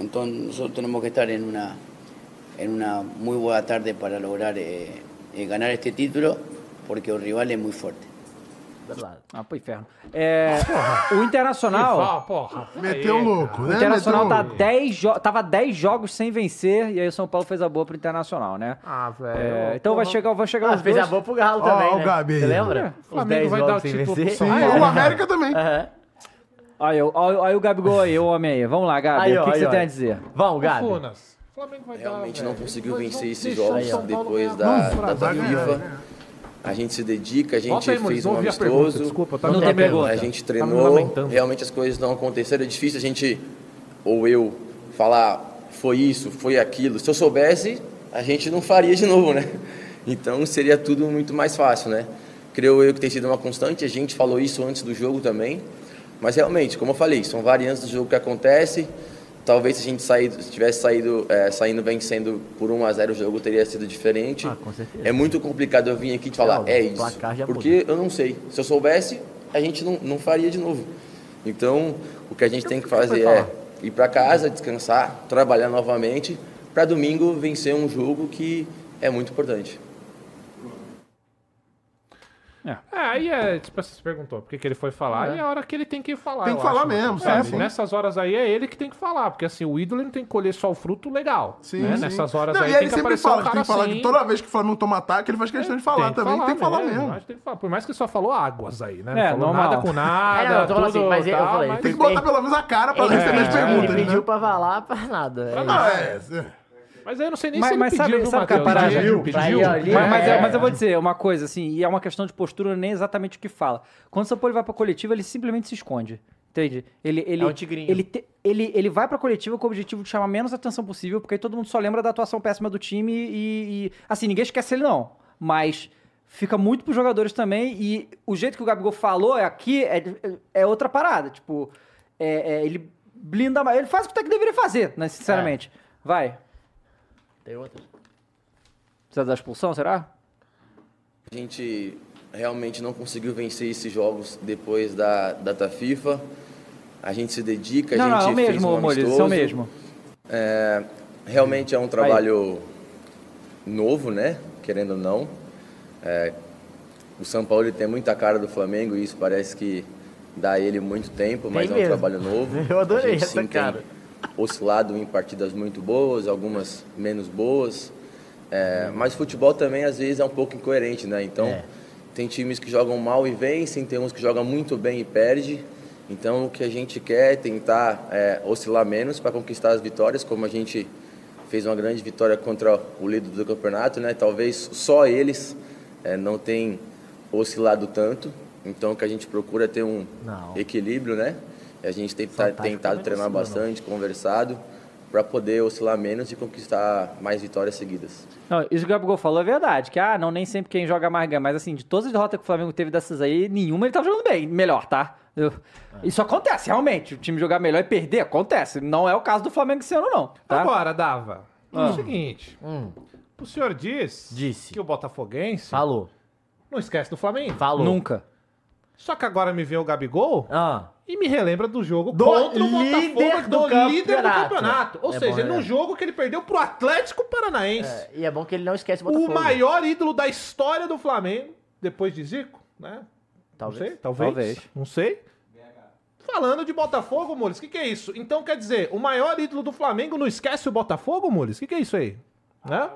[SPEAKER 5] Entonces nosotros tenemos que estar en una en una muy buena tarde para lograr eh, eh, ganar este título porque el rival es muy fuerte.
[SPEAKER 1] Ah, pro inferno. É, o Internacional...
[SPEAKER 4] Fala, porra. tá
[SPEAKER 2] Meteu
[SPEAKER 4] aí,
[SPEAKER 2] louco,
[SPEAKER 1] O
[SPEAKER 2] né?
[SPEAKER 1] Internacional
[SPEAKER 2] Meteu
[SPEAKER 1] tá
[SPEAKER 2] louco.
[SPEAKER 1] 10 jo- tava 10 jogos sem vencer, e aí o São Paulo fez a boa pro Internacional, né?
[SPEAKER 4] Ah, velho.
[SPEAKER 1] É, então vai chegar, vai chegar
[SPEAKER 3] Ah,
[SPEAKER 1] os
[SPEAKER 3] fez a
[SPEAKER 1] dois.
[SPEAKER 3] boa pro Galo
[SPEAKER 2] Ó,
[SPEAKER 3] também,
[SPEAKER 2] ó o
[SPEAKER 3] né?
[SPEAKER 2] Gabi aí.
[SPEAKER 3] Você lembra?
[SPEAKER 4] o É, Flamengo vai dar o título pro São
[SPEAKER 2] Sim,
[SPEAKER 4] Ah, é.
[SPEAKER 2] o América também.
[SPEAKER 3] Aham.
[SPEAKER 1] Aí, o- aí, o- aí o Gabigol aí, o homem aí. Vamos lá, Gabi,
[SPEAKER 3] Aí,
[SPEAKER 1] o
[SPEAKER 3] ó,
[SPEAKER 1] que, que
[SPEAKER 3] aí,
[SPEAKER 1] você
[SPEAKER 3] ó.
[SPEAKER 1] tem a dizer?
[SPEAKER 3] Vamos,
[SPEAKER 4] Ô,
[SPEAKER 3] Gabi.
[SPEAKER 4] Funas. O Flamengo vai
[SPEAKER 6] realmente
[SPEAKER 4] dar,
[SPEAKER 6] não
[SPEAKER 4] velho.
[SPEAKER 6] conseguiu
[SPEAKER 4] Eles
[SPEAKER 6] vencer
[SPEAKER 4] vão
[SPEAKER 6] esses
[SPEAKER 4] deixar o
[SPEAKER 6] jogos
[SPEAKER 4] São Paulo ganhar.
[SPEAKER 6] depois da,
[SPEAKER 4] Não,
[SPEAKER 6] da, da
[SPEAKER 4] vai ganhar.
[SPEAKER 6] FIFA. A gente se dedica, a gente
[SPEAKER 4] Volta aí, Muniz,
[SPEAKER 6] fez
[SPEAKER 4] não
[SPEAKER 6] um
[SPEAKER 4] ouvi a pergunta,
[SPEAKER 6] amistoso.
[SPEAKER 4] desculpa, eu tava
[SPEAKER 1] Não tem
[SPEAKER 4] tentando.
[SPEAKER 1] pergunta.
[SPEAKER 6] é, A gente
[SPEAKER 4] Tá me
[SPEAKER 6] treinou,
[SPEAKER 4] lamentando.
[SPEAKER 6] realmente as coisas não aconteceram. É difícil a gente, ou eu, falar foi isso, foi aquilo. Se eu soubesse, a gente não faria de novo, né? Então seria tudo muito mais fácil, né? Creio eu que tem sido uma constante, a gente falou isso antes do jogo também. Mas realmente, como eu falei, são variantes do jogo que acontece. Talvez se a gente saído, se tivesse saído, eh, saindo vencendo por 1 a 0 o jogo teria sido diferente.
[SPEAKER 3] Ah, com certeza.
[SPEAKER 6] É muito complicado eu vir aqui e falar,
[SPEAKER 1] né?
[SPEAKER 3] Não,
[SPEAKER 6] é
[SPEAKER 3] o
[SPEAKER 6] isso.
[SPEAKER 3] placar já
[SPEAKER 6] Porque eu não sei. Se eu soubesse, a gente não, não faria de novo. Então, o que a gente tem que fazer é ir para casa, descansar, trabalhar novamente, para domingo vencer um jogo que é muito importante.
[SPEAKER 4] É, aí é, tipo, você se perguntou por que, que ele foi falar, e é a hora que ele tem que falar.
[SPEAKER 2] Tem
[SPEAKER 4] eu
[SPEAKER 2] que falar
[SPEAKER 4] acho, né?
[SPEAKER 2] mesmo,
[SPEAKER 4] É,
[SPEAKER 2] sabe?
[SPEAKER 4] assim, nessas horas aí é ele que tem que falar, porque assim, o ídolo ele tem que colher só o fruto legal.
[SPEAKER 2] Sim,
[SPEAKER 4] né?
[SPEAKER 2] sim.
[SPEAKER 4] Nessas horas
[SPEAKER 2] Não,
[SPEAKER 4] aí
[SPEAKER 2] e
[SPEAKER 4] tem
[SPEAKER 2] ele
[SPEAKER 4] que
[SPEAKER 2] sempre
[SPEAKER 4] aparecer um
[SPEAKER 2] fala que
[SPEAKER 4] cara
[SPEAKER 2] tem que falar
[SPEAKER 4] assim,
[SPEAKER 2] que toda vez que o Flamengo toma ataque, ele faz questão de falar também. Tem que falar mesmo.
[SPEAKER 4] acho que tem que falar. Por mais que só falou águas aí, né?
[SPEAKER 1] É,
[SPEAKER 4] não falou
[SPEAKER 1] normal.
[SPEAKER 4] nada com nada.
[SPEAKER 3] É, não, eu tô falando
[SPEAKER 4] tudo
[SPEAKER 3] assim, mas eu
[SPEAKER 4] tal,
[SPEAKER 3] falei,
[SPEAKER 4] mas-
[SPEAKER 2] Tem que botar pelo menos a cara pra
[SPEAKER 3] Ele-
[SPEAKER 2] receber as
[SPEAKER 3] ele
[SPEAKER 2] perguntas,
[SPEAKER 3] pediu
[SPEAKER 2] né?
[SPEAKER 3] pra falar pra nada. é
[SPEAKER 2] Ah, é. é.
[SPEAKER 4] Mas aí eu não sei nem
[SPEAKER 1] Mas-
[SPEAKER 4] se ele
[SPEAKER 1] mas
[SPEAKER 4] pediu,
[SPEAKER 1] sabe-
[SPEAKER 4] viu,
[SPEAKER 1] sabe qual é a
[SPEAKER 4] Matheus?
[SPEAKER 1] parada?
[SPEAKER 4] Pediu,
[SPEAKER 3] Pra
[SPEAKER 4] pediu.
[SPEAKER 3] ir ali,
[SPEAKER 1] Mas, mas,
[SPEAKER 3] É.
[SPEAKER 1] eu- mas eu vou dizer uma coisa, assim, e é uma questão de postura, nem exatamente o que fala. Quando o Sampoli vai pra coletiva, ele simplesmente se esconde. Entende? Ele, ele,
[SPEAKER 3] É um tigrinho.
[SPEAKER 1] Ele, te- ele, ele vai pra coletiva com o objetivo de chamar menos atenção possível, porque aí todo mundo só lembra da atuação péssima do time e. e- assim, ninguém esquece ele, não. Mas fica muito pros jogadores também. E o jeito que o Gabigol falou é aqui é, é outra parada. Tipo, é- é, ele blinda mais. Ele faz o que tá que deveria fazer, né? Sinceramente. Vai.
[SPEAKER 3] Tem outra.
[SPEAKER 1] Precisa da expulsão, será?
[SPEAKER 6] A gente realmente não conseguiu vencer esses jogos depois da data FIFA. A gente se dedica,
[SPEAKER 1] não,
[SPEAKER 6] a gente
[SPEAKER 1] não, é o
[SPEAKER 6] fez
[SPEAKER 1] mesmo,
[SPEAKER 6] um
[SPEAKER 1] Molis, é o
[SPEAKER 6] amistoso.
[SPEAKER 1] mesmo.
[SPEAKER 6] É, realmente é um trabalho novo, né? Querendo ou não. É, o São Paulo ele tem muita cara do Flamengo e isso parece que dá a ele muito tempo, mas
[SPEAKER 3] Tem
[SPEAKER 6] é um
[SPEAKER 3] mesmo.
[SPEAKER 6] trabalho novo.
[SPEAKER 3] Eu adorei
[SPEAKER 6] a gente,
[SPEAKER 3] essa
[SPEAKER 6] sim,
[SPEAKER 3] cara.
[SPEAKER 6] Tem oscilado em partidas muito boas, algumas menos boas. É, mas futebol também às vezes é um pouco incoerente, né? Então
[SPEAKER 3] É.
[SPEAKER 6] tem times que jogam mal e vencem, tem uns que jogam muito bem e perde. Então o que a gente quer é tentar é, oscilar menos para conquistar as vitórias, como a gente fez uma grande vitória contra o líder do campeonato, né? Talvez só eles é, não tenham oscilado tanto. Então o que a gente procura é ter um
[SPEAKER 3] Não.
[SPEAKER 6] equilíbrio, né? A gente tem tá,
[SPEAKER 3] Fantástico,
[SPEAKER 6] tentado
[SPEAKER 3] também não
[SPEAKER 6] treinar
[SPEAKER 3] oscila, não.
[SPEAKER 6] bastante, conversado, para poder oscilar menos e conquistar mais vitórias seguidas.
[SPEAKER 1] Não, isso que o Gabigol falou é verdade, que ah, não nem sempre quem joga mais ganha, mas assim, de todas as derrotas que o Flamengo teve dessas aí, nenhuma ele tá jogando bem, melhor, tá?
[SPEAKER 6] É.
[SPEAKER 1] Eu- Isso acontece, realmente, o time jogar melhor e perder, acontece, não é o caso do Flamengo esse ano não, tá?
[SPEAKER 4] Agora, Dava, é o seguinte.
[SPEAKER 3] Hum,
[SPEAKER 4] O senhor diz
[SPEAKER 3] Ah. Disse.
[SPEAKER 4] que o Botafoguense
[SPEAKER 3] falou.
[SPEAKER 4] não esquece do Flamengo.
[SPEAKER 3] Falou.
[SPEAKER 1] Nunca.
[SPEAKER 4] Só que agora me vem o Gabigol
[SPEAKER 3] Ah,
[SPEAKER 4] e me relembra do jogo
[SPEAKER 3] Do
[SPEAKER 4] contra o
[SPEAKER 3] líder
[SPEAKER 4] Botafogo,
[SPEAKER 3] do
[SPEAKER 4] do, líder do
[SPEAKER 3] campeonato.
[SPEAKER 4] campeonato. Ou
[SPEAKER 3] É bom
[SPEAKER 4] seja, num
[SPEAKER 3] relembrar.
[SPEAKER 4] jogo que ele perdeu pro Atlético Paranaense.
[SPEAKER 3] e é bom que ele não esquece o
[SPEAKER 4] o
[SPEAKER 3] Botafogo.
[SPEAKER 4] maior ídolo da história do Flamengo, depois de Zico, né? Não sei,
[SPEAKER 3] Talvez.
[SPEAKER 4] talvez.
[SPEAKER 1] Talvez.
[SPEAKER 4] Não sei. Falando de Botafogo, Mules, o que, que é isso? Então quer dizer, o maior ídolo do Flamengo não esquece o Botafogo, Mules? O que, que é isso aí? Né?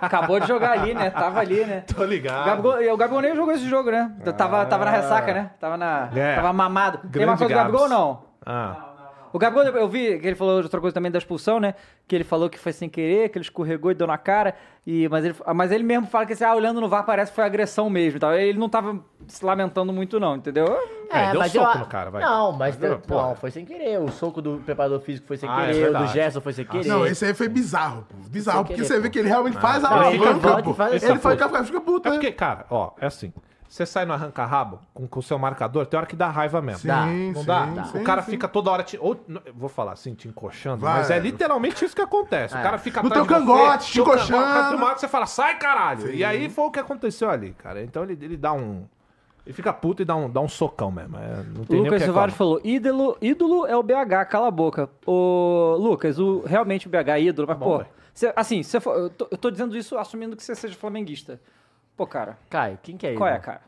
[SPEAKER 1] Acabou de jogar ali, né? Tava ali, né?
[SPEAKER 4] Tô
[SPEAKER 1] O
[SPEAKER 4] ligado.
[SPEAKER 1] Gabigol, e o Gabigol nem jogou esse jogo, né? Tava, tava na
[SPEAKER 6] Ah.
[SPEAKER 1] ressaca, né? Tava na.
[SPEAKER 4] É.
[SPEAKER 1] Tava mamado. Tem
[SPEAKER 4] Grande
[SPEAKER 1] uma coisa do Gabigol ou
[SPEAKER 4] Gabs.
[SPEAKER 1] não?
[SPEAKER 4] Ah,
[SPEAKER 1] O Gabigol, eu vi que ele falou outra coisa também da expulsão, né? Que ele falou que foi sem querer, que ele escorregou e deu na cara. E, mas, ele, mas ele mesmo fala que assim, ah, olhando no VAR parece que foi agressão mesmo. e tal. Ele não tava se lamentando muito, não, entendeu?
[SPEAKER 4] É, deu
[SPEAKER 3] eu
[SPEAKER 4] soco
[SPEAKER 3] a-
[SPEAKER 4] no cara, vai.
[SPEAKER 3] Não, mas
[SPEAKER 4] Mas deu,
[SPEAKER 3] não,
[SPEAKER 4] porra.
[SPEAKER 3] foi sem querer. O soco do preparador físico foi sem
[SPEAKER 4] Ah, é
[SPEAKER 3] querer, o do
[SPEAKER 4] verdade.
[SPEAKER 3] Gerson foi sem
[SPEAKER 4] Ah,
[SPEAKER 3] querer.
[SPEAKER 2] Não, esse aí foi bizarro, pô. Bizarro,
[SPEAKER 3] Sem
[SPEAKER 2] porque
[SPEAKER 3] querer,
[SPEAKER 2] você vê
[SPEAKER 3] pô.
[SPEAKER 2] que ele realmente faz a
[SPEAKER 3] Não, ele
[SPEAKER 2] alavanca,
[SPEAKER 3] volta e
[SPEAKER 2] pô.
[SPEAKER 3] faz-
[SPEAKER 2] Ele faz
[SPEAKER 4] Essa
[SPEAKER 2] fica, fica puto,
[SPEAKER 4] É
[SPEAKER 2] né?
[SPEAKER 4] porque, cara, ó, é assim. Você sai no arranca-rabo com com o seu marcador, tem hora que dá raiva mesmo.
[SPEAKER 2] Sim,
[SPEAKER 3] Dá,
[SPEAKER 2] sim,
[SPEAKER 4] Não dá?
[SPEAKER 2] sim,
[SPEAKER 4] o cara
[SPEAKER 2] sim.
[SPEAKER 4] fica toda hora te. Ou, não, eu vou falar assim, te encoxando,
[SPEAKER 2] Vai. É.
[SPEAKER 4] mas é literalmente isso que acontece. O cara fica
[SPEAKER 2] No
[SPEAKER 4] atrás
[SPEAKER 2] teu
[SPEAKER 4] de você,
[SPEAKER 2] cangote, te
[SPEAKER 4] teu cangote,
[SPEAKER 2] encoxando.
[SPEAKER 4] cara, tem Uma hora que você fala, sai caralho! E aí foi o que aconteceu ali, cara. Então ele, ele dá um. Ele fica puto e dá um, dá um socão mesmo. É, não tem nem o
[SPEAKER 1] Lucas
[SPEAKER 4] que
[SPEAKER 1] Silvares
[SPEAKER 4] reclamar.
[SPEAKER 1] falou: ídolo, ídolo é o BH, cala a boca. Ô, Lucas, o, realmente o BH é ídolo, mas,
[SPEAKER 4] Tá bom,
[SPEAKER 1] pô.
[SPEAKER 4] velho.
[SPEAKER 1] cê- assim, cê for- eu, tô, eu tô dizendo isso assumindo que você seja flamenguista. Pô, cara,
[SPEAKER 3] Caio, quem que é ele?
[SPEAKER 1] qual é, cara?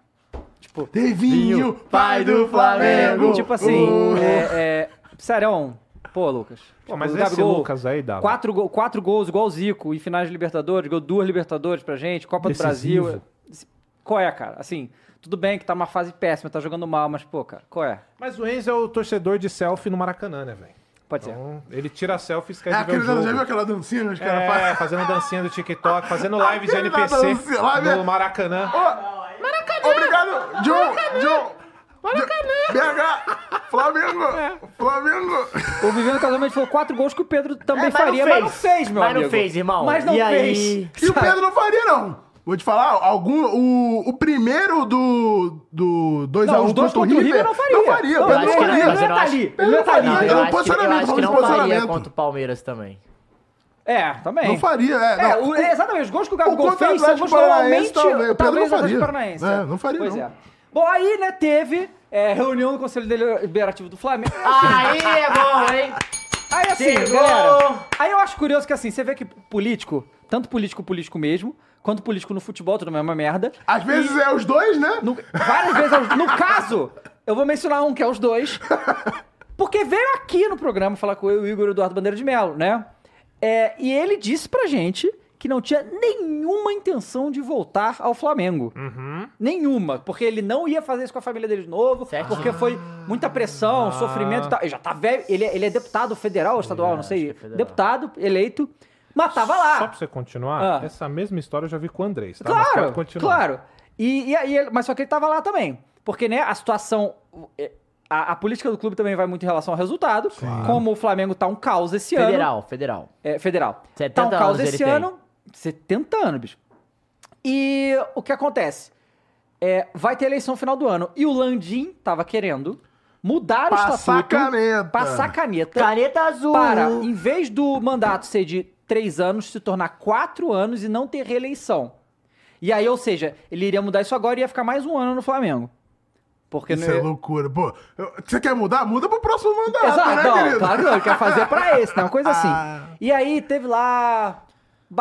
[SPEAKER 1] Tipo,
[SPEAKER 2] Devinho, pai do Flamengo.
[SPEAKER 1] tipo assim,
[SPEAKER 2] Uh.
[SPEAKER 1] é, é, Sério, pô, Lucas.
[SPEAKER 4] Pô, mas
[SPEAKER 1] Tipo, o
[SPEAKER 4] esse
[SPEAKER 1] Gabigol-
[SPEAKER 4] Lucas aí dá.
[SPEAKER 1] Quatro, go- quatro gols, igual o Zico, em finais de Libertadores, ganhou duas Libertadores pra gente, Copa
[SPEAKER 4] Decisivo.
[SPEAKER 1] do Brasil. Qual é, cara? Assim, tudo bem que tá uma fase péssima, tá jogando mal, mas, pô, cara, qual é?
[SPEAKER 4] Mas o Enzo é o torcedor de selfie no Maracanã, né, velho?
[SPEAKER 1] Pode ser.
[SPEAKER 4] Então, ele tira selfie e
[SPEAKER 2] É
[SPEAKER 4] esquece de ver
[SPEAKER 2] aquele,
[SPEAKER 4] o jogo.
[SPEAKER 2] já viu aquela dancinha que os caras
[SPEAKER 4] É,
[SPEAKER 2] fazem?
[SPEAKER 4] fazendo dancinha do TikTok, fazendo live de
[SPEAKER 2] Aquele da
[SPEAKER 4] NPC
[SPEAKER 2] dancinha, live é-
[SPEAKER 4] no Maracanã.
[SPEAKER 2] Obrigado, John, John. John, BH, Flamengo, Flamengo.
[SPEAKER 1] O Viviano Casamento falou quatro gols que o Pedro também
[SPEAKER 3] É, mas não
[SPEAKER 1] faria, mas não
[SPEAKER 3] fez.
[SPEAKER 1] fez, meu
[SPEAKER 3] Mas não
[SPEAKER 1] amigo.
[SPEAKER 3] fez, irmão.
[SPEAKER 1] Mas não
[SPEAKER 3] E aí?
[SPEAKER 1] fez.
[SPEAKER 2] E o Pedro não faria, não. Vou te falar, algum, o, o primeiro do 2x1
[SPEAKER 1] Não, os dois contra o River não faria.
[SPEAKER 2] Não faria,
[SPEAKER 1] Não,
[SPEAKER 2] o Pedro
[SPEAKER 1] acho
[SPEAKER 2] não
[SPEAKER 1] que não,
[SPEAKER 2] faria.
[SPEAKER 1] mas eu não acho-
[SPEAKER 2] Ele não tá ali, ele é
[SPEAKER 3] Não, eu,
[SPEAKER 2] um
[SPEAKER 3] acho que, eu
[SPEAKER 2] posicionamento,
[SPEAKER 3] acho que não
[SPEAKER 2] vamos
[SPEAKER 3] faria
[SPEAKER 2] posicionamento.
[SPEAKER 3] contra o Palmeiras também.
[SPEAKER 1] É, também.
[SPEAKER 2] Não faria, é.
[SPEAKER 1] É,
[SPEAKER 2] não.
[SPEAKER 1] o- é, exatamente, os gols que o Gabigol
[SPEAKER 2] contra o
[SPEAKER 1] fez são
[SPEAKER 2] Atlético
[SPEAKER 1] gols normalmente,
[SPEAKER 2] Paranaense, talvez, o Pedro
[SPEAKER 1] talvez
[SPEAKER 2] não
[SPEAKER 1] o Atlético
[SPEAKER 2] faria.
[SPEAKER 1] Paranaense.
[SPEAKER 2] É, não faria,
[SPEAKER 1] Pois
[SPEAKER 2] não.
[SPEAKER 1] é. Bom, aí, né, teve é, reunião do Conselho Deliberativo do Flamengo.
[SPEAKER 2] Ah,
[SPEAKER 3] Aí é bom, hein?
[SPEAKER 1] Aí assim,
[SPEAKER 3] Chegou!
[SPEAKER 1] galera, aí eu acho curioso que assim, você vê que político, tanto político político mesmo, quanto político no futebol, tudo é uma merda.
[SPEAKER 2] Às vezes é os dois, né?
[SPEAKER 1] No- várias vezes, é os- no caso, eu vou mencionar um que é os dois, porque veio aqui no programa falar com eu, o Igor Eduardo Bandeira de Melo, né? É, e ele disse pra gente que não tinha nenhuma intenção de voltar ao Flamengo. Nenhuma. Porque ele não ia fazer isso com a família dele de novo,
[SPEAKER 3] Certo.
[SPEAKER 1] porque foi muita pressão, sofrimento e tal. Ele já tá velho, ele, é- ele é deputado federal ou estadual, não
[SPEAKER 3] acho que
[SPEAKER 1] sei.
[SPEAKER 3] é federal.
[SPEAKER 1] deputado, eleito, mas tava lá.
[SPEAKER 4] Só pra você continuar,
[SPEAKER 1] Ah.
[SPEAKER 4] essa mesma história eu já vi com o Andrés, tá? Mas
[SPEAKER 1] Claro,
[SPEAKER 4] pode continuar.
[SPEAKER 1] claro. E, e aí, ele- mas só que ele tava lá também. Porque, né, a situação. é, A, a política do clube também vai muito em relação ao resultado. Como o Flamengo tá um caos esse ano.
[SPEAKER 3] Federal, federal.
[SPEAKER 1] É, federal. Tá um
[SPEAKER 3] 70
[SPEAKER 1] caos
[SPEAKER 3] anos ele
[SPEAKER 1] esse
[SPEAKER 3] tem.
[SPEAKER 1] ano. 70 anos, bicho. E o que acontece? É, vai ter eleição no final do ano. E o Landim tava querendo mudar o
[SPEAKER 2] Passar
[SPEAKER 1] estatuto.
[SPEAKER 2] caneta.
[SPEAKER 1] Passar caneta.
[SPEAKER 3] Caneta azul.
[SPEAKER 1] Para, em vez do mandato ser de três anos, se tornar quatro anos e não ter reeleição. E aí, ou seja, ele iria mudar isso agora e ia ficar mais um ano no Flamengo. Porque
[SPEAKER 2] Isso
[SPEAKER 1] não
[SPEAKER 2] é
[SPEAKER 1] ia...
[SPEAKER 2] loucura. Pô, eu- você quer mudar? Muda pro próximo mandato,
[SPEAKER 1] Exato,
[SPEAKER 2] né,
[SPEAKER 1] não,
[SPEAKER 2] querido?
[SPEAKER 1] claro que não, ele quer fazer pra esse, né? Uma coisa assim.
[SPEAKER 2] Ah.
[SPEAKER 1] E aí teve lá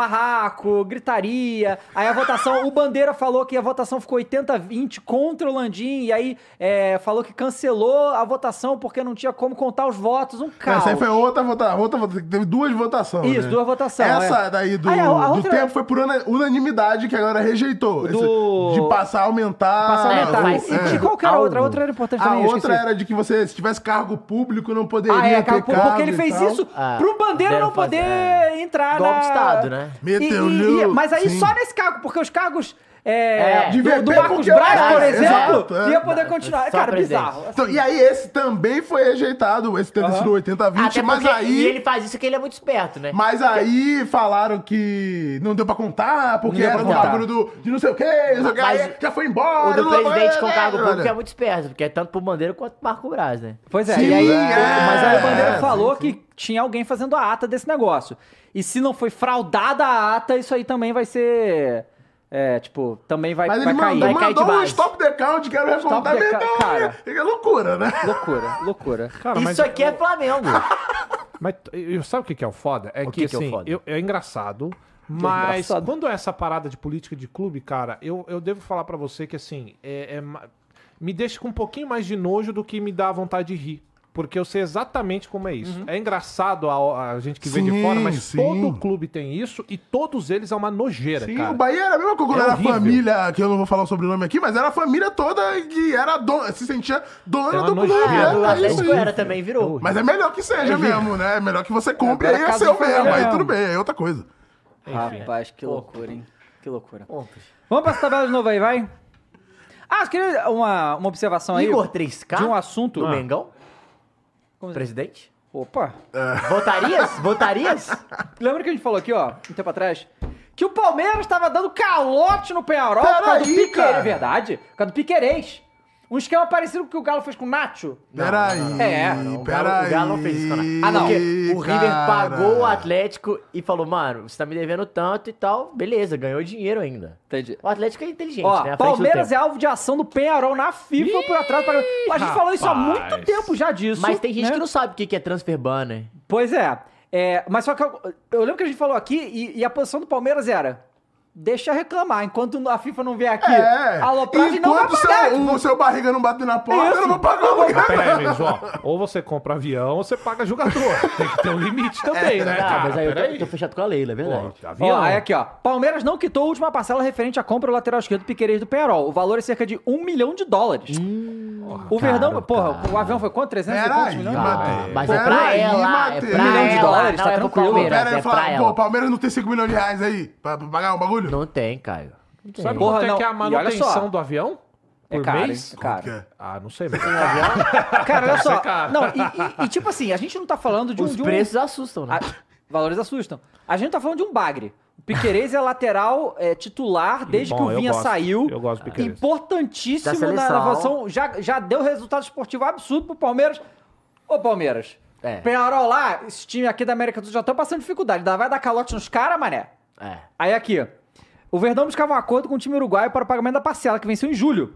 [SPEAKER 1] barraco, gritaria, aí a votação, o Bandeira falou que a votação ficou 80-20 contra o Landim, e aí é, falou que cancelou a votação porque não tinha como contar os votos, um caos.
[SPEAKER 2] Essa aí foi outra votação. Outra vota- Teve duas votações.
[SPEAKER 1] Isso,
[SPEAKER 2] né?
[SPEAKER 1] duas votações,
[SPEAKER 2] Essa
[SPEAKER 1] é.
[SPEAKER 2] daí do,
[SPEAKER 1] Aí a- a
[SPEAKER 2] do
[SPEAKER 1] outra-
[SPEAKER 2] tempo foi por una- unanimidade que a galera rejeitou. Esse-
[SPEAKER 1] Do-
[SPEAKER 2] de passar a aumentar.
[SPEAKER 1] Passar a
[SPEAKER 3] É,
[SPEAKER 1] aumentar.
[SPEAKER 3] faz
[SPEAKER 1] e de
[SPEAKER 3] sentido.
[SPEAKER 1] qualquer outra, a
[SPEAKER 3] Algo.
[SPEAKER 1] outra era importante
[SPEAKER 2] A
[SPEAKER 1] Então, também. eu
[SPEAKER 2] outra
[SPEAKER 1] esqueci.
[SPEAKER 2] era de que você, se tivesse cargo público, não poderia
[SPEAKER 1] Ah, é,
[SPEAKER 2] ter
[SPEAKER 1] cara,
[SPEAKER 2] cargo
[SPEAKER 1] porque ele
[SPEAKER 2] e
[SPEAKER 1] fez
[SPEAKER 2] tal.
[SPEAKER 1] isso
[SPEAKER 3] Ah,
[SPEAKER 1] pro Bandeira
[SPEAKER 3] deram
[SPEAKER 1] não
[SPEAKER 3] fazer,
[SPEAKER 1] poder
[SPEAKER 3] é.
[SPEAKER 1] entrar
[SPEAKER 3] Golpe
[SPEAKER 1] na...
[SPEAKER 3] de Estado, né?
[SPEAKER 2] Meteu
[SPEAKER 1] E- e-
[SPEAKER 2] o
[SPEAKER 1] e-
[SPEAKER 2] Lula,
[SPEAKER 1] mas aí
[SPEAKER 2] sim.
[SPEAKER 1] só nesse cargo, porque os cargos é,
[SPEAKER 3] É,
[SPEAKER 2] de
[SPEAKER 1] do, do
[SPEAKER 2] VP,
[SPEAKER 1] Marcos
[SPEAKER 2] porque-
[SPEAKER 1] Braz, por
[SPEAKER 2] é,
[SPEAKER 1] exemplo,
[SPEAKER 2] exato, é.
[SPEAKER 1] ia poder continuar.
[SPEAKER 3] Só
[SPEAKER 1] cara,
[SPEAKER 3] presidente.
[SPEAKER 1] bizarro.
[SPEAKER 2] Então, e aí, esse também foi rejeitado, esse teve sido 80-20,
[SPEAKER 3] Até
[SPEAKER 2] mas
[SPEAKER 3] porque-
[SPEAKER 2] aí.
[SPEAKER 3] E ele faz isso que ele é muito esperto, né?
[SPEAKER 2] Mas aí falaram que não deu pra contar, porque
[SPEAKER 1] Não deu
[SPEAKER 2] era
[SPEAKER 1] pra
[SPEAKER 2] do
[SPEAKER 1] contar.
[SPEAKER 2] bagulho do, de não sei o que, não sei o que,
[SPEAKER 3] Mas
[SPEAKER 2] aí já foi embora.
[SPEAKER 3] o do
[SPEAKER 2] não-
[SPEAKER 3] presidente com cargo
[SPEAKER 2] Olha.
[SPEAKER 3] público é muito esperto, porque é tanto pro Bandeira quanto pro Marco Braz, né?
[SPEAKER 1] Pois é,
[SPEAKER 2] Sim,
[SPEAKER 1] e aí,
[SPEAKER 2] é,
[SPEAKER 1] mas aí o Bandeira
[SPEAKER 2] é,
[SPEAKER 1] falou que tinha alguém fazendo a ata desse negócio. E se não foi fraudada a ata, isso aí também vai ser... É, tipo, também vai,
[SPEAKER 2] Mas
[SPEAKER 1] vai
[SPEAKER 2] ele
[SPEAKER 1] cair.
[SPEAKER 2] mandou,
[SPEAKER 3] vai cair de
[SPEAKER 2] mandou um
[SPEAKER 3] base.
[SPEAKER 2] stop the count, quero
[SPEAKER 1] Stop
[SPEAKER 2] recontar
[SPEAKER 1] the
[SPEAKER 2] minha
[SPEAKER 1] ca-
[SPEAKER 2] cara. É loucura, né?
[SPEAKER 1] Loucura, loucura.
[SPEAKER 4] Cara, mas,
[SPEAKER 3] isso aqui é Flamengo.
[SPEAKER 4] mas t- eu- sabe o que que é o foda? É
[SPEAKER 3] O
[SPEAKER 4] que,
[SPEAKER 3] que que é o
[SPEAKER 4] assim,
[SPEAKER 3] foda?
[SPEAKER 4] eu- é engraçado, mas
[SPEAKER 1] engraçado.
[SPEAKER 4] quando é essa parada de política de clube, cara, eu, eu devo falar pra você que, assim, é- é ma- me deixa com um pouquinho mais de nojo do que me dá vontade de rir. Porque eu sei exatamente como é
[SPEAKER 3] Uhum.
[SPEAKER 4] isso. É engraçado a, a gente que vem de
[SPEAKER 2] Sim,
[SPEAKER 4] fora, mas
[SPEAKER 2] sim.
[SPEAKER 4] todo clube tem isso e todos eles é uma nojeira,
[SPEAKER 2] Sim,
[SPEAKER 4] cara.
[SPEAKER 2] o Bahia era a mesma coisa quando
[SPEAKER 4] É
[SPEAKER 2] era a
[SPEAKER 4] horrível.
[SPEAKER 2] família, que eu não vou falar o sobrenome aqui, mas era a família toda que era dona, se sentia dona
[SPEAKER 4] É uma
[SPEAKER 2] do clube.
[SPEAKER 4] nojenta.
[SPEAKER 2] né?
[SPEAKER 4] É,
[SPEAKER 3] Ah, o
[SPEAKER 2] É isso
[SPEAKER 3] Atlético
[SPEAKER 2] aí.
[SPEAKER 3] era também, virou.
[SPEAKER 2] Mas é melhor que seja mesmo, né? É melhor que você compre
[SPEAKER 1] Agora
[SPEAKER 2] aí é
[SPEAKER 1] casa
[SPEAKER 2] seu
[SPEAKER 1] de família
[SPEAKER 2] mesmo. Aí
[SPEAKER 1] mesmo.
[SPEAKER 2] tudo bem, é outra coisa.
[SPEAKER 1] Rapaz, que loucura, hein? Que loucura.
[SPEAKER 3] Pontos.
[SPEAKER 1] Vamos pra essa tabela de novo aí, vai. Ah, eu queria uma, uma observação aí.
[SPEAKER 3] Igor Ah. 3K?
[SPEAKER 1] De um assunto.
[SPEAKER 3] do Mengão?
[SPEAKER 1] Como-
[SPEAKER 3] Presidente?
[SPEAKER 1] Opa.
[SPEAKER 3] Votarias? Votarias?
[SPEAKER 1] Lembra que a gente falou aqui, ó, um tempo atrás? Que o Palmeiras tava dando calote no Penharol por causa do
[SPEAKER 2] Peraí,
[SPEAKER 1] Piqueires.
[SPEAKER 2] cara.
[SPEAKER 1] É verdade. Por causa do Piqueires. Um esquema parecido com o que o Galo fez com o Nacho.
[SPEAKER 2] Peraí.
[SPEAKER 1] É,
[SPEAKER 3] Não, o Galo-
[SPEAKER 2] peraí.
[SPEAKER 3] O Galo não fez isso, cara.
[SPEAKER 1] Ah, não.
[SPEAKER 3] Porque o River
[SPEAKER 2] cara.
[SPEAKER 3] pagou o Atlético e falou, mano, você tá me devendo tanto e tal. Beleza, ganhou dinheiro ainda.
[SPEAKER 1] Entendi.
[SPEAKER 3] O Atlético é inteligente,
[SPEAKER 1] Ó,
[SPEAKER 3] né? À frente do
[SPEAKER 1] Palmeiras é
[SPEAKER 3] tempo.
[SPEAKER 1] alvo de ação do Penharol na FIFA por atrás. Pra... A gente falou isso há
[SPEAKER 4] rapaz.
[SPEAKER 1] muito tempo já disso.
[SPEAKER 3] Mas tem gente
[SPEAKER 1] né?
[SPEAKER 3] que não sabe o que que é transfer banner.
[SPEAKER 1] Pois é. É, mas só que eu, eu lembro que a gente falou aqui e, e a posição do Palmeiras era. Deixa reclamar, enquanto a FIFA não vier aqui.
[SPEAKER 2] É.
[SPEAKER 1] A Aloprade não vai
[SPEAKER 2] Enquanto
[SPEAKER 1] pagar.
[SPEAKER 2] seu, o seu barriga não bate na porta,
[SPEAKER 1] Isso.
[SPEAKER 2] eu não vou pagar o lugar.
[SPEAKER 4] Pera aí, Luiz, ó. Ou você compra avião ou você paga jogador. Tem que ter um limite também, né,
[SPEAKER 3] Ah,
[SPEAKER 4] cara? é
[SPEAKER 3] mas aí eu tô,
[SPEAKER 4] Peraí.
[SPEAKER 3] tô fechado com a Leila, é verdade.
[SPEAKER 4] Pô,
[SPEAKER 1] Ó,
[SPEAKER 4] avião.
[SPEAKER 1] aí aqui, ó. Palmeiras não quitou a última parcela referente à compra do lateral esquerdo Piqueires do Penarol. O valor é cerca de 1 milhão de dólares.
[SPEAKER 2] Hum.
[SPEAKER 1] o Verdão,
[SPEAKER 3] caro,
[SPEAKER 1] porra,
[SPEAKER 3] caro.
[SPEAKER 1] o avião foi quanto? 300 e poucos
[SPEAKER 2] Peraí,
[SPEAKER 1] milhões?
[SPEAKER 2] Matheus.
[SPEAKER 3] mas é pra
[SPEAKER 2] Peraí,
[SPEAKER 3] ela, é
[SPEAKER 2] Matheus.
[SPEAKER 3] pra
[SPEAKER 1] Milhão de
[SPEAKER 3] ela,
[SPEAKER 1] dólares,
[SPEAKER 3] não
[SPEAKER 1] tá
[SPEAKER 3] é pro
[SPEAKER 1] tranquilo.
[SPEAKER 3] Palmeiras,
[SPEAKER 2] Pera aí,
[SPEAKER 3] é pra
[SPEAKER 2] fala, pô,
[SPEAKER 3] ela.
[SPEAKER 2] o Palmeiras não tem 5 milhões de reais aí pra pra pagar o bagulho?
[SPEAKER 3] Não tem, Caio. Não tem.
[SPEAKER 4] Sabe
[SPEAKER 1] Porra,
[SPEAKER 4] quanto é
[SPEAKER 1] não.
[SPEAKER 4] que é a
[SPEAKER 1] E olha só.
[SPEAKER 4] manutenção do avião?
[SPEAKER 1] É
[SPEAKER 4] Por
[SPEAKER 1] caro,
[SPEAKER 4] mês?
[SPEAKER 1] hein? É caro.
[SPEAKER 2] Quer?
[SPEAKER 4] Ah, não sei, velho.
[SPEAKER 2] é?
[SPEAKER 1] Cara, olha
[SPEAKER 3] é
[SPEAKER 1] só.
[SPEAKER 4] caro.
[SPEAKER 1] Não, e, e- e tipo assim, a gente não tá falando de um.
[SPEAKER 3] Os
[SPEAKER 1] de um-
[SPEAKER 3] preços assustam, né?
[SPEAKER 1] A- valores assustam. A gente tá falando de um bagre. O Piquerez é lateral é, titular desde
[SPEAKER 4] bom,
[SPEAKER 1] que o
[SPEAKER 4] eu
[SPEAKER 1] Vinha
[SPEAKER 4] gosto.
[SPEAKER 1] saiu.
[SPEAKER 4] Eu gosto do Piquerez.
[SPEAKER 1] Importantíssimo
[SPEAKER 3] Da
[SPEAKER 1] na, na
[SPEAKER 3] seleção.
[SPEAKER 1] posição. Já, já deu resultado esportivo absurdo pro Palmeiras. Ô, Palmeiras.
[SPEAKER 3] É.
[SPEAKER 1] Penharol lá, esse time aqui da América do Sul já tá passando dificuldade. Dá- Vai dar calote nos caras, mané.
[SPEAKER 3] É.
[SPEAKER 1] Aí aqui. O Verdão buscava um acordo com o time uruguaio para o pagamento da parcela, que venceu em julho.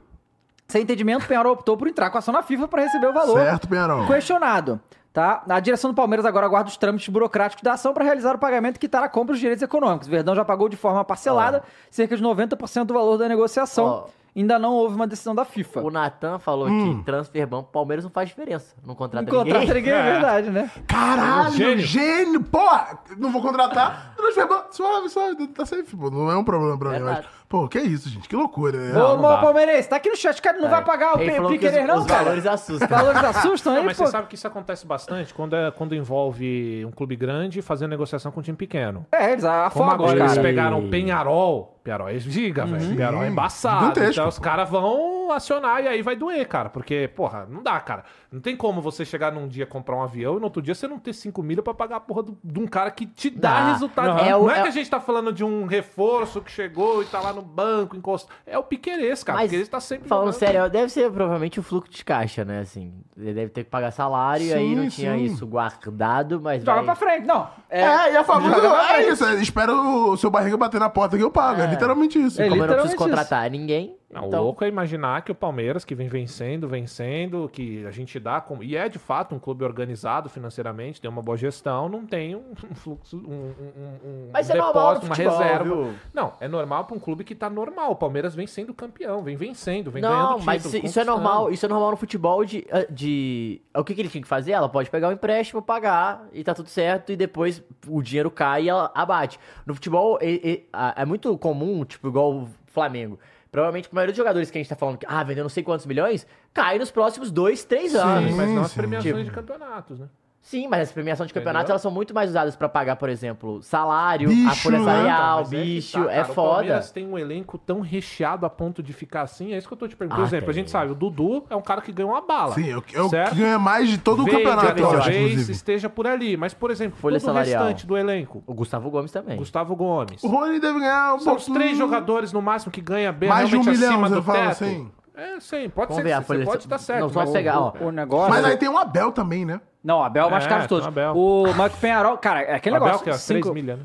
[SPEAKER 1] Sem entendimento, o Penharol optou por entrar com ação na FIFA para receber o valor
[SPEAKER 2] Certo, Penharol.
[SPEAKER 1] questionado. Tá? A direção do Palmeiras agora aguarda os trâmites burocráticos da ação para realizar o pagamento que estará compra os direitos econômicos. O Verdão já pagou de forma parcelada cerca de 90% do valor da negociação.
[SPEAKER 3] Ó.
[SPEAKER 1] Ainda não houve uma decisão da FIFA.
[SPEAKER 3] O Natan falou que transfer banco Palmeiras não faz diferença. Não contrata
[SPEAKER 1] Não contrata ninguém,
[SPEAKER 3] ninguém. É.
[SPEAKER 1] é verdade, né?
[SPEAKER 2] Caralho,
[SPEAKER 4] Gênio.
[SPEAKER 2] gênio. Porra, não vou contratar, Mas foi bom, suave, suave, tá safe, pô. Não é um problema pra mim, eu acho.
[SPEAKER 3] Verdade.
[SPEAKER 2] Pô, que isso, gente, que loucura. né?
[SPEAKER 1] Ô,
[SPEAKER 4] Não, não
[SPEAKER 1] Mô
[SPEAKER 4] dá.
[SPEAKER 1] Palmeirense, tá aqui no chat, cara, não vai pagar o
[SPEAKER 3] É. Ele
[SPEAKER 1] Pe-
[SPEAKER 3] falou que
[SPEAKER 1] Piqueires
[SPEAKER 3] os-
[SPEAKER 1] não,
[SPEAKER 3] os
[SPEAKER 1] cara.
[SPEAKER 3] valores assustam.
[SPEAKER 1] Valores assustam
[SPEAKER 4] Não,
[SPEAKER 1] aí,
[SPEAKER 4] mas
[SPEAKER 1] pô.
[SPEAKER 4] você sabe que isso acontece bastante quando, é- quando envolve um clube grande fazendo negociação com um time pequeno.
[SPEAKER 1] É, eles
[SPEAKER 4] Como
[SPEAKER 1] afogam os
[SPEAKER 4] agora eles
[SPEAKER 3] né?
[SPEAKER 1] caras.
[SPEAKER 4] pegaram Penharol. Penharol é giga,
[SPEAKER 3] Uhum.
[SPEAKER 4] velho. Penharol é embaçado.
[SPEAKER 2] Gigantesco,
[SPEAKER 4] Então os caras vão acionar e aí vai doer, cara. Porque, porra, não dá, cara. Não tem como você chegar num dia comprar um avião e no outro dia você não ter 5 milha pra pagar a porra do- de um cara que te dá
[SPEAKER 3] Dá.
[SPEAKER 4] resultado.
[SPEAKER 3] Não, é
[SPEAKER 4] Não
[SPEAKER 3] o-
[SPEAKER 4] é,
[SPEAKER 3] é
[SPEAKER 4] que
[SPEAKER 3] o-
[SPEAKER 4] a gente tá falando de um reforço que chegou e tá lá no banco, encosta. É o Piqueires, cara.
[SPEAKER 3] Mas,
[SPEAKER 4] porque ele tá sempre.
[SPEAKER 3] Falando
[SPEAKER 4] jogando.
[SPEAKER 3] sério, deve ser provavelmente o fluxo de caixa, né? Assim, ele deve ter que pagar salário, aí
[SPEAKER 2] Sim,
[SPEAKER 3] não tinha
[SPEAKER 2] sim.
[SPEAKER 3] isso guardado, mas
[SPEAKER 1] Joga
[SPEAKER 3] vai...
[SPEAKER 1] pra frente, não.
[SPEAKER 2] É, e a favor do. É isso, é, espera o seu barriga bater na porta que eu pago. É, literalmente isso.
[SPEAKER 1] É,
[SPEAKER 3] Como eu não
[SPEAKER 1] Literalmente
[SPEAKER 3] preciso contratar ninguém,
[SPEAKER 4] Não, O
[SPEAKER 3] então...
[SPEAKER 4] louco é imaginar que o Palmeiras, que vem vencendo, vencendo, que a gente dá como. E é de fato um clube organizado financeiramente, tem uma boa gestão, não tem um fluxo, um, um- um- um
[SPEAKER 3] Mas isso é normal
[SPEAKER 4] depósito,
[SPEAKER 3] no
[SPEAKER 4] uma
[SPEAKER 3] futebol,
[SPEAKER 4] reserva.
[SPEAKER 3] viu?
[SPEAKER 4] Não, é normal pra um clube que tá normal. O Palmeiras vem sendo campeão, vem vencendo, vem ganhando
[SPEAKER 3] Não,
[SPEAKER 4] título,
[SPEAKER 3] mas isso, isso é
[SPEAKER 4] conquistando.
[SPEAKER 3] normal, isso é normal no futebol de, ah, de. O que, que ele tinha que fazer? Ela pode pegar o empréstimo, pagar e tá tudo certo, e depois o dinheiro cai e ela abate. No futebol e- e- a- é, muito comum, tipo, igual o Flamengo. Provavelmente a maioria dos jogadores que a gente tá falando que, ah, vendeu não sei quantos milhões, cai nos próximos dois, três anos.
[SPEAKER 4] Mas não as
[SPEAKER 2] Sim, Tipo,
[SPEAKER 4] premiações
[SPEAKER 3] sim.
[SPEAKER 4] de campeonatos, né?
[SPEAKER 3] Sim, mas as premiações de campeonatos
[SPEAKER 4] Entendeu?
[SPEAKER 3] elas são muito mais usadas pra pagar, por exemplo, salário,
[SPEAKER 2] Bicho, né?
[SPEAKER 3] apoio
[SPEAKER 4] Mas é que tá,
[SPEAKER 3] bicho,
[SPEAKER 4] cara,
[SPEAKER 3] é
[SPEAKER 4] O
[SPEAKER 3] foda.
[SPEAKER 4] Palmeiras tem um elenco tão recheado a ponto de ficar assim, é isso que eu tô te perguntando.
[SPEAKER 3] Ah,
[SPEAKER 4] Por exemplo, a
[SPEAKER 3] tem.
[SPEAKER 4] gente sabe, o Dudu é um cara que ganhou uma bala.
[SPEAKER 2] Sim, eu, eu
[SPEAKER 4] certo?
[SPEAKER 2] ganho mais de todo o
[SPEAKER 4] Verde,
[SPEAKER 2] campeonato, eu acho,
[SPEAKER 4] talvez
[SPEAKER 2] inclusive.
[SPEAKER 4] esteja por ali, mas, por exemplo,
[SPEAKER 3] Folha
[SPEAKER 4] todo
[SPEAKER 3] salarial.
[SPEAKER 4] o restante do elenco,
[SPEAKER 3] O Gustavo Gomes também.
[SPEAKER 4] Gustavo Gomes.
[SPEAKER 2] O Rony deve ganhar um
[SPEAKER 4] São os três
[SPEAKER 2] pouquinho.
[SPEAKER 4] jogadores no máximo que ganha bem,
[SPEAKER 2] Mais de um
[SPEAKER 4] realmente
[SPEAKER 2] milhão,
[SPEAKER 4] acima
[SPEAKER 2] você
[SPEAKER 4] do
[SPEAKER 2] fala
[SPEAKER 4] teto.
[SPEAKER 2] assim.
[SPEAKER 4] É, sim, pode
[SPEAKER 3] Vamos
[SPEAKER 4] ser,
[SPEAKER 3] ver a
[SPEAKER 4] você
[SPEAKER 3] folha-
[SPEAKER 4] pode estar certo.
[SPEAKER 3] Não, só
[SPEAKER 4] mas
[SPEAKER 3] pegar, ó.
[SPEAKER 1] O negócio.
[SPEAKER 2] Mas aí tem o Abel também, né?
[SPEAKER 1] Não, Abel é o mais
[SPEAKER 4] É,
[SPEAKER 1] caro de todos.
[SPEAKER 4] tem o Abel.
[SPEAKER 1] O Marco Penharol, cara, é aquele
[SPEAKER 4] Abel,
[SPEAKER 1] negócio.
[SPEAKER 4] que é 3
[SPEAKER 1] cinco-
[SPEAKER 4] milha, né?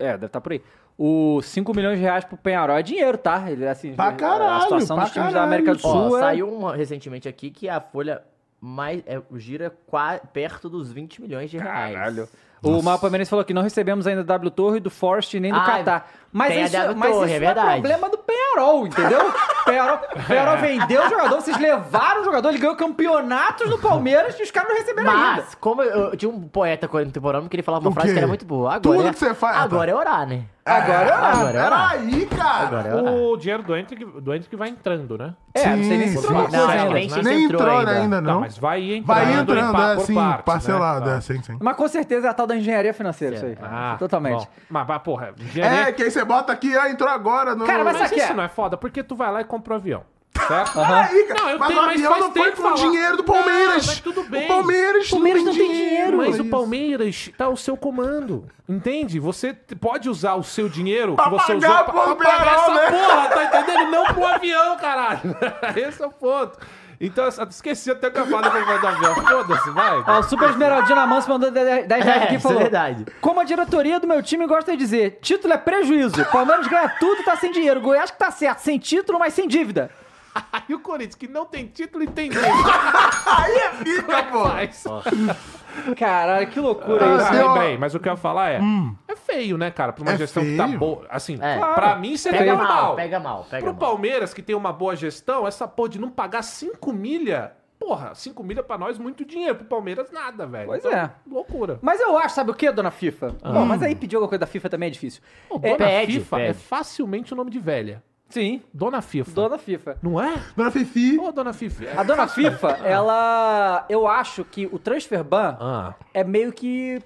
[SPEAKER 1] É, deve estar por aí. O 5 milhões de reais pro Penharol é dinheiro, tá? Ele, assim,
[SPEAKER 2] Pra
[SPEAKER 1] a
[SPEAKER 2] caralho,
[SPEAKER 1] situação
[SPEAKER 2] pra
[SPEAKER 1] dos times da
[SPEAKER 2] caralho.
[SPEAKER 1] América do Sul.
[SPEAKER 3] Ó,
[SPEAKER 1] é-
[SPEAKER 3] saiu uma recentemente aqui que é a folha mais é, gira qua- perto dos 20 milhões de reais.
[SPEAKER 1] Caralho. O Mapa Palmeirense falou que não recebemos ainda da W Torre, do Forest nem do
[SPEAKER 3] Ah,
[SPEAKER 1] Catar. Mas
[SPEAKER 3] tem a
[SPEAKER 1] isso,
[SPEAKER 3] W
[SPEAKER 1] mas
[SPEAKER 3] Torre,
[SPEAKER 1] isso
[SPEAKER 3] é
[SPEAKER 1] não é
[SPEAKER 3] verdade.
[SPEAKER 1] problema do Penharol, entendeu? Penharol, Penharol vendeu o jogador, vocês levaram o jogador, ele ganhou campeonatos no Palmeiras e os caras não receberam ainda.
[SPEAKER 3] Mas, como eu, eu tinha um poeta contemporâneo que ele falava uma
[SPEAKER 2] O
[SPEAKER 3] frase
[SPEAKER 2] quê?
[SPEAKER 3] que era muito boa. Agora
[SPEAKER 2] Tudo
[SPEAKER 3] é,
[SPEAKER 2] que você Ah, tá. faz-
[SPEAKER 3] Agora é orar, né?
[SPEAKER 2] Ah,
[SPEAKER 1] Agora é orar.
[SPEAKER 3] Agora é orar.
[SPEAKER 2] Peraí, cara!
[SPEAKER 3] Agora é orar.
[SPEAKER 4] O dinheiro do Hendrick, do Hendrick vai entrando, né?
[SPEAKER 1] É, não sei nem se
[SPEAKER 2] Sim,
[SPEAKER 1] entrou uma
[SPEAKER 2] sim.
[SPEAKER 1] coisa
[SPEAKER 4] Não,
[SPEAKER 1] ainda.
[SPEAKER 4] realmente.
[SPEAKER 2] Nem
[SPEAKER 3] entrou
[SPEAKER 2] entrou né, ainda, É, não.
[SPEAKER 4] Tá, mas vai entrando,
[SPEAKER 2] Vai
[SPEAKER 4] em
[SPEAKER 2] entrando,
[SPEAKER 4] par-
[SPEAKER 2] é
[SPEAKER 4] por
[SPEAKER 2] assim,
[SPEAKER 4] partes, né?
[SPEAKER 2] parcelado,
[SPEAKER 4] Tá.
[SPEAKER 2] é sim, sim.
[SPEAKER 1] Mas com certeza é a tal da engenharia financeira, isso aí.
[SPEAKER 4] Ah,
[SPEAKER 1] Totalmente.
[SPEAKER 4] bom. Mas, mas, porra, engenharia
[SPEAKER 2] É, que aí você bota aqui, ah, entrou agora no...
[SPEAKER 1] Cara, mas
[SPEAKER 4] Mas
[SPEAKER 1] Sabe que
[SPEAKER 4] isso
[SPEAKER 1] é?
[SPEAKER 4] não é foda, porque tu vai lá e compra o avião. Certo?
[SPEAKER 2] Peraí, cara,
[SPEAKER 4] Não, eu
[SPEAKER 2] mas
[SPEAKER 4] tenho,
[SPEAKER 2] o
[SPEAKER 4] mas
[SPEAKER 2] avião
[SPEAKER 4] faz
[SPEAKER 2] não foi
[SPEAKER 4] tempo
[SPEAKER 2] com
[SPEAKER 4] falar.
[SPEAKER 2] o dinheiro do
[SPEAKER 4] Não,
[SPEAKER 2] Palmeiras.
[SPEAKER 4] mas tudo bem.
[SPEAKER 2] O Palmeiras,
[SPEAKER 1] Palmeiras
[SPEAKER 2] não tem dinheiro.
[SPEAKER 4] Mas
[SPEAKER 2] é
[SPEAKER 4] o
[SPEAKER 2] isso.
[SPEAKER 4] Palmeiras tá ao seu comando, entende? Você t- pode usar o seu dinheiro
[SPEAKER 2] Pra
[SPEAKER 4] que você
[SPEAKER 2] pagar
[SPEAKER 4] usou
[SPEAKER 2] pro
[SPEAKER 4] pagar essa
[SPEAKER 2] Alberão, né?
[SPEAKER 4] porra, tá entendendo? Não pro avião, caralho. Esse é o ponto. Então, essa- esqueci até que eu falei pra falar do avião. Foda-se, vai.
[SPEAKER 1] Ó, o Super Esmeraldina Manso mandou 10 reais
[SPEAKER 3] É,
[SPEAKER 1] aqui e
[SPEAKER 3] isso é
[SPEAKER 1] falou.
[SPEAKER 3] verdade.
[SPEAKER 1] Como a diretoria do meu time gosta de dizer, título é prejuízo. Palmeiras ganha tudo e tá sem dinheiro. Goiás que tá certo, sem título, mas sem dívida.
[SPEAKER 4] E o Corinthians, que não tem título e tem dívida.
[SPEAKER 2] Aí é fica, pô.
[SPEAKER 4] Faz.
[SPEAKER 1] Caralho, que loucura
[SPEAKER 2] Ah,
[SPEAKER 1] isso.
[SPEAKER 4] Ah,
[SPEAKER 2] Deu-
[SPEAKER 4] lembrei, mas o que eu ia falar é. É feio, né, cara? Pra uma
[SPEAKER 2] É
[SPEAKER 4] gestão que tá
[SPEAKER 2] feio.
[SPEAKER 4] boa. Assim,
[SPEAKER 3] É.
[SPEAKER 4] pra mim seria
[SPEAKER 3] Pega
[SPEAKER 4] normal.
[SPEAKER 3] mal, pega mal, pega
[SPEAKER 4] Pro
[SPEAKER 3] mal.
[SPEAKER 4] Palmeiras, que tem uma boa gestão, essa porra de não pagar 5 milha. Porra, 5 milha pra nós, muito dinheiro. Pro Palmeiras, nada, velho.
[SPEAKER 1] Pois
[SPEAKER 4] Então,
[SPEAKER 1] é.
[SPEAKER 4] Loucura.
[SPEAKER 1] Mas eu acho, sabe o que, dona FIFA? Bom, mas aí pedir alguma coisa da FIFA também é difícil.
[SPEAKER 4] Pô,
[SPEAKER 1] É,
[SPEAKER 4] Dona
[SPEAKER 3] Ah. pede,
[SPEAKER 4] FIFA é
[SPEAKER 3] pede.
[SPEAKER 4] facilmente o nome de velha.
[SPEAKER 1] sim,
[SPEAKER 4] Dona FIFA.
[SPEAKER 1] dona FIFA.
[SPEAKER 4] Não é?
[SPEAKER 2] Dona Fifi,
[SPEAKER 4] Ô, Dona FIFA. é.
[SPEAKER 1] A dona FIFA,
[SPEAKER 3] Ah.
[SPEAKER 1] ela. Eu acho que o transfer ban
[SPEAKER 4] Ah,
[SPEAKER 1] é meio que.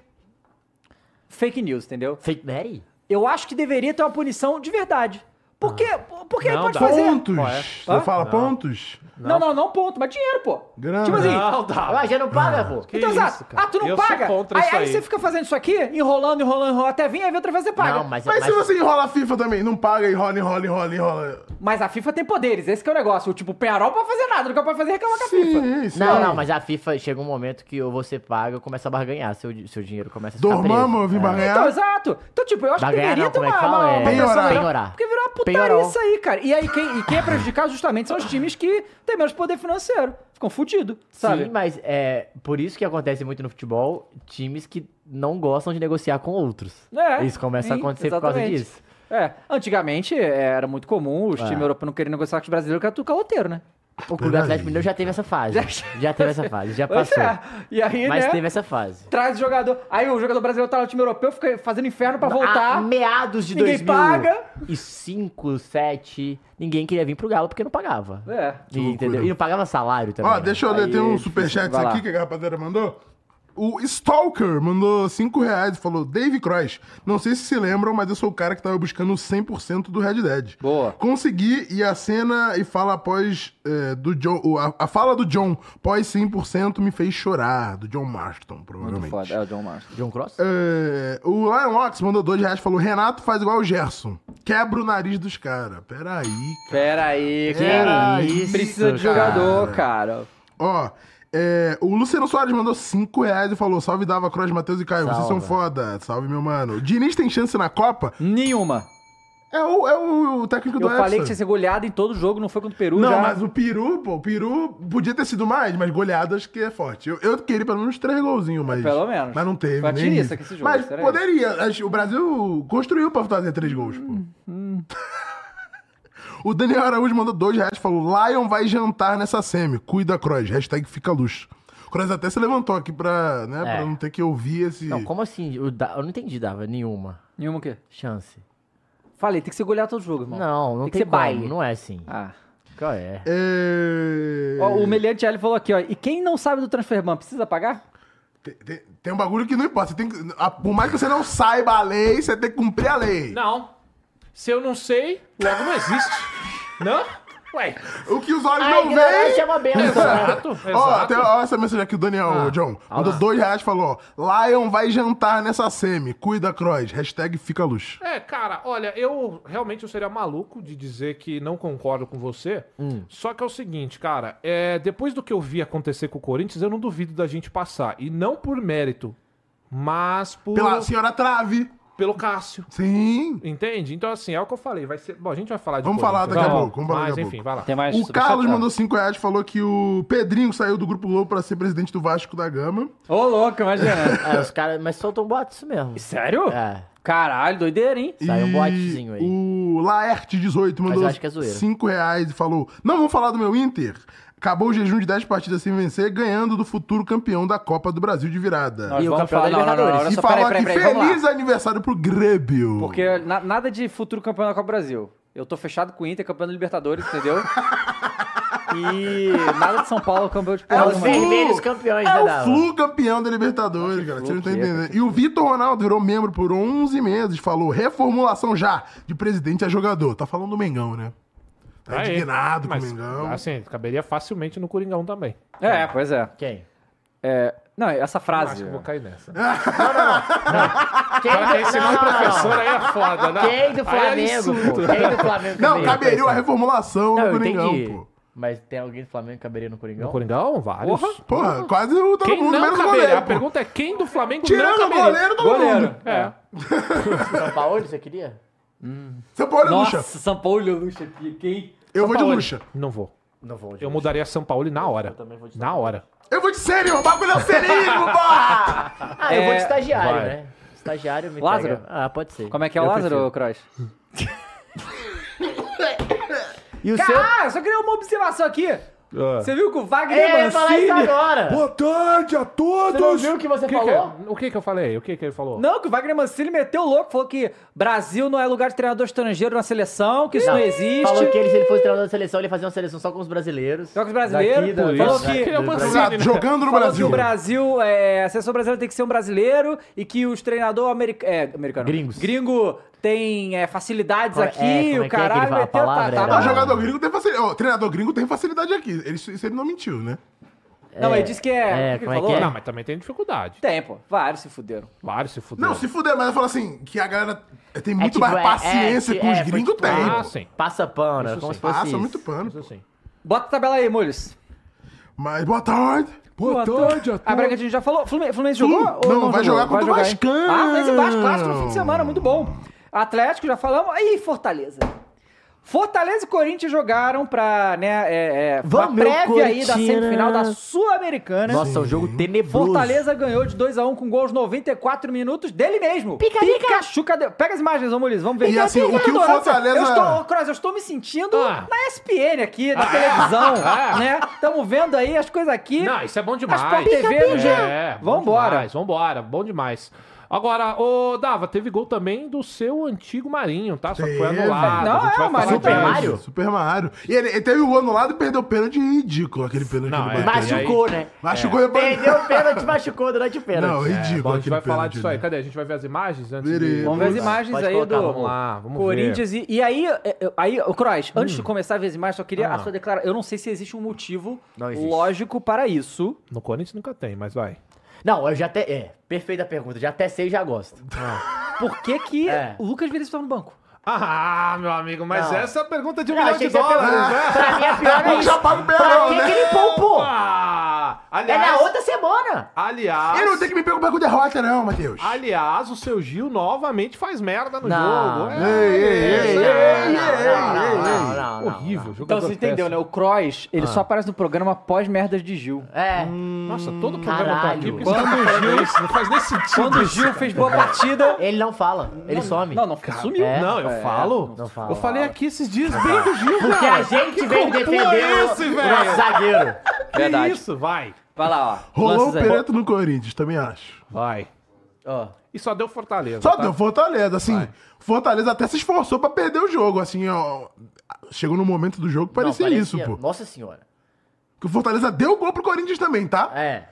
[SPEAKER 1] fake news, entendeu?
[SPEAKER 3] Fake Mary?
[SPEAKER 1] Eu acho que deveria ter uma punição de verdade.
[SPEAKER 3] Ah.
[SPEAKER 1] Porque, porque ele
[SPEAKER 4] Não
[SPEAKER 1] pode
[SPEAKER 4] dá.
[SPEAKER 1] fazer.
[SPEAKER 2] pontos.
[SPEAKER 4] Qual é?
[SPEAKER 2] Você fala pontos?
[SPEAKER 1] Não, não, não ponto, mas dinheiro, pô.
[SPEAKER 2] Grana.
[SPEAKER 1] Tipo assim,
[SPEAKER 4] não dá.
[SPEAKER 3] Ah, já não paga, pô.
[SPEAKER 4] Que
[SPEAKER 1] então
[SPEAKER 4] isso,
[SPEAKER 1] exato.
[SPEAKER 4] cara.
[SPEAKER 1] Ah, tu não
[SPEAKER 4] Eu sou
[SPEAKER 1] paga?
[SPEAKER 4] contra
[SPEAKER 1] aí,
[SPEAKER 4] isso
[SPEAKER 1] aí
[SPEAKER 4] aí.
[SPEAKER 1] você fica fazendo isso aqui, enrolando, enrolando, enrolando, até vir, aí outra vez você paga.
[SPEAKER 3] Não, mas, é
[SPEAKER 2] Mas
[SPEAKER 3] mas
[SPEAKER 2] se você enrola a FIFA também, não paga, enrola, enrola, enrola, enrola.
[SPEAKER 1] Mas a FIFA tem poderes, esse que é o negócio. O tipo, o Penharol pode fazer nada, nunca pode fazer reclamar com a FIFA.
[SPEAKER 2] Sim, sim.
[SPEAKER 3] Não, não, mas a FIFA chega um momento que ou você paga, começa a barganhar, seu, di- seu dinheiro começa a ficar
[SPEAKER 2] Dormamos, eu
[SPEAKER 3] preso.
[SPEAKER 2] vim
[SPEAKER 3] É.
[SPEAKER 1] Então,
[SPEAKER 2] barganhar.
[SPEAKER 1] exato. Então, tipo, eu acho que
[SPEAKER 3] Baganhar
[SPEAKER 1] deveria
[SPEAKER 3] não,
[SPEAKER 1] ter
[SPEAKER 3] como é
[SPEAKER 1] uma,
[SPEAKER 3] que fala?
[SPEAKER 1] uma, uma
[SPEAKER 3] É,
[SPEAKER 1] punição
[SPEAKER 2] penhorar.
[SPEAKER 1] melhor. Porque virou uma putaria
[SPEAKER 3] Penhorar.
[SPEAKER 1] isso aí, cara. E aí, quem, e quem é prejudicado justamente são os times que têm menos poder financeiro. Ficam fudidos, sabe?
[SPEAKER 3] Sim, mas é por isso que acontece muito no futebol times que não gostam de negociar com outros.
[SPEAKER 1] É,
[SPEAKER 3] isso começa a
[SPEAKER 1] sim,
[SPEAKER 3] acontecer por causa
[SPEAKER 1] exatamente.
[SPEAKER 3] disso.
[SPEAKER 1] É, antigamente é, era muito comum os times europeus não quererem negociar com os brasileiros, que era tudo caloteiro, né?
[SPEAKER 3] o Clube Atlético Mineiro já teve essa fase.
[SPEAKER 1] Já-
[SPEAKER 3] Já, teve essa fase, já
[SPEAKER 1] Pois
[SPEAKER 3] passou.
[SPEAKER 1] é. E aí,
[SPEAKER 3] Mas
[SPEAKER 1] né?
[SPEAKER 3] teve essa fase.
[SPEAKER 1] Traz o jogador. Aí o jogador brasileiro tá no time europeu, fica fazendo inferno
[SPEAKER 3] Ah,
[SPEAKER 1] pra voltar.
[SPEAKER 3] A meados de
[SPEAKER 1] Ninguém
[SPEAKER 3] 2005,
[SPEAKER 1] paga.
[SPEAKER 3] 2005, 7, ninguém queria vir pro Galo porque não pagava.
[SPEAKER 1] É.
[SPEAKER 3] E, entendeu? E não pagava salário também. né?
[SPEAKER 2] Ó, deixa eu ler,
[SPEAKER 1] Aí,
[SPEAKER 2] tem uns
[SPEAKER 1] difícil.
[SPEAKER 2] superchats
[SPEAKER 1] Vai lá.
[SPEAKER 2] aqui que a rapaziada mandou. O Stalker mandou 5 reais e falou: Dave Cross, não sei se se lembram, mas eu sou o cara que tava buscando 100% do Red Dead.
[SPEAKER 1] Boa.
[SPEAKER 2] Consegui e a cena e fala após. eh, do John, o- a, a fala do John pós 100% me fez chorar, do John Marston, provavelmente.
[SPEAKER 1] Foda, é o John Marston.
[SPEAKER 3] John Cross?
[SPEAKER 2] É, o Lion Ox mandou dois reais e falou: Renato faz igual o Gerson. Quebra o nariz dos caras. Peraí.
[SPEAKER 1] Pera aí,
[SPEAKER 3] Que
[SPEAKER 1] cara.
[SPEAKER 3] isso,
[SPEAKER 1] Precisa de
[SPEAKER 3] cara.
[SPEAKER 1] jogador, cara.
[SPEAKER 2] Ó, é, o Luciano Soares mandou cinco reais e falou: Salve Dava, Cross, Matheus e Caio. Vocês são
[SPEAKER 3] Salve.
[SPEAKER 2] foda. Salve, meu mano. O Diniz tem chance na Copa?
[SPEAKER 1] Nenhuma.
[SPEAKER 2] É o, é o técnico
[SPEAKER 1] Eu
[SPEAKER 2] do
[SPEAKER 1] falei que
[SPEAKER 2] Edson.
[SPEAKER 1] tinha ser goleado em todo jogo, não foi contra o Peru
[SPEAKER 2] Não,
[SPEAKER 1] já.
[SPEAKER 2] mas o Peru, pô, o Peru podia ter sido mais, mas goleado acho que é forte. Eu, eu queria pelo menos três golzinhos, mas.
[SPEAKER 1] Pelo menos.
[SPEAKER 2] Mas não teve.
[SPEAKER 1] Foi a
[SPEAKER 2] nem
[SPEAKER 1] tiriça
[SPEAKER 2] isso.
[SPEAKER 1] que esse jogo,
[SPEAKER 2] mas
[SPEAKER 1] será?
[SPEAKER 2] poderia. acho- O Brasil construiu pra fazer três gols, pô.
[SPEAKER 1] Hum,
[SPEAKER 2] o Daniel Araújo mandou dois reais e falou: Lion vai jantar nessa semi. Cuida, Croz. Hashtag fica luxo. O Croz até se levantou aqui pra, né,
[SPEAKER 3] É.
[SPEAKER 2] pra não ter que ouvir esse.
[SPEAKER 3] Não, como assim? O Da- Eu não entendi, Dava, nenhuma
[SPEAKER 1] Nenhuma o quê?
[SPEAKER 3] chance.
[SPEAKER 1] Falei, tem que ser goleado todo jogo, irmão.
[SPEAKER 3] Não, não tem,
[SPEAKER 1] que ser
[SPEAKER 3] como,
[SPEAKER 1] baile.
[SPEAKER 3] não é assim.
[SPEAKER 1] Ah.
[SPEAKER 3] Qual é?
[SPEAKER 2] É...
[SPEAKER 1] Ó, o Meliantelli falou aqui, ó. E quem não sabe do Transferban, precisa pagar?
[SPEAKER 2] Tem, tem- tem um bagulho que não importa. Você tem que- a- por mais que você não saiba a lei, você tem que cumprir a lei.
[SPEAKER 4] Não. Se eu não sei, logo não existe. não? Ué.
[SPEAKER 2] O que os olhos
[SPEAKER 3] A
[SPEAKER 2] não veem.
[SPEAKER 3] ignorância é uma benção, né?
[SPEAKER 4] Exato,
[SPEAKER 2] Ó,
[SPEAKER 4] exato.
[SPEAKER 2] tem, ó, essa mensagem aqui do Daniel,
[SPEAKER 3] Ah,
[SPEAKER 2] o John.
[SPEAKER 3] ah
[SPEAKER 2] Mandou
[SPEAKER 3] lá.
[SPEAKER 2] dois reais e falou: ó, Lion vai jantar nessa semi. Cuida, Croix. Hashtag fica luxo.
[SPEAKER 4] É, cara, olha, eu realmente eu seria maluco de dizer que não concordo com você.
[SPEAKER 2] Hum.
[SPEAKER 4] Só que é o seguinte, cara, é, depois do que eu vi acontecer com o Corinthians, eu não duvido da gente passar. E não por mérito, mas por,
[SPEAKER 2] Pela senhora trave.
[SPEAKER 4] pelo Cássio.
[SPEAKER 2] Sim.
[SPEAKER 4] Entende? Então, assim, é o que eu falei. Vai ser. Bom, a gente vai falar de
[SPEAKER 2] Vamos
[SPEAKER 4] Corinthians,
[SPEAKER 2] falar daqui a
[SPEAKER 4] tá bom?
[SPEAKER 2] pouco, vamos falar
[SPEAKER 4] Mas,
[SPEAKER 2] daqui a
[SPEAKER 4] enfim,
[SPEAKER 2] pouco.
[SPEAKER 4] vai lá.
[SPEAKER 1] Tem mais
[SPEAKER 2] O
[SPEAKER 1] superchat?
[SPEAKER 2] Carlos
[SPEAKER 1] Ah.
[SPEAKER 2] mandou cinco reais e falou que o Pedrinho saiu do grupo Lobo pra ser presidente do Vasco da Gama.
[SPEAKER 1] Ô, louco, imagina.
[SPEAKER 3] É, os caras, mas soltam boato isso mesmo.
[SPEAKER 1] Sério?
[SPEAKER 3] É.
[SPEAKER 1] Caralho, doideira, hein?
[SPEAKER 3] Saiu um
[SPEAKER 2] E
[SPEAKER 3] boatezinho aí.
[SPEAKER 2] O Laerte18
[SPEAKER 3] Mas
[SPEAKER 2] mandou
[SPEAKER 3] eu acho que é zoeira.
[SPEAKER 2] 5 reais e falou: Não vou falar do meu Inter. Acabou o jejum de 10 partidas sem vencer, ganhando do futuro campeão da Copa do Brasil de virada.
[SPEAKER 3] E o
[SPEAKER 1] vamos
[SPEAKER 3] campeão da
[SPEAKER 1] não, não, não,
[SPEAKER 3] Libertadores.
[SPEAKER 1] olha
[SPEAKER 2] E
[SPEAKER 1] só,
[SPEAKER 2] falou
[SPEAKER 1] peraí,
[SPEAKER 2] aqui:
[SPEAKER 1] peraí, peraí, vamos lá.
[SPEAKER 2] Feliz aniversário pro Grêbio.
[SPEAKER 1] Porque na- nada de futuro campeão da Copa do Brasil. Eu tô fechado com o Inter, campeão da Libertadores, entendeu? e nada de São Paulo, campeão de
[SPEAKER 2] É
[SPEAKER 1] porra
[SPEAKER 2] o
[SPEAKER 3] Os
[SPEAKER 1] nenhuma.
[SPEAKER 2] Flu.
[SPEAKER 3] vermelhos campeões,
[SPEAKER 2] É
[SPEAKER 3] né,
[SPEAKER 2] o
[SPEAKER 3] Dava?
[SPEAKER 2] Flu campeão da Libertadores, cara. Você não tá entendendo. E o Vitor Ronaldo virou membro por 11 meses. Falou: reformulação já, de presidente a jogador. Tá falando do Mengão, né? Tá
[SPEAKER 4] Aí.
[SPEAKER 2] indignado com o
[SPEAKER 4] Mas,
[SPEAKER 2] Mengão.
[SPEAKER 4] Assim, caberia facilmente no Coringão também.
[SPEAKER 1] É, pois é.
[SPEAKER 3] Quem?
[SPEAKER 1] É, Não, essa
[SPEAKER 4] Acho
[SPEAKER 1] frase.
[SPEAKER 4] que eu vou cair nessa.
[SPEAKER 2] Ah.
[SPEAKER 3] Quem
[SPEAKER 4] Cara,
[SPEAKER 2] é
[SPEAKER 4] que esse
[SPEAKER 3] não,
[SPEAKER 4] nome
[SPEAKER 3] não, não.
[SPEAKER 4] professor aí é foda, né?
[SPEAKER 3] Quem do
[SPEAKER 4] Aí é
[SPEAKER 3] Flamengo,
[SPEAKER 4] insulto.
[SPEAKER 3] pô? Quem do Flamengo
[SPEAKER 2] Não,
[SPEAKER 3] também?
[SPEAKER 2] caberia a reformulação
[SPEAKER 3] Não,
[SPEAKER 2] no
[SPEAKER 3] eu
[SPEAKER 2] Coringão,
[SPEAKER 3] entendi.
[SPEAKER 2] pô.
[SPEAKER 3] Mas tem alguém do Flamengo que caberia no Coringão?
[SPEAKER 4] No Coringão, vários.
[SPEAKER 1] Porra.
[SPEAKER 2] Porra, quase o todo
[SPEAKER 4] Quem
[SPEAKER 2] mundo
[SPEAKER 4] não
[SPEAKER 2] menos o
[SPEAKER 4] caberia?
[SPEAKER 2] goleiro.
[SPEAKER 4] A
[SPEAKER 2] pô.
[SPEAKER 4] pergunta é quem do Flamengo não
[SPEAKER 2] Tirando o
[SPEAKER 4] caberia?
[SPEAKER 2] goleiro, todo
[SPEAKER 1] Goleiro.
[SPEAKER 2] mundo.
[SPEAKER 4] É.
[SPEAKER 3] São Paulo, você queria?
[SPEAKER 2] São Paulo e
[SPEAKER 1] Nossa,
[SPEAKER 2] Lucha.
[SPEAKER 1] São Paulo e Lucha. que- Quem?
[SPEAKER 2] Eu vou de
[SPEAKER 4] Paulo.
[SPEAKER 2] Lucha.
[SPEAKER 4] Não vou.
[SPEAKER 3] Não vou.
[SPEAKER 4] Eu mudaria São Paulo na hora.
[SPEAKER 3] também vou de
[SPEAKER 4] Na hora.
[SPEAKER 2] Eu vou de sério, o bagulho é o serismo, porra!
[SPEAKER 3] Ah, eu vou
[SPEAKER 1] É,
[SPEAKER 3] de estagiário,
[SPEAKER 4] vai.
[SPEAKER 3] né? Estagiário me
[SPEAKER 1] Lázaro?
[SPEAKER 3] pega. Ah, pode ser.
[SPEAKER 1] Como é que é o
[SPEAKER 3] Eu
[SPEAKER 1] Lázaro, Cross?
[SPEAKER 3] prefiro. E o seu...
[SPEAKER 1] Ah, eu só queria uma observação aqui. Você viu que o Wagner
[SPEAKER 3] É, eu ia falar isso
[SPEAKER 1] Mancini...
[SPEAKER 3] agora!
[SPEAKER 2] Boa tarde a
[SPEAKER 3] é Você não
[SPEAKER 2] todos!
[SPEAKER 3] viu o que você
[SPEAKER 4] O que
[SPEAKER 1] é?
[SPEAKER 4] que
[SPEAKER 3] falou?
[SPEAKER 4] eu- o que que eu falei? O que que ele falou?
[SPEAKER 1] Não, que o Wagner Mancini meteu o louco, falou que Brasil não é lugar de treinador estrangeiro na seleção, que isso não, existe.
[SPEAKER 3] Falou que ele, se ele fosse treinador da seleção, ele fazia uma seleção só com os brasileiros.
[SPEAKER 1] Só com os brasileiros,
[SPEAKER 3] da-
[SPEAKER 1] por isso. Falou que-
[SPEAKER 4] Ele é o
[SPEAKER 3] do Brasil.
[SPEAKER 4] Mancini, né?
[SPEAKER 2] Jogando
[SPEAKER 1] Falou
[SPEAKER 2] no
[SPEAKER 1] que
[SPEAKER 2] Brasil.
[SPEAKER 1] o Brasil, é, a seleção brasileira tem que ser um brasileiro e que os treinadores america, é, americanos.
[SPEAKER 3] Gringos.
[SPEAKER 1] Gringo tem é, facilidades
[SPEAKER 3] Como é-
[SPEAKER 1] aqui,
[SPEAKER 3] é, como
[SPEAKER 1] o
[SPEAKER 3] é que é que ele
[SPEAKER 1] caralho.
[SPEAKER 3] fala a
[SPEAKER 1] meteu-
[SPEAKER 3] palavra?
[SPEAKER 1] tá,
[SPEAKER 3] Era-
[SPEAKER 1] tá,
[SPEAKER 2] Ah,
[SPEAKER 1] bom.
[SPEAKER 2] jogador gringo tem facilidade. Ó, treinador gringo tem facilidade aqui. Ele, isso isso ele não mentiu, né?
[SPEAKER 1] Não, ele disse que é.
[SPEAKER 3] É,
[SPEAKER 1] o que que
[SPEAKER 3] como é
[SPEAKER 1] ele
[SPEAKER 3] que
[SPEAKER 1] falou?
[SPEAKER 3] é?
[SPEAKER 4] Não, mas também tem dificuldade.
[SPEAKER 1] Tem, pô. Vários se fuderam.
[SPEAKER 4] Vários se fuderam.
[SPEAKER 2] Não, se fuder, mas eu falo assim, que a galera tem muito
[SPEAKER 3] tipo,
[SPEAKER 2] mais
[SPEAKER 3] é-
[SPEAKER 2] paciência
[SPEAKER 3] é,
[SPEAKER 2] com os
[SPEAKER 3] é, foi
[SPEAKER 2] gringos,
[SPEAKER 3] tipo,
[SPEAKER 2] tem.
[SPEAKER 4] Ah,
[SPEAKER 2] pô.
[SPEAKER 4] sim.
[SPEAKER 3] Passa pano, é
[SPEAKER 4] Isso
[SPEAKER 3] como
[SPEAKER 4] sim.
[SPEAKER 3] se fosse
[SPEAKER 2] Passa
[SPEAKER 3] isso. assim.
[SPEAKER 2] muito pano.
[SPEAKER 4] Isso sim.
[SPEAKER 1] Bota a tabela aí, Molhos.
[SPEAKER 2] Mas boa tarde.
[SPEAKER 1] A Braga a gente já falou. Fluminense, Fluminense
[SPEAKER 2] Flu-
[SPEAKER 1] jogou? ou
[SPEAKER 2] não, vai jogar contra o
[SPEAKER 1] hein? um
[SPEAKER 2] Vascão.
[SPEAKER 1] Ah, Fluminense e Vasco, clássico no fim de semana, muito bom. Atlético, já falamos. Aí, Fortaleza. Fortaleza e Corinthians jogaram pra, né, é, é,
[SPEAKER 3] Vamos,
[SPEAKER 1] pra prévia aí da
[SPEAKER 3] Cortinas.
[SPEAKER 1] semifinal da
[SPEAKER 2] né?
[SPEAKER 1] Sul-Americana.
[SPEAKER 3] Nossa, é um jogo tenebroso.
[SPEAKER 1] Fortaleza ganhou de 2x1 com gols 94 minutos dele mesmo.
[SPEAKER 7] Pica,
[SPEAKER 1] Pikachu, cadê? Pega as imagens, ô Muliz, vamos ver.
[SPEAKER 2] E assim, o que o Fortaleza-
[SPEAKER 1] Eu estou, ô, Cross, eu estou me sentindo
[SPEAKER 4] Ah.
[SPEAKER 1] na ESPN aqui, na televisão, né? Estamos vendo aí as coisas aqui.
[SPEAKER 4] Não, isso é bom demais.
[SPEAKER 1] Mas pra TV no
[SPEAKER 4] é,
[SPEAKER 1] jogo.
[SPEAKER 4] é, bom
[SPEAKER 1] Vambora.
[SPEAKER 4] demais, Vambora, bom demais. Agora, ô Dava, teve gol também do seu antigo Marinho, tá? Só que foi
[SPEAKER 2] Teve.
[SPEAKER 4] anulado.
[SPEAKER 1] Não, é,
[SPEAKER 4] a gente vai
[SPEAKER 1] o
[SPEAKER 4] falar
[SPEAKER 1] Marinho
[SPEAKER 4] disso.
[SPEAKER 3] tá- Mario?
[SPEAKER 2] Super Mario. E ele, ele teve o gol anulado e perdeu o pênalti ridículo, aquele pênalti
[SPEAKER 4] Não,
[SPEAKER 2] do
[SPEAKER 4] é,
[SPEAKER 2] Barcelona.
[SPEAKER 3] Machucou, né?
[SPEAKER 2] Machucou depois.
[SPEAKER 3] Perdeu o pênalti, machucou durante o pênalti.
[SPEAKER 2] Não, ridículo.
[SPEAKER 4] É, Bom, a gente
[SPEAKER 2] aquele
[SPEAKER 4] vai falar
[SPEAKER 2] pênalti
[SPEAKER 4] disso aí.
[SPEAKER 2] ali.
[SPEAKER 4] Cadê? A gente vai ver as imagens antes
[SPEAKER 2] Veremos.
[SPEAKER 4] de...
[SPEAKER 1] Vamos ver as
[SPEAKER 2] Pode
[SPEAKER 1] imagens aí
[SPEAKER 4] colocar,
[SPEAKER 1] do
[SPEAKER 4] Vamos lá, vamos ver.
[SPEAKER 1] Corinthians. E, e aí, é, é, aí, o Croix, antes de começar a ver as imagens, só queria
[SPEAKER 4] Ah.
[SPEAKER 1] a sua declaração. Eu não sei se existe um motivo
[SPEAKER 3] Não existe.
[SPEAKER 1] lógico para isso.
[SPEAKER 4] No Corinthians nunca tem, mas vai.
[SPEAKER 3] Não, eu já até. É, perfeita pergunta. Já até sei e já gosto.
[SPEAKER 1] Por que que
[SPEAKER 3] É.
[SPEAKER 1] o Lucas Veríssimo estava no banco?
[SPEAKER 4] Ah, meu amigo, mas
[SPEAKER 3] Não.
[SPEAKER 4] essa é a pergunta de um
[SPEAKER 3] Não,
[SPEAKER 4] milhão
[SPEAKER 3] achei
[SPEAKER 4] de
[SPEAKER 3] que você ia
[SPEAKER 4] dólares, né?
[SPEAKER 3] Pra mim, a pior é
[SPEAKER 2] Eu
[SPEAKER 3] isso.
[SPEAKER 2] já pago o
[SPEAKER 3] Pra
[SPEAKER 2] Berão,
[SPEAKER 3] que, que
[SPEAKER 2] né?
[SPEAKER 3] ele poupou?
[SPEAKER 4] Opa!
[SPEAKER 3] É
[SPEAKER 4] Aliás,
[SPEAKER 3] na outra semana.
[SPEAKER 4] aliás,
[SPEAKER 2] Ele não tem que me preocupar com derrota, não, Matheus.
[SPEAKER 4] aliás, o seu Gil novamente faz merda no
[SPEAKER 3] Não.
[SPEAKER 4] jogo. É,
[SPEAKER 2] Ei, ei, ei,
[SPEAKER 4] isso
[SPEAKER 2] ei, ei,
[SPEAKER 4] aí.
[SPEAKER 2] ei, ei.
[SPEAKER 3] não, não, não.
[SPEAKER 4] é, Horrível, jogador
[SPEAKER 1] Então você entendeu,
[SPEAKER 4] péssimo.
[SPEAKER 1] né? O Croix, ele só aparece no programa pós merdas de Gil.
[SPEAKER 3] É.
[SPEAKER 4] Nossa, todo programa tá
[SPEAKER 3] caralho.
[SPEAKER 4] aqui. porque você tá falando isso, não faz nem sentido.
[SPEAKER 1] Quando o
[SPEAKER 4] isso,
[SPEAKER 1] Gil
[SPEAKER 4] cara.
[SPEAKER 1] fez boa partida.
[SPEAKER 3] Ele não fala, ele some.
[SPEAKER 1] Não, não, sumiu.
[SPEAKER 3] É.
[SPEAKER 4] Não, eu falo.
[SPEAKER 3] não fala.
[SPEAKER 4] Eu falei aqui esses dias bem do Gil,
[SPEAKER 3] Porque
[SPEAKER 4] cara.
[SPEAKER 3] a gente
[SPEAKER 4] Que
[SPEAKER 3] veio
[SPEAKER 4] complô
[SPEAKER 3] defender
[SPEAKER 4] é
[SPEAKER 3] o-
[SPEAKER 4] esse,
[SPEAKER 3] o
[SPEAKER 4] velho?
[SPEAKER 3] nosso zagueiro.
[SPEAKER 4] Que
[SPEAKER 1] Verdade.
[SPEAKER 4] isso, vai.
[SPEAKER 1] Vai lá, ó.
[SPEAKER 2] Rolou o
[SPEAKER 1] Lances aí.
[SPEAKER 2] Pereto no Corinthians, também acho.
[SPEAKER 4] Vai. E só deu Fortaleza.
[SPEAKER 2] Só
[SPEAKER 4] tá?
[SPEAKER 2] deu Fortaleza, assim. Fortaleza até se esforçou pra perder o jogo, assim, ó. Chegou no momento do jogo que parecia,
[SPEAKER 3] Não,
[SPEAKER 2] isso, pô.
[SPEAKER 3] Nossa senhora.
[SPEAKER 2] Que o Fortaleza deu gol pro Corinthians também, tá?
[SPEAKER 3] É.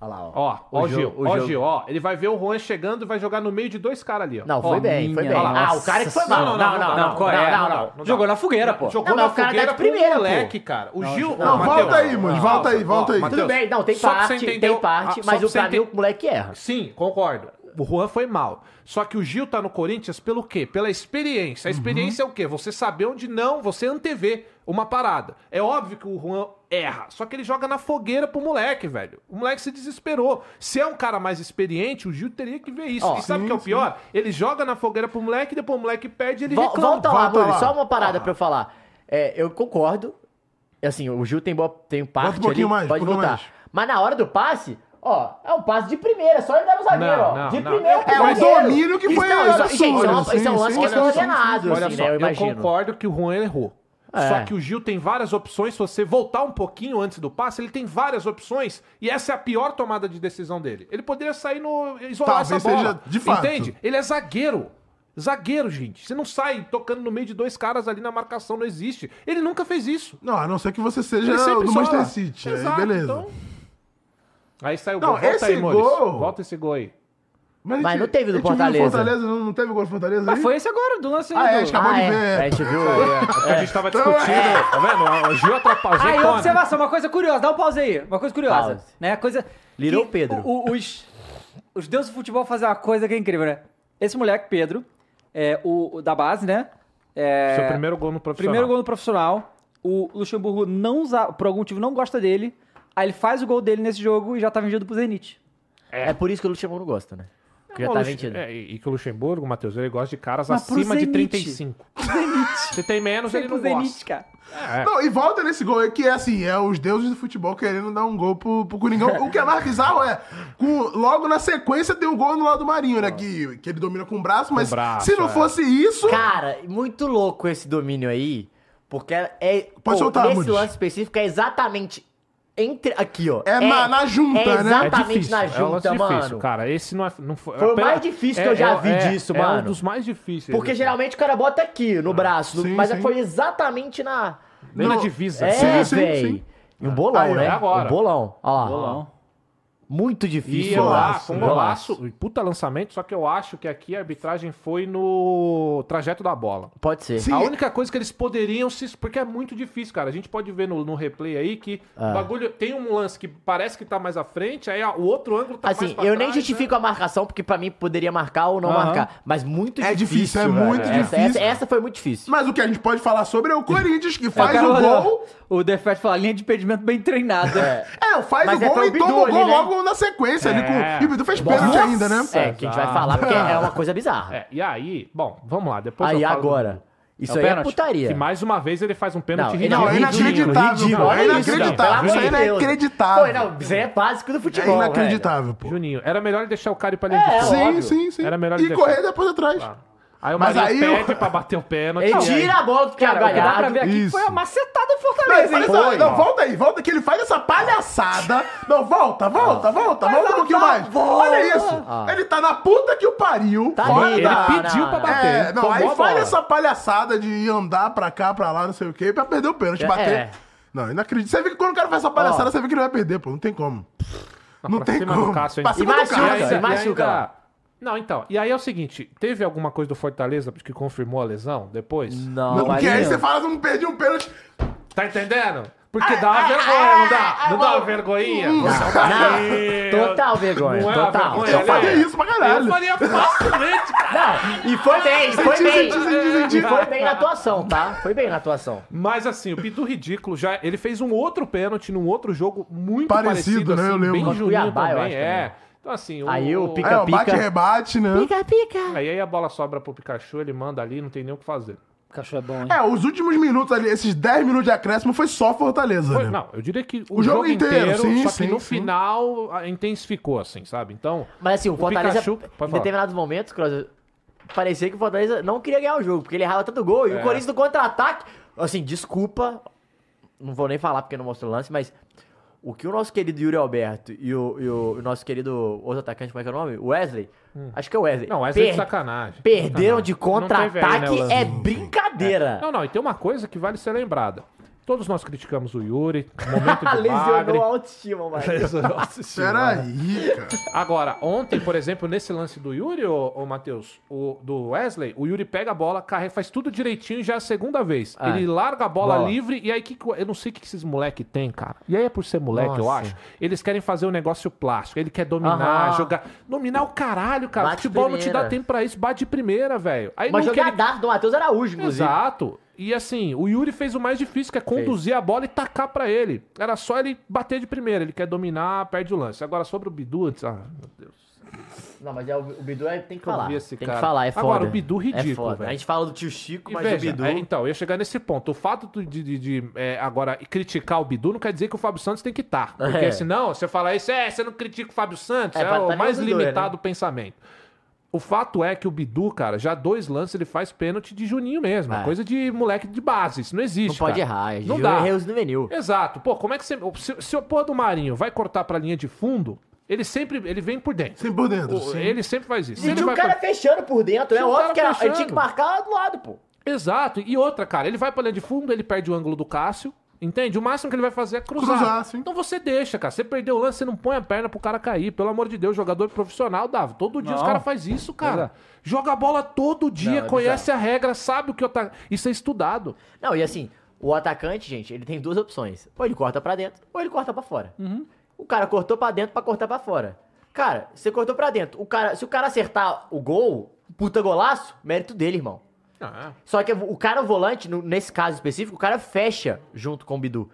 [SPEAKER 3] Olha lá, ó.
[SPEAKER 4] Ó, ó o
[SPEAKER 3] jogo,
[SPEAKER 4] Gil,
[SPEAKER 3] o
[SPEAKER 4] ó o
[SPEAKER 3] jogo.
[SPEAKER 4] Gil, ó. Ele vai ver o Juan chegando e vai jogar no meio de dois caras ali, ó.
[SPEAKER 3] Não,
[SPEAKER 4] Ó,
[SPEAKER 3] foi bem, foi
[SPEAKER 1] minha
[SPEAKER 3] bem. Ah,
[SPEAKER 1] nossa
[SPEAKER 3] o cara que foi mal. Não, não, não, não,
[SPEAKER 1] qual é?
[SPEAKER 3] não, não, não.
[SPEAKER 4] não.
[SPEAKER 1] Jogou na fogueira, pô.
[SPEAKER 4] Jogou
[SPEAKER 3] Não,
[SPEAKER 4] na
[SPEAKER 3] mas o cara
[SPEAKER 4] fogueira
[SPEAKER 3] tá de primeira,
[SPEAKER 4] com o moleque, cara. O Gil...
[SPEAKER 2] não,
[SPEAKER 4] Mateus,
[SPEAKER 2] volta aí, mano, volta aí, volta aí.
[SPEAKER 4] Mateus,
[SPEAKER 3] Tudo bem, não, tem
[SPEAKER 4] só pra
[SPEAKER 3] parte,
[SPEAKER 4] você entender o-
[SPEAKER 3] tem parte,
[SPEAKER 4] ah, só
[SPEAKER 3] mas
[SPEAKER 4] pra
[SPEAKER 3] o
[SPEAKER 4] você
[SPEAKER 3] pra mim
[SPEAKER 4] ente-
[SPEAKER 3] o moleque erra.
[SPEAKER 4] Sim, concordo. O Juan foi mal. Só que o Gil tá no Corinthians pelo quê? Pela experiência. A
[SPEAKER 3] Uhum.
[SPEAKER 4] experiência é o quê? Você saber onde não, você antever uma parada. É óbvio que o Juan erra. Só que ele joga na fogueira pro moleque, velho. O moleque se desesperou. Se é um cara mais experiente, o Gil teria que ver isso.
[SPEAKER 3] Ó,
[SPEAKER 4] e sabe o que é o pior? Ele joga na fogueira pro moleque, depois o moleque perde e ele
[SPEAKER 3] Vol-
[SPEAKER 4] reclama.
[SPEAKER 3] volta lá,
[SPEAKER 2] volta
[SPEAKER 3] Bruno,
[SPEAKER 2] lá.
[SPEAKER 3] só um uma parada pra eu falar. É, eu concordo. Assim, o Gil tem, boa, tem parte
[SPEAKER 2] pouquinho
[SPEAKER 3] ali,
[SPEAKER 2] mais,
[SPEAKER 3] pode
[SPEAKER 2] um pouquinho
[SPEAKER 3] voltar.
[SPEAKER 2] mais.
[SPEAKER 3] Mas na hora do passe, ó, é um passe de primeira, é só ele dar no zagueiro,
[SPEAKER 4] Não,
[SPEAKER 3] ó.
[SPEAKER 4] não,
[SPEAKER 3] de
[SPEAKER 4] não.
[SPEAKER 3] primeira
[SPEAKER 4] É
[SPEAKER 3] pro
[SPEAKER 2] o
[SPEAKER 3] zagueiro.
[SPEAKER 2] um domínio que foi
[SPEAKER 3] Então, isso, gente, isso é uma-
[SPEAKER 2] absurdo,
[SPEAKER 3] isso é um
[SPEAKER 2] sim,
[SPEAKER 3] lance
[SPEAKER 2] sim,
[SPEAKER 3] que é
[SPEAKER 2] olha só,
[SPEAKER 3] coordenado,
[SPEAKER 4] Olha
[SPEAKER 3] assim,
[SPEAKER 4] só,
[SPEAKER 3] né? Eu
[SPEAKER 4] eu,
[SPEAKER 3] imagino.
[SPEAKER 4] concordo que o Juan ele errou.
[SPEAKER 3] É.
[SPEAKER 4] Só que o Gil tem várias opções. Se você voltar um pouquinho antes do passe, ele tem várias opções. E essa é a pior tomada de decisão dele. Ele poderia sair no. isolar
[SPEAKER 2] Talvez
[SPEAKER 4] essa bola.
[SPEAKER 2] seja, de fato.
[SPEAKER 4] Entende? Ele é zagueiro. Zagueiro, gente. Você não sai tocando no meio de dois caras ali na marcação, não existe. Ele nunca fez isso.
[SPEAKER 2] Não, a não ser que você seja
[SPEAKER 4] Ele sempre
[SPEAKER 2] do
[SPEAKER 4] isola.
[SPEAKER 2] Manchester City.
[SPEAKER 4] Exato,
[SPEAKER 2] aí beleza.
[SPEAKER 4] então. Aí saiu o
[SPEAKER 2] Não,
[SPEAKER 4] gol. Volta
[SPEAKER 2] esse
[SPEAKER 4] aí, Maurício.
[SPEAKER 2] gol-
[SPEAKER 4] Volta esse gol aí.
[SPEAKER 3] Mas
[SPEAKER 2] a gente-
[SPEAKER 3] não teve do
[SPEAKER 2] a gente viu
[SPEAKER 3] Fortaleza.
[SPEAKER 2] Fortaleza, não, não teve gol do Fortaleza
[SPEAKER 1] Mas
[SPEAKER 2] aí?
[SPEAKER 1] foi esse agora, do lance
[SPEAKER 2] Ah, é,
[SPEAKER 1] aí.
[SPEAKER 2] acho
[SPEAKER 1] do-
[SPEAKER 2] que acabou
[SPEAKER 3] Ah,
[SPEAKER 2] de
[SPEAKER 3] é.
[SPEAKER 2] ver.
[SPEAKER 3] A gente viu. é.
[SPEAKER 4] Porque a gente tava discutindo. Tá vendo? O Gil atrapalhou.
[SPEAKER 1] Ah, Aí, observação, uma coisa curiosa, dá um pause aí. Uma coisa curiosa.
[SPEAKER 3] Pause.
[SPEAKER 1] Né? Coisa.
[SPEAKER 3] Little
[SPEAKER 1] que
[SPEAKER 3] Pedro.
[SPEAKER 1] o- o- os, os deuses do futebol fazem uma coisa que é incrível, né? Esse moleque, Pedro, é, o, o da base, né? É,
[SPEAKER 4] Seu primeiro gol no profissional.
[SPEAKER 1] primeiro gol no profissional. O Luxemburgo não usa, por algum motivo não gosta dele. Aí ele faz o gol dele nesse jogo e já tá vendido pro Zenit.
[SPEAKER 3] É por isso que o Luxemburgo não gosta, né? Porque já
[SPEAKER 4] Bom,
[SPEAKER 3] tá
[SPEAKER 4] Luxe-
[SPEAKER 3] vendido.
[SPEAKER 4] é, e e que o Luxemburgo, Matheus, ele gosta de caras
[SPEAKER 1] Mas pro
[SPEAKER 4] acima de
[SPEAKER 1] Zenit.
[SPEAKER 4] 35. Se tem menos, ele
[SPEAKER 1] Sempre
[SPEAKER 4] não
[SPEAKER 1] pro Zenit,
[SPEAKER 4] gosta.
[SPEAKER 1] cara.
[SPEAKER 4] É,
[SPEAKER 2] Não, e volta nesse gol aí, que é assim, é os deuses do futebol querendo dar um gol pro, pro Coringão. o que é mais bizarro é, com- logo na sequência tem um gol no lado do Marinho, né? Que, que ele domina com o braço, mas
[SPEAKER 4] o braço,
[SPEAKER 2] se não
[SPEAKER 4] é.
[SPEAKER 2] fosse isso...
[SPEAKER 3] Cara, muito louco esse domínio aí, porque é.
[SPEAKER 2] Pode soltar,
[SPEAKER 3] Nesse
[SPEAKER 2] Mudes.
[SPEAKER 3] lance específico é exatamente entre. Aqui, ó.
[SPEAKER 2] É na- na junta,
[SPEAKER 3] é
[SPEAKER 2] né?
[SPEAKER 4] é
[SPEAKER 3] Exatamente
[SPEAKER 4] difícil.
[SPEAKER 3] na
[SPEAKER 4] é um lance
[SPEAKER 3] junta, mano.
[SPEAKER 4] difícil, cara. Esse não é. Não foi
[SPEAKER 3] Foi o mais difícil que eu já vi disso,
[SPEAKER 4] É um
[SPEAKER 3] mano.
[SPEAKER 4] dos mais difíceis.
[SPEAKER 3] Porque
[SPEAKER 4] assim.
[SPEAKER 3] geralmente o cara bota aqui, no braço, no-
[SPEAKER 2] sim,
[SPEAKER 3] mas é
[SPEAKER 2] sim.
[SPEAKER 3] foi exatamente na.
[SPEAKER 4] É. Nem na
[SPEAKER 2] Não,
[SPEAKER 4] divisa.
[SPEAKER 3] É,
[SPEAKER 2] Sim, sim,
[SPEAKER 3] véi.
[SPEAKER 2] sim.
[SPEAKER 3] E um bolão,
[SPEAKER 2] Aí, ó,
[SPEAKER 3] né?
[SPEAKER 4] é agora.
[SPEAKER 3] Um bolão. Olha lá.
[SPEAKER 1] Bolão.
[SPEAKER 3] Muito
[SPEAKER 4] E
[SPEAKER 3] difícil.
[SPEAKER 4] eu
[SPEAKER 2] golaço,
[SPEAKER 4] acho, um
[SPEAKER 2] né?
[SPEAKER 4] golaço. e Puta lançamento, só que eu acho que aqui a arbitragem foi no trajeto da bola.
[SPEAKER 3] Pode ser.
[SPEAKER 2] Sim.
[SPEAKER 4] A única coisa que eles poderiam se. Porque é muito difícil, cara. A gente pode ver no, no replay aí que
[SPEAKER 3] Ah.
[SPEAKER 4] o bagulho. Tem um lance que parece que tá mais à frente, aí ó, o outro ângulo tá mais
[SPEAKER 3] Assim,
[SPEAKER 4] pra
[SPEAKER 3] eu nem
[SPEAKER 4] trás, né?
[SPEAKER 3] justifico a marcação, porque pra mim poderia marcar ou não
[SPEAKER 1] Aham.
[SPEAKER 3] marcar. Mas muito
[SPEAKER 2] É
[SPEAKER 3] difícil.
[SPEAKER 2] difícil, é
[SPEAKER 3] velho.
[SPEAKER 2] muito
[SPEAKER 3] Essa- Essa,
[SPEAKER 2] difícil.
[SPEAKER 3] essa foi muito difícil.
[SPEAKER 2] Mas o que a gente pode falar sobre é o Corinthians, que
[SPEAKER 1] É, o
[SPEAKER 2] faz
[SPEAKER 1] cara
[SPEAKER 2] o
[SPEAKER 1] olhou-
[SPEAKER 2] gol...
[SPEAKER 1] O Defete fala, linha de impedimento bem treinada.
[SPEAKER 2] É, faz
[SPEAKER 3] Mas
[SPEAKER 2] o
[SPEAKER 3] é
[SPEAKER 2] gol
[SPEAKER 3] foi o
[SPEAKER 2] e toma
[SPEAKER 3] Bidu
[SPEAKER 2] o gol
[SPEAKER 3] ali, né?
[SPEAKER 2] logo na sequência. ali com... E o Bidu fez pênalti
[SPEAKER 3] É. Nossa!
[SPEAKER 2] ainda, né?
[SPEAKER 3] É, que a gente vai falar, porque é uma é coisa bizarra.
[SPEAKER 4] É, e aí, bom, vamos lá, depois
[SPEAKER 3] Aí
[SPEAKER 4] eu falo.
[SPEAKER 3] agora. Isso
[SPEAKER 4] o
[SPEAKER 3] aí é
[SPEAKER 4] pênalti.
[SPEAKER 3] putaria.
[SPEAKER 4] Que mais uma vez ele faz um
[SPEAKER 3] Não,
[SPEAKER 4] pênalti
[SPEAKER 3] ele
[SPEAKER 2] Não,
[SPEAKER 4] ridículo.
[SPEAKER 2] é inacreditável.
[SPEAKER 3] ridículo,
[SPEAKER 2] pô, É
[SPEAKER 3] ridículo.
[SPEAKER 2] inacreditável. Isso aí é
[SPEAKER 3] Pelo amor de Deus.
[SPEAKER 2] inacreditável.
[SPEAKER 3] Pô, não, isso aí é básico do
[SPEAKER 2] É
[SPEAKER 3] futebol.
[SPEAKER 2] inacreditável, pô.
[SPEAKER 4] Juninho, era melhor ele deixar o cara ir pra linha de fundo.
[SPEAKER 3] é
[SPEAKER 2] Sim,
[SPEAKER 3] óbvio.
[SPEAKER 2] sim, sim.
[SPEAKER 4] Era melhor
[SPEAKER 2] e
[SPEAKER 4] deixar. Ah.
[SPEAKER 2] correr depois atrás.
[SPEAKER 4] Aí o
[SPEAKER 2] Mas
[SPEAKER 4] Marinho
[SPEAKER 2] aí o-
[SPEAKER 4] pede pra bater o pênalti.
[SPEAKER 3] velho.
[SPEAKER 4] Não, é.
[SPEAKER 3] Ele tira a bola do Thiago
[SPEAKER 1] Cara, o que dá pra
[SPEAKER 3] Galhardo.
[SPEAKER 1] ver aqui
[SPEAKER 2] Isso.
[SPEAKER 1] foi a macetada do
[SPEAKER 2] Não,
[SPEAKER 1] Fortaleza,
[SPEAKER 2] olha
[SPEAKER 1] hein?
[SPEAKER 2] só, não, volta aí, volta que ele faz essa palhaçada. Não, volta, volta, volta, volta um pouquinho mais. Olha isso. Ele tá na puta que o pariu.
[SPEAKER 3] Ah. Tá
[SPEAKER 2] fora
[SPEAKER 3] ali,
[SPEAKER 4] Ele
[SPEAKER 2] da-
[SPEAKER 3] Não,
[SPEAKER 4] pediu
[SPEAKER 3] não,
[SPEAKER 4] pra
[SPEAKER 3] não.
[SPEAKER 4] bater.
[SPEAKER 2] É, não,
[SPEAKER 4] tomou
[SPEAKER 2] aí
[SPEAKER 4] a
[SPEAKER 2] faz
[SPEAKER 4] bola.
[SPEAKER 2] essa palhaçada de ir andar pra cá, pra lá, não sei o quê, pra perder o pênalti,
[SPEAKER 3] É.
[SPEAKER 2] bater. Não, eu não acredito. Você vê que quando o cara faz essa palhaçada, você vê que ele vai perder, pô. Não tem como. Não
[SPEAKER 4] pra
[SPEAKER 2] tem
[SPEAKER 4] cima do
[SPEAKER 2] como.
[SPEAKER 4] Cássio, hein?
[SPEAKER 2] Pra
[SPEAKER 3] E
[SPEAKER 2] cima do
[SPEAKER 3] machuca,
[SPEAKER 2] Cássio.
[SPEAKER 3] e machuca.
[SPEAKER 4] ainda- Não, então. E aí é o seguinte: teve alguma coisa do Fortaleza que confirmou a lesão depois?
[SPEAKER 3] Não,
[SPEAKER 2] Não, porque aí
[SPEAKER 3] Marinho.
[SPEAKER 2] você fala, não perdi um pênalti.
[SPEAKER 4] Tá entendendo? Porque dá uma vergonha, não dá? Não dá uma vergonhinha?
[SPEAKER 3] Não, total vergonha,
[SPEAKER 4] Não é uma
[SPEAKER 3] total.
[SPEAKER 4] vergonha,
[SPEAKER 2] Eu
[SPEAKER 4] né?
[SPEAKER 2] faria isso pra caralho.
[SPEAKER 4] Eu faria facilmente, cara.
[SPEAKER 3] Não, e foi bem, foi
[SPEAKER 2] Senti,
[SPEAKER 3] bem.
[SPEAKER 2] senti, senti, senti.
[SPEAKER 3] E foi bem na atuação, tá? Foi bem na atuação.
[SPEAKER 4] Mas assim, o Pitu Ridículo já. Ele fez um outro pênalti num outro jogo muito parecido,
[SPEAKER 2] Parecido, né?
[SPEAKER 4] assim,
[SPEAKER 2] Eu lembro.
[SPEAKER 4] Bem
[SPEAKER 2] Contra
[SPEAKER 3] o
[SPEAKER 4] juninho
[SPEAKER 3] Cuiabá, eu
[SPEAKER 4] também,
[SPEAKER 3] acho
[SPEAKER 4] é.
[SPEAKER 3] também.
[SPEAKER 4] Então assim, É,
[SPEAKER 3] Aí o Pica-
[SPEAKER 2] É, o bate-rebate, né?
[SPEAKER 3] pica.
[SPEAKER 4] Aí, aí a bola sobra pro Pikachu, ele manda ali, não tem nem o que fazer.
[SPEAKER 1] Cachorro é bom, hein?
[SPEAKER 2] É, os últimos minutos ali, esses 10 minutos de acréscimo foi só Fortaleza,
[SPEAKER 4] Foi-
[SPEAKER 2] né?
[SPEAKER 4] não, eu diria que o,
[SPEAKER 2] O
[SPEAKER 4] jogo,
[SPEAKER 2] jogo
[SPEAKER 4] inteiro,
[SPEAKER 2] inteiro, sim,
[SPEAKER 4] só que
[SPEAKER 2] sim,
[SPEAKER 4] no
[SPEAKER 2] sim.
[SPEAKER 4] final a- intensificou, assim, sabe? Então,
[SPEAKER 3] Mas assim, o,
[SPEAKER 4] O
[SPEAKER 3] Fortaleza,
[SPEAKER 4] Pikachu- pode
[SPEAKER 3] em
[SPEAKER 4] falar.
[SPEAKER 3] determinados momentos, Cross, parecia que o Fortaleza não queria ganhar o jogo, porque ele errava tanto gol.
[SPEAKER 4] É.
[SPEAKER 3] E o Corinthians no contra-ataque, assim, desculpa, não vou nem falar porque não mostrou o lance, mas o que o nosso querido Yuri Alberto e o, e o- o nosso querido outro atacante, como é que é o nome? Wesley? Acho que é o Wesley.
[SPEAKER 4] Hum. não, essa é de
[SPEAKER 3] Per-
[SPEAKER 4] sacanagem.
[SPEAKER 3] Perderam de
[SPEAKER 4] Não teve aí, né, É.
[SPEAKER 3] contra-ataque
[SPEAKER 4] Lando?
[SPEAKER 3] é brincadeira.
[SPEAKER 4] Não, não, e tem uma coisa que vale ser lembrada. Todos nós criticamos o Yuri, momento de um bagre.
[SPEAKER 3] Lesionou a autoestima, mano.
[SPEAKER 4] Lesionou, nossa senhora.
[SPEAKER 2] Peraí, cara.
[SPEAKER 4] Agora, ontem, por exemplo, nesse lance do Yuri, ô, ô Matheus, o, do Wesley, o Yuri pega a bola, carrega, faz tudo direitinho e já é a segunda vez.
[SPEAKER 3] Ah,
[SPEAKER 4] Ele larga a bola,
[SPEAKER 3] bola.
[SPEAKER 4] livre e aí que, que- eu não sei o que que esses moleque tem, cara. E aí é por ser moleque, eu
[SPEAKER 3] Nossa.
[SPEAKER 4] acho. Eles querem fazer um negócio plástico, ele quer dominar,
[SPEAKER 3] Aham.
[SPEAKER 4] jogar. Dominar o caralho, cara.
[SPEAKER 3] Bate
[SPEAKER 4] Futebol não te dá
[SPEAKER 3] primeira.
[SPEAKER 4] tempo pra isso, bate de primeira, velho. Aí
[SPEAKER 3] Uma
[SPEAKER 4] não quer
[SPEAKER 3] jogadaça do Matheus Araújo, inclusive.
[SPEAKER 4] Exato. E assim, o Yuri fez o mais difícil, que é conduzir a bola e tacar pra ele. Era só ele bater de primeira, ele quer dominar, perde o lance. Agora sobre o Bidu, antes- ah, meu Deus.
[SPEAKER 3] Não, mas é, o o Bidu é, tem que
[SPEAKER 4] Eu
[SPEAKER 3] falar.
[SPEAKER 4] vi esse
[SPEAKER 3] tem
[SPEAKER 4] cara.
[SPEAKER 3] que falar, é
[SPEAKER 4] Agora,
[SPEAKER 3] foda.
[SPEAKER 4] o Bidu ridículo,
[SPEAKER 3] É foda.
[SPEAKER 4] velho.
[SPEAKER 3] A gente fala do tio Chico,
[SPEAKER 4] E
[SPEAKER 3] mas
[SPEAKER 4] veja,
[SPEAKER 3] o um Bidu.
[SPEAKER 4] é, então, eu ia chegar nesse ponto. O fato do- de, de- de, é, agora criticar o Bidu não quer dizer que o Fábio Santos tem que estar. Porque
[SPEAKER 3] É.
[SPEAKER 4] senão, você fala isso, é, você não critica o Fábio Santos,
[SPEAKER 3] É,
[SPEAKER 4] é,
[SPEAKER 3] pra- pra
[SPEAKER 4] o
[SPEAKER 3] mim
[SPEAKER 4] mais
[SPEAKER 3] os dois, né?
[SPEAKER 4] limitado pensamento. O fato é que o Bidu, cara, já dois lances ele faz pênalti de Juninho mesmo.
[SPEAKER 3] É.
[SPEAKER 4] Coisa de moleque de base, isso não existe.
[SPEAKER 3] não pode
[SPEAKER 4] cara.
[SPEAKER 3] errar. é
[SPEAKER 4] Não
[SPEAKER 3] Não
[SPEAKER 4] dá.
[SPEAKER 3] dá. Erros no menil.
[SPEAKER 4] Exato. Pô, como é que você. Se, se o porra do Marinho vai cortar pra linha de fundo, ele sempre. Ele vem por dentro.
[SPEAKER 2] Sempre por dentro,
[SPEAKER 4] O-
[SPEAKER 2] sim.
[SPEAKER 4] Ele sempre faz isso. Se
[SPEAKER 3] E
[SPEAKER 4] ele
[SPEAKER 3] tinha um
[SPEAKER 4] vai
[SPEAKER 3] cara
[SPEAKER 4] pra-
[SPEAKER 3] fechando por dentro, é
[SPEAKER 4] Tinha um
[SPEAKER 3] óbvio que
[SPEAKER 4] cara
[SPEAKER 3] era, ele tinha
[SPEAKER 4] fechando.
[SPEAKER 3] que marcar lá do lado, pô.
[SPEAKER 4] Exato. E outra, cara, ele vai pra linha de fundo, ele perde o ângulo do Cássio. Entende? O máximo que ele vai fazer é cruzar.
[SPEAKER 2] Cruzar, sim.
[SPEAKER 4] Então você deixa, cara. Você perdeu o lance, você não põe a perna pro cara cair. Pelo amor de Deus, jogador profissional, Dava. Todo dia os
[SPEAKER 1] Não.
[SPEAKER 4] caras fazem isso, cara. Joga a bola todo dia,
[SPEAKER 3] Não, é
[SPEAKER 4] conhece a regra, sabe o que eu tá. Isso é estudado.
[SPEAKER 3] Não, e assim, o atacante, gente, ele tem duas opções. Ou ele corta pra dentro, ou ele corta pra fora.
[SPEAKER 4] Uhum.
[SPEAKER 3] O cara cortou pra dentro pra cortar pra fora. Cara, você cortou pra dentro. O cara, se o cara acertar o gol, puta golaço, mérito dele, irmão.
[SPEAKER 4] Ah,
[SPEAKER 3] Só que o cara volante, no- nesse caso específico, o cara fecha junto com o Bidu.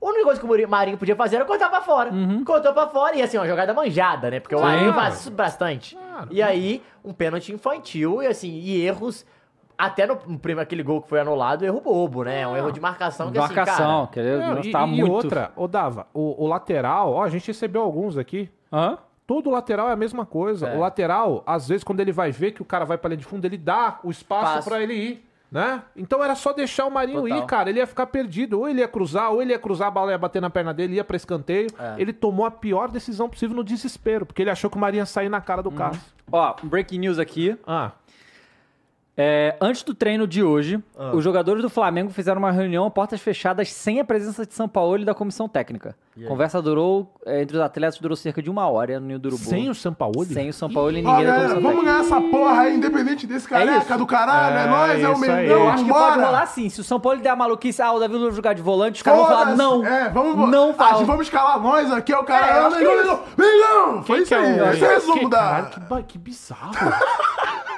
[SPEAKER 3] A única coisa que o Mari- Marinho podia fazer era cortar pra fora. Cortou pra fora e assim, uma jogada manjada, né? Porque o
[SPEAKER 4] Sim,
[SPEAKER 3] Marinho
[SPEAKER 4] mano.
[SPEAKER 3] faz isso bastante.
[SPEAKER 4] Claro.
[SPEAKER 3] E aí, um pênalti infantil e assim, e erros. Até no, no primeiro aquele gol que foi anulado, erro bobo, né? Um erro de marcação que
[SPEAKER 1] Marcação,
[SPEAKER 3] assim, cara.
[SPEAKER 1] querido.
[SPEAKER 4] Não,
[SPEAKER 1] Nossa,
[SPEAKER 4] e,
[SPEAKER 1] tá
[SPEAKER 4] e
[SPEAKER 1] muito.
[SPEAKER 4] outra, ô Dava, o, o lateral, ó, a gente recebeu alguns aqui.
[SPEAKER 1] Hã?
[SPEAKER 4] Todo lateral é a mesma coisa. O lateral, às vezes, quando ele vai ver que o cara vai pra linha de fundo, ele dá o espaço
[SPEAKER 3] Espaço.
[SPEAKER 4] pra ele ir. Né? Então era só deixar o Marinho
[SPEAKER 3] Total.
[SPEAKER 4] ir, cara. Ele ia ficar perdido. Ou ele ia cruzar, ou ele ia cruzar, a bala ia bater na perna dele, ia pra escanteio. Ele tomou a pior decisão possível no desespero, porque ele achou que o Marinho ia sair na cara do carro.
[SPEAKER 1] Ó, um breaking news aqui.
[SPEAKER 4] Ah,
[SPEAKER 1] É, antes do treino de hoje, os jogadores do Flamengo fizeram uma reunião a portas fechadas sem a presença de São Paulo e da comissão técnica. A conversa durou, é, entre os atletas, durou cerca de uma hora no Ninho do Urubu.
[SPEAKER 4] sem o Sampaoli?
[SPEAKER 1] Sem o São Paulo e
[SPEAKER 2] Ó,
[SPEAKER 1] ninguém da
[SPEAKER 2] galera,
[SPEAKER 1] comissão técnica.
[SPEAKER 2] Ah, é. vamos ganhar essa porra aí, independente
[SPEAKER 1] É
[SPEAKER 2] desse careca do caralho, é,
[SPEAKER 4] É,
[SPEAKER 2] nóis, é o
[SPEAKER 4] isso
[SPEAKER 2] melhor.
[SPEAKER 4] aí.
[SPEAKER 1] Eu acho que pode
[SPEAKER 2] bora.
[SPEAKER 1] rolar sim. Se o São Paulo der a maluquice, ah, o Davi Luiz jogar de volante, os caras vão falar,
[SPEAKER 2] Foda-se.
[SPEAKER 1] não,
[SPEAKER 2] É, vamos,
[SPEAKER 1] não
[SPEAKER 2] a gente
[SPEAKER 1] falam.
[SPEAKER 2] vamos escalar nós aqui, é o cara.
[SPEAKER 1] É, eu
[SPEAKER 2] Ah,
[SPEAKER 1] acho que
[SPEAKER 2] não,
[SPEAKER 1] é
[SPEAKER 2] não, não, não, não, Foi
[SPEAKER 4] Quem
[SPEAKER 2] isso
[SPEAKER 4] que é
[SPEAKER 2] aí.
[SPEAKER 4] o-
[SPEAKER 2] Esse é o resumo
[SPEAKER 4] Que-
[SPEAKER 2] da.
[SPEAKER 4] Caralho, que, ba- que bizarro.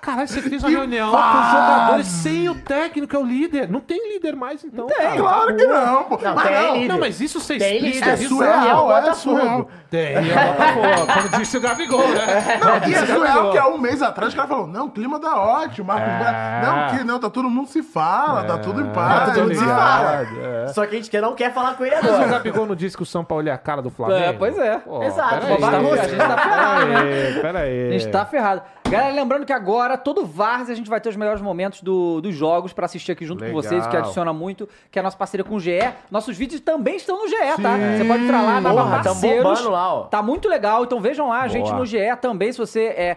[SPEAKER 4] caralho, você fez uma
[SPEAKER 2] Que
[SPEAKER 4] reunião com os
[SPEAKER 2] fase!
[SPEAKER 4] jogadores sem o técnico, é o líder. Não tem líder mais, então. Não
[SPEAKER 2] É claro que não, pô.
[SPEAKER 3] Não,
[SPEAKER 2] Mas
[SPEAKER 3] tem
[SPEAKER 2] não,
[SPEAKER 3] líder.
[SPEAKER 4] Não, mas isso você
[SPEAKER 3] Tem
[SPEAKER 4] explica.
[SPEAKER 3] líder.
[SPEAKER 2] é
[SPEAKER 4] isso
[SPEAKER 2] surreal, é,
[SPEAKER 3] Botafogo.
[SPEAKER 2] surreal.
[SPEAKER 4] Tem, é Botafogo, como disse o Gabigol, né?
[SPEAKER 2] Não, e é surreal que há um mês atrás o cara falou, não, o clima tá ótimo, Marcos
[SPEAKER 1] É.
[SPEAKER 2] Braz. Não, que não, tá todo mundo se fala, tá tudo em paz.
[SPEAKER 4] Tá tudo
[SPEAKER 2] se fala.
[SPEAKER 4] ligado, é.
[SPEAKER 3] Só que a gente quer- não quer falar com ele
[SPEAKER 4] Mas o
[SPEAKER 3] agora.
[SPEAKER 4] Gabigol não disse que o São Paulo é a cara do Flamengo?
[SPEAKER 1] É, pois é.
[SPEAKER 3] Exato,
[SPEAKER 4] peraí.
[SPEAKER 3] uma bagunça.
[SPEAKER 1] A gente tá ferrado, né?
[SPEAKER 4] Peraí, peraí.
[SPEAKER 1] A gente tá ferrado. Galera, lembrando que agora, todo Vars, a gente vai ter os melhores momentos do- dos jogos pra assistir aqui junto com
[SPEAKER 4] Legal.
[SPEAKER 1] vocês, o que adiciona muito, que é a nossa parceria com o GE. Nossos vídeos também estão no GE, tá? Você pode entrar lá, na
[SPEAKER 3] Porra,
[SPEAKER 1] aba
[SPEAKER 3] tão
[SPEAKER 1] parceiros.
[SPEAKER 3] bombando lá, ó.
[SPEAKER 1] Tá muito legal, então vejam lá a gente
[SPEAKER 4] Boa.
[SPEAKER 1] no GE também, se você é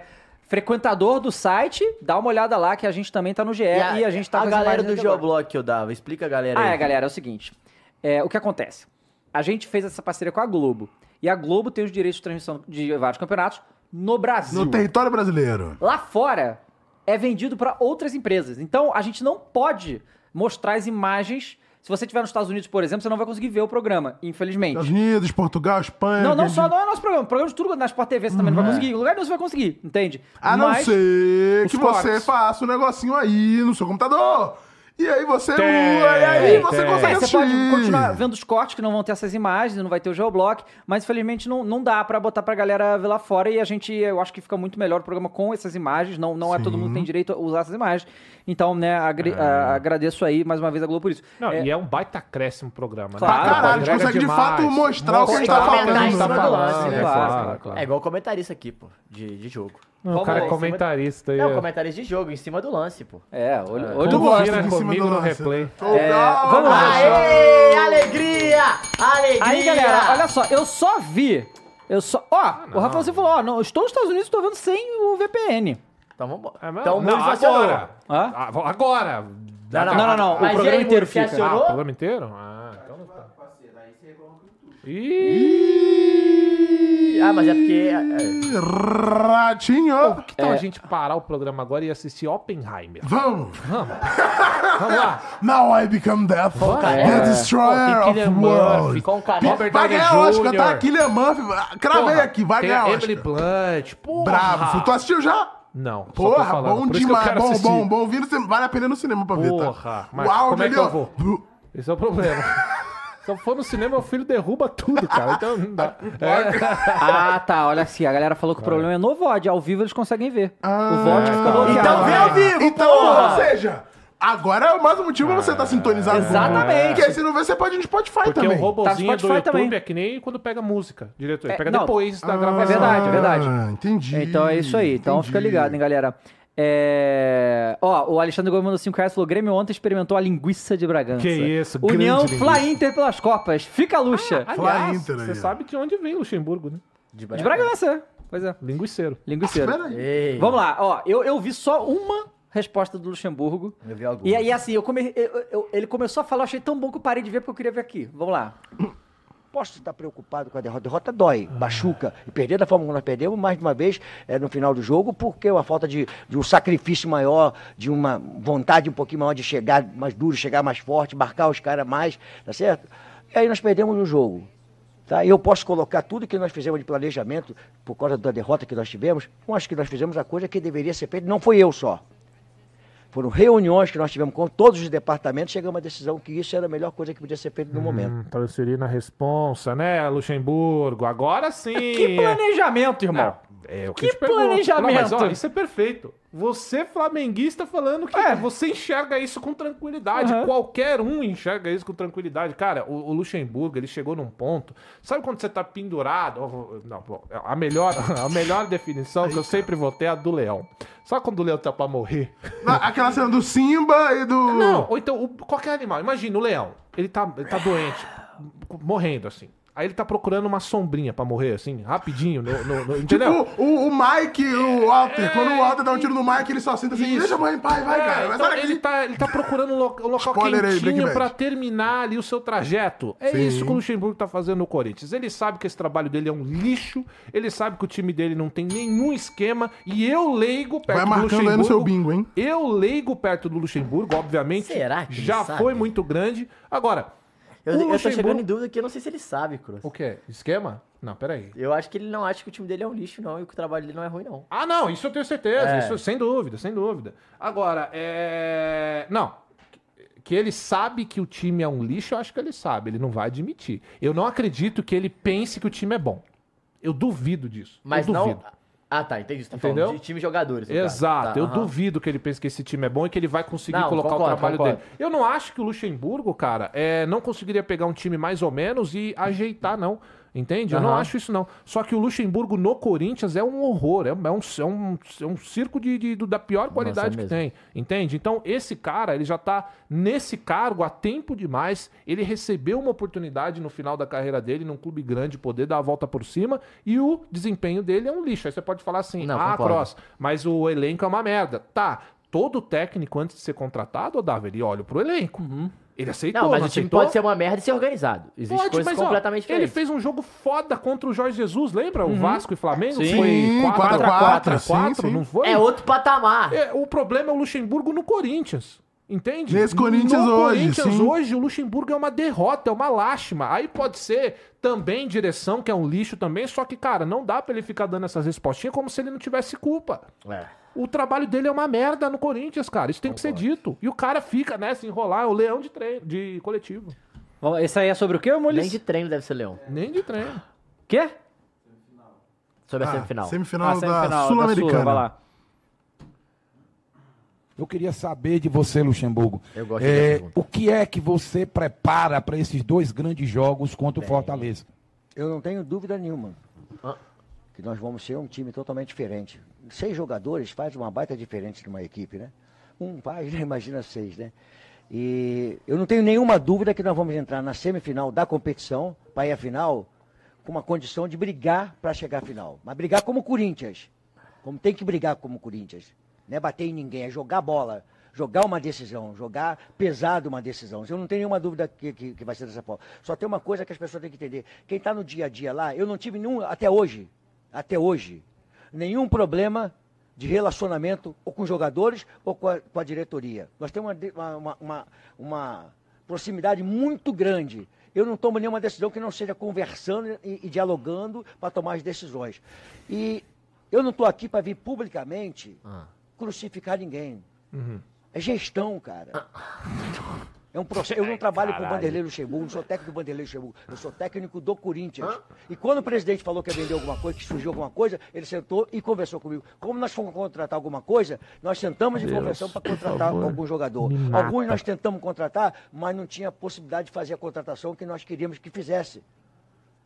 [SPEAKER 1] frequentador do site, dá uma olhada lá que a gente também tá no GE e a, gente tá
[SPEAKER 3] É, a
[SPEAKER 1] com as
[SPEAKER 3] galera
[SPEAKER 1] imagens
[SPEAKER 3] do
[SPEAKER 1] aqui agora.
[SPEAKER 3] Geoblock que eu dava. Explica a galera
[SPEAKER 1] Ah,
[SPEAKER 3] aí.
[SPEAKER 1] é, galera, é o seguinte. É, o que acontece? A gente fez essa parceria com a Globo. E a Globo tem os direitos de transmissão de vários campeonatos no Brasil.
[SPEAKER 2] No território brasileiro.
[SPEAKER 1] Lá fora é vendido para outras empresas. Então a gente não pode mostrar as imagens. Se você estiver nos Estados Unidos, por exemplo, você não vai conseguir ver o programa, infelizmente.
[SPEAKER 2] Estados Unidos, Portugal, Espanha.
[SPEAKER 1] Não, não
[SPEAKER 2] Argentina.
[SPEAKER 1] só não é nosso programa. O programa de tudo na Sport TV você também não vai conseguir. Em lugar nenhum você vai conseguir, entende?
[SPEAKER 2] A Ah, não
[SPEAKER 1] Mas-
[SPEAKER 2] ser
[SPEAKER 4] os
[SPEAKER 2] que
[SPEAKER 4] cortes.
[SPEAKER 2] você faça um negocinho aí no seu computador. E aí você
[SPEAKER 4] Tem,
[SPEAKER 2] lua, e aí você
[SPEAKER 4] tem.
[SPEAKER 2] consegue
[SPEAKER 1] É, você
[SPEAKER 2] assistir.
[SPEAKER 1] pode continuar vendo os cortes que não vão ter essas imagens, não vai ter o geoblock, mas infelizmente não, não dá pra botar pra galera ver lá fora e a gente, eu acho que fica muito melhor o programa com essas imagens, não, não é todo mundo que tem direito a usar essas imagens. Então, né, agre- a- agradeço aí mais uma vez a Globo por isso.
[SPEAKER 4] Não,
[SPEAKER 1] É,
[SPEAKER 4] e é um baita acréscimo programa, né?
[SPEAKER 1] Claro,
[SPEAKER 4] Pô,
[SPEAKER 2] Caralho, a gente
[SPEAKER 4] agrega
[SPEAKER 2] consegue de fato mostrar o que a gente tá
[SPEAKER 3] Mostrar,
[SPEAKER 2] falando.
[SPEAKER 3] comentar em
[SPEAKER 4] tá
[SPEAKER 3] cima do lance,
[SPEAKER 4] falando,
[SPEAKER 3] né?
[SPEAKER 4] é claro,
[SPEAKER 1] Claro.
[SPEAKER 4] claro.
[SPEAKER 3] É igual comentarista aqui, pô, de, de jogo.
[SPEAKER 4] Não, o cara é
[SPEAKER 1] Vamos-
[SPEAKER 4] comentarista aí.
[SPEAKER 3] É, o
[SPEAKER 4] ó.
[SPEAKER 3] comentarista de jogo, em cima do lance, pô.
[SPEAKER 1] É, olho,
[SPEAKER 4] Tu
[SPEAKER 1] olho
[SPEAKER 2] Eu
[SPEAKER 1] no
[SPEAKER 2] gosto
[SPEAKER 1] olho.
[SPEAKER 4] vira
[SPEAKER 2] de em cima
[SPEAKER 4] comigo
[SPEAKER 2] do
[SPEAKER 4] no
[SPEAKER 2] lance.
[SPEAKER 4] replay.
[SPEAKER 2] Tô
[SPEAKER 3] É,
[SPEAKER 2] bravo.
[SPEAKER 1] vamos lá.
[SPEAKER 3] Aê! Alegria! Alegria!
[SPEAKER 1] Aí, galera, olha só, eu só vi. Eu só. Ó, o Rafael você falou, ó, não, estou nos Estados Unidos, estou vendo sem o VPN.
[SPEAKER 3] Então vamos
[SPEAKER 4] É, mas-
[SPEAKER 3] Então o
[SPEAKER 4] não,
[SPEAKER 3] Mules acionou.
[SPEAKER 4] agora.
[SPEAKER 1] Hã?
[SPEAKER 4] Ah, vou- Agora.
[SPEAKER 3] Não,
[SPEAKER 1] Não, não, não.
[SPEAKER 3] Mas
[SPEAKER 1] o
[SPEAKER 3] e
[SPEAKER 1] programa
[SPEAKER 3] aí,
[SPEAKER 1] inteiro
[SPEAKER 3] você
[SPEAKER 1] fica.
[SPEAKER 4] Ah, o
[SPEAKER 3] acionou?
[SPEAKER 4] programa inteiro? Ah, então não tá. Ih!
[SPEAKER 3] Ah, mas é porque...
[SPEAKER 2] Ratinho.
[SPEAKER 4] Que tal a gente parar o programa agora e assistir Oppenheimer?
[SPEAKER 2] Vamos.
[SPEAKER 4] Vamos lá.
[SPEAKER 2] Now I become death.
[SPEAKER 3] cara.
[SPEAKER 2] The destroyer
[SPEAKER 4] Pô,
[SPEAKER 2] of
[SPEAKER 4] Killian
[SPEAKER 2] world.
[SPEAKER 4] Murphy,
[SPEAKER 3] Com o cara.
[SPEAKER 4] um Robert
[SPEAKER 2] Vai
[SPEAKER 4] Downey
[SPEAKER 2] ganhar Oscar,
[SPEAKER 4] Jr..
[SPEAKER 2] tá? Killian Murphy. Cravei
[SPEAKER 4] Porra,
[SPEAKER 2] aqui, vai
[SPEAKER 4] tem
[SPEAKER 2] ganhar
[SPEAKER 4] a
[SPEAKER 2] Oscar.
[SPEAKER 4] Emily Blunt, porra.
[SPEAKER 2] Bravo. Tu assistiu já?
[SPEAKER 4] Não, só tô
[SPEAKER 2] Porra,
[SPEAKER 4] falando,
[SPEAKER 2] bom
[SPEAKER 4] né? por isso que eu
[SPEAKER 2] demais.
[SPEAKER 4] quero
[SPEAKER 2] Bom,
[SPEAKER 4] assistir.
[SPEAKER 2] bom, bom. Vindo, vale a pena ir no cinema pra ver, tá?
[SPEAKER 4] Porra, mas
[SPEAKER 2] O áudio
[SPEAKER 4] como é
[SPEAKER 2] ali,
[SPEAKER 4] que eu
[SPEAKER 2] ó.
[SPEAKER 4] vou? Esse é o problema. Se eu for no cinema, o filho derruba tudo, cara. Então não dá.
[SPEAKER 1] Ah, tá. Olha assim, a galera falou que o problema é no VOD. Ao vivo eles conseguem ver.
[SPEAKER 4] É,
[SPEAKER 1] o VOD
[SPEAKER 4] tá
[SPEAKER 2] Ah,
[SPEAKER 1] fica bloqueado.
[SPEAKER 3] Então vê ao vivo,
[SPEAKER 2] Então,
[SPEAKER 3] porra!
[SPEAKER 2] ou seja, agora é mais um motivo pra você estar sintonizado. com-
[SPEAKER 1] Exatamente.
[SPEAKER 2] Porque se não ver, você pode ir no Spotify
[SPEAKER 4] Porque
[SPEAKER 2] também.
[SPEAKER 4] o robozinho
[SPEAKER 1] Tá no
[SPEAKER 4] do
[SPEAKER 1] Spotify
[SPEAKER 4] YouTube
[SPEAKER 1] também.
[SPEAKER 4] é que nem quando pega música, diretor. Ele
[SPEAKER 1] É,
[SPEAKER 4] pega
[SPEAKER 1] não.
[SPEAKER 4] depois da gravação.
[SPEAKER 1] É verdade, é verdade.
[SPEAKER 2] Ah, entendi.
[SPEAKER 1] Então é isso aí. Então fica ligado, hein, galera. É... Ó, o Alexandre Gomes mandou 5 reais e falou: Grêmio ontem experimentou a linguiça de Bragança.
[SPEAKER 4] Que isso, grande
[SPEAKER 1] União
[SPEAKER 4] linguiça. Ah,
[SPEAKER 1] Fla Inter pelas Copas. Fica a luxa.
[SPEAKER 2] Fala
[SPEAKER 4] Aliás,
[SPEAKER 2] Inter aí,
[SPEAKER 4] você
[SPEAKER 2] ó.
[SPEAKER 4] sabe de onde vem Luxemburgo, né?
[SPEAKER 1] de Bragança. Pois é.
[SPEAKER 4] Linguiceiro.
[SPEAKER 1] Linguiceiro.
[SPEAKER 2] Espera aí.
[SPEAKER 3] Ei,
[SPEAKER 1] Vamos lá, ó. Eu, eu vi só uma resposta do Luxemburgo.
[SPEAKER 3] Eu vi algumas.
[SPEAKER 1] E aí, assim, eu come... eu- eu- ele começou a falar, eu achei tão bom que eu parei de ver porque eu queria ver aqui. Vamos lá.
[SPEAKER 7] Posso estar preocupado com a derrota. Derrota dói, machuca. E perder da forma como nós perdemos, mais de uma vez, eh, no final do jogo, porque é uma falta de, de um sacrifício maior, de uma vontade um pouquinho maior de chegar mais duro, chegar mais forte, marcar os caras mais, tá certo? E aí nós perdemos o jogo. Tá? E Eu posso colocar tudo que nós fizemos de planejamento, por causa da derrota que nós tivemos, eu acho que nós fizemos a coisa que deveria ser feita, não foi eu só. Foram reuniões que nós tivemos com todos os departamentos, chegamos à decisão que isso era a melhor coisa que podia ser feita no momento.
[SPEAKER 4] Hum, transferir na responsa, né, Luxemburgo? Agora sim.
[SPEAKER 1] Que planejamento, irmão.
[SPEAKER 4] Não, é o que,
[SPEAKER 1] Que
[SPEAKER 4] eu te pergunto.
[SPEAKER 1] planejamento?
[SPEAKER 4] Não, mas, ó, isso é perfeito. Você, flamenguista, falando que
[SPEAKER 1] É.
[SPEAKER 4] você enxerga isso com tranquilidade. Qualquer um enxerga isso com tranquilidade. Cara, o, o Luxemburgo, ele chegou num ponto. Sabe quando você tá pendurado? Ó, Não, bom, a melhor, a melhor definição que eu sempre votei é a do leão. Sabe quando o leão tá pra morrer?
[SPEAKER 2] Na- Aquela cena do Simba e do.
[SPEAKER 4] Não, ou então, o- qualquer animal. Imagina, o leão. Ele tá, ele tá doente, morrendo, assim. Aí ele tá procurando uma sombrinha pra morrer, assim, rapidinho, no, no- no- entendeu?
[SPEAKER 2] Tipo, o, o Mike, o Walter.
[SPEAKER 4] É,
[SPEAKER 2] Quando o Walter dá um tiro no Mike, ele só senta assim:
[SPEAKER 4] Isso.
[SPEAKER 2] deixa a mãe em paz, vai,
[SPEAKER 4] É,
[SPEAKER 2] cara. Mas
[SPEAKER 4] então
[SPEAKER 2] olha
[SPEAKER 4] ele,
[SPEAKER 2] aqui.
[SPEAKER 4] tá, ele tá procurando um, lo- um local
[SPEAKER 2] Spoiler aí,
[SPEAKER 4] quentinho
[SPEAKER 2] Breaking
[SPEAKER 4] pra
[SPEAKER 2] Bad.
[SPEAKER 4] terminar ali o seu trajeto. É
[SPEAKER 2] Sim.
[SPEAKER 4] isso que o Luxemburgo tá fazendo no Corinthians. Ele sabe que esse trabalho dele é um lixo, ele sabe que o time dele não tem nenhum esquema, e eu leigo perto
[SPEAKER 2] Vai
[SPEAKER 4] do
[SPEAKER 2] marcando
[SPEAKER 4] Luxemburgo.
[SPEAKER 2] aí no seu bingo, hein?
[SPEAKER 4] Eu leigo perto do Luxemburgo, obviamente.
[SPEAKER 3] Será que ele
[SPEAKER 4] Já
[SPEAKER 3] sabe?
[SPEAKER 4] foi muito grande. Agora,
[SPEAKER 3] Eu Eu,
[SPEAKER 4] O
[SPEAKER 3] eu tô
[SPEAKER 4] Luxemburgo-
[SPEAKER 3] chegando em dúvida que eu não sei se ele sabe, Cruz.
[SPEAKER 4] O quê? Esquema? Não, peraí.
[SPEAKER 3] Eu acho que ele não acha que o time dele é um lixo, não, e que o trabalho dele não é ruim, não.
[SPEAKER 4] Ah, não, isso eu tenho certeza.
[SPEAKER 3] É.
[SPEAKER 4] Isso, sem dúvida, sem dúvida. Agora, é. Não. Que ele sabe que o time é um lixo, eu acho que ele sabe. Ele não vai admitir. Eu não acredito que ele pense que o time é bom. Eu duvido disso.
[SPEAKER 3] Mas
[SPEAKER 4] eu
[SPEAKER 3] não.
[SPEAKER 4] duvido.
[SPEAKER 3] Ah, tá, entendi. Você tá
[SPEAKER 4] Entendeu?
[SPEAKER 3] falando de time e jogadores. no caso.
[SPEAKER 4] Exato.
[SPEAKER 3] Tá,
[SPEAKER 4] eu
[SPEAKER 3] aham.
[SPEAKER 4] duvido que ele pense que esse time é bom e que ele vai conseguir
[SPEAKER 3] Não,
[SPEAKER 4] colocar
[SPEAKER 3] concordo,
[SPEAKER 4] o trabalho
[SPEAKER 3] concordo.
[SPEAKER 4] dele. Eu não acho que o Luxemburgo, cara, é, não conseguiria pegar um time mais ou menos e ajeitar, não. Entende? Eu não
[SPEAKER 3] Aham.
[SPEAKER 4] acho isso, não. Só que o Luxemburgo no Corinthians é um horror. É um, é um, é um, é um circo de, de- do- da pior qualidade que
[SPEAKER 3] mesmo.
[SPEAKER 4] tem. Entende? Então, esse cara, ele já tá nesse cargo há tempo demais. Ele recebeu uma oportunidade no final da carreira dele, num clube grande, poder dar a volta por cima. E o desempenho dele é um lixo. Aí você pode falar assim,
[SPEAKER 3] Não,
[SPEAKER 4] ah,
[SPEAKER 3] concordo.
[SPEAKER 4] Cross, mas o elenco é uma merda. Tá, todo técnico antes de ser contratado, ô Davi, ele olha pro elenco. Ele aceitou,
[SPEAKER 3] Uhum. Não, mas o time
[SPEAKER 4] aceitou?
[SPEAKER 3] pode ser uma merda e ser organizado. Existe
[SPEAKER 4] Pode,
[SPEAKER 3] coisas
[SPEAKER 4] mas ó,
[SPEAKER 3] completamente
[SPEAKER 4] ele
[SPEAKER 3] diferentes. Uhum.
[SPEAKER 4] fez um jogo foda contra o Jorge Jesus, lembra? O Vasco e Flamengo?
[SPEAKER 1] Sim.
[SPEAKER 2] Sim,
[SPEAKER 4] Foi 4
[SPEAKER 2] 4,
[SPEAKER 4] 4
[SPEAKER 2] sim, sim.
[SPEAKER 4] não foi?
[SPEAKER 3] É outro patamar.
[SPEAKER 4] É, o problema é o Luxemburgo no Corinthians. Entende?
[SPEAKER 2] Nesse Corinthians
[SPEAKER 4] no
[SPEAKER 2] hoje,
[SPEAKER 4] Corinthians
[SPEAKER 2] sim.
[SPEAKER 4] hoje, o Luxemburgo é uma derrota, é uma lástima. Aí pode ser também direção, que é um lixo também, só que, cara, não dá pra ele ficar dando essas respostinhas como se ele não tivesse culpa.
[SPEAKER 3] É.
[SPEAKER 4] O trabalho dele é uma merda no Corinthians, cara. Isso tem que ser dito. E o cara fica, né, se enrolar, é o leão de treino, de coletivo.
[SPEAKER 1] Vamos- Esse aí é sobre o quê,
[SPEAKER 3] Nem
[SPEAKER 1] Mules?
[SPEAKER 3] de treino deve ser Leão.
[SPEAKER 4] Nem de treino.
[SPEAKER 1] Quê?
[SPEAKER 3] Sobre a
[SPEAKER 2] Ah,
[SPEAKER 3] semifinal.
[SPEAKER 2] semifinal
[SPEAKER 1] Ah, semifinal
[SPEAKER 2] da
[SPEAKER 1] da Sula, vai
[SPEAKER 2] Sul-Americana.
[SPEAKER 1] lá.
[SPEAKER 8] Eu queria saber de você, Luxemburgo.
[SPEAKER 3] Eu gosto
[SPEAKER 8] É,
[SPEAKER 3] dessa pergunta.
[SPEAKER 8] O que é que você prepara para esses dois grandes jogos contra o Fortaleza?
[SPEAKER 7] Eu não tenho dúvida nenhuma
[SPEAKER 3] Ah.
[SPEAKER 7] que nós vamos ser um time totalmente diferente. Seis jogadores faz uma baita diferença numa equipe, né? Um faz, né? imagina seis, né? E eu não tenho nenhuma dúvida que nós vamos entrar na semifinal da competição para ir à final com uma condição de brigar para chegar à final. Mas brigar como Corinthians, como tem que brigar como Corinthians. Não é bater em ninguém, é jogar bola, jogar uma decisão, jogar pesado uma decisão. Eu não tenho nenhuma dúvida que, que- que vai ser dessa forma. Só tem uma coisa que as pessoas têm que entender. Quem está no dia a dia lá, eu não tive nenhum, até hoje, até hoje, nenhum problema de relacionamento ou com os jogadores ou com a, com a diretoria. Nós temos uma de- uma- uma- uma- uma proximidade muito grande. Eu não tomo nenhuma decisão que não seja conversando e, e dialogando para tomar as decisões. E eu não estou aqui para vir publicamente crucificar ninguém. É gestão, cara. É um processo. Eu não trabalho com o Vanderlei Luxemburgo, não sou técnico do Vanderlei Luxemburgo, eu sou técnico do Corinthians. E quando o presidente falou que ia vender alguma coisa, que surgiu alguma coisa, ele sentou e conversou comigo. Como nós fomos contratar alguma coisa, nós sentamos e conversamos para contratar algum jogador. Alguns nós tentamos contratar, mas não tinha possibilidade de fazer a contratação que nós queríamos que fizesse.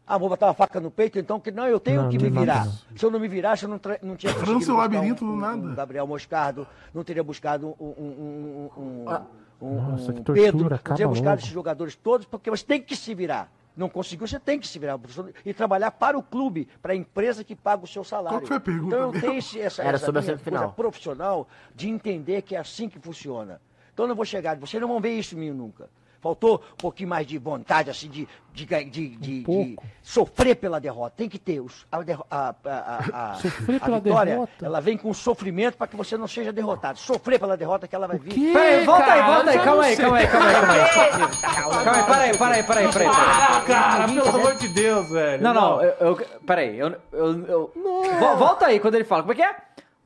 [SPEAKER 7] Ah, vou botar uma faca no peito, então que não, eu tenho que me
[SPEAKER 4] é
[SPEAKER 7] virar. Se eu não me virasse, eu não, tra- não tinha
[SPEAKER 2] França,
[SPEAKER 7] conseguido
[SPEAKER 2] o
[SPEAKER 7] buscar
[SPEAKER 2] Tá labirinto,
[SPEAKER 7] um, um,
[SPEAKER 2] nada.
[SPEAKER 7] um Gabriel Moscardo, não teria buscado um, um- um- um- um- um-
[SPEAKER 4] Ah. Nossa,
[SPEAKER 7] um
[SPEAKER 4] que tortura,
[SPEAKER 7] Pedro, não
[SPEAKER 4] acaba
[SPEAKER 7] teria buscado
[SPEAKER 4] logo.
[SPEAKER 7] esses jogadores todos, porque você tem que se virar. Não conseguiu, você tem que se virar professor, e trabalhar para o clube, para a empresa que paga o seu salário.
[SPEAKER 2] Qual que foi a pergunta
[SPEAKER 7] Então eu
[SPEAKER 2] mesmo?
[SPEAKER 7] tenho esse, essa,
[SPEAKER 3] Era
[SPEAKER 7] essa
[SPEAKER 3] sobre a
[SPEAKER 7] minha
[SPEAKER 3] semifinal.
[SPEAKER 7] coisa profissional de entender que é assim que funciona. Então eu não vou chegar, vocês não vão ver isso em mim nunca. Faltou um pouquinho mais de vontade, assim, de, de,
[SPEAKER 3] Um
[SPEAKER 7] ga- de- de- de sofrer pela derrota. Tem que ter. os- A, derro- a, a, a, a,
[SPEAKER 4] Sofrer
[SPEAKER 7] a
[SPEAKER 4] pela
[SPEAKER 7] vitória,
[SPEAKER 4] derrota?
[SPEAKER 7] ela vem com sofrimento para que você não seja derrotado. Sofrer pela derrota que ela vai vir.
[SPEAKER 1] Peraí, volta aí,
[SPEAKER 4] cara,
[SPEAKER 1] volta aí,
[SPEAKER 4] eu
[SPEAKER 1] calma
[SPEAKER 4] não
[SPEAKER 1] aí,
[SPEAKER 4] sei.
[SPEAKER 1] calma aí, calma aí, calma aí. Calma aí, peraí, peraí, peraí, peraí. peraí.
[SPEAKER 4] Ah, Cara, pelo amor de Deus,
[SPEAKER 1] né?
[SPEAKER 4] velho.
[SPEAKER 1] Não, não, eu, eu- peraí, eu, eu, eu- Vol- Volta aí quando ele fala, como é que é?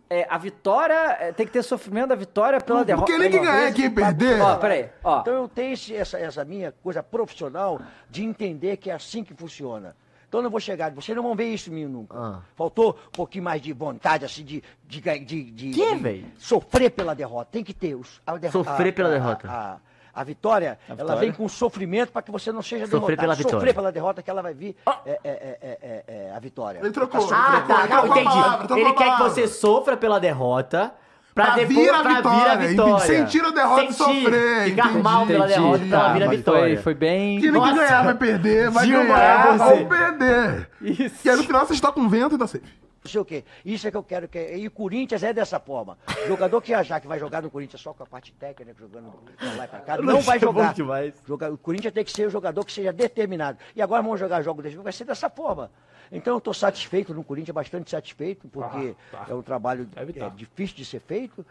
[SPEAKER 1] É, a vitória, é, tem que ter sofrimento da vitória pela derrota.
[SPEAKER 2] Porque nem quem
[SPEAKER 1] Pela-
[SPEAKER 2] ganhar, quem perder.
[SPEAKER 1] Ó, peraí, ó.
[SPEAKER 7] Então eu tenho esse- essa, essa minha coisa profissional de entender que é assim que funciona. Então eu não vou chegar, vocês não vão ver isso em mim nunca.
[SPEAKER 3] Ah.
[SPEAKER 7] Faltou um pouquinho mais de vontade, assim, de, de, ga- de, de-
[SPEAKER 3] Que,
[SPEAKER 7] de
[SPEAKER 3] véi?
[SPEAKER 7] sofrer pela derrota. Tem que ter. os- A derro-
[SPEAKER 3] Sofrer
[SPEAKER 7] a-
[SPEAKER 3] pela
[SPEAKER 7] a-
[SPEAKER 3] derrota.
[SPEAKER 7] A, a vitória, ela
[SPEAKER 1] vitória.
[SPEAKER 7] vem com sofrimento para que você não seja
[SPEAKER 3] Sofrer
[SPEAKER 7] derrotado.
[SPEAKER 3] pela
[SPEAKER 7] Sofrer
[SPEAKER 3] vitória.
[SPEAKER 7] pela derrota que ela vai vir é, é, é, é, é, é, a vitória.
[SPEAKER 2] Ele trocou. ele
[SPEAKER 3] Ah,
[SPEAKER 2] trocou,
[SPEAKER 3] tá,
[SPEAKER 2] ele
[SPEAKER 3] não,
[SPEAKER 2] trocou a
[SPEAKER 3] entendi.
[SPEAKER 2] palavra, trocou
[SPEAKER 3] Ele
[SPEAKER 2] a
[SPEAKER 3] quer que
[SPEAKER 2] palavra.
[SPEAKER 3] você sofra pela derrota pra,
[SPEAKER 2] Pra
[SPEAKER 3] depois
[SPEAKER 2] vir a
[SPEAKER 3] pra vir a
[SPEAKER 2] vitória,
[SPEAKER 3] vitória.
[SPEAKER 2] entendi. Sentir a derrota e sofrer,
[SPEAKER 3] Ficar
[SPEAKER 2] entendi.
[SPEAKER 3] mal pela
[SPEAKER 1] Entendi,
[SPEAKER 3] derrota pra
[SPEAKER 1] tá,
[SPEAKER 3] vir a
[SPEAKER 1] mas
[SPEAKER 3] vitória.
[SPEAKER 1] Foi, foi bem...
[SPEAKER 2] Que nem
[SPEAKER 3] Nossa.
[SPEAKER 2] que ganhar vai perder, vai
[SPEAKER 3] Dilma,
[SPEAKER 2] ganhar
[SPEAKER 3] é você.
[SPEAKER 2] ou perder.
[SPEAKER 1] Isso.
[SPEAKER 2] E aí no final você está com vento e tá safe.
[SPEAKER 7] não sei o quê. Isso é que eu quero. Que... E o Corinthians é dessa forma. Jogador que achar que vai jogar no Corinthians só com a parte técnica, jogando pra lá e pra cá, não vai
[SPEAKER 3] Luxemburgo
[SPEAKER 7] jogar.
[SPEAKER 3] demais.
[SPEAKER 7] Joga- O Corinthians tem que ser um jogador que seja determinado. E agora vamos jogar jogo desse jogo, vai ser dessa forma. Então eu estou satisfeito no Corinthians, bastante satisfeito, porque é um trabalho
[SPEAKER 4] Deve
[SPEAKER 7] é,
[SPEAKER 4] tá.
[SPEAKER 7] difícil de ser feito.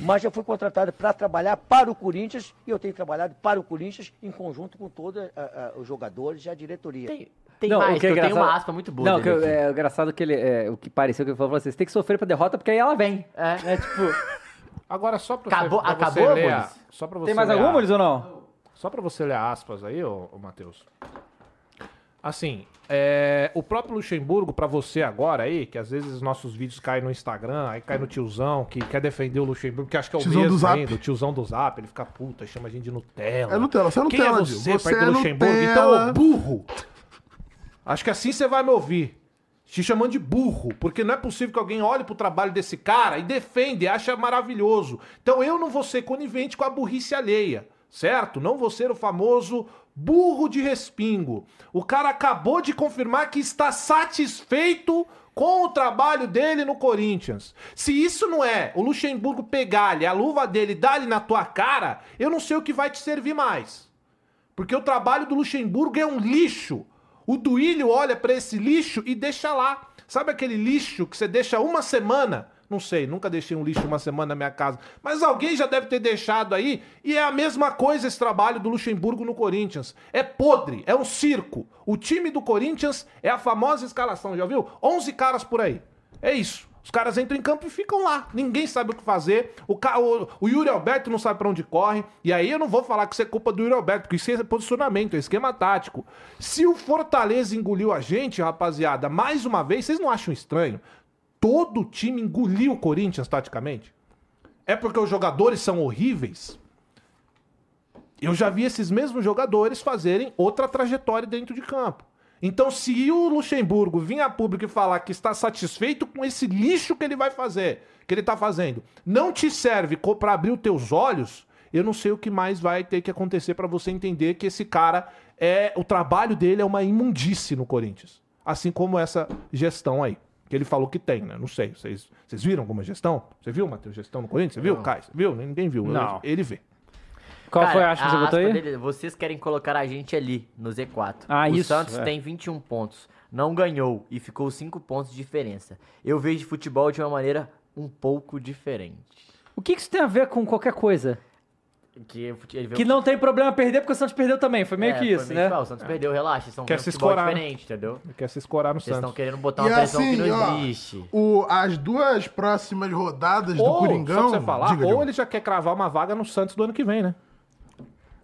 [SPEAKER 7] mas eu fui contratado para trabalhar para o Corinthians e eu tenho trabalhado para o Corinthians em conjunto com todos os jogadores e a diretoria.
[SPEAKER 3] Tem, tem
[SPEAKER 1] Não,
[SPEAKER 3] mais,
[SPEAKER 1] o que é
[SPEAKER 3] eu tenho
[SPEAKER 1] engraçado-
[SPEAKER 3] uma aspa muito boa.
[SPEAKER 1] Não, o que
[SPEAKER 3] dele
[SPEAKER 1] eu-
[SPEAKER 3] aqui.
[SPEAKER 1] é engraçado que ele. é, o que pareceu que ele falou pra vocês: tem que sofrer pra derrota porque aí ela vem.
[SPEAKER 3] É, é tipo.
[SPEAKER 4] Agora só pra
[SPEAKER 3] Acabou-
[SPEAKER 4] você, pra
[SPEAKER 3] acabou,
[SPEAKER 4] você ler, a-
[SPEAKER 3] Muniz?
[SPEAKER 4] só pra você
[SPEAKER 1] Tem mais
[SPEAKER 4] ler a-
[SPEAKER 1] alguma, Muniz, ou não?
[SPEAKER 4] Só pra você ler aspas aí, ô, ô Matheus. Assim, é, o próprio Luxemburgo, pra você agora aí, que às vezes nossos vídeos caem no Instagram, aí cai no tiozão, que quer defender o Luxemburgo, que acho que é o
[SPEAKER 2] Tiozão do
[SPEAKER 4] mesmo
[SPEAKER 2] Zap.
[SPEAKER 4] ainda, o tiozão do Zap, ele fica puta, chama a gente de Nutella.
[SPEAKER 2] É Nutella, você é
[SPEAKER 4] Quem é
[SPEAKER 2] Nutella,
[SPEAKER 4] você,
[SPEAKER 2] Gil.
[SPEAKER 4] pai
[SPEAKER 2] Você
[SPEAKER 4] do
[SPEAKER 2] é
[SPEAKER 4] Luxemburgo?
[SPEAKER 2] Nutella.
[SPEAKER 4] Então, ô burro! Acho que assim você vai me ouvir. Te chamando de burro, porque não é possível que alguém olhe pro trabalho desse cara e defenda, e acha maravilhoso. Então eu não vou ser conivente com a burrice alheia, certo? Não vou ser o famoso burro de respingo. O cara acabou de confirmar que está satisfeito com o trabalho dele no Corinthians. Se isso não é o Luxemburgo pegar-lhe a luva dele e dar-lhe na tua cara, eu não sei o que vai te servir mais. Porque o trabalho do Luxemburgo é um lixo. O Duílio olha pra esse lixo e deixa lá. Sabe aquele lixo que você deixa uma semana? Não sei, nunca deixei um lixo uma semana na minha casa. Mas alguém já deve ter deixado aí. E é a mesma coisa esse trabalho do Luxemburgo no Corinthians. É podre, é um circo. O time do Corinthians é a famosa escalação, já viu? 11 caras por aí. É isso. Os caras entram em campo e ficam lá. Ninguém sabe o que fazer. O, ca- o- o Yuri Alberto não sabe pra onde corre. E aí eu não vou falar que isso é culpa do Yuri Alberto, porque isso é posicionamento, é esquema tático. Se o Fortaleza engoliu a gente, rapaziada, mais uma vez, vocês não acham estranho? Todo time engoliu o Corinthians taticamente? É porque os jogadores são horríveis? Eu já vi esses mesmos jogadores fazerem outra trajetória dentro de campo. Então, se o Luxemburgo vir a público e falar que está satisfeito com esse lixo que ele vai fazer, que ele está fazendo, não te serve para abrir os teus olhos, eu não sei o que mais vai ter que acontecer para você entender que esse cara é o trabalho dele é uma imundície no Corinthians, assim como essa gestão aí. Que ele falou que tem, né? Não sei. Vocês vocês viram alguma gestão? Você viu, Matheus, gestão no Corinthians? Você viu, Caio? Você viu? Ninguém viu.
[SPEAKER 1] Não.
[SPEAKER 4] Ele vê.
[SPEAKER 1] Qual
[SPEAKER 3] Cara,
[SPEAKER 1] foi a aspa que você botou aí?
[SPEAKER 3] dele é, Vocês querem colocar a gente ali, no Z4.
[SPEAKER 1] Ah,
[SPEAKER 3] o
[SPEAKER 1] isso,
[SPEAKER 3] Santos
[SPEAKER 1] é.
[SPEAKER 3] tem 21 pontos. Não ganhou e ficou 5 pontos de diferença. Eu vejo futebol de uma maneira um pouco diferente.
[SPEAKER 1] O que que isso tem a ver com qualquer coisa?
[SPEAKER 3] Que, o fute- ele vê
[SPEAKER 1] Que
[SPEAKER 3] o-
[SPEAKER 1] não tem problema perder porque o Santos perdeu também. Foi meio
[SPEAKER 3] É,
[SPEAKER 1] que
[SPEAKER 3] foi
[SPEAKER 1] isso,
[SPEAKER 3] meio
[SPEAKER 1] né?
[SPEAKER 3] que, ah, o Santos perdeu, relaxa. Vocês estão
[SPEAKER 4] Quer
[SPEAKER 3] vendo
[SPEAKER 4] se
[SPEAKER 3] futebol
[SPEAKER 4] escorar, né?
[SPEAKER 3] diferente, entendeu?
[SPEAKER 4] Ele Quer se escorar no
[SPEAKER 3] Vocês
[SPEAKER 4] Santos.
[SPEAKER 3] estão querendo botar
[SPEAKER 2] E
[SPEAKER 3] Tá uma pressão
[SPEAKER 2] assim,
[SPEAKER 3] que não
[SPEAKER 2] ó,
[SPEAKER 3] existe.
[SPEAKER 2] o, as duas próximas rodadas do
[SPEAKER 4] Ou, só
[SPEAKER 2] Coringão.
[SPEAKER 4] pra você falar,
[SPEAKER 2] diga,
[SPEAKER 4] ou
[SPEAKER 2] Diogo.
[SPEAKER 4] ele já quer cravar uma vaga no Santos do ano que vem, né?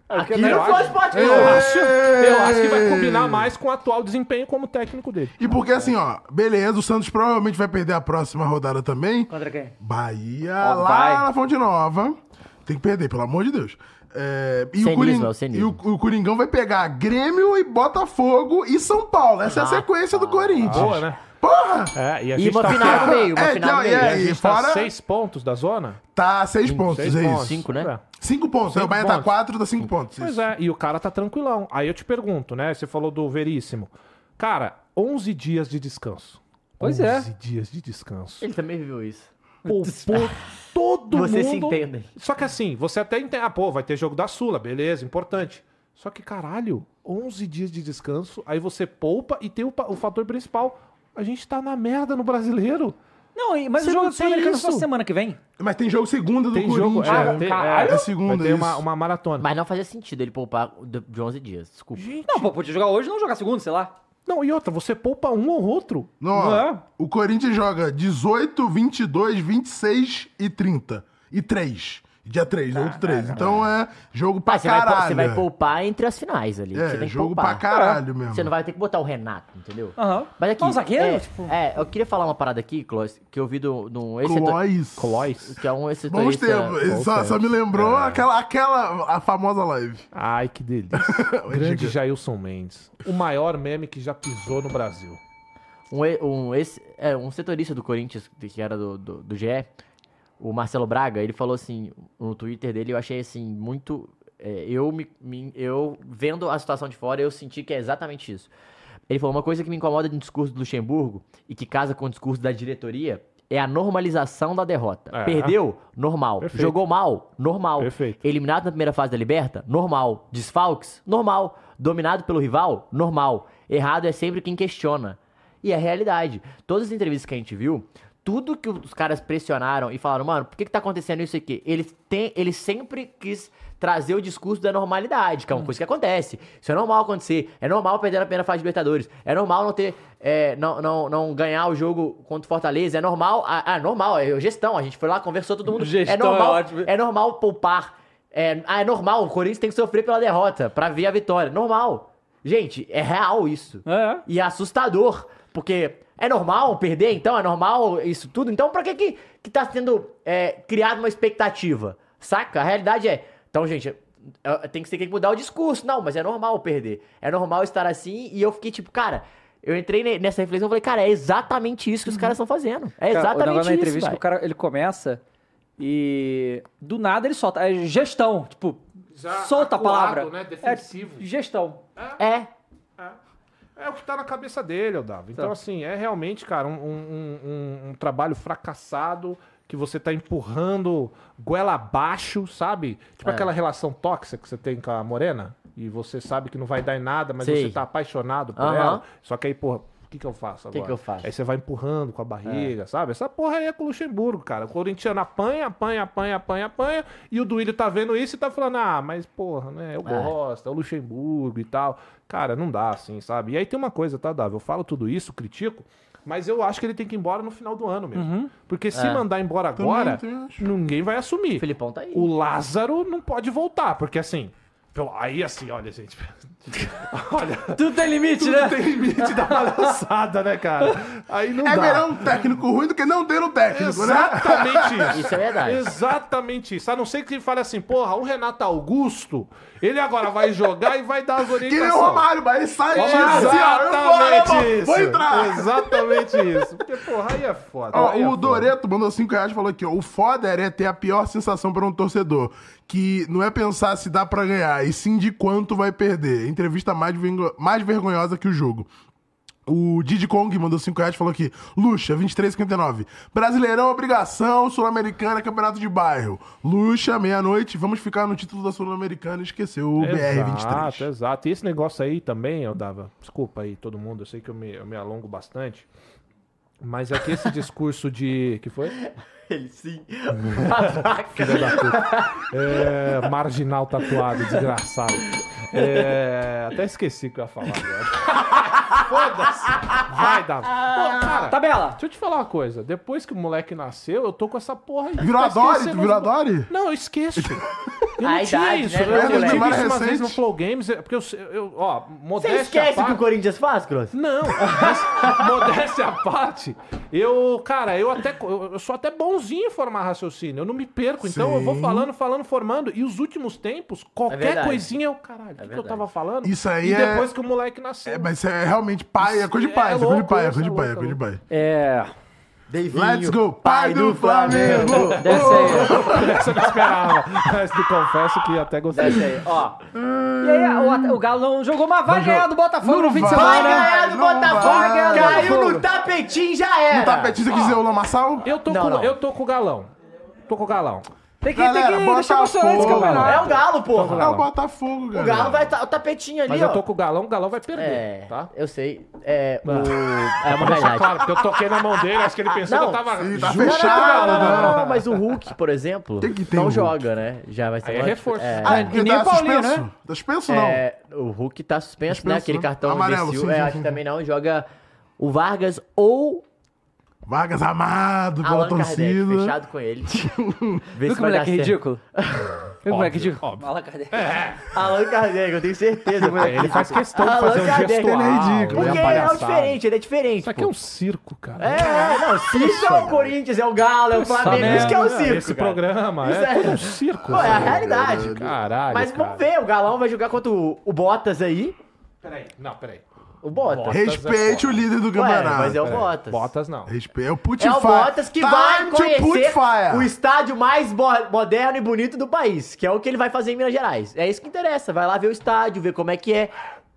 [SPEAKER 2] É
[SPEAKER 3] Aqui
[SPEAKER 4] eu
[SPEAKER 3] no
[SPEAKER 4] acho.
[SPEAKER 3] Flow Podcast.
[SPEAKER 4] Eu acho, eu acho que vai
[SPEAKER 2] Ei!
[SPEAKER 4] combinar mais com o atual desempenho como técnico dele.
[SPEAKER 2] E porque assim, ó, beleza, o Santos provavelmente vai perder a próxima rodada também.
[SPEAKER 1] Contra quem?
[SPEAKER 2] Bahia,
[SPEAKER 1] Ó,
[SPEAKER 2] lá
[SPEAKER 1] vai.
[SPEAKER 2] na Fonte Nova. Tem que perder, pelo amor de Deus. É, e,
[SPEAKER 3] Cenismo,
[SPEAKER 2] o Coring-
[SPEAKER 3] é o cenismo.
[SPEAKER 2] e o- o Coringão vai pegar Grêmio e Botafogo e São Paulo. Essa é a
[SPEAKER 3] Ah,
[SPEAKER 2] sequência do Corinthians.
[SPEAKER 4] Boa, né?
[SPEAKER 2] Porra!
[SPEAKER 4] É, e a
[SPEAKER 3] E
[SPEAKER 4] gente
[SPEAKER 3] uma
[SPEAKER 4] tá,
[SPEAKER 3] final no meio, uma
[SPEAKER 2] É,
[SPEAKER 3] final
[SPEAKER 2] não,
[SPEAKER 3] no meio.
[SPEAKER 2] e
[SPEAKER 4] a
[SPEAKER 2] aí?
[SPEAKER 4] gente tá
[SPEAKER 2] fora-
[SPEAKER 4] seis pontos da zona.
[SPEAKER 2] Tá seis pontos,
[SPEAKER 4] Seis
[SPEAKER 2] é
[SPEAKER 4] pontos.
[SPEAKER 2] isso.
[SPEAKER 3] Cinco, né?
[SPEAKER 4] É.
[SPEAKER 2] Cinco pontos.
[SPEAKER 4] Cinco
[SPEAKER 2] o Bahia tá
[SPEAKER 4] pontos.
[SPEAKER 2] quatro, dá cinco pontos.
[SPEAKER 4] Pois
[SPEAKER 2] isso.
[SPEAKER 4] é, e o cara tá tranquilão. Aí eu te pergunto, né? Você falou do Veríssimo. Cara, 11 dias de descanso.
[SPEAKER 1] Pois é.
[SPEAKER 4] 11 dias de descanso.
[SPEAKER 3] Ele também viveu isso.
[SPEAKER 4] poupou todo mundo.
[SPEAKER 3] Vocês se entendem.
[SPEAKER 4] Só que assim, você até entende. Ah, pô, vai ter jogo da Sula, beleza, importante. Só que, caralho, 11 dias de descanso, aí você poupa e tem o, pa- o fator principal. A gente tá na merda no brasileiro.
[SPEAKER 1] Não, e- mas
[SPEAKER 4] Você
[SPEAKER 1] o jogo
[SPEAKER 4] não
[SPEAKER 1] do
[SPEAKER 4] tem
[SPEAKER 1] Sul-Americano é só
[SPEAKER 4] isso.
[SPEAKER 1] semana que vem.
[SPEAKER 2] Mas tem jogo segunda do
[SPEAKER 4] Tem jogo.
[SPEAKER 2] Corinthians.
[SPEAKER 4] É, tem,
[SPEAKER 2] caralho.
[SPEAKER 4] é,
[SPEAKER 2] É segunda,
[SPEAKER 4] vai ter uma,
[SPEAKER 2] isso.
[SPEAKER 4] uma maratona.
[SPEAKER 3] Mas não fazia sentido ele poupar de de 11 dias. Desculpa.
[SPEAKER 1] Não, pô, podia jogar hoje e não jogar segundo, sei lá.
[SPEAKER 4] Não, e outra, você poupa um ou outro.
[SPEAKER 2] Não, ó,
[SPEAKER 1] Não é?
[SPEAKER 2] O Corinthians joga 18, 22, 26 e 30. E 3. Dia 3, outro 3. Então é jogo pra
[SPEAKER 3] Ah, você, vai,
[SPEAKER 2] caralho.
[SPEAKER 3] pou- você vai poupar entre as finais ali. você
[SPEAKER 2] É,
[SPEAKER 3] tem que
[SPEAKER 2] jogo pra
[SPEAKER 3] poupar. É.
[SPEAKER 2] caralho mesmo.
[SPEAKER 3] Você não vai ter que botar o Renato, entendeu?
[SPEAKER 1] Aham.
[SPEAKER 3] Mas aqui.
[SPEAKER 1] Não, zagueiro,
[SPEAKER 3] é,
[SPEAKER 1] tipo-
[SPEAKER 3] é, eu queria falar uma parada aqui, Clóis, que eu vi do, do ex
[SPEAKER 2] Clois.
[SPEAKER 4] Clois.
[SPEAKER 3] Que é um ex
[SPEAKER 2] Bons tempos. Ele Só, só me lembrou
[SPEAKER 4] É.
[SPEAKER 2] aquela, aquela a famosa live.
[SPEAKER 4] Ai, que delícia. Grande
[SPEAKER 2] Diga.
[SPEAKER 4] Jailson Mendes. O maior meme que já pisou no Brasil.
[SPEAKER 3] um, e- um, ex- é, um setorista do Corinthians, que era do, do, do GE, o Marcelo Braga, ele falou assim, no Twitter dele, eu achei assim, muito. é, eu, me, me- eu vendo a situação de fora, eu senti que é exatamente isso. Ele falou: uma coisa que me incomoda no discurso do Luxemburgo e que casa com o discurso da diretoria é a normalização da derrota.
[SPEAKER 4] É.
[SPEAKER 3] Perdeu? Normal.
[SPEAKER 4] Perfeito.
[SPEAKER 3] Jogou mal? Normal.
[SPEAKER 4] Perfeito.
[SPEAKER 3] Eliminado na primeira fase da Liberta? Normal. Desfalques? Normal. Dominado pelo rival? Normal. Errado é sempre quem questiona. E é a realidade. Todas as entrevistas que a gente viu, tudo que os caras pressionaram e falaram, mano, por que, que tá acontecendo isso aqui? Ele, tem, ele sempre quis trazer o discurso da normalidade, que é uma coisa que acontece. Isso é normal acontecer. É normal perder a primeira fase de Libertadores. É normal não ter. é, não, não, não ganhar o jogo contra o Fortaleza. É normal. Ah, ah, normal, é gestão. A gente foi lá, conversou todo mundo.
[SPEAKER 1] Gestão
[SPEAKER 3] é normal.
[SPEAKER 1] é ótimo.
[SPEAKER 3] É normal poupar. É, ah, é normal, o Corinthians tem que sofrer pela derrota pra ver a vitória. Normal. Gente, é real isso.
[SPEAKER 1] É.
[SPEAKER 3] E é assustador, porque é normal perder, então é normal isso tudo. Então, pra que que, que tá sendo é, criada uma expectativa? Saca? A realidade é. Então, gente, é- é- tem que, tem que mudar o discurso. Não, mas é normal perder. É normal estar assim. E eu fiquei tipo, cara. Eu entrei ne- nessa reflexão e falei, cara, é exatamente isso que os caras estão fazendo. É
[SPEAKER 1] Uhum. Cara, o
[SPEAKER 3] exatamente
[SPEAKER 1] negócio na
[SPEAKER 3] isso.
[SPEAKER 1] entrevista que
[SPEAKER 3] velho.
[SPEAKER 1] o cara ele começa e do nada ele solta. É gestão, tipo,
[SPEAKER 4] Já
[SPEAKER 1] solta a
[SPEAKER 4] acuado,
[SPEAKER 1] palavra.
[SPEAKER 4] né? Defensivo.
[SPEAKER 1] É, gestão.
[SPEAKER 3] É.
[SPEAKER 4] É o que tá na cabeça dele, Aldavo. Então,
[SPEAKER 1] Tá.
[SPEAKER 4] assim, é realmente, cara, um, um- um- um- um trabalho fracassado que você tá empurrando goela abaixo, sabe? Tipo
[SPEAKER 3] É.
[SPEAKER 4] aquela relação tóxica que você tem com a Morena e você sabe que não vai dar em nada, mas
[SPEAKER 3] Sei.
[SPEAKER 4] você tá apaixonado por
[SPEAKER 3] Aham.
[SPEAKER 4] ela. Só que aí, porra, o que, que eu faço
[SPEAKER 3] Que
[SPEAKER 4] agora?
[SPEAKER 3] que eu faço?
[SPEAKER 4] Tá Aí você vai empurrando com a barriga, sabe? Essa porra aí é com o Luxemburgo, cara. O corintiano apanha, apanha, apanha, apanha, apanha. E o Duílio tá vendo isso e tá falando, ah, mas porra, né? Eu
[SPEAKER 3] É.
[SPEAKER 4] gosto, é o Luxemburgo e tal. Cara, não dá assim, sabe? E aí tem uma coisa, tá, Davi? Eu falo tudo isso, critico, mas eu acho que ele tem que ir embora no final do ano mesmo. Porque se
[SPEAKER 3] É.
[SPEAKER 4] mandar embora
[SPEAKER 2] Também,
[SPEAKER 4] agora,
[SPEAKER 2] também acho.
[SPEAKER 4] ninguém vai assumir.
[SPEAKER 3] O Filipão tá aí.
[SPEAKER 4] O Lázaro não pode voltar, porque assim. pelo- Aí assim, olha, gente. olha
[SPEAKER 1] Tudo tem limite, né?
[SPEAKER 4] tem limite da palhaçada, né, cara? Aí não
[SPEAKER 2] É
[SPEAKER 4] dá.
[SPEAKER 2] melhor um técnico ruim do que não ter um técnico, né?
[SPEAKER 4] Exatamente isso.
[SPEAKER 3] Isso é verdade.
[SPEAKER 4] Exatamente isso. A não ser que ele fale assim, porra, o Renato Augusto, ele agora vai jogar e vai dar as
[SPEAKER 2] Que nem
[SPEAKER 4] orientações.
[SPEAKER 2] o Romário, mas ele sai e tira assim, ó, eu vou,
[SPEAKER 4] Exatamente
[SPEAKER 2] eu
[SPEAKER 4] isso.
[SPEAKER 2] vou, vou entrar.
[SPEAKER 4] Exatamente isso. Porque, porra, aí é foda.
[SPEAKER 2] Ó,
[SPEAKER 4] aí é
[SPEAKER 2] o Doreto mandou 5 reais e falou aqui, ó. O foda era ter a pior sensação para um torcedor, que não é pensar se dá pra ganhar, e sim de quanto vai perder. Entrevista mais, vengo- mais vergonhosa que o jogo. O Didi Kong mandou 5 reais e falou aqui, Lucha, 23,59. Brasileirão, obrigação, Sul-Americana, campeonato de bairro. Lucha, meia-noite, vamos ficar no título da Sul-Americana, esqueceu o
[SPEAKER 4] Exato, é-
[SPEAKER 2] BR-23.
[SPEAKER 4] exato. E esse negócio aí também, eu dava. Desculpa aí todo mundo, eu sei que eu me, eu me alongo bastante. Mas é que esse discurso de. que foi?
[SPEAKER 3] Ele sim. Caraca.
[SPEAKER 4] É, marginal tatuado, desgraçado. É, até esqueci o que eu ia falar agora. Foda-se. Vai, Davi. Pô, cara,
[SPEAKER 1] Tabela.
[SPEAKER 4] deixa eu te falar uma coisa. Depois que o moleque nasceu, eu tô com essa porra aí.
[SPEAKER 2] Virou a
[SPEAKER 4] Tá
[SPEAKER 2] Dori?
[SPEAKER 4] esquecendo
[SPEAKER 2] Virou a
[SPEAKER 4] as-
[SPEAKER 2] Dori?
[SPEAKER 4] Não, eu esqueço. Eu
[SPEAKER 3] A
[SPEAKER 4] não tinha
[SPEAKER 3] idade,
[SPEAKER 4] isso.
[SPEAKER 3] né,
[SPEAKER 4] Eu,
[SPEAKER 3] né,
[SPEAKER 4] eu tive
[SPEAKER 2] moleque?
[SPEAKER 4] isso
[SPEAKER 2] Memória
[SPEAKER 4] uma vez
[SPEAKER 2] É recente.
[SPEAKER 4] no Flow Games, é porque eu, eu ó,
[SPEAKER 3] Você
[SPEAKER 4] modéstia à
[SPEAKER 3] esquece que
[SPEAKER 4] parte-
[SPEAKER 3] o Corinthians faz, Cross?
[SPEAKER 4] não, mas, modéstia à parte, eu, cara, eu até eu, eu sou até bonzinho em formar raciocínio, eu não me perco, então eu vou
[SPEAKER 2] Sim.
[SPEAKER 4] falando, falando, formando, e os últimos tempos, qualquer
[SPEAKER 3] verdade. É
[SPEAKER 4] coisinha, eu, caralho, o que, que eu
[SPEAKER 3] verdade.
[SPEAKER 4] tava falando?
[SPEAKER 2] Isso aí
[SPEAKER 4] e
[SPEAKER 2] é-
[SPEAKER 4] depois que o moleque nasceu.
[SPEAKER 2] É, mas isso é realmente pai, é coisa de pai,
[SPEAKER 4] É
[SPEAKER 2] é coisa de
[SPEAKER 4] louco
[SPEAKER 2] pai, é
[SPEAKER 4] isso,
[SPEAKER 2] coisa de
[SPEAKER 4] é
[SPEAKER 2] pai, é
[SPEAKER 4] louco,
[SPEAKER 2] coisa de pai.
[SPEAKER 1] É.
[SPEAKER 2] Let's go, pai do Flamengo!
[SPEAKER 1] Desce aí.
[SPEAKER 4] Essa eu não esperava, mas te confesso que até gostei.
[SPEAKER 1] Desce
[SPEAKER 3] é-
[SPEAKER 1] aí. Ó. E aí, o, o Galo não jogou, mas vai né? ganhar do Botafogo no fim de
[SPEAKER 2] vai,
[SPEAKER 1] semana.
[SPEAKER 3] Vai ganhar do
[SPEAKER 2] Não vai,
[SPEAKER 3] Botafogo,
[SPEAKER 2] não
[SPEAKER 3] Ah, caiu no tapetinho, já era.
[SPEAKER 2] O tapetista quis dizer o É Lamaçal?
[SPEAKER 4] Eu tô,
[SPEAKER 3] Não,
[SPEAKER 4] com,
[SPEAKER 3] não.
[SPEAKER 4] eu tô com o galão, tô com o galão.
[SPEAKER 1] Tem que,
[SPEAKER 2] Galera,
[SPEAKER 1] tem que deixar emocionar esse
[SPEAKER 2] Botafogo.
[SPEAKER 1] campeonato.
[SPEAKER 3] É o Galo, porra.
[SPEAKER 2] É o Botafogo, galera.
[SPEAKER 3] O Galo vai tá, o tapetinho ali,
[SPEAKER 4] Mas
[SPEAKER 3] ó.
[SPEAKER 4] eu tô com o galão, o galão vai perder,
[SPEAKER 3] É,
[SPEAKER 4] tá?
[SPEAKER 3] eu sei. É, o...
[SPEAKER 4] Não.
[SPEAKER 3] é uma
[SPEAKER 4] Deixa
[SPEAKER 3] realidade.
[SPEAKER 4] claro, porque eu toquei na mão dele, acho que ele pensou
[SPEAKER 3] Não,
[SPEAKER 4] que eu tava...
[SPEAKER 2] Sim, tá
[SPEAKER 4] Ju-
[SPEAKER 2] fechado,
[SPEAKER 3] não, não, não, não,
[SPEAKER 2] né?
[SPEAKER 3] não, mas o Hulk, por exemplo,
[SPEAKER 2] Tem que ter
[SPEAKER 3] não
[SPEAKER 2] o Hulk.
[SPEAKER 3] joga, né? Já vai ser
[SPEAKER 4] Aí é
[SPEAKER 3] uma-
[SPEAKER 4] reforço.
[SPEAKER 3] É,
[SPEAKER 2] Ah, porque
[SPEAKER 1] E nem
[SPEAKER 2] tá
[SPEAKER 1] o Paulinho,
[SPEAKER 2] suspenso?
[SPEAKER 1] né?
[SPEAKER 2] Tá suspenso, não?
[SPEAKER 3] é, o Hulk tá suspenso,
[SPEAKER 2] Suspenso,
[SPEAKER 3] né? Aquele
[SPEAKER 2] né?
[SPEAKER 3] cartão
[SPEAKER 2] Amarelo,
[SPEAKER 3] imbecil.
[SPEAKER 2] sim,
[SPEAKER 3] É,
[SPEAKER 2] sim,
[SPEAKER 3] acho
[SPEAKER 2] sim.
[SPEAKER 3] que também não joga o Vargas ou
[SPEAKER 2] Vargas amado pela
[SPEAKER 3] Allan Kardec,
[SPEAKER 2] torcida.
[SPEAKER 3] fechado com ele. Vê
[SPEAKER 1] Viu
[SPEAKER 3] se
[SPEAKER 1] que
[SPEAKER 3] vai dar
[SPEAKER 1] moleque
[SPEAKER 3] certo.
[SPEAKER 1] ridículo? Viu que moleque ridículo?
[SPEAKER 4] óbvio.
[SPEAKER 1] Allan Kardec.
[SPEAKER 3] Allan Kardec, eu tenho certeza, que o moleque.
[SPEAKER 4] Ele faz questão de fazer um
[SPEAKER 3] Allan Kardec,
[SPEAKER 4] gestual.
[SPEAKER 2] ele é ridículo.
[SPEAKER 4] uma
[SPEAKER 3] Porque ele é
[SPEAKER 4] palhaçada.
[SPEAKER 3] diferente, ele é diferente.
[SPEAKER 4] Isso aqui é um circo, cara.
[SPEAKER 3] É, é, não, isso é o Corinthians, é o Galo, é o Flamengo, isso que é o circo.
[SPEAKER 4] Esse
[SPEAKER 3] cara.
[SPEAKER 4] programa
[SPEAKER 3] Isso
[SPEAKER 4] é,
[SPEAKER 3] é-
[SPEAKER 4] todo um circo.
[SPEAKER 3] Pô, é a
[SPEAKER 4] sabe?
[SPEAKER 3] realidade.
[SPEAKER 4] Caralho,
[SPEAKER 3] Mas vamos
[SPEAKER 4] cara.
[SPEAKER 3] ver, o Galão vai jogar contra o, o Bottas aí.
[SPEAKER 4] Peraí, não, peraí.
[SPEAKER 3] O Bottas.
[SPEAKER 4] Bottas.
[SPEAKER 2] Respeite o líder do
[SPEAKER 3] Ué,
[SPEAKER 2] campeonato.
[SPEAKER 3] mas é o
[SPEAKER 4] Peraí.
[SPEAKER 3] Bottas.
[SPEAKER 4] Botas não.
[SPEAKER 2] Respeite. É o Tá Put
[SPEAKER 3] É o Bottas que vai conhecer o
[SPEAKER 2] fire.
[SPEAKER 3] estádio mais bo- moderno e bonito do país, que é o que ele vai fazer em Minas Gerais. É isso que interessa. Vai lá ver o estádio, ver como é que é.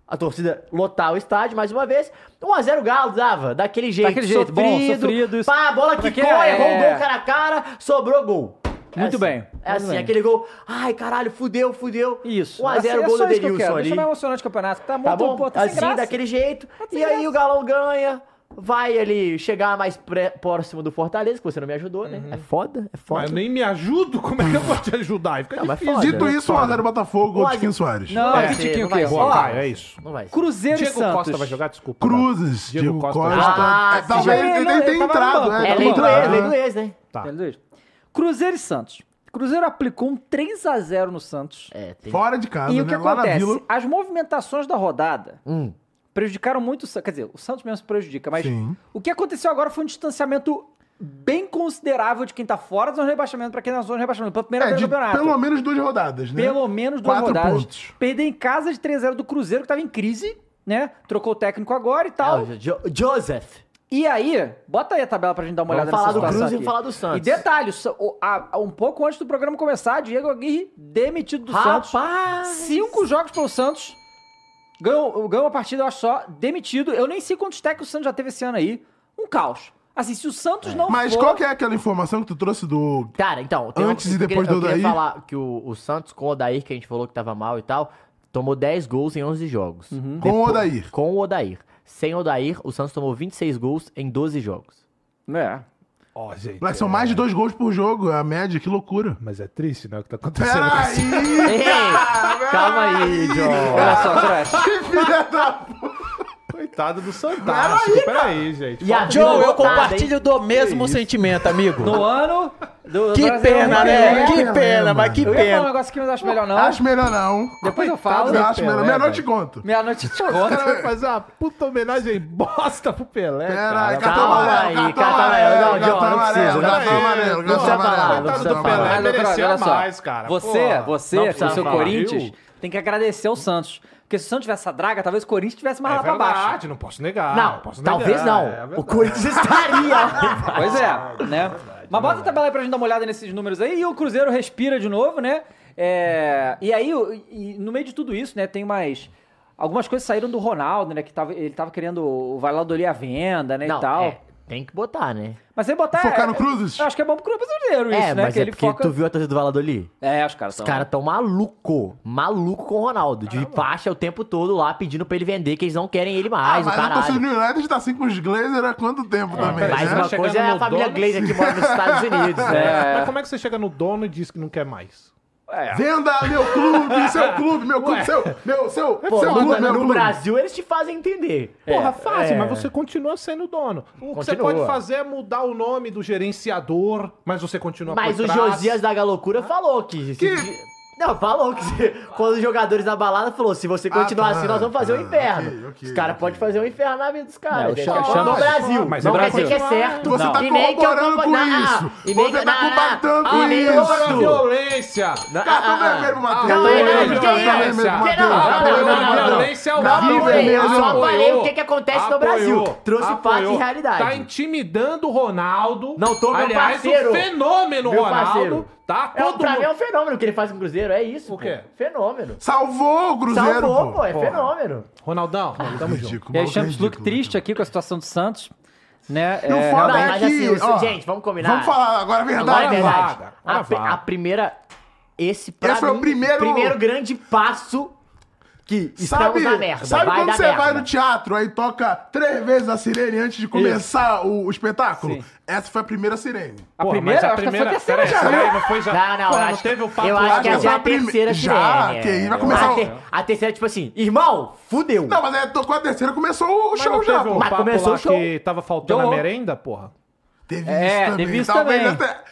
[SPEAKER 3] A torcida lotar o estádio mais uma vez. 1x0 Galo dava, daquele jeito.
[SPEAKER 1] Daquele jeito, bom, sofrido, isso.
[SPEAKER 3] Pá, a bola
[SPEAKER 1] Como é que
[SPEAKER 3] quicou,
[SPEAKER 1] é?
[SPEAKER 3] errou o
[SPEAKER 1] É.
[SPEAKER 3] gol cara a cara, sobrou gol. É
[SPEAKER 1] Muito
[SPEAKER 3] assim,
[SPEAKER 1] bem,
[SPEAKER 3] É
[SPEAKER 1] muito
[SPEAKER 3] assim,
[SPEAKER 1] bem.
[SPEAKER 3] aquele gol. Ai, caralho, fudeu, fudeu.
[SPEAKER 1] Isso.
[SPEAKER 3] 1x0
[SPEAKER 1] é
[SPEAKER 3] gol
[SPEAKER 1] só
[SPEAKER 3] do
[SPEAKER 1] isso que eu
[SPEAKER 3] Denilson
[SPEAKER 1] quero.
[SPEAKER 3] ali.
[SPEAKER 1] Deixa mais emocionante o campeonato, que tá muito
[SPEAKER 3] Tá bom?
[SPEAKER 1] pô, tá sem
[SPEAKER 3] assim,
[SPEAKER 1] graça.
[SPEAKER 3] daquele jeito.
[SPEAKER 1] sem
[SPEAKER 3] E aí
[SPEAKER 1] graça.
[SPEAKER 3] o Galão ganha. vai ele chegar mais pré- próximo do Fortaleza, que você não me ajudou, né? É foda, é foda.
[SPEAKER 4] Mas eu nem me ajudo, como é que eu vou te ajudar? Aí Fica
[SPEAKER 3] Não, mas
[SPEAKER 4] difícil. né?
[SPEAKER 3] foda.
[SPEAKER 2] Dito isso, 1x0 Botafogo, gol
[SPEAKER 3] Olha-
[SPEAKER 2] de Kim Soares.
[SPEAKER 1] Não,
[SPEAKER 3] É,
[SPEAKER 1] que tiquinho
[SPEAKER 3] não vai
[SPEAKER 1] aqui.
[SPEAKER 3] ser,
[SPEAKER 1] ó.
[SPEAKER 4] Boa, Caio, é isso.
[SPEAKER 3] Não vai.
[SPEAKER 1] Cruzeiro e
[SPEAKER 4] Diego
[SPEAKER 1] Santos.
[SPEAKER 4] Costa vai jogar, desculpa. né?
[SPEAKER 2] Cruzes,
[SPEAKER 4] Diego
[SPEAKER 2] Diego
[SPEAKER 4] Costa.
[SPEAKER 2] Costa.
[SPEAKER 3] Ah,
[SPEAKER 2] É, talvez
[SPEAKER 1] sim.
[SPEAKER 2] ele
[SPEAKER 1] Ele
[SPEAKER 2] nem
[SPEAKER 1] tava
[SPEAKER 2] tenha
[SPEAKER 1] no
[SPEAKER 2] entrado.
[SPEAKER 1] banco.
[SPEAKER 2] é,
[SPEAKER 3] É
[SPEAKER 2] tá
[SPEAKER 3] lei
[SPEAKER 2] no
[SPEAKER 3] do
[SPEAKER 2] banco.
[SPEAKER 3] ex, lei do ex, né?
[SPEAKER 4] Tá.
[SPEAKER 1] Entendeu isso? Cruzeiro e Santos. Cruzeiro aplicou um 3 a 0 no Santos.
[SPEAKER 3] É, tem.
[SPEAKER 2] Fora de casa,
[SPEAKER 1] e
[SPEAKER 2] né?
[SPEAKER 1] o que
[SPEAKER 2] Lá na
[SPEAKER 1] acontece?
[SPEAKER 2] Vila.
[SPEAKER 1] As movimentações da rodada
[SPEAKER 3] Hum.
[SPEAKER 1] prejudicaram muito o Santos. Quer dizer, o Santos mesmo se prejudica, mas
[SPEAKER 2] Sim.
[SPEAKER 1] o que aconteceu agora foi um distanciamento bem considerável de quem tá fora da zona de rebaixamento pra quem tá na zona de rebaixamento. Pela primeira
[SPEAKER 2] É,
[SPEAKER 1] vez
[SPEAKER 2] de
[SPEAKER 1] no campeonato.
[SPEAKER 2] pelo menos duas rodadas, né?
[SPEAKER 1] Pelo menos duas
[SPEAKER 2] Quatro
[SPEAKER 1] rodadas.
[SPEAKER 2] pontos.
[SPEAKER 1] Perder em casa de 3x0 do Cruzeiro, que tava em crise, né? Trocou o técnico agora
[SPEAKER 2] É,
[SPEAKER 1] e
[SPEAKER 3] Ah,
[SPEAKER 1] tal.
[SPEAKER 3] o Jo- Joseph.
[SPEAKER 1] E aí, bota aí a tabela pra gente dar uma
[SPEAKER 3] Vamos
[SPEAKER 1] olhada
[SPEAKER 3] falar
[SPEAKER 1] nessa
[SPEAKER 3] do
[SPEAKER 1] situação
[SPEAKER 3] Cruzeiro e
[SPEAKER 1] aqui.
[SPEAKER 3] falar do Santos.
[SPEAKER 1] E detalhe, o Sa- o- a- a- um pouco antes do programa começar, Diego Aguirre demitido do Santos.
[SPEAKER 3] Rapaz!
[SPEAKER 1] Cinco jogos pelo Santos. Ganhou, ganhou uma partida, eu acho só, demitido. Eu nem sei quantos técnicos o Santos já teve esse ano aí. Um caos. Assim, se o Santos não
[SPEAKER 2] Mas
[SPEAKER 1] for...
[SPEAKER 2] qual que é aquela informação que tu trouxe do.
[SPEAKER 3] Cara, então... tem
[SPEAKER 2] Antes e
[SPEAKER 3] eu
[SPEAKER 2] depois
[SPEAKER 3] queria,
[SPEAKER 2] do
[SPEAKER 3] Eu queria
[SPEAKER 2] Odair?
[SPEAKER 3] falar que o, o Santos com o Odair, que a gente falou que tava mal e tal, tomou 10 gols em 11 jogos.
[SPEAKER 1] Uhum.
[SPEAKER 2] Com o Odair.
[SPEAKER 3] Com o Odair. Sem o Odair, o Santos tomou 26 gols em 12 jogos.
[SPEAKER 1] É.
[SPEAKER 4] Ó, gente,
[SPEAKER 2] Mas são mais de dois gols por jogo, a média, que loucura.
[SPEAKER 4] Mas é triste, né, o que tá acontecendo. com esse-
[SPEAKER 2] Peraí!
[SPEAKER 3] Ei, calma aí, John.
[SPEAKER 1] Olha só, Crush.
[SPEAKER 2] Que filha da puta!
[SPEAKER 4] Coitado do Santástico. Peraí, gente.
[SPEAKER 1] tá
[SPEAKER 3] E a
[SPEAKER 9] Joe, eu
[SPEAKER 3] botada, hein?
[SPEAKER 9] compartilho do mesmo sentimento, amigo.
[SPEAKER 1] No ano... Do,
[SPEAKER 9] Que
[SPEAKER 1] Brasileiro,
[SPEAKER 9] pena,
[SPEAKER 1] Pelé.
[SPEAKER 9] né? Que pena, mas que
[SPEAKER 1] Eu ia falar um
[SPEAKER 9] pena.
[SPEAKER 1] negócio aqui, mas acho melhor não.
[SPEAKER 2] Acho melhor não.
[SPEAKER 1] Depois eu falo.
[SPEAKER 2] Eu acho
[SPEAKER 4] Pelé,
[SPEAKER 2] melhor. Melhor eu te
[SPEAKER 4] velho.
[SPEAKER 2] conto.
[SPEAKER 1] Meia-noite te
[SPEAKER 4] O
[SPEAKER 1] conto.
[SPEAKER 4] cara vai fazer uma puta homenagem bosta pro Pelé,
[SPEAKER 2] Peraí,
[SPEAKER 4] cara.
[SPEAKER 2] cartão
[SPEAKER 3] calma
[SPEAKER 2] amarelo,
[SPEAKER 3] aí,
[SPEAKER 2] cartão
[SPEAKER 3] cartão amarelo.
[SPEAKER 2] amarelo, cartão
[SPEAKER 3] Não, John, não precisa,
[SPEAKER 2] amarelo,
[SPEAKER 3] não
[SPEAKER 2] cartão
[SPEAKER 4] precisa.
[SPEAKER 2] amarelo, cartão
[SPEAKER 4] Não precisa falar,
[SPEAKER 2] amarelo,
[SPEAKER 4] não
[SPEAKER 2] cartão
[SPEAKER 4] precisa
[SPEAKER 2] amarelo.
[SPEAKER 4] falar.
[SPEAKER 1] Mas, meu brother,
[SPEAKER 4] merecia
[SPEAKER 1] Ah, olha só.
[SPEAKER 4] mais, cara.
[SPEAKER 1] Você,
[SPEAKER 4] Pô, não
[SPEAKER 1] você, com
[SPEAKER 4] precisa
[SPEAKER 1] seu
[SPEAKER 4] falar,
[SPEAKER 1] Corinthians,
[SPEAKER 4] viu?
[SPEAKER 1] tem que agradecer ao Santos. Porque se o Santos tivesse essa draga, talvez o Corinthians tivesse mais
[SPEAKER 4] É
[SPEAKER 1] lá pra baixo.
[SPEAKER 4] verdade, não posso negar.
[SPEAKER 3] Não,
[SPEAKER 4] Ah, posso
[SPEAKER 3] talvez
[SPEAKER 4] negar,
[SPEAKER 3] não.
[SPEAKER 4] é verdade.
[SPEAKER 3] o Corinthians estaria.
[SPEAKER 1] Pois
[SPEAKER 4] Ah,
[SPEAKER 1] é, né? Mas bota a tabela aí pra gente dar uma olhada nesses números aí. E o Cruzeiro respira de novo, né? É, E aí, o- e no meio de tudo isso, né, tem mais... Algumas coisas saíram do Ronaldo, né? Que tava, ele tava querendo o Valladolid à venda, né?
[SPEAKER 3] Não,
[SPEAKER 1] e tal.
[SPEAKER 3] é, tem que botar, né?
[SPEAKER 1] Mas aí botar...
[SPEAKER 2] Focar no Cruzes?
[SPEAKER 1] Eu acho que é bom pro Cruzeiro isso,
[SPEAKER 3] é,
[SPEAKER 1] né?
[SPEAKER 3] mas
[SPEAKER 1] que
[SPEAKER 3] é
[SPEAKER 1] ele
[SPEAKER 3] porque
[SPEAKER 1] foca...
[SPEAKER 3] tu viu a torcida do Valladolid?
[SPEAKER 1] É, os caras
[SPEAKER 3] Os
[SPEAKER 1] são...
[SPEAKER 3] caras tão maluco, maluco com o Ronaldo, de faixa o tempo todo lá pedindo pra ele vender, que eles não querem ele
[SPEAKER 2] Ah,
[SPEAKER 3] mais, o
[SPEAKER 2] mas a torcida
[SPEAKER 3] caralho.
[SPEAKER 2] do United tá assim com os Glazer há quanto tempo também,
[SPEAKER 4] peraí,
[SPEAKER 3] Mas
[SPEAKER 4] né?
[SPEAKER 3] uma
[SPEAKER 4] Chegando
[SPEAKER 3] coisa é
[SPEAKER 4] no
[SPEAKER 3] a família
[SPEAKER 4] dono.
[SPEAKER 3] Glazer que mora nos Estados Unidos, né?
[SPEAKER 4] Mas como é que você chega no dono e diz que não quer mais?
[SPEAKER 2] Venda meu clube, seu clube, meu clube, seu, meu, seu,
[SPEAKER 3] Pô,
[SPEAKER 2] seu
[SPEAKER 3] mano,
[SPEAKER 2] clube, meu
[SPEAKER 3] no
[SPEAKER 2] clube.
[SPEAKER 3] Brasil eles te fazem entender.
[SPEAKER 4] Porra, fácil,
[SPEAKER 3] é.
[SPEAKER 4] mas você continua sendo dono. O que você
[SPEAKER 3] Continua.
[SPEAKER 4] pode fazer é mudar o nome do gerenciador, mas você continua
[SPEAKER 3] Mas
[SPEAKER 4] por
[SPEAKER 3] o
[SPEAKER 4] trás.
[SPEAKER 3] Josias da Galocura falou que... se- Não, falou que se- quando os jogadores na balada falou, se você continuar
[SPEAKER 2] tá,
[SPEAKER 3] assim, nós vamos fazer um
[SPEAKER 2] tá,
[SPEAKER 3] inferno.
[SPEAKER 2] ok, ok,
[SPEAKER 3] os caras
[SPEAKER 2] ok.
[SPEAKER 3] podem fazer um inferno na vida dos caras.
[SPEAKER 9] Não,
[SPEAKER 3] né?
[SPEAKER 9] chama-
[SPEAKER 3] Só
[SPEAKER 9] chama-
[SPEAKER 3] no Brasil.
[SPEAKER 4] mas
[SPEAKER 3] não
[SPEAKER 4] no
[SPEAKER 3] quer dizer que
[SPEAKER 4] Brasil.
[SPEAKER 3] é certo.
[SPEAKER 2] Você
[SPEAKER 3] não.
[SPEAKER 2] tá
[SPEAKER 3] E nem que eu
[SPEAKER 2] corroborando
[SPEAKER 3] compa-
[SPEAKER 2] com
[SPEAKER 3] não, não,
[SPEAKER 2] isso.
[SPEAKER 3] não. E nem
[SPEAKER 2] Você
[SPEAKER 3] que-
[SPEAKER 2] tá
[SPEAKER 3] não, não,
[SPEAKER 2] compactando
[SPEAKER 3] não.
[SPEAKER 2] com
[SPEAKER 3] E nem
[SPEAKER 2] isso. tá
[SPEAKER 3] gosto.
[SPEAKER 4] Fora a é violência!
[SPEAKER 3] Não,
[SPEAKER 2] Cartão
[SPEAKER 3] ah, ah,
[SPEAKER 2] vermelho
[SPEAKER 4] é,
[SPEAKER 2] pro
[SPEAKER 3] ah,
[SPEAKER 2] Matheus.
[SPEAKER 3] cartão
[SPEAKER 2] Cartão
[SPEAKER 3] vermelho,
[SPEAKER 2] vermelho
[SPEAKER 3] que
[SPEAKER 2] pro Matheus. Cartão vermelho
[SPEAKER 3] isso? Que não,
[SPEAKER 2] pro
[SPEAKER 3] não, não,
[SPEAKER 2] Matheus.
[SPEAKER 3] não, não, não.
[SPEAKER 4] Violência ao
[SPEAKER 3] Não,
[SPEAKER 4] vivo.
[SPEAKER 3] não, não, eu só
[SPEAKER 4] Apoiou,
[SPEAKER 3] falei o que que acontece no Brasil. Trouxe fatos e realidade.
[SPEAKER 4] Tá intimidando o Ronaldo.
[SPEAKER 3] Não tô, meu
[SPEAKER 4] Aliás,
[SPEAKER 3] parceiro.
[SPEAKER 4] o fenômeno
[SPEAKER 3] Meu
[SPEAKER 4] Ronaldo.
[SPEAKER 3] parceiro.
[SPEAKER 4] Tá
[SPEAKER 3] É,
[SPEAKER 4] todo
[SPEAKER 3] pra mim é um
[SPEAKER 4] mundo.
[SPEAKER 3] fenômeno o que ele faz com o Cruzeiro, é isso.
[SPEAKER 4] O quê?
[SPEAKER 3] Pô. Fenômeno.
[SPEAKER 2] Salvou o Cruzeiro,
[SPEAKER 3] Salvou, pô,
[SPEAKER 2] pô.
[SPEAKER 3] é fenômeno.
[SPEAKER 4] Ronaldão, tamo junto.
[SPEAKER 2] Ridículo,
[SPEAKER 1] E aí,
[SPEAKER 2] maluco,
[SPEAKER 1] Champions Look
[SPEAKER 2] ridículo,
[SPEAKER 1] triste aqui com a situação do Santos, né?
[SPEAKER 2] E o
[SPEAKER 1] É,
[SPEAKER 2] foda
[SPEAKER 3] realmente.
[SPEAKER 2] é
[SPEAKER 3] Mas
[SPEAKER 2] que,
[SPEAKER 3] assim,
[SPEAKER 2] ó,
[SPEAKER 3] gente, vamos combinar.
[SPEAKER 2] Vamos falar agora a
[SPEAKER 3] Agora é
[SPEAKER 2] verdade.
[SPEAKER 3] verdade.
[SPEAKER 4] vaga, uma
[SPEAKER 3] A, pri-
[SPEAKER 4] vaga.
[SPEAKER 3] a primeira. Esse, pra
[SPEAKER 2] Esse foi o
[SPEAKER 3] mim,
[SPEAKER 2] primeiro-
[SPEAKER 3] grande passo que estamos
[SPEAKER 2] Sabe,
[SPEAKER 3] na merda.
[SPEAKER 2] sabe
[SPEAKER 3] vai
[SPEAKER 2] quando
[SPEAKER 3] dar
[SPEAKER 2] você
[SPEAKER 3] merda.
[SPEAKER 2] vai no teatro, aí toca três vezes a sirene antes de começar o, o espetáculo?
[SPEAKER 1] Sim.
[SPEAKER 2] Essa foi a primeira sirene.
[SPEAKER 1] a
[SPEAKER 4] Porra,
[SPEAKER 1] primeira,
[SPEAKER 4] mas
[SPEAKER 1] eu acho que foi a terceira
[SPEAKER 4] peraí,
[SPEAKER 1] já.
[SPEAKER 4] será que não foi já.
[SPEAKER 3] né? Não, não,
[SPEAKER 4] Pô,
[SPEAKER 3] eu
[SPEAKER 4] não
[SPEAKER 3] acho,
[SPEAKER 4] teve o papo
[SPEAKER 3] eu
[SPEAKER 4] lá
[SPEAKER 3] acho
[SPEAKER 2] acho
[SPEAKER 3] que essa
[SPEAKER 2] que foi
[SPEAKER 3] é a
[SPEAKER 2] a prime-
[SPEAKER 3] terceira
[SPEAKER 2] Já,
[SPEAKER 3] sirene,
[SPEAKER 2] que aí vai
[SPEAKER 3] é.
[SPEAKER 2] começar
[SPEAKER 3] a,
[SPEAKER 2] o-
[SPEAKER 3] ter- a terceira, tipo assim, irmão, fudeu.
[SPEAKER 2] Não, mas é, tocou a terceira, começou o
[SPEAKER 4] Mas
[SPEAKER 2] show
[SPEAKER 4] não
[SPEAKER 2] já,
[SPEAKER 4] teve
[SPEAKER 2] pô.
[SPEAKER 4] um
[SPEAKER 3] Mas
[SPEAKER 4] papo
[SPEAKER 3] começou
[SPEAKER 4] lá
[SPEAKER 3] o show.
[SPEAKER 4] que tava faltando
[SPEAKER 1] Deu.
[SPEAKER 4] a merenda, porra?
[SPEAKER 2] Teve
[SPEAKER 1] É,
[SPEAKER 2] isso também.
[SPEAKER 1] teve isso
[SPEAKER 2] Talvez
[SPEAKER 1] também.
[SPEAKER 2] até-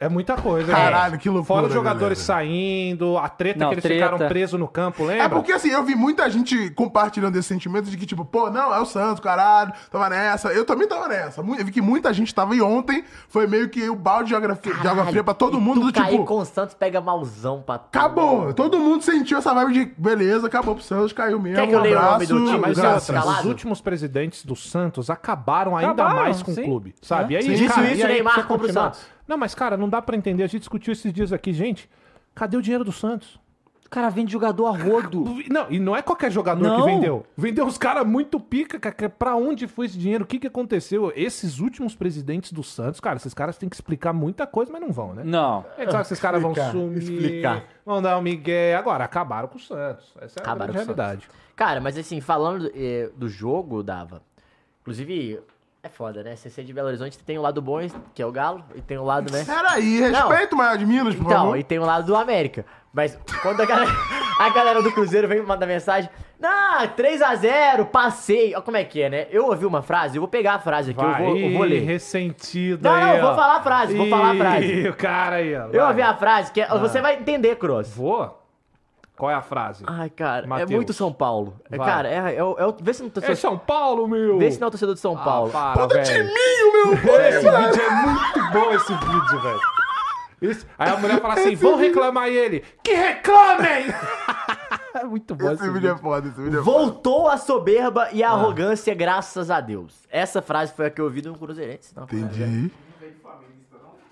[SPEAKER 4] É muita coisa,
[SPEAKER 2] Caralho,
[SPEAKER 4] né?
[SPEAKER 2] que loucura,
[SPEAKER 4] Fora os jogadores
[SPEAKER 2] galera.
[SPEAKER 4] saindo, a treta
[SPEAKER 1] Não,
[SPEAKER 4] que eles
[SPEAKER 1] treta.
[SPEAKER 4] ficaram presos no campo, lembra?
[SPEAKER 2] É porque assim, eu vi muita gente compartilhando esse sentimento de que, tipo, pô, não, é o Santos, caralho, tava nessa. Eu também tava nessa. Mu- Eu vi que muita gente tava e ontem foi meio que o balde de água, fria- de água fria pra todo
[SPEAKER 3] E
[SPEAKER 2] mundo,
[SPEAKER 3] tu
[SPEAKER 2] do
[SPEAKER 3] cair
[SPEAKER 2] tipo.
[SPEAKER 3] com o Santos pega malzão pra tu.
[SPEAKER 2] Acabou. Todo mundo sentiu essa vibe de beleza, acabou pro Santos, caiu mesmo.
[SPEAKER 3] Quer que eu leia o nome
[SPEAKER 2] abraço,
[SPEAKER 3] do time? é
[SPEAKER 4] Mas
[SPEAKER 3] Graças.
[SPEAKER 4] e outra, os
[SPEAKER 3] Calado.
[SPEAKER 4] últimos presidentes do Santos acabaram ainda
[SPEAKER 1] Acabaram,
[SPEAKER 4] mais com
[SPEAKER 1] sim.
[SPEAKER 4] o clube, sabe? E aí,
[SPEAKER 3] Sim. Dito isso,
[SPEAKER 4] e aí,
[SPEAKER 3] Neymar
[SPEAKER 4] pra
[SPEAKER 3] compra o
[SPEAKER 4] continuar-
[SPEAKER 3] Santos.
[SPEAKER 4] Não, mas cara, não dá pra entender. A gente discutiu esses dias aqui, gente. Cadê o dinheiro do Santos?
[SPEAKER 1] O cara vende jogador a rodo.
[SPEAKER 4] Não, e não é qualquer jogador
[SPEAKER 1] Não.
[SPEAKER 4] que vendeu. Vendeu os caras muito pica. ca- ca- Pra onde foi esse dinheiro? O que, que aconteceu? Esses últimos presidentes do Santos, cara, esses caras têm que explicar muita coisa, mas não vão, né?
[SPEAKER 1] Não.
[SPEAKER 4] É claro que esses caras vão
[SPEAKER 2] Explicar,
[SPEAKER 4] sumir,
[SPEAKER 2] explicar.
[SPEAKER 4] vão dar um migué. Agora, acabaram com o Santos. Essa é a
[SPEAKER 3] Acabaram
[SPEAKER 4] grande
[SPEAKER 3] com o Santos.
[SPEAKER 4] realidade.
[SPEAKER 3] Cara, mas assim, falando eh, do jogo, Dava, Inclusive, é foda, né? CC de Belo Horizonte tem o lado bom, que é o Galo, e tem o lado, né?
[SPEAKER 2] Peraí, respeita o maior de Minas, por
[SPEAKER 3] Então,
[SPEAKER 2] favor.
[SPEAKER 3] e tem o lado do América. Mas quando a galera, a galera do Cruzeiro vem me mandar mensagem, não, 3x0, passei. Olha como é que é, né? Eu ouvi uma frase, eu vou pegar a frase aqui, eu vou, eu vou
[SPEAKER 4] Ih,
[SPEAKER 3] ler.
[SPEAKER 4] ressentido
[SPEAKER 3] Não,
[SPEAKER 4] aí,
[SPEAKER 3] não, vou
[SPEAKER 4] ó.
[SPEAKER 3] falar a frase, vou falar a
[SPEAKER 4] Ih,
[SPEAKER 3] frase.
[SPEAKER 4] o cara aí, ó.
[SPEAKER 3] Eu
[SPEAKER 4] vai.
[SPEAKER 3] ouvi a frase que é- você vai entender, Cross.
[SPEAKER 4] Ah. Vou? Qual é a frase?
[SPEAKER 3] Ai, cara,
[SPEAKER 4] Mateus.
[SPEAKER 3] é muito São Paulo. É,
[SPEAKER 4] Vai.
[SPEAKER 3] Cara, é, é, o- é o- vê se não
[SPEAKER 4] É São Paulo, meu!
[SPEAKER 3] vê se não é o torcedor de São Paulo.
[SPEAKER 4] Ah, para,
[SPEAKER 2] Todo
[SPEAKER 4] velho.
[SPEAKER 2] timinho, meu!
[SPEAKER 4] Esse vídeo é muito bom, esse vídeo, velho. Esse- Aí a mulher fala assim, vão reclamar ele. Que reclamem! é muito
[SPEAKER 3] então,
[SPEAKER 4] bom esse,
[SPEAKER 3] assim,
[SPEAKER 2] Esse vídeo é foda, esse vídeo é foda.
[SPEAKER 3] Voltou a soberba e a
[SPEAKER 4] Ah.
[SPEAKER 3] arrogância, graças a Deus. Essa frase foi a que eu ouvi do Cruzeirense. tá? Não,
[SPEAKER 2] Entendi.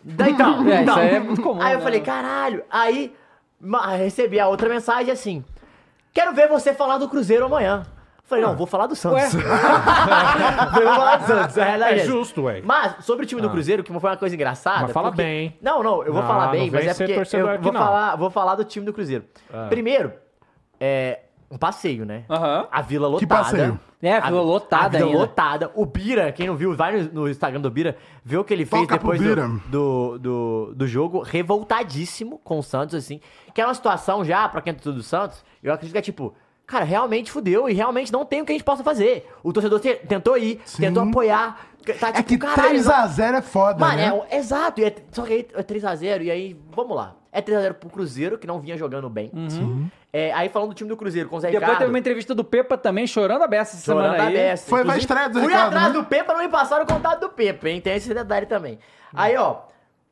[SPEAKER 3] Daí, então,
[SPEAKER 1] É, isso
[SPEAKER 3] então.
[SPEAKER 1] aí é muito comum,
[SPEAKER 3] Aí eu
[SPEAKER 1] né?
[SPEAKER 3] falei, caralho. Aí ma- recebi a outra mensagem assim: Quero ver você falar do Cruzeiro amanhã. Falei, não, vou falar do Santos. Falei, vou falar do Santos. A realidade
[SPEAKER 4] É
[SPEAKER 3] essa.
[SPEAKER 4] justo, ué. Ah.
[SPEAKER 3] Mas, sobre o time do Cruzeiro, que foi uma coisa engraçada.
[SPEAKER 4] Mas fala
[SPEAKER 3] porque-
[SPEAKER 4] bem, hein?
[SPEAKER 3] Não, não, eu vou
[SPEAKER 4] Não,
[SPEAKER 3] falar
[SPEAKER 4] não
[SPEAKER 3] bem, mas
[SPEAKER 4] vem
[SPEAKER 3] é
[SPEAKER 4] ser
[SPEAKER 3] porque.
[SPEAKER 4] torcedor
[SPEAKER 3] Eu
[SPEAKER 4] aqui,
[SPEAKER 3] vou,
[SPEAKER 4] não. Ah.
[SPEAKER 3] falar, vou falar do time do Cruzeiro. Primeiro, é um passeio, né?
[SPEAKER 1] Aham.
[SPEAKER 3] A vila lotada.
[SPEAKER 2] Que passeio?
[SPEAKER 1] É, a vila lotada
[SPEAKER 3] A vila
[SPEAKER 1] ainda.
[SPEAKER 3] lotada. O Bira, quem não viu, vai no, no Instagram do Bira, vê o que ele fez
[SPEAKER 2] Toca pro
[SPEAKER 3] depois
[SPEAKER 2] Bira.
[SPEAKER 3] do, do, do, do jogo, revoltadíssimo com o Santos, assim. Que é uma situação já, pra quem é tudo do Santos, eu acredito que é tipo. Cara, realmente fudeu e realmente não tem o que a gente possa fazer. O torcedor te- tentou ir, tentou apoiar. Tá
[SPEAKER 2] É
[SPEAKER 3] tipo,
[SPEAKER 2] que
[SPEAKER 3] caralho, não-
[SPEAKER 2] 3x0 é foda,
[SPEAKER 3] Mano,
[SPEAKER 2] né?
[SPEAKER 3] é um- exato. E é, só que aí é 3x0, e aí, vamos lá. É 3x0 pro Cruzeiro, que não vinha jogando bem. É, aí falando do time do Cruzeiro, com o Zé
[SPEAKER 1] Depois teve
[SPEAKER 3] Ricardo.
[SPEAKER 1] uma entrevista do Pepa também, chorando a beça essa
[SPEAKER 3] chorando
[SPEAKER 1] semana
[SPEAKER 3] a
[SPEAKER 1] aí.
[SPEAKER 3] beça.
[SPEAKER 2] Foi na
[SPEAKER 3] Inclusive,
[SPEAKER 2] estreia do
[SPEAKER 3] Fui
[SPEAKER 2] Ricardo,
[SPEAKER 3] atrás
[SPEAKER 2] né?
[SPEAKER 3] do Pepa, não me passaram o contato do Pepa, hein? Tem esse detalhe também. Aí, ó,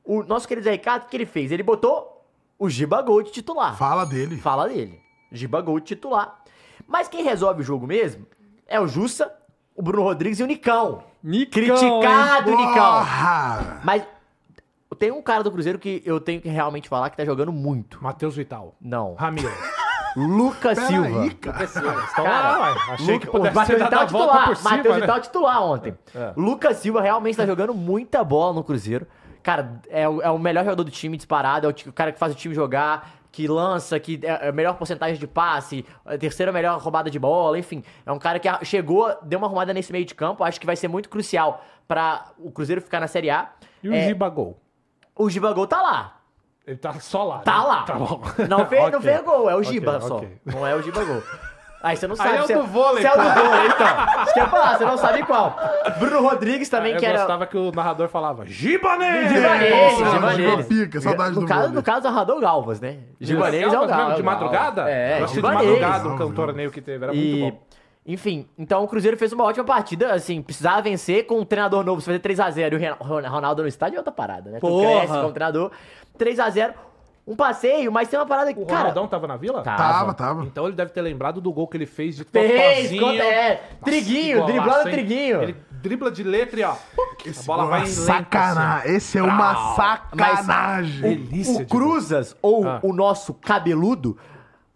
[SPEAKER 3] o nosso querido Zé Ricardo, o que ele fez? Ele botou o Giba Gold titular.
[SPEAKER 2] Fala dele.
[SPEAKER 3] Fala dele. Giba Gold titular. Mas quem resolve o jogo mesmo é o Jussa, o Bruno Rodrigues e o Nicão.
[SPEAKER 1] Nicão,
[SPEAKER 3] Criticado, Nicão.
[SPEAKER 2] Porra!
[SPEAKER 3] Mas tem um cara do Cruzeiro que eu tenho que realmente falar que tá jogando muito.
[SPEAKER 4] Matheus Vital.
[SPEAKER 3] Não.
[SPEAKER 4] Ramiro.
[SPEAKER 3] Ah, Lucas Silva.
[SPEAKER 2] Peraí, cara.
[SPEAKER 4] Então,
[SPEAKER 3] Cara,
[SPEAKER 4] ah, ué, achei que
[SPEAKER 3] Luca- o
[SPEAKER 4] pudesse
[SPEAKER 3] Matheus
[SPEAKER 4] ter dado
[SPEAKER 3] Vital
[SPEAKER 4] a
[SPEAKER 3] é
[SPEAKER 4] volta por
[SPEAKER 3] titular.
[SPEAKER 4] cima,
[SPEAKER 3] Matheus
[SPEAKER 4] né? É,
[SPEAKER 3] Vital titular ontem. Lucas Silva realmente tá jogando muita bola no Cruzeiro. Cara, é o, é o melhor jogador do time disparado, é o, ti- o cara que faz o time jogar, que lança, que é a melhor porcentagem de passe, a terceira melhor roubada de bola, enfim. É um cara que a- chegou, deu uma arrumada nesse meio de campo, acho que vai ser muito crucial pra o Cruzeiro ficar na Série A.
[SPEAKER 4] E o
[SPEAKER 3] É,
[SPEAKER 4] Giba Gol?
[SPEAKER 3] o Gibagol tá lá,
[SPEAKER 4] Ele tá só lá.
[SPEAKER 3] Tá
[SPEAKER 4] né?
[SPEAKER 3] lá.
[SPEAKER 4] Tá bom.
[SPEAKER 3] Não fez, não
[SPEAKER 4] Ok.
[SPEAKER 3] fez gol, é o
[SPEAKER 4] Ok,
[SPEAKER 3] Giba só.
[SPEAKER 4] ok.
[SPEAKER 3] Não é o Giba gol. Aí você não sabe.
[SPEAKER 4] Aí é o
[SPEAKER 3] se
[SPEAKER 4] do vôlei,
[SPEAKER 3] se é o do
[SPEAKER 4] cara.
[SPEAKER 3] vôlei, então. Isso que eu ia falar, você não sabe qual. Bruno Rodrigues também,
[SPEAKER 4] Ah, Eu
[SPEAKER 3] que era.
[SPEAKER 4] gostava que o narrador falava, Gibanês!
[SPEAKER 3] Gibanês,
[SPEAKER 2] Nossa,
[SPEAKER 4] é
[SPEAKER 3] Gibanês.
[SPEAKER 2] Giba Pica, saudade
[SPEAKER 3] No
[SPEAKER 2] do
[SPEAKER 3] caso,
[SPEAKER 2] vôlei.
[SPEAKER 3] no caso, Arradou Galvas, né? Gibanês é o
[SPEAKER 4] Galvas
[SPEAKER 3] Galvas.
[SPEAKER 4] mesmo, De madrugada?
[SPEAKER 3] É,
[SPEAKER 4] Eu achei de
[SPEAKER 3] Gibanês.
[SPEAKER 4] madrugada um can- torneio que teve, era
[SPEAKER 3] E,
[SPEAKER 4] muito bom.
[SPEAKER 3] enfim, então o Cruzeiro fez uma ótima partida, assim, precisava vencer com um treinador novo, se fazer 3x0 e o Ren- Ron- Ronaldo no estádio é outra parada, né? Tu
[SPEAKER 1] Porra!
[SPEAKER 3] cresce como treinador, 3x0, um passeio, mas tem uma parada que,
[SPEAKER 4] O
[SPEAKER 3] cara...
[SPEAKER 4] Ronaldão tava na vila?
[SPEAKER 2] Tava, tava.
[SPEAKER 4] Então ele deve ter lembrado do gol que ele fez de
[SPEAKER 3] Fez,
[SPEAKER 4] totozinho.
[SPEAKER 3] contra, é, Triguinho,
[SPEAKER 4] Que
[SPEAKER 3] driblando
[SPEAKER 4] golaço,
[SPEAKER 3] o
[SPEAKER 4] hein?
[SPEAKER 3] Triguinho.
[SPEAKER 4] Ele dribla de letra e ó.
[SPEAKER 2] Esse
[SPEAKER 4] a bola
[SPEAKER 2] gol é
[SPEAKER 4] vai
[SPEAKER 2] uma
[SPEAKER 4] em assim, lento,
[SPEAKER 2] sacanagem. Esse é uma
[SPEAKER 3] mas-
[SPEAKER 2] sacanagem.
[SPEAKER 4] Delícia
[SPEAKER 3] O
[SPEAKER 4] de gol.
[SPEAKER 3] Cruzas, ou
[SPEAKER 4] Ah.
[SPEAKER 3] o nosso cabeludo,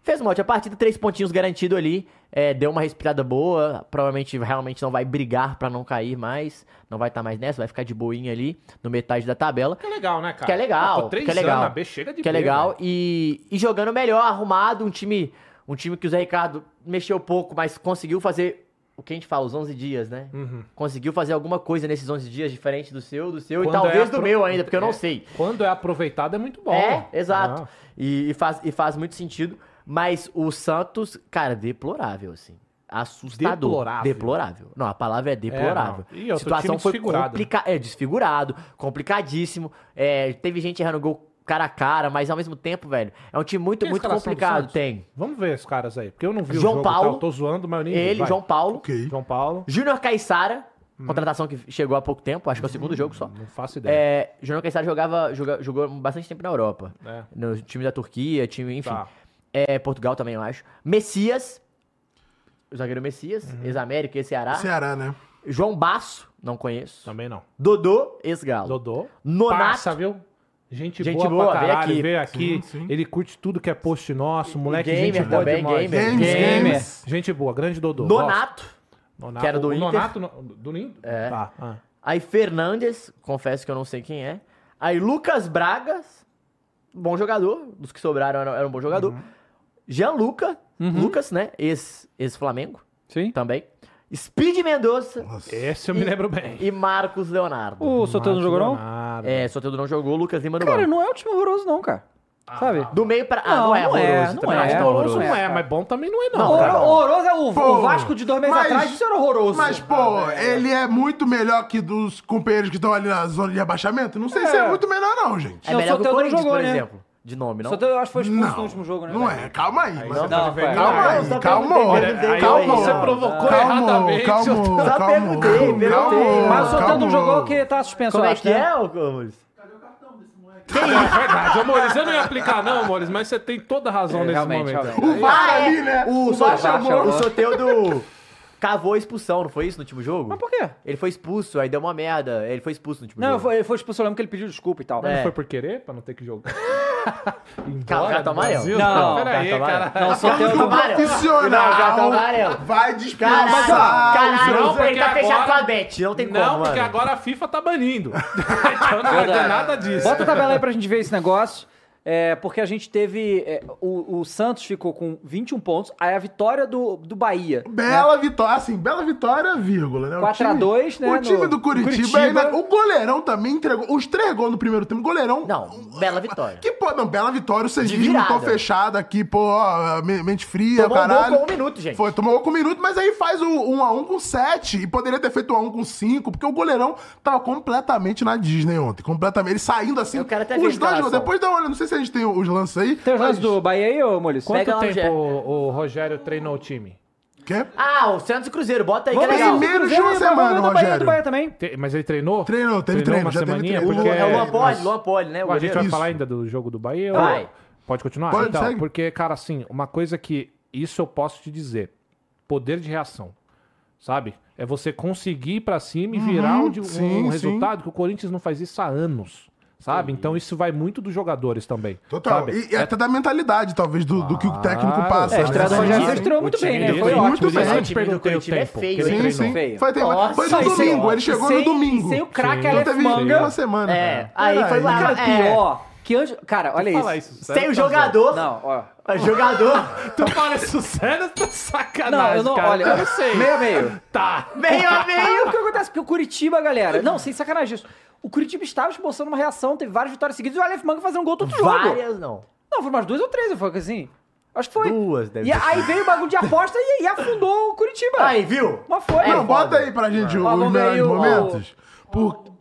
[SPEAKER 3] fez uma ótima partida, três pontinhos garantido ali, é, deu uma respirada boa, provavelmente realmente não vai brigar pra não cair mais, não vai estar mais nessa, vai ficar de boinha ali, no metade da tabela.
[SPEAKER 4] Que é legal, né, cara?
[SPEAKER 3] Que é legal,
[SPEAKER 4] Ficou três
[SPEAKER 3] que é legal.
[SPEAKER 4] anos na B, chega de
[SPEAKER 3] que é
[SPEAKER 4] B,
[SPEAKER 3] legal.
[SPEAKER 4] velho.
[SPEAKER 3] E, e jogando melhor, arrumado, um time, um time que o Zé Ricardo mexeu pouco, mas conseguiu fazer o que a gente fala, os 11 dias, né?
[SPEAKER 4] Uhum.
[SPEAKER 3] Conseguiu fazer alguma coisa nesses 11 dias diferente do seu, do seu
[SPEAKER 4] Quando
[SPEAKER 3] e
[SPEAKER 4] é
[SPEAKER 3] talvez do
[SPEAKER 4] apro-
[SPEAKER 3] meu ainda, porque eu
[SPEAKER 4] é,
[SPEAKER 3] não sei.
[SPEAKER 4] Quando é aproveitado é muito bom.
[SPEAKER 3] É, exato.
[SPEAKER 4] Ah.
[SPEAKER 3] E, e faz, e faz muito sentido. Mas o Santos, cara, é deplorável, assim. Assustador.
[SPEAKER 4] Deplorável.
[SPEAKER 3] Deplorável. Não, a palavra é deplorável.
[SPEAKER 4] não. E outro time
[SPEAKER 3] foi
[SPEAKER 4] desfigurado, né?
[SPEAKER 3] complica... é, desfigurado, complicadíssimo. É, teve gente errando gol cara a cara, mas ao mesmo tempo, velho, é um time muito,
[SPEAKER 4] Tem a
[SPEAKER 3] muito
[SPEAKER 4] escalação do
[SPEAKER 3] complicado.
[SPEAKER 4] Santos?
[SPEAKER 3] Tem.
[SPEAKER 4] Vamos ver os caras aí, porque eu não vi
[SPEAKER 3] João
[SPEAKER 4] o jogo,
[SPEAKER 3] Paulo.
[SPEAKER 4] tá? eu tô zoando, mas eu nem vi,
[SPEAKER 3] Ele,
[SPEAKER 4] vai.
[SPEAKER 3] João Paulo,
[SPEAKER 2] Ok.
[SPEAKER 4] João Paulo,
[SPEAKER 3] Júnior Caissara, contratação que chegou há pouco tempo, acho que é o segundo jogo só.
[SPEAKER 4] não faço Hum, ideia.
[SPEAKER 3] É, Júnior Caissara jogava, joga- jogou bastante tempo na Europa.
[SPEAKER 4] É.
[SPEAKER 3] No time da Turquia, time, enfim.
[SPEAKER 4] Tá.
[SPEAKER 3] É, Portugal também, eu acho. Messias. O zagueiro Messias,
[SPEAKER 4] Uhum.
[SPEAKER 3] ex-América, ex-Ceará.
[SPEAKER 2] Ceará, né?
[SPEAKER 3] João Basso, não conheço.
[SPEAKER 4] é- Também não.
[SPEAKER 3] Dodô, ex-Galo.
[SPEAKER 4] Dodô.
[SPEAKER 3] Nonato.
[SPEAKER 4] Passa, viu? Gente,
[SPEAKER 3] Gente
[SPEAKER 4] boa,
[SPEAKER 3] boa,
[SPEAKER 4] pra
[SPEAKER 3] veio
[SPEAKER 4] caralho,
[SPEAKER 3] aqui.
[SPEAKER 4] veio aqui.
[SPEAKER 2] Sim, sim.
[SPEAKER 4] Ele curte tudo que é post nosso, moleque
[SPEAKER 3] gamer
[SPEAKER 4] gente boa
[SPEAKER 3] também,
[SPEAKER 4] demais.
[SPEAKER 3] gamer.
[SPEAKER 4] Gente-
[SPEAKER 2] Games,
[SPEAKER 1] Gamer.
[SPEAKER 2] games.
[SPEAKER 4] Gente boa, grande Dodô.
[SPEAKER 3] Nonato.
[SPEAKER 4] Nossa, Nonato
[SPEAKER 3] que era do
[SPEAKER 4] o
[SPEAKER 3] Inter.
[SPEAKER 4] Nonato no- do Lindo? É. Tá. ah.
[SPEAKER 3] Aí Fernandes, confesso que eu não sei quem é. Aí Lucas Bragas, bom jogador. Dos que sobraram era, era um bom
[SPEAKER 4] Uhum.
[SPEAKER 3] jogador. Jean Luca, Lucas, né? Ex- Ex-Flamengo
[SPEAKER 1] Sim.
[SPEAKER 3] também. E Speed Mendonça
[SPEAKER 4] Esse eu me lembro bem. Ah,
[SPEAKER 3] e Marcos Leonardo.
[SPEAKER 1] O Soteldo não jogou, não?
[SPEAKER 4] Leonardo.
[SPEAKER 3] É, Soteldo não jogou, Lucas Lima no
[SPEAKER 1] Cara,
[SPEAKER 3] banco.
[SPEAKER 1] não é um time horroroso, não, cara. Sabe?
[SPEAKER 3] Do meio pra... Ah, não, é
[SPEAKER 1] Não, não é,
[SPEAKER 3] horroroso.
[SPEAKER 1] não
[SPEAKER 3] também
[SPEAKER 1] é.
[SPEAKER 3] acho que
[SPEAKER 4] Horroroso
[SPEAKER 1] Não é,
[SPEAKER 4] não é,
[SPEAKER 1] cara.
[SPEAKER 4] mas bom também não é, não.
[SPEAKER 1] Horror-
[SPEAKER 4] cara.
[SPEAKER 1] horroroso é o,
[SPEAKER 2] Pô,
[SPEAKER 1] o Vasco de dois meses
[SPEAKER 2] mas-
[SPEAKER 1] atrás, isso era horroroso.
[SPEAKER 2] Mas, pô, ele é muito melhor que dos companheiros que estão ali na zona de abaixamento? Não sei se é muito melhor, não, gente.
[SPEAKER 3] É
[SPEAKER 1] Não,
[SPEAKER 3] melhor que
[SPEAKER 1] Soteldo
[SPEAKER 3] o
[SPEAKER 1] não
[SPEAKER 3] Corinthians,
[SPEAKER 1] jogou,
[SPEAKER 3] por
[SPEAKER 1] né?
[SPEAKER 3] exemplo. De nome, não?
[SPEAKER 1] Só eu acho que foi expulso
[SPEAKER 2] Não.
[SPEAKER 1] no último jogo, né?
[SPEAKER 2] Não
[SPEAKER 1] velho?
[SPEAKER 2] é, calma aí. mas-
[SPEAKER 4] Não,
[SPEAKER 1] Não,
[SPEAKER 4] tá velho.
[SPEAKER 1] cara.
[SPEAKER 2] Calma
[SPEAKER 3] Não,
[SPEAKER 2] aí,
[SPEAKER 3] só
[SPEAKER 2] calma
[SPEAKER 3] perguntei, perguntei,
[SPEAKER 2] aí. Calma
[SPEAKER 4] Você
[SPEAKER 3] Não,
[SPEAKER 4] provocou
[SPEAKER 2] Calma,
[SPEAKER 4] erradamente.
[SPEAKER 2] calma,
[SPEAKER 3] Só
[SPEAKER 2] calma.
[SPEAKER 3] perguntei, perguntei.
[SPEAKER 1] Mas o Soteldo não
[SPEAKER 2] calma.
[SPEAKER 1] jogou porque tá suspenso,
[SPEAKER 3] Como
[SPEAKER 1] eu
[SPEAKER 3] é
[SPEAKER 1] acho,
[SPEAKER 3] que
[SPEAKER 1] né?
[SPEAKER 3] é, ô Gomes?
[SPEAKER 4] É verdade, Amores, eu não ia aplicar, não, Amores, mas você tem toda a razão
[SPEAKER 3] É,
[SPEAKER 4] nesse
[SPEAKER 1] realmente,
[SPEAKER 4] momento.
[SPEAKER 1] realmente.
[SPEAKER 2] O VAR ali, né?
[SPEAKER 3] O,
[SPEAKER 1] O Vasco
[SPEAKER 3] Soteldo,
[SPEAKER 1] chamou.
[SPEAKER 3] o Soteldo cavou a expulsão, não foi isso no último jogo?
[SPEAKER 1] Mas por quê?
[SPEAKER 3] Ele foi expulso, aí deu uma merda. Ele foi expulso no último
[SPEAKER 1] Não,
[SPEAKER 3] jogo.
[SPEAKER 1] foi- ele foi expulso, eu lembro que ele pediu desculpa e tal.
[SPEAKER 3] É.
[SPEAKER 4] Não foi por querer, pra não ter que jogar.
[SPEAKER 3] Cara,
[SPEAKER 4] Fora
[SPEAKER 3] cartão
[SPEAKER 4] do
[SPEAKER 3] amarelo.
[SPEAKER 4] Brasil?
[SPEAKER 1] Não,
[SPEAKER 4] peraí,
[SPEAKER 3] cartão
[SPEAKER 4] cara.
[SPEAKER 3] amarelo.
[SPEAKER 1] Não, o Soteldo...
[SPEAKER 3] Cartão amarelo. Não, cartão
[SPEAKER 2] Profissional
[SPEAKER 3] amarelo.
[SPEAKER 2] vai
[SPEAKER 3] Caralho,
[SPEAKER 2] dispensar o
[SPEAKER 3] caralho,
[SPEAKER 2] seu
[SPEAKER 4] porque
[SPEAKER 3] ele tá fechado
[SPEAKER 4] agora-
[SPEAKER 3] com a Bet, não tem como,
[SPEAKER 4] Não, porque
[SPEAKER 3] mano.
[SPEAKER 4] agora a FIFA tá banindo. então não vai ter nada disso.
[SPEAKER 1] Bota a tabela aí pra gente ver esse negócio. É, porque a gente teve... é, o, o Santos ficou com 21 pontos. Aí a vitória do, do Bahia. Né?
[SPEAKER 2] Bela vitória, assim, bela vitória, vírgula, né? O
[SPEAKER 1] 4 a
[SPEAKER 2] time-
[SPEAKER 1] 2, né,
[SPEAKER 2] O
[SPEAKER 1] no-
[SPEAKER 2] time do
[SPEAKER 1] no
[SPEAKER 2] Curitiba,
[SPEAKER 1] Curitiba.
[SPEAKER 2] ainda- o goleirão também entregou os três gols no primeiro tempo. Goleirão.
[SPEAKER 3] Não, bela vitória.
[SPEAKER 2] Que pô, não, bela vitória, o
[SPEAKER 3] De
[SPEAKER 2] Serginho
[SPEAKER 3] virada.
[SPEAKER 2] tô fechado aqui, pô, ó, me- mente fria,
[SPEAKER 3] Tomou um gol
[SPEAKER 2] caralho.
[SPEAKER 3] com um minuto, gente.
[SPEAKER 2] Foi, tomou com um minuto, mas aí faz o 1 a 1 com 7 e poderia ter feito 1 a 1 com 5, porque o goleirão tava completamente na Disney ontem, completamente ele saindo assim.
[SPEAKER 3] Eu quero até
[SPEAKER 2] os
[SPEAKER 3] ver a
[SPEAKER 2] dois gols,
[SPEAKER 3] escalação.
[SPEAKER 2] depois dá uma olhada, não sei se a gente tem os lances aí.
[SPEAKER 1] Tem os
[SPEAKER 2] mas-
[SPEAKER 1] lances do Bahia aí, ô Molis?
[SPEAKER 4] Quanto
[SPEAKER 3] Pega lá,
[SPEAKER 4] tempo
[SPEAKER 3] Rogério.
[SPEAKER 4] o, o Rogério treinou o time?
[SPEAKER 2] Quê?
[SPEAKER 3] Ah, o Santos e Cruzeiro, bota aí que é
[SPEAKER 1] Vamos ver
[SPEAKER 3] legal.
[SPEAKER 1] se o
[SPEAKER 2] Menos de
[SPEAKER 1] Cruzeiro
[SPEAKER 2] uma
[SPEAKER 1] e o Bahia-
[SPEAKER 2] semana,
[SPEAKER 1] do Bahia, do
[SPEAKER 2] Rogério.
[SPEAKER 1] Bahia também.
[SPEAKER 4] Te- mas ele treinou?
[SPEAKER 2] Treinou, teve treino,
[SPEAKER 4] uma
[SPEAKER 2] já teve
[SPEAKER 4] semaninha?
[SPEAKER 2] treino.
[SPEAKER 3] O Lu-
[SPEAKER 4] Porque...
[SPEAKER 3] É o Luan Poli,
[SPEAKER 4] mas-
[SPEAKER 3] Luan Poli, né? O
[SPEAKER 4] a gente
[SPEAKER 3] goleiro.
[SPEAKER 4] vai
[SPEAKER 2] Isso.
[SPEAKER 4] falar ainda do jogo do Bahia? ou-
[SPEAKER 3] Vai.
[SPEAKER 4] Pode continuar?
[SPEAKER 2] Pode,
[SPEAKER 4] então,
[SPEAKER 2] segue.
[SPEAKER 4] porque, cara, assim, uma coisa que isso eu posso te dizer: poder de reação. Sabe? É você conseguir ir pra cima e virar um, de- um
[SPEAKER 2] Uhum, sim, sim.
[SPEAKER 4] resultado que o Corinthians não faz isso há anos. Sabe? Então isso vai muito dos jogadores também.
[SPEAKER 2] Total.
[SPEAKER 4] sabe? Ah,
[SPEAKER 2] E, e até da mentalidade, talvez, do, do que o técnico
[SPEAKER 4] Claro.
[SPEAKER 2] passa.
[SPEAKER 1] É,
[SPEAKER 2] né?
[SPEAKER 1] a estreia do
[SPEAKER 2] Ah, Sim,
[SPEAKER 1] Rogério
[SPEAKER 2] sim.
[SPEAKER 1] Ceni estreou muito
[SPEAKER 4] O time
[SPEAKER 1] bem, né?
[SPEAKER 4] dele
[SPEAKER 1] Foi
[SPEAKER 4] foi
[SPEAKER 1] ótimo.
[SPEAKER 2] muito
[SPEAKER 1] né?
[SPEAKER 2] bem.
[SPEAKER 4] Eu te perguntei o
[SPEAKER 3] time é
[SPEAKER 4] tempo.
[SPEAKER 3] feio, hein?
[SPEAKER 4] Quem
[SPEAKER 2] Sim,
[SPEAKER 4] treinou?
[SPEAKER 2] sim.
[SPEAKER 1] Feio.
[SPEAKER 2] Foi, tem-
[SPEAKER 3] Nossa,
[SPEAKER 2] foi no
[SPEAKER 3] sem-
[SPEAKER 2] domingo, ele chegou
[SPEAKER 1] sem-
[SPEAKER 2] no domingo.
[SPEAKER 1] Sem o craque
[SPEAKER 4] Sim.
[SPEAKER 2] Então
[SPEAKER 1] Aleph
[SPEAKER 2] teve uma
[SPEAKER 1] Manga.
[SPEAKER 2] semana.
[SPEAKER 3] É,
[SPEAKER 2] cara.
[SPEAKER 3] aí foi lá.
[SPEAKER 1] Cara,
[SPEAKER 3] é,
[SPEAKER 1] pior. Que anjo... Cara, olha isso.
[SPEAKER 4] Tá, Fala isso,
[SPEAKER 3] Sem
[SPEAKER 4] sério,
[SPEAKER 3] o
[SPEAKER 4] tá
[SPEAKER 3] jogador.
[SPEAKER 1] Não, ó.
[SPEAKER 3] o Jogador.
[SPEAKER 4] Tu fala isso sério, tá
[SPEAKER 1] Não,
[SPEAKER 4] sacanagem,
[SPEAKER 1] eu não...
[SPEAKER 4] cara.
[SPEAKER 1] Olha,
[SPEAKER 4] eu não sei.
[SPEAKER 1] meio a meio.
[SPEAKER 4] Tá.
[SPEAKER 3] Meio a
[SPEAKER 1] Aí
[SPEAKER 3] meio.
[SPEAKER 1] o que acontece? Porque o Curitiba, galera... Não, sem sacanagem isso. O Curitiba estava esboçando uma reação, teve várias vitórias seguidas e o Aleph Manga fazendo um gol todo jogo.
[SPEAKER 3] Várias não.
[SPEAKER 1] Não, foi umas duas ou três, foi assim. Acho que foi.
[SPEAKER 3] Duas, deve
[SPEAKER 1] E
[SPEAKER 3] ter
[SPEAKER 1] aí veio o bagulho de aposta e, e afundou o Curitiba.
[SPEAKER 3] Aí, viu?
[SPEAKER 1] Mas foi.
[SPEAKER 2] Não,
[SPEAKER 3] é
[SPEAKER 2] bota
[SPEAKER 3] foda.
[SPEAKER 2] aí pra gente
[SPEAKER 1] Ó,
[SPEAKER 2] os
[SPEAKER 1] vamos ver aí
[SPEAKER 2] melhores
[SPEAKER 1] o-
[SPEAKER 2] momentos. Por-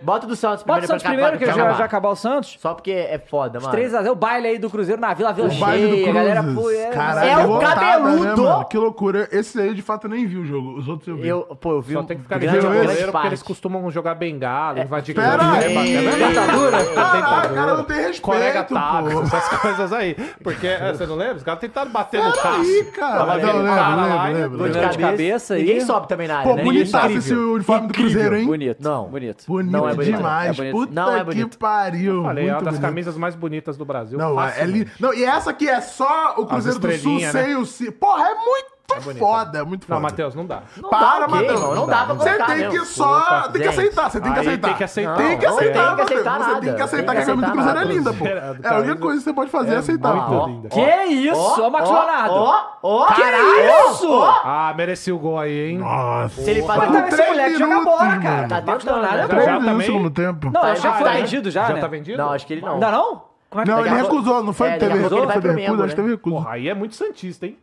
[SPEAKER 3] Bota o do Santos
[SPEAKER 1] Bota
[SPEAKER 3] primeiro.
[SPEAKER 1] o Santos
[SPEAKER 3] pra
[SPEAKER 1] primeiro, que
[SPEAKER 3] pra
[SPEAKER 1] já, já acabar o Santos.
[SPEAKER 3] Só porque é foda, mano.
[SPEAKER 1] 3x0, o baile aí do Cruzeiro na Vila, a Vila
[SPEAKER 2] O baile do
[SPEAKER 1] cheia, a
[SPEAKER 2] Cruzes.
[SPEAKER 1] galera foi... é,
[SPEAKER 2] Caralho,
[SPEAKER 3] É o
[SPEAKER 2] lotada, né,
[SPEAKER 3] cabeludo.
[SPEAKER 2] mano? Que loucura. Esse aí, de fato, eu nem vi o jogo. Os outros eu vi.
[SPEAKER 3] Eu, pô, eu vi
[SPEAKER 4] Só
[SPEAKER 3] um
[SPEAKER 4] tem que ficar
[SPEAKER 3] grande,
[SPEAKER 4] ligado no
[SPEAKER 2] grande
[SPEAKER 4] goleiro, porque
[SPEAKER 3] parte.
[SPEAKER 4] eles costumam jogar bengala, invadir
[SPEAKER 2] É. Pera aí.
[SPEAKER 4] é Ditadura?
[SPEAKER 2] Caralho, cara, não tem respeito,
[SPEAKER 4] Colega
[SPEAKER 2] pô.
[SPEAKER 4] tático, essas coisas aí. Porque, é, você não lembra? Os caras tentaram bater no
[SPEAKER 2] Pera
[SPEAKER 4] carro.
[SPEAKER 2] aí, cara. Não,
[SPEAKER 4] aquele
[SPEAKER 2] lembro,
[SPEAKER 4] cara lá,
[SPEAKER 2] lembro,
[SPEAKER 4] ele
[SPEAKER 2] lembro,
[SPEAKER 4] dois
[SPEAKER 2] lembro.
[SPEAKER 1] de cabeça aí. tá?
[SPEAKER 3] Ninguém sobe também na área,
[SPEAKER 2] Pô,
[SPEAKER 3] né?
[SPEAKER 2] bonitaço
[SPEAKER 3] Incrível.
[SPEAKER 2] esse uniforme do Cruzeiro, hein?
[SPEAKER 1] Bonito,
[SPEAKER 3] Não.
[SPEAKER 1] bonito.
[SPEAKER 2] Bonito
[SPEAKER 3] Não é bonito.
[SPEAKER 1] É
[SPEAKER 2] demais.
[SPEAKER 1] bonito.
[SPEAKER 2] Puta
[SPEAKER 3] Não é
[SPEAKER 2] que
[SPEAKER 3] bonito.
[SPEAKER 2] pariu.
[SPEAKER 4] Falei, é uma
[SPEAKER 2] Muito
[SPEAKER 4] das
[SPEAKER 2] bonito.
[SPEAKER 4] camisas mais bonitas do Brasil. né?
[SPEAKER 2] Não, é, é
[SPEAKER 4] facilmente.
[SPEAKER 2] lindo. Não, e essa aqui é só o Cruzeiro do Sul
[SPEAKER 4] estrelinhas, né?
[SPEAKER 2] sem o Si. Porra, é muito
[SPEAKER 4] bonita.
[SPEAKER 2] foda, é muito foda.
[SPEAKER 4] Não, Matheus, não dá.
[SPEAKER 3] Não
[SPEAKER 2] Para,
[SPEAKER 3] dá, ok,
[SPEAKER 2] Matheus.
[SPEAKER 3] irmão, Não dá pra
[SPEAKER 2] Você
[SPEAKER 3] colocar
[SPEAKER 2] tem
[SPEAKER 3] mesmo.
[SPEAKER 2] que só.
[SPEAKER 3] Desculpa,
[SPEAKER 2] Tem que
[SPEAKER 3] gente.
[SPEAKER 2] aceitar, você tem que
[SPEAKER 4] Aí
[SPEAKER 2] aceitar.
[SPEAKER 4] tem que aceitar.
[SPEAKER 2] Tem que
[SPEAKER 3] Não, não tem
[SPEAKER 2] aceitar,
[SPEAKER 3] que
[SPEAKER 2] Matheus.
[SPEAKER 3] aceitar
[SPEAKER 2] Você tem
[SPEAKER 3] nada.
[SPEAKER 2] que aceitar
[SPEAKER 3] Tem
[SPEAKER 2] que a
[SPEAKER 3] que
[SPEAKER 2] camisa do
[SPEAKER 3] aceitar
[SPEAKER 2] Cruzeiro é linda, pô.
[SPEAKER 4] nada.
[SPEAKER 2] É a única coisa que você pode fazer é aceitar.
[SPEAKER 4] muito
[SPEAKER 2] pô.
[SPEAKER 4] linda.
[SPEAKER 1] Que isso, ó, Max
[SPEAKER 3] ó,
[SPEAKER 1] Leonardo.
[SPEAKER 3] Ó, ó,
[SPEAKER 1] Que
[SPEAKER 3] caralho.
[SPEAKER 1] isso?
[SPEAKER 3] Ó,
[SPEAKER 4] Ah, merecia o gol aí, hein?
[SPEAKER 2] Nossa.
[SPEAKER 3] Se ele faz
[SPEAKER 1] Mas
[SPEAKER 3] um
[SPEAKER 1] tá, esse
[SPEAKER 2] Três
[SPEAKER 1] moleque joga
[SPEAKER 2] minutos,
[SPEAKER 1] bola,
[SPEAKER 2] mano.
[SPEAKER 1] cara.
[SPEAKER 3] Tá
[SPEAKER 1] Max
[SPEAKER 3] tentando,
[SPEAKER 1] Leonardo
[SPEAKER 3] né?
[SPEAKER 1] é bom.
[SPEAKER 2] Três
[SPEAKER 3] Já
[SPEAKER 2] minutos
[SPEAKER 4] também.
[SPEAKER 2] segundo tempo.
[SPEAKER 1] Não, acho que
[SPEAKER 3] já
[SPEAKER 1] já foi
[SPEAKER 3] tá, né?
[SPEAKER 1] vendido já,
[SPEAKER 4] Ah, Já
[SPEAKER 1] né?
[SPEAKER 4] tá vendido?
[SPEAKER 3] Não, acho que ele não.
[SPEAKER 1] Ainda não? Como é que
[SPEAKER 2] Não,
[SPEAKER 1] tá?
[SPEAKER 2] ele
[SPEAKER 3] Daqui a pouco-
[SPEAKER 2] recusou, não foi?
[SPEAKER 3] É,
[SPEAKER 2] Teve
[SPEAKER 3] daqui a pouco
[SPEAKER 2] recuso,
[SPEAKER 3] ele vai
[SPEAKER 2] teve
[SPEAKER 3] pro
[SPEAKER 2] recuso,
[SPEAKER 3] Mengo,
[SPEAKER 2] acho que teve
[SPEAKER 3] né?
[SPEAKER 2] recuso.
[SPEAKER 4] Porra, aí é muito Santista, hein?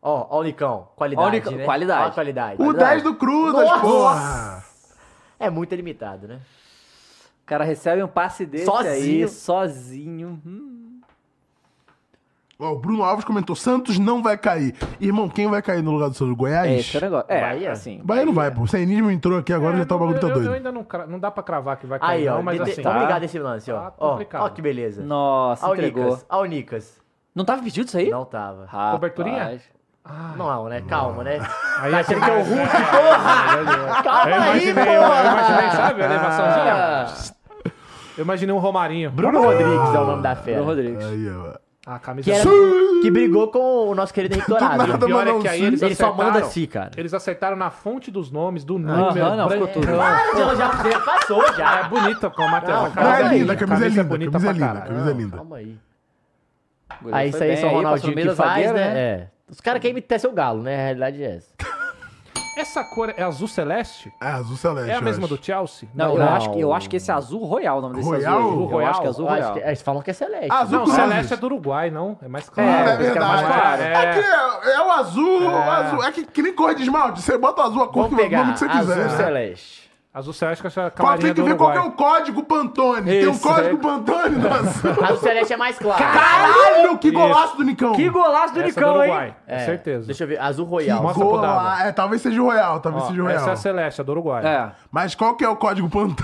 [SPEAKER 3] Ó, ó o Nicão. Qualidade,
[SPEAKER 1] Ó o Nicão,
[SPEAKER 3] né?
[SPEAKER 1] qualidade.
[SPEAKER 3] Ó a qualidade.
[SPEAKER 2] O 10 do Cruzas,
[SPEAKER 3] Nossa.
[SPEAKER 2] porra.
[SPEAKER 3] É muito limitado, né?
[SPEAKER 1] O cara recebe um passe desse
[SPEAKER 3] Sozinho.
[SPEAKER 1] aí, sozinho. Hum.
[SPEAKER 2] Ó, o Bruno Alves comentou: Santos não vai cair. Irmão, quem vai cair no lugar do Santos? Goiás?
[SPEAKER 1] É, esse é o negócio. É,
[SPEAKER 3] Bahia?
[SPEAKER 1] assim.
[SPEAKER 2] Bahia não vai, pô. O Senismo entrou aqui agora,
[SPEAKER 4] É,
[SPEAKER 2] já tá o bagulho tá
[SPEAKER 4] eu- Eu
[SPEAKER 2] doido.
[SPEAKER 4] ainda não, cra- não dá pra cravar que vai cair,
[SPEAKER 3] Aí, ó.
[SPEAKER 4] não, mas
[SPEAKER 3] ele-
[SPEAKER 4] assim.
[SPEAKER 3] tá
[SPEAKER 4] ah,
[SPEAKER 3] ligado esse lance, ó.
[SPEAKER 4] tá
[SPEAKER 3] Ó,
[SPEAKER 4] complicado.
[SPEAKER 3] ó que beleza.
[SPEAKER 1] Nossa,
[SPEAKER 3] Ó o
[SPEAKER 1] entregou.
[SPEAKER 3] Nicas. Ó o Nicas.
[SPEAKER 1] Não tava pedido isso aí?
[SPEAKER 3] Não tava.
[SPEAKER 1] Rapaz.
[SPEAKER 4] Coberturinha?
[SPEAKER 3] Não, né? Calma, né?
[SPEAKER 4] Aí
[SPEAKER 3] Tá
[SPEAKER 4] é
[SPEAKER 3] achando que é o
[SPEAKER 4] demais,
[SPEAKER 3] Hulk,
[SPEAKER 4] né?
[SPEAKER 3] porra!
[SPEAKER 4] Eu
[SPEAKER 3] Calma aí,
[SPEAKER 4] imaginei, eu imaginei,
[SPEAKER 3] porra! Ah.
[SPEAKER 4] sabe? A elevaçãozinha. Eu imaginei um Romarinho.
[SPEAKER 3] Bruno Rodrigues é o nome da
[SPEAKER 1] Bruno
[SPEAKER 3] fera.
[SPEAKER 1] Rodrigues.
[SPEAKER 2] Aí, ó. é
[SPEAKER 4] Ah, A camisa
[SPEAKER 3] Que, era- que brigou com o nosso querido Henrique
[SPEAKER 2] nada,
[SPEAKER 3] Dourado.
[SPEAKER 4] pior
[SPEAKER 2] mano,
[SPEAKER 4] é que aí eles
[SPEAKER 3] Ele só manda
[SPEAKER 4] acertaram.
[SPEAKER 3] assim, cara.
[SPEAKER 4] Eles acertaram na fonte dos nomes, do
[SPEAKER 1] Aham,
[SPEAKER 4] número.
[SPEAKER 1] não, ficou
[SPEAKER 4] branco.
[SPEAKER 1] tudo.
[SPEAKER 3] Para de elogiar pro passou já.
[SPEAKER 4] É bonita, pô, Matheus.
[SPEAKER 3] Não,
[SPEAKER 4] a
[SPEAKER 2] Não,
[SPEAKER 4] camisa
[SPEAKER 2] é
[SPEAKER 3] aí,
[SPEAKER 2] linda, a camisa é
[SPEAKER 4] camisa
[SPEAKER 2] linda, a
[SPEAKER 4] bonita
[SPEAKER 2] camisa é
[SPEAKER 4] pra
[SPEAKER 2] linda, a
[SPEAKER 4] caralho.
[SPEAKER 2] camisa é linda.
[SPEAKER 3] Calma aí.
[SPEAKER 1] Goleiro
[SPEAKER 3] Aí
[SPEAKER 1] foi
[SPEAKER 3] isso aí
[SPEAKER 1] bem,
[SPEAKER 3] só o
[SPEAKER 1] passou no
[SPEAKER 3] Ronaldinho
[SPEAKER 1] meio
[SPEAKER 3] que
[SPEAKER 1] da
[SPEAKER 3] faz,
[SPEAKER 1] zagueira,
[SPEAKER 3] né? É. Os caras querem imitar seu galo, né? A realidade é essa.
[SPEAKER 4] Essa cor é azul celeste?
[SPEAKER 2] É azul celeste.
[SPEAKER 4] É a
[SPEAKER 2] eu
[SPEAKER 4] mesma
[SPEAKER 2] acho.
[SPEAKER 4] do Chelsea?
[SPEAKER 1] Não, eu,
[SPEAKER 3] Não.
[SPEAKER 1] Acho que, eu acho que esse é azul royal é o nome desse
[SPEAKER 2] Royal?
[SPEAKER 1] azul. aí.
[SPEAKER 4] Azul
[SPEAKER 1] Eu acho
[SPEAKER 4] royal?
[SPEAKER 1] que é azul
[SPEAKER 3] Eu acho
[SPEAKER 1] royal. Ah,
[SPEAKER 3] que- é, eles falam que é celeste.
[SPEAKER 2] Azul
[SPEAKER 4] Não,
[SPEAKER 2] Cruzes.
[SPEAKER 4] celeste é do Uruguai, não. É mais
[SPEAKER 2] É,
[SPEAKER 4] claro.
[SPEAKER 2] é verdade.
[SPEAKER 4] claro, é.
[SPEAKER 2] Aqui é, é o azul, o azul. É que, que nem cor de esmalte. Você bota o azul, a cor
[SPEAKER 3] Vamos
[SPEAKER 2] que, o nome
[SPEAKER 3] pegar
[SPEAKER 2] que você
[SPEAKER 3] azul
[SPEAKER 2] quiser. né?
[SPEAKER 3] celeste.
[SPEAKER 4] Azul celeste com essa
[SPEAKER 2] Pô, tem
[SPEAKER 4] camarinha
[SPEAKER 2] que
[SPEAKER 4] do
[SPEAKER 2] ver qual que
[SPEAKER 4] Uruguai.
[SPEAKER 2] é o código Pantone. Tem um
[SPEAKER 4] Isso,
[SPEAKER 2] código
[SPEAKER 4] é.
[SPEAKER 2] Pantone no azul.
[SPEAKER 3] Azul celeste é mais claro.
[SPEAKER 2] Caralho, que golaço do Nicão.
[SPEAKER 1] Que golaço do
[SPEAKER 4] Essa
[SPEAKER 1] Nicão, hein?
[SPEAKER 4] Uruguai,
[SPEAKER 3] É,
[SPEAKER 4] com certeza.
[SPEAKER 3] Deixa eu ver, azul royal.
[SPEAKER 4] Mostra pro Dava.
[SPEAKER 2] Gola... É, talvez seja o Royal, talvez
[SPEAKER 4] Ó,
[SPEAKER 2] seja o Royal.
[SPEAKER 4] essa é a celeste, a do Uruguai.
[SPEAKER 1] É.
[SPEAKER 2] Mas qual que é o código Pantone?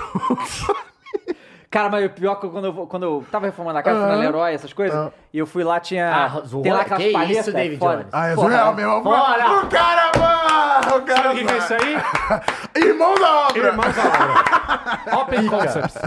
[SPEAKER 1] Cara, mas o pior que eu- quando eu, quando eu tava reformando a casa, fui na Leroy, essas coisas, e eu fui lá, tinha.
[SPEAKER 3] Ah, zoou?
[SPEAKER 1] tem lá aquelas
[SPEAKER 3] Que
[SPEAKER 1] palhetas.
[SPEAKER 3] isso, David
[SPEAKER 1] foda.
[SPEAKER 3] Jones?
[SPEAKER 2] ah, é
[SPEAKER 1] Porra,
[SPEAKER 2] surreal mesmo.
[SPEAKER 3] Bora!
[SPEAKER 2] O cara, mano! O cara,
[SPEAKER 4] Sabe o que que é isso aí?
[SPEAKER 2] Irmão da obra!
[SPEAKER 4] Irmãos da obra. Open Concepts.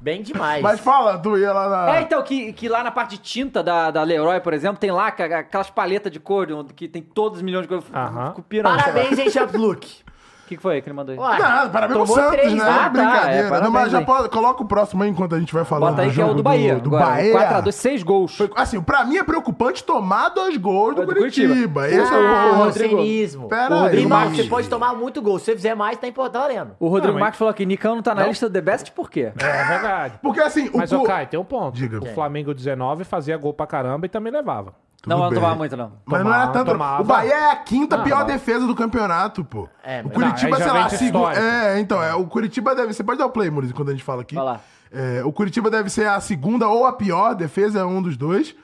[SPEAKER 3] Bem demais.
[SPEAKER 2] Mas fala, tu ia lá na...
[SPEAKER 1] É, então, que, que lá na parte de tinta da, da Leroy, por exemplo, tem lá ca- aquelas paletas de cor de- que tem todos os milhões de coisas.
[SPEAKER 4] Aham.
[SPEAKER 1] Fico pirando.
[SPEAKER 3] Parabéns, hein, Champs Luke.
[SPEAKER 1] O que, que foi que ele mandou aí?
[SPEAKER 3] Uai,
[SPEAKER 2] Não, parabéns pro
[SPEAKER 3] tomou
[SPEAKER 2] Santos,
[SPEAKER 3] três,
[SPEAKER 2] né?
[SPEAKER 1] Ah, tá,
[SPEAKER 2] Brincadeira.
[SPEAKER 1] é, parabéns
[SPEAKER 2] Não, mas já
[SPEAKER 1] aí.
[SPEAKER 2] pode- coloca o próximo aí enquanto a gente vai falando.
[SPEAKER 1] Bota aí
[SPEAKER 2] do
[SPEAKER 1] que é o
[SPEAKER 2] jogo
[SPEAKER 1] do Bahia.
[SPEAKER 2] Do,
[SPEAKER 1] agora.
[SPEAKER 2] Bahia.
[SPEAKER 1] 4x2, 6 gols.
[SPEAKER 2] Foi- assim, pra mim é preocupante tomar dois gols do,
[SPEAKER 1] Do
[SPEAKER 2] Curitiba.
[SPEAKER 1] Curitiba.
[SPEAKER 2] Esse é o
[SPEAKER 3] Ah,
[SPEAKER 1] o
[SPEAKER 3] o
[SPEAKER 1] Rodrigo.
[SPEAKER 3] cinismo.
[SPEAKER 2] Pera
[SPEAKER 3] o
[SPEAKER 2] aí,
[SPEAKER 3] Rodrigo Marques,
[SPEAKER 2] Luiz.
[SPEAKER 3] você pode tomar muito gol. Se você fizer mais, tá importando valendo.
[SPEAKER 1] O Rodrigo
[SPEAKER 4] Não, mas-
[SPEAKER 1] Marques falou aqui, Nicão não tá na lista do The Best, por quê?
[SPEAKER 4] É verdade.
[SPEAKER 2] Porque assim,
[SPEAKER 4] Mas,
[SPEAKER 2] o
[SPEAKER 4] ô,
[SPEAKER 2] cu-
[SPEAKER 4] Caio, tem um ponto.
[SPEAKER 2] Diga.
[SPEAKER 4] O Flamengo 19 fazia gol pra caramba e também levava.
[SPEAKER 1] não, eu não
[SPEAKER 2] bem.
[SPEAKER 1] tomava muito, não.
[SPEAKER 2] Mas não
[SPEAKER 4] tomava,
[SPEAKER 2] era tanto.
[SPEAKER 4] tomava.
[SPEAKER 2] O Bahia é a quinta
[SPEAKER 4] Ah,
[SPEAKER 2] pior
[SPEAKER 4] não.
[SPEAKER 2] defesa do campeonato, pô.
[SPEAKER 3] É,
[SPEAKER 2] o Curitiba,
[SPEAKER 3] mas-
[SPEAKER 4] Não, aí já
[SPEAKER 2] sei
[SPEAKER 4] vem
[SPEAKER 2] lá,
[SPEAKER 4] de
[SPEAKER 2] segunda.
[SPEAKER 4] histórico.
[SPEAKER 2] É, então, é, o Curitiba deve. Você pode dar o play, Muricy, quando a gente fala aqui.
[SPEAKER 1] Vai lá.
[SPEAKER 2] É, o Curitiba deve ser a segunda ou a pior defesa, é um dos dois.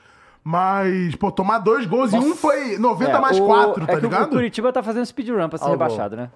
[SPEAKER 2] Mas, pô, tomar dois gols e um foi 90 mais
[SPEAKER 1] o-
[SPEAKER 2] 4, tá
[SPEAKER 1] é que o- O
[SPEAKER 2] ligado?
[SPEAKER 1] Curitiba tá fazendo speedrun pra ser
[SPEAKER 3] Ó, o
[SPEAKER 1] rebaixado, né?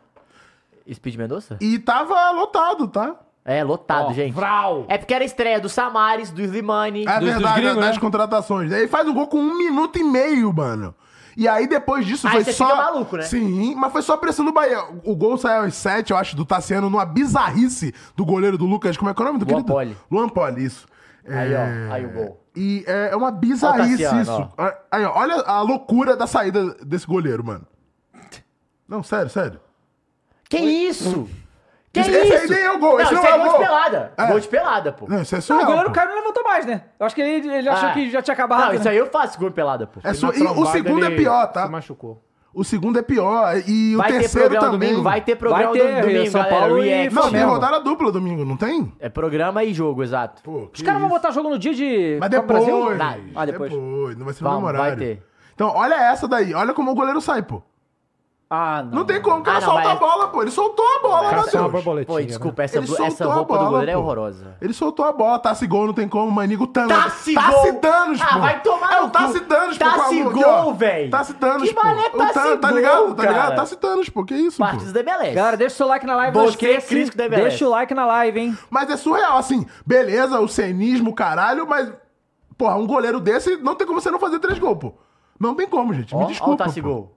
[SPEAKER 3] Speed Mendonça?
[SPEAKER 2] E tava lotado, tá?
[SPEAKER 3] É, lotado,
[SPEAKER 4] Ó,
[SPEAKER 3] gente.
[SPEAKER 4] Vral.
[SPEAKER 3] É porque era estreia do Samares, do Slimani.
[SPEAKER 2] É
[SPEAKER 4] dos
[SPEAKER 2] verdade,
[SPEAKER 4] gringos,
[SPEAKER 2] nas
[SPEAKER 4] né?
[SPEAKER 2] contratações. Aí faz o gol com um minuto e meio, mano. E aí depois disso
[SPEAKER 3] Aí
[SPEAKER 2] foi
[SPEAKER 3] você
[SPEAKER 2] só.
[SPEAKER 3] fica maluco, né?
[SPEAKER 2] Sim, mas foi só pressão do Bahia. O gol saiu aos sete, eu acho, do Tassiano, numa bizarrice do goleiro do Lucas. Como é que é o nome do
[SPEAKER 3] Luan
[SPEAKER 2] querido?
[SPEAKER 3] Poli.
[SPEAKER 2] Luan Poli, isso.
[SPEAKER 3] Aí, ó,
[SPEAKER 2] É,
[SPEAKER 3] aí o gol.
[SPEAKER 2] E é é uma bizarrice
[SPEAKER 3] Ó o Tassiano,
[SPEAKER 2] isso. Ah, Aí, ó, olha a loucura da saída desse goleiro, mano. Não, sério, sério.
[SPEAKER 3] Que isso? Que
[SPEAKER 2] Hum. Esse-
[SPEAKER 3] isso?
[SPEAKER 2] esse aí nem é o gol, esse
[SPEAKER 3] isso
[SPEAKER 2] não é
[SPEAKER 3] é
[SPEAKER 2] o
[SPEAKER 3] gol
[SPEAKER 2] gol.
[SPEAKER 3] de pelada.
[SPEAKER 2] É.
[SPEAKER 3] Gol de pelada, pô.
[SPEAKER 2] Não, isso é
[SPEAKER 1] Não,
[SPEAKER 2] surreal.
[SPEAKER 1] o goleiro
[SPEAKER 2] pô.
[SPEAKER 1] Caio não levantou mais, né? Eu acho que ele, ele achou
[SPEAKER 3] Ah.
[SPEAKER 1] que já tinha acabado.
[SPEAKER 3] Não,
[SPEAKER 1] né?
[SPEAKER 3] isso aí eu faço gol de pelada, pô.
[SPEAKER 2] É
[SPEAKER 4] Na
[SPEAKER 2] su- e o
[SPEAKER 4] trombada,
[SPEAKER 2] segundo é
[SPEAKER 4] ele
[SPEAKER 2] pior, tá?
[SPEAKER 4] Se machucou.
[SPEAKER 2] O segundo é pior. E o
[SPEAKER 3] Vai ter
[SPEAKER 2] terceiro
[SPEAKER 3] programa
[SPEAKER 2] também.
[SPEAKER 3] domingo, vai ter programa
[SPEAKER 1] Vai ter,
[SPEAKER 3] do- domingo,
[SPEAKER 1] São
[SPEAKER 3] galera.
[SPEAKER 1] Paulo e
[SPEAKER 3] react.
[SPEAKER 2] Não, tem
[SPEAKER 1] Flamengo.
[SPEAKER 2] rodada dupla domingo, não tem?
[SPEAKER 3] É programa e jogo, exato.
[SPEAKER 2] Pô, que
[SPEAKER 1] Os caras vão
[SPEAKER 2] isso.
[SPEAKER 1] botar jogo no dia de
[SPEAKER 2] Mas
[SPEAKER 1] Copa
[SPEAKER 2] depois.
[SPEAKER 1] Brasil?
[SPEAKER 3] Não.
[SPEAKER 1] Ah, depois.
[SPEAKER 2] Não vai ser no mesmo
[SPEAKER 3] Vamos, vai
[SPEAKER 2] horário.
[SPEAKER 3] ter.
[SPEAKER 2] Então, olha essa daí. Olha como o goleiro sai, pô.
[SPEAKER 1] Ah, não.
[SPEAKER 2] Não tem como. O cara
[SPEAKER 3] Ah, não,
[SPEAKER 2] solta
[SPEAKER 3] mas-
[SPEAKER 2] a bola, pô. Ele soltou a bola,
[SPEAKER 4] Cara,
[SPEAKER 2] Matheus.
[SPEAKER 4] só uma borboletinha.
[SPEAKER 3] Pô, e
[SPEAKER 4] né?
[SPEAKER 3] desculpa, essa,
[SPEAKER 2] Ele
[SPEAKER 3] blu-
[SPEAKER 2] soltou
[SPEAKER 3] essa
[SPEAKER 2] a
[SPEAKER 3] roupa do
[SPEAKER 2] bola,
[SPEAKER 3] goleiro é
[SPEAKER 2] pô.
[SPEAKER 3] horrorosa.
[SPEAKER 2] Ele soltou a bola. Tassi Gol não tem como. Manigo Tano.
[SPEAKER 3] Tassi Gol.
[SPEAKER 2] Danos, pô.
[SPEAKER 3] Ah, vai tomar
[SPEAKER 2] É
[SPEAKER 3] no
[SPEAKER 2] o Tassi
[SPEAKER 3] cu.
[SPEAKER 2] Danos, pô. com a
[SPEAKER 3] Tassi
[SPEAKER 2] mão aqui, ó.
[SPEAKER 3] Gol, véi.
[SPEAKER 2] Tassi Danos,
[SPEAKER 3] Que
[SPEAKER 2] pô.
[SPEAKER 3] mané
[SPEAKER 2] O Tano,
[SPEAKER 3] Tassi
[SPEAKER 2] Tá
[SPEAKER 3] Gol,
[SPEAKER 2] ligado? Tá ligado?
[SPEAKER 3] cara?
[SPEAKER 2] Tassi Danos, pô. Que isso, pô.
[SPEAKER 3] Partidos da MLS.
[SPEAKER 1] Galera, deixa o seu like na live, não
[SPEAKER 3] Você é
[SPEAKER 1] esqueça.
[SPEAKER 3] crítico da MLS.
[SPEAKER 1] Deixa o like na live, hein?
[SPEAKER 2] Mas é surreal, assim. Beleza, o cenismo, caralho, mas. Porra, um goleiro desse não tem como você não fazer três gols, pô. Não tem como, gente.
[SPEAKER 3] Ó,
[SPEAKER 2] Me
[SPEAKER 3] ó
[SPEAKER 2] desculpa.
[SPEAKER 3] o Tassi
[SPEAKER 2] pô.
[SPEAKER 3] Gol.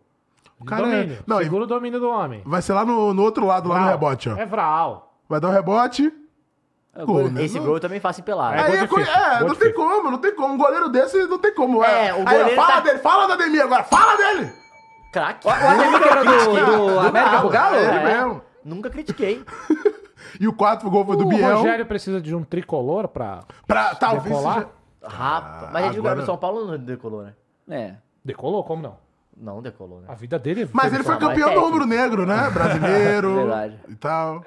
[SPEAKER 2] O cara é-
[SPEAKER 4] domínio.
[SPEAKER 2] Não, e-
[SPEAKER 4] Segura o domínio do homem.
[SPEAKER 2] Vai ser lá no, no outro lado, lá no
[SPEAKER 4] Vral.
[SPEAKER 2] rebote, ó.
[SPEAKER 4] É Vral.
[SPEAKER 2] Vai dar o rebote. Gol, né?
[SPEAKER 3] Esse
[SPEAKER 2] Não-
[SPEAKER 3] gol eu também faço em pelada.
[SPEAKER 4] É
[SPEAKER 2] Aí
[SPEAKER 4] gol
[SPEAKER 2] é, co-
[SPEAKER 4] difícil,
[SPEAKER 2] é,
[SPEAKER 4] gol
[SPEAKER 2] não tem
[SPEAKER 4] difícil.
[SPEAKER 2] como, não tem como. Um goleiro desse não tem como.
[SPEAKER 3] É, o
[SPEAKER 2] Aí, ó,
[SPEAKER 3] goleiro
[SPEAKER 2] fala
[SPEAKER 3] tá-
[SPEAKER 2] dele, fala da Ademir agora, fala dele!
[SPEAKER 3] Craque.
[SPEAKER 1] O Ademir que era do, do América pro Galo?
[SPEAKER 2] É, ele
[SPEAKER 3] É.
[SPEAKER 2] mesmo.
[SPEAKER 3] Nunca critiquei.
[SPEAKER 2] E o 4 gol foi do
[SPEAKER 4] O
[SPEAKER 2] Biel.
[SPEAKER 4] Rogério precisa de um tricolor pra
[SPEAKER 2] Pra talvez
[SPEAKER 4] decolar.
[SPEAKER 2] seja...
[SPEAKER 3] Rapaz. Mas a gente
[SPEAKER 2] Ah, agora-
[SPEAKER 3] agora... no São Paulo não decolou, né?
[SPEAKER 1] É.
[SPEAKER 4] Decolou? Como não?
[SPEAKER 3] Não decolou, né?
[SPEAKER 4] A vida dele... é
[SPEAKER 2] Mas ele foi
[SPEAKER 3] mas
[SPEAKER 2] campeão do
[SPEAKER 3] técnico.
[SPEAKER 2] Rubro Negro, né? Brasileiro.
[SPEAKER 1] Verdade.
[SPEAKER 2] E tal.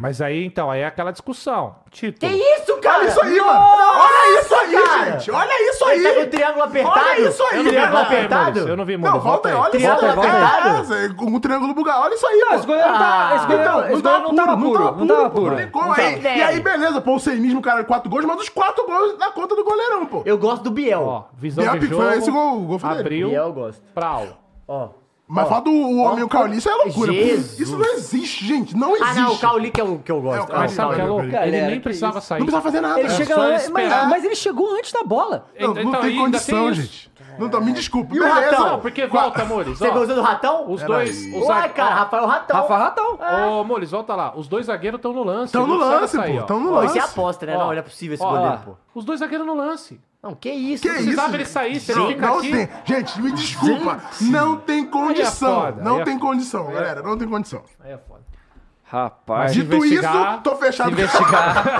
[SPEAKER 4] Mas aí, então, aí é aquela discussão. Título.
[SPEAKER 1] É
[SPEAKER 3] isso,
[SPEAKER 2] Olha É isso aí, mano! Olha isso aí,
[SPEAKER 3] cara!
[SPEAKER 2] gente! Olha isso
[SPEAKER 3] Ele tá com o
[SPEAKER 2] aí!
[SPEAKER 3] triângulo apertado?
[SPEAKER 2] Olha isso aí,
[SPEAKER 3] Eu não vi
[SPEAKER 2] cara.
[SPEAKER 3] Triângulo
[SPEAKER 4] Volta aí, Maurício. Eu
[SPEAKER 3] apertado?
[SPEAKER 4] não vi muito.
[SPEAKER 2] é Não, volta aí, olha isso
[SPEAKER 3] Triângulo
[SPEAKER 2] aí.
[SPEAKER 3] apertado?
[SPEAKER 2] É, é, Um triângulo bugado, olha isso aí,
[SPEAKER 1] Não, esse
[SPEAKER 2] mano.
[SPEAKER 1] goleiro, tá,
[SPEAKER 3] Ah,
[SPEAKER 1] esse goleiro,
[SPEAKER 2] Então,
[SPEAKER 1] esse goleiro não, tava puro, não tava
[SPEAKER 2] pô,
[SPEAKER 1] puro.
[SPEAKER 2] Não tem como.
[SPEAKER 3] Não
[SPEAKER 2] aí.
[SPEAKER 3] tava
[SPEAKER 2] é. E aí,
[SPEAKER 3] velho.
[SPEAKER 2] beleza, pô, o Senismo, cara, quatro gols, mas os quatro gols na conta do goleirão, pô.
[SPEAKER 3] Eu gosto do Biel.
[SPEAKER 4] Ó, visão
[SPEAKER 2] Biel
[SPEAKER 4] de
[SPEAKER 2] que
[SPEAKER 4] um jogo.
[SPEAKER 2] foi esse gol- o gol foi dele.
[SPEAKER 4] Abriu.
[SPEAKER 3] Biel eu gosto.
[SPEAKER 4] Prau.
[SPEAKER 3] Ó.
[SPEAKER 2] Mas falar do o homem e o Cauli, isso é loucura. pô.
[SPEAKER 3] Jesus.
[SPEAKER 2] Isso não existe, gente. Não existe.
[SPEAKER 3] Ah, não, o Cauli que eu, que eu
[SPEAKER 2] É, o
[SPEAKER 3] gosto. Ah,
[SPEAKER 2] Cauli.
[SPEAKER 4] Mas sabe o que é louco?
[SPEAKER 1] Galera,
[SPEAKER 4] Ele nem
[SPEAKER 1] que
[SPEAKER 4] precisava sair.
[SPEAKER 2] Não precisa fazer nada.
[SPEAKER 1] Ele
[SPEAKER 2] É.
[SPEAKER 1] chega
[SPEAKER 4] só ele
[SPEAKER 1] antes, mas,
[SPEAKER 4] esperar.
[SPEAKER 1] mas ele chegou antes da bola.
[SPEAKER 2] Não, não
[SPEAKER 4] Então,
[SPEAKER 2] tem
[SPEAKER 4] ainda
[SPEAKER 2] condição,
[SPEAKER 4] isso.
[SPEAKER 2] gente. Não, tá, me desculpa.
[SPEAKER 3] E o Ratão?
[SPEAKER 4] Não, porque volta, Mores.
[SPEAKER 3] Você
[SPEAKER 4] ó.
[SPEAKER 3] gostou do Ratão?
[SPEAKER 2] É
[SPEAKER 4] Os dois.
[SPEAKER 2] aí.
[SPEAKER 4] Os
[SPEAKER 3] Uai,
[SPEAKER 4] zague-
[SPEAKER 3] cara, Rafael Ratão.
[SPEAKER 1] Rafa Ratão.
[SPEAKER 4] Ô, Mores, volta lá. Os dois zagueiros estão no lance.
[SPEAKER 2] Estão no
[SPEAKER 4] não precisava
[SPEAKER 2] lance,
[SPEAKER 4] sair,
[SPEAKER 2] pô.
[SPEAKER 4] ó.
[SPEAKER 2] Estão no
[SPEAKER 3] Pô, Isso é
[SPEAKER 2] lance.
[SPEAKER 3] aposta, né?
[SPEAKER 4] Ó,
[SPEAKER 3] Não, não é possível esse
[SPEAKER 4] ó,
[SPEAKER 3] goleiro,
[SPEAKER 1] ó.
[SPEAKER 3] pô.
[SPEAKER 4] Os dois zagueiros no lance.
[SPEAKER 3] Não, que isso.
[SPEAKER 2] Que
[SPEAKER 3] Não
[SPEAKER 2] isso?
[SPEAKER 4] Precisava ele sair, se ele
[SPEAKER 2] Não,
[SPEAKER 4] fica
[SPEAKER 2] não
[SPEAKER 4] aqui.
[SPEAKER 2] tem. Gente, me desculpa. Não tem condição.
[SPEAKER 4] foda, aí
[SPEAKER 2] não
[SPEAKER 4] é
[SPEAKER 2] tem
[SPEAKER 4] foda.
[SPEAKER 2] condição, galera. Não tem condição.
[SPEAKER 4] Aí é foda.
[SPEAKER 1] Rapaz.
[SPEAKER 2] Dito
[SPEAKER 4] investigar-
[SPEAKER 2] isso, tô fechado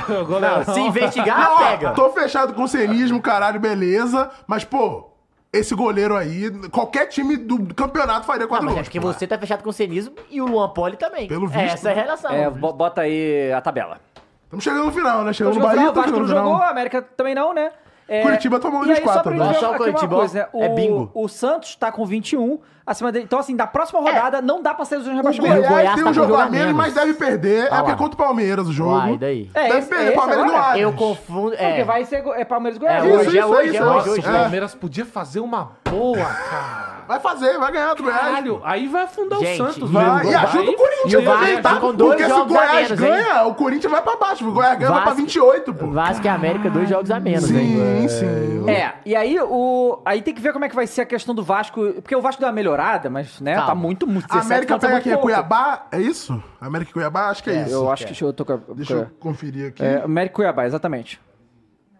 [SPEAKER 2] com
[SPEAKER 4] O goleiro-
[SPEAKER 3] Se investigar,
[SPEAKER 2] Não, ó,
[SPEAKER 3] pega.
[SPEAKER 2] tô fechado com o cenismo, caralho, beleza. Mas, pô, esse goleiro aí, qualquer time do campeonato faria
[SPEAKER 3] Ah,
[SPEAKER 2] quatro
[SPEAKER 3] mas
[SPEAKER 2] gols.
[SPEAKER 3] acho que você tá fechado com o Senismo e o Luan Poli também.
[SPEAKER 2] Pelo visto,
[SPEAKER 3] É, Essa é a relação.
[SPEAKER 1] É, bo- bota aí a tabela.
[SPEAKER 2] Estamos chegando no final, né?
[SPEAKER 1] Então,
[SPEAKER 2] Chegamos no
[SPEAKER 1] jogou,
[SPEAKER 2] Bahia,
[SPEAKER 1] o Vasco
[SPEAKER 2] estamos
[SPEAKER 1] não
[SPEAKER 2] chegando no
[SPEAKER 1] jogou,
[SPEAKER 2] final.
[SPEAKER 1] a América também não, né? É,
[SPEAKER 2] Curitiba tomou
[SPEAKER 1] e aí,
[SPEAKER 2] os quatro
[SPEAKER 1] só pra
[SPEAKER 2] agora.
[SPEAKER 1] gente ver
[SPEAKER 3] Só o
[SPEAKER 1] aqui uma
[SPEAKER 3] Curitiba
[SPEAKER 1] coisa,
[SPEAKER 3] é
[SPEAKER 1] o-
[SPEAKER 3] bingo.
[SPEAKER 1] O Santos tá com 21, acima dele. Então, assim, da próxima rodada, não dá pra ser zona de
[SPEAKER 2] É. O
[SPEAKER 1] rebaixamento.
[SPEAKER 2] Goiás,
[SPEAKER 3] o Goiás
[SPEAKER 2] tem
[SPEAKER 3] tá
[SPEAKER 2] um
[SPEAKER 3] com
[SPEAKER 2] jogo
[SPEAKER 3] jogo
[SPEAKER 2] a
[SPEAKER 3] a
[SPEAKER 2] menos,
[SPEAKER 3] menos.
[SPEAKER 2] mas deve perder.
[SPEAKER 3] Tá
[SPEAKER 2] é porque
[SPEAKER 3] lá.
[SPEAKER 2] é contra o Palmeiras o jogo.
[SPEAKER 3] Uai, daí.
[SPEAKER 1] É,
[SPEAKER 2] deve
[SPEAKER 1] esse- é
[SPEAKER 2] perder.
[SPEAKER 1] esse
[SPEAKER 2] Palmeiras
[SPEAKER 1] agora?
[SPEAKER 2] não abre.
[SPEAKER 3] Eu confundo. É,
[SPEAKER 1] Porque vai ser go- é Palmeiras e
[SPEAKER 3] é
[SPEAKER 1] Goiás.
[SPEAKER 2] Isso,
[SPEAKER 3] hoje, é
[SPEAKER 2] isso,
[SPEAKER 3] hoje, é
[SPEAKER 2] isso,
[SPEAKER 3] hoje,
[SPEAKER 2] isso.
[SPEAKER 3] hoje.
[SPEAKER 4] Nossa, o
[SPEAKER 2] é.
[SPEAKER 4] Palmeiras podia fazer uma boa, cara.
[SPEAKER 2] Vai fazer, vai ganhar do Goiás.
[SPEAKER 4] Caralho, aí vai afundar
[SPEAKER 3] Gente,
[SPEAKER 4] o Santos,
[SPEAKER 2] Vai,
[SPEAKER 4] mesmo.
[SPEAKER 2] e ajuda o Corinthians
[SPEAKER 3] E o
[SPEAKER 2] também,
[SPEAKER 3] Vasco
[SPEAKER 2] tá?
[SPEAKER 3] com dois
[SPEAKER 2] Porque se o
[SPEAKER 3] jogos a
[SPEAKER 2] Goiás
[SPEAKER 3] menos, hein?
[SPEAKER 2] ganha, o Corinthians vai pra baixo. O Goiás ganha vai pra
[SPEAKER 3] Vasco-
[SPEAKER 2] 28, pô.
[SPEAKER 3] Vasco e América, dois jogos a menos, hein?
[SPEAKER 2] É. Sim, sim.
[SPEAKER 3] Hum.
[SPEAKER 1] É, e aí o. Aí tem que ver como é que vai ser a questão do Vasco. Porque o Vasco deu uma melhorada, mas, né,
[SPEAKER 3] Calma.
[SPEAKER 1] tá muito, muito.
[SPEAKER 2] A
[SPEAKER 1] 17
[SPEAKER 2] América
[SPEAKER 1] pontos é
[SPEAKER 2] pega
[SPEAKER 1] muito
[SPEAKER 2] aqui, é
[SPEAKER 1] pouco.
[SPEAKER 2] Cuiabá, é isso? América e Cuiabá, acho que é, isso.
[SPEAKER 1] Eu acho que. Deixa eu, tô com a-
[SPEAKER 2] Deixa eu conferir aqui.
[SPEAKER 1] É, América e Cuiabá, exatamente.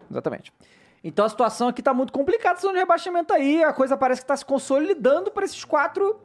[SPEAKER 1] Exatamente. Então a situação aqui tá muito complicada, essa zona de rebaixamento aí, a coisa parece que tá se consolidando pra esses quatro.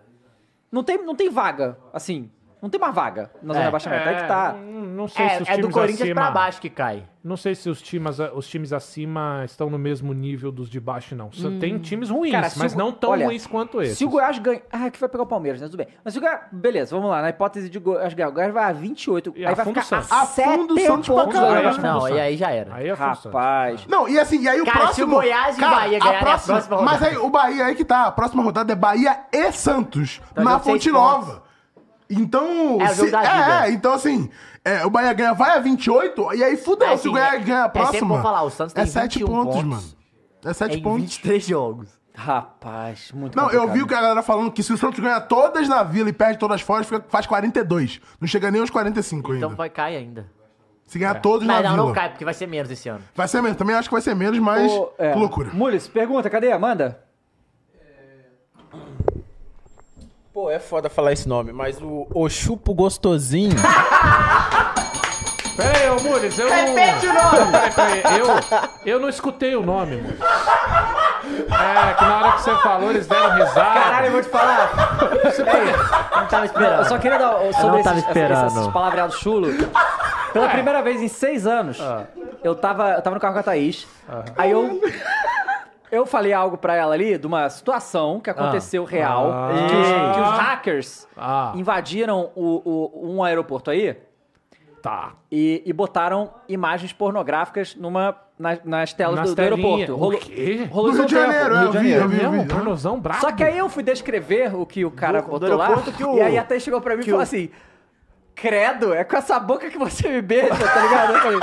[SPEAKER 1] Não tem, não tem vaga, assim. Não tem mais vaga na zona de
[SPEAKER 3] É.
[SPEAKER 1] rebaixamento. É que tá.
[SPEAKER 4] Não, não sei se os
[SPEAKER 3] É, é
[SPEAKER 4] times
[SPEAKER 3] do Corinthians
[SPEAKER 4] acima...
[SPEAKER 3] pra baixo que cai.
[SPEAKER 4] Não sei se os times, os times acima estão no mesmo nível dos de baixo, não. Só Tem times ruins,
[SPEAKER 1] Cara, se
[SPEAKER 4] mas
[SPEAKER 1] o-
[SPEAKER 4] não tão
[SPEAKER 1] olha,
[SPEAKER 4] ruins quanto esses.
[SPEAKER 1] Se o Goiás ganha. Ah, que vai pegar o Palmeiras, né? Tudo bem. Mas se o Goiás. Beleza, vamos lá. Na hipótese de Goiás ganhar, o Goiás vai a 28.
[SPEAKER 4] E
[SPEAKER 1] aí vai
[SPEAKER 4] afunda
[SPEAKER 1] ficar
[SPEAKER 4] o Santos.
[SPEAKER 1] a
[SPEAKER 2] Afunda o
[SPEAKER 1] 7
[SPEAKER 2] Santos pra
[SPEAKER 1] pontos do
[SPEAKER 2] caralho.
[SPEAKER 1] rebaixamento.
[SPEAKER 3] Não,
[SPEAKER 4] Santos.
[SPEAKER 3] e aí já era.
[SPEAKER 4] Aí é função.
[SPEAKER 1] Rapaz.
[SPEAKER 2] Não, e assim, e aí o
[SPEAKER 3] Cara,
[SPEAKER 2] próximo...
[SPEAKER 3] se o Goiás e o Bahia ganharem a próxima rodada.
[SPEAKER 2] Mas aí, o Bahia aí que tá, a próxima rodada é Bahia e Santos,
[SPEAKER 3] Então,
[SPEAKER 2] na
[SPEAKER 3] são seis
[SPEAKER 2] Fonte
[SPEAKER 3] pontos.
[SPEAKER 2] Nova. Então...
[SPEAKER 3] É o jogo da vida.
[SPEAKER 2] é, então assim, é, o Bahia ganha, vai a 28, e aí fudeu,
[SPEAKER 3] Mas,
[SPEAKER 2] se o
[SPEAKER 3] assim,
[SPEAKER 2] Goiás
[SPEAKER 3] é-
[SPEAKER 2] ganha a
[SPEAKER 3] é sempre
[SPEAKER 2] próxima...
[SPEAKER 3] bom falar, o Santos
[SPEAKER 2] É
[SPEAKER 3] tem
[SPEAKER 2] 7
[SPEAKER 3] 21
[SPEAKER 2] pontos,
[SPEAKER 3] pontos
[SPEAKER 2] mano. É 7
[SPEAKER 3] Em
[SPEAKER 2] pontos.
[SPEAKER 3] 23 jogos.
[SPEAKER 1] Rapaz, muito
[SPEAKER 2] Não, eu
[SPEAKER 1] complicado.
[SPEAKER 2] vi o que a galera falando que se o Santos ganhar todas na Vila e perde todas fora, fica- faz 42. Não chega nem aos 45 ainda.
[SPEAKER 3] Então vai cair ainda.
[SPEAKER 2] se ganhar todos na
[SPEAKER 3] Mas não,
[SPEAKER 2] Vila.
[SPEAKER 3] não cai, porque vai ser menos esse ano.
[SPEAKER 2] Vai ser menos. Também acho que vai ser menos, mas...
[SPEAKER 1] Ô, é.
[SPEAKER 2] que loucura.
[SPEAKER 1] Mules, pergunta, cadê? Manda.
[SPEAKER 9] Pô, é foda falar esse nome, mas o Ochupo Gostosinho.
[SPEAKER 4] Peraí, ô Mules, eu não... Repete o nome! Peraí, peraí, eu, eu não escutei o nome, Mules. É, que na hora que você falou, eles deram risada.
[SPEAKER 1] Caralho, eu vou te falar.
[SPEAKER 3] Não tava esperando.
[SPEAKER 1] Eu só queria dar ó, sobre
[SPEAKER 3] não tava
[SPEAKER 1] esses,
[SPEAKER 3] esperando.
[SPEAKER 1] esses palavreados chulo. Pela primeira vez em seis anos, eu, tava, eu tava no carro com a Thaís. Aí eu. Eu falei algo pra ela ali de uma situação que aconteceu real. Que, os, que os hackers
[SPEAKER 4] Ah.
[SPEAKER 1] invadiram o- o- um aeroporto aí
[SPEAKER 4] Tá.
[SPEAKER 1] e, e botaram imagens pornográficas numa, nas, nas telas
[SPEAKER 4] Nas
[SPEAKER 1] do, do
[SPEAKER 4] telinhas.
[SPEAKER 1] aeroporto.
[SPEAKER 4] O quê?
[SPEAKER 1] rolou
[SPEAKER 2] No Rio de
[SPEAKER 1] um tempo,
[SPEAKER 2] Janeiro, eu vi, eu vi, eu
[SPEAKER 4] É
[SPEAKER 2] vi.
[SPEAKER 4] um pornozão brabo.
[SPEAKER 1] Só que aí eu fui descrever o que o cara
[SPEAKER 3] Do- do
[SPEAKER 1] botou lá.
[SPEAKER 3] aeroporto que o-
[SPEAKER 1] E aí até chegou pra mim e falou assim: Credo, é com essa boca que você me beija, tá ligado? Eu falei.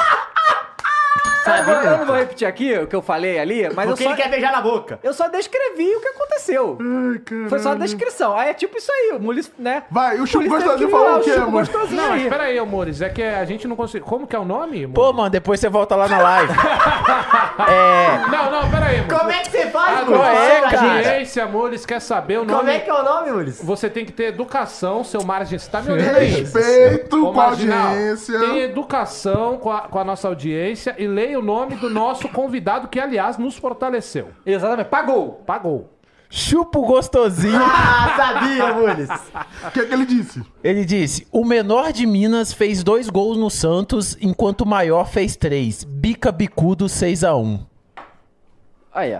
[SPEAKER 1] Eu não vou- eu não vou repetir aqui o que eu falei ali, mas eu
[SPEAKER 3] Porque
[SPEAKER 1] só,
[SPEAKER 3] ele quer
[SPEAKER 2] é?
[SPEAKER 3] beijar na boca.
[SPEAKER 1] eu só descrevi o que aconteceu. Foi só a descrição. Aí é tipo isso aí, o Mulis, né?
[SPEAKER 2] Uhum. Vai, e o Chico
[SPEAKER 1] Mulis teve
[SPEAKER 2] Gostosinho
[SPEAKER 1] que
[SPEAKER 2] falou
[SPEAKER 1] virar
[SPEAKER 2] o quê,
[SPEAKER 1] Chico
[SPEAKER 2] amor?
[SPEAKER 1] Gostosinho
[SPEAKER 4] Não, mas
[SPEAKER 1] aí.
[SPEAKER 4] peraí, amores, é que a gente não conseguiu... Como que é o nome, amor?
[SPEAKER 9] Pô, mano, depois você volta lá na live. é.
[SPEAKER 4] Não, não, peraí, amor.
[SPEAKER 3] Como é que você faz,
[SPEAKER 9] qual
[SPEAKER 3] Mules?
[SPEAKER 9] é,
[SPEAKER 3] Fala,
[SPEAKER 9] cara?
[SPEAKER 3] gente.
[SPEAKER 4] audiência, amores, quer saber o nome...
[SPEAKER 3] Como é que é o nome, Mules?
[SPEAKER 4] Você tem que ter educação, seu margem. Você tá me olhando aí?
[SPEAKER 2] Respeito
[SPEAKER 4] Ô,
[SPEAKER 2] com a
[SPEAKER 4] Marginal,
[SPEAKER 2] audiência.
[SPEAKER 4] Tem educação com a, com a nossa audiência e leia o nome do nosso convidado, que aliás nos fortaleceu.
[SPEAKER 1] Exatamente, pagou.
[SPEAKER 4] Pagou.
[SPEAKER 9] Chupo Gostosinho.
[SPEAKER 3] Ah, sabia, Mules.
[SPEAKER 2] O que é que ele disse?
[SPEAKER 9] Ele disse: o menor de Minas fez dois gols no Santos, enquanto o maior fez três. Bica bicudo 6x1.
[SPEAKER 1] Aí, ó.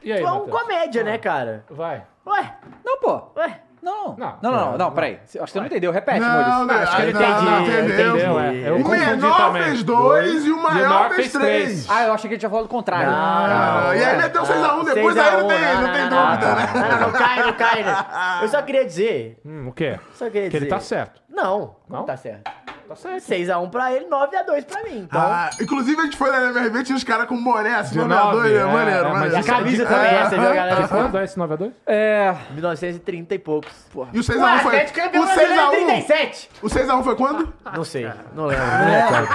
[SPEAKER 4] E aí,
[SPEAKER 3] É um
[SPEAKER 4] Matheus?
[SPEAKER 3] comédia, né, cara?
[SPEAKER 4] Vai.
[SPEAKER 3] Ué,
[SPEAKER 1] Não, pô.
[SPEAKER 3] ué.
[SPEAKER 1] Não, não,
[SPEAKER 4] Não,
[SPEAKER 1] não, não,
[SPEAKER 4] não,
[SPEAKER 1] não, peraí. Acho que você não entendeu. Repete,
[SPEAKER 2] Não,
[SPEAKER 1] Mules.
[SPEAKER 2] não, acho que ele tá
[SPEAKER 3] entendi,
[SPEAKER 2] entendeu.
[SPEAKER 3] entendeu, é.
[SPEAKER 4] Eu
[SPEAKER 3] O
[SPEAKER 2] O
[SPEAKER 4] confundi
[SPEAKER 2] menor
[SPEAKER 4] também.
[SPEAKER 2] fez dois e o maior fez três.
[SPEAKER 1] Ah, eu achei que ele tinha falado o contrário.
[SPEAKER 2] Ah, e aí meteu 6x1 depois,
[SPEAKER 3] 6 a
[SPEAKER 2] aí não
[SPEAKER 3] 1,
[SPEAKER 2] tem, não tem dúvida, né?
[SPEAKER 3] Não, não, não, cai, não cai, né? Eu só queria dizer,
[SPEAKER 4] Hum, o quê?
[SPEAKER 3] só queria dizer...
[SPEAKER 4] Que ele tá certo.
[SPEAKER 3] Não, não,
[SPEAKER 4] Não?
[SPEAKER 3] tá certo.
[SPEAKER 4] Tá certo.
[SPEAKER 3] 6x1 pra ele, 9x2 pra mim. Então,
[SPEAKER 2] Ah, inclusive a gente foi na MRV e tinha os caras com boné, assim,
[SPEAKER 4] 19,
[SPEAKER 2] 9x2, é maneiro,
[SPEAKER 4] é, é,
[SPEAKER 2] maneiro.
[SPEAKER 4] mas
[SPEAKER 3] e a
[SPEAKER 4] isso é
[SPEAKER 3] camisa
[SPEAKER 4] de-
[SPEAKER 3] também é essa, viu,
[SPEAKER 4] Mas
[SPEAKER 3] galera?
[SPEAKER 4] quando é esse 9 a 2
[SPEAKER 1] É.
[SPEAKER 3] 1930 e poucos. Porra.
[SPEAKER 2] E o 6x1 foi.
[SPEAKER 3] é
[SPEAKER 2] O 6x1
[SPEAKER 3] 37.
[SPEAKER 2] o 6x1 foi quando?
[SPEAKER 3] Não sei, não lembro, não lembro.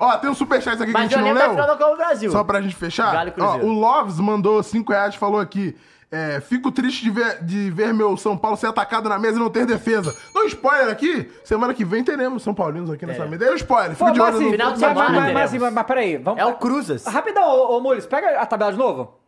[SPEAKER 2] Ó, tem um superchat aqui que a
[SPEAKER 3] Mas tá
[SPEAKER 2] gente não
[SPEAKER 3] eu lembro da
[SPEAKER 2] leu.
[SPEAKER 3] final da Copa do Brasil.
[SPEAKER 2] Só pra gente fechar,
[SPEAKER 3] Galo e
[SPEAKER 2] ó,
[SPEAKER 3] Cruzeiro.
[SPEAKER 2] o Loves mandou 5 reais e falou aqui. é, fico triste de ver, de ver meu São Paulo ser atacado na mesa e não ter defesa. Não spoiler aqui, semana que vem teremos São Paulinos aqui nessa mesa. É um spoiler,
[SPEAKER 1] Pô,
[SPEAKER 2] fico de
[SPEAKER 1] mas
[SPEAKER 2] olho
[SPEAKER 1] assim,
[SPEAKER 2] no...
[SPEAKER 3] final
[SPEAKER 1] mas,
[SPEAKER 3] de
[SPEAKER 1] mas,
[SPEAKER 3] semana,
[SPEAKER 1] mas, mas,
[SPEAKER 3] teremos.
[SPEAKER 1] mas- mas peraí, vamos. Ah,
[SPEAKER 3] É o Cruzas.
[SPEAKER 1] Rapidão, ô, ô Mules, pega a tabela de novo.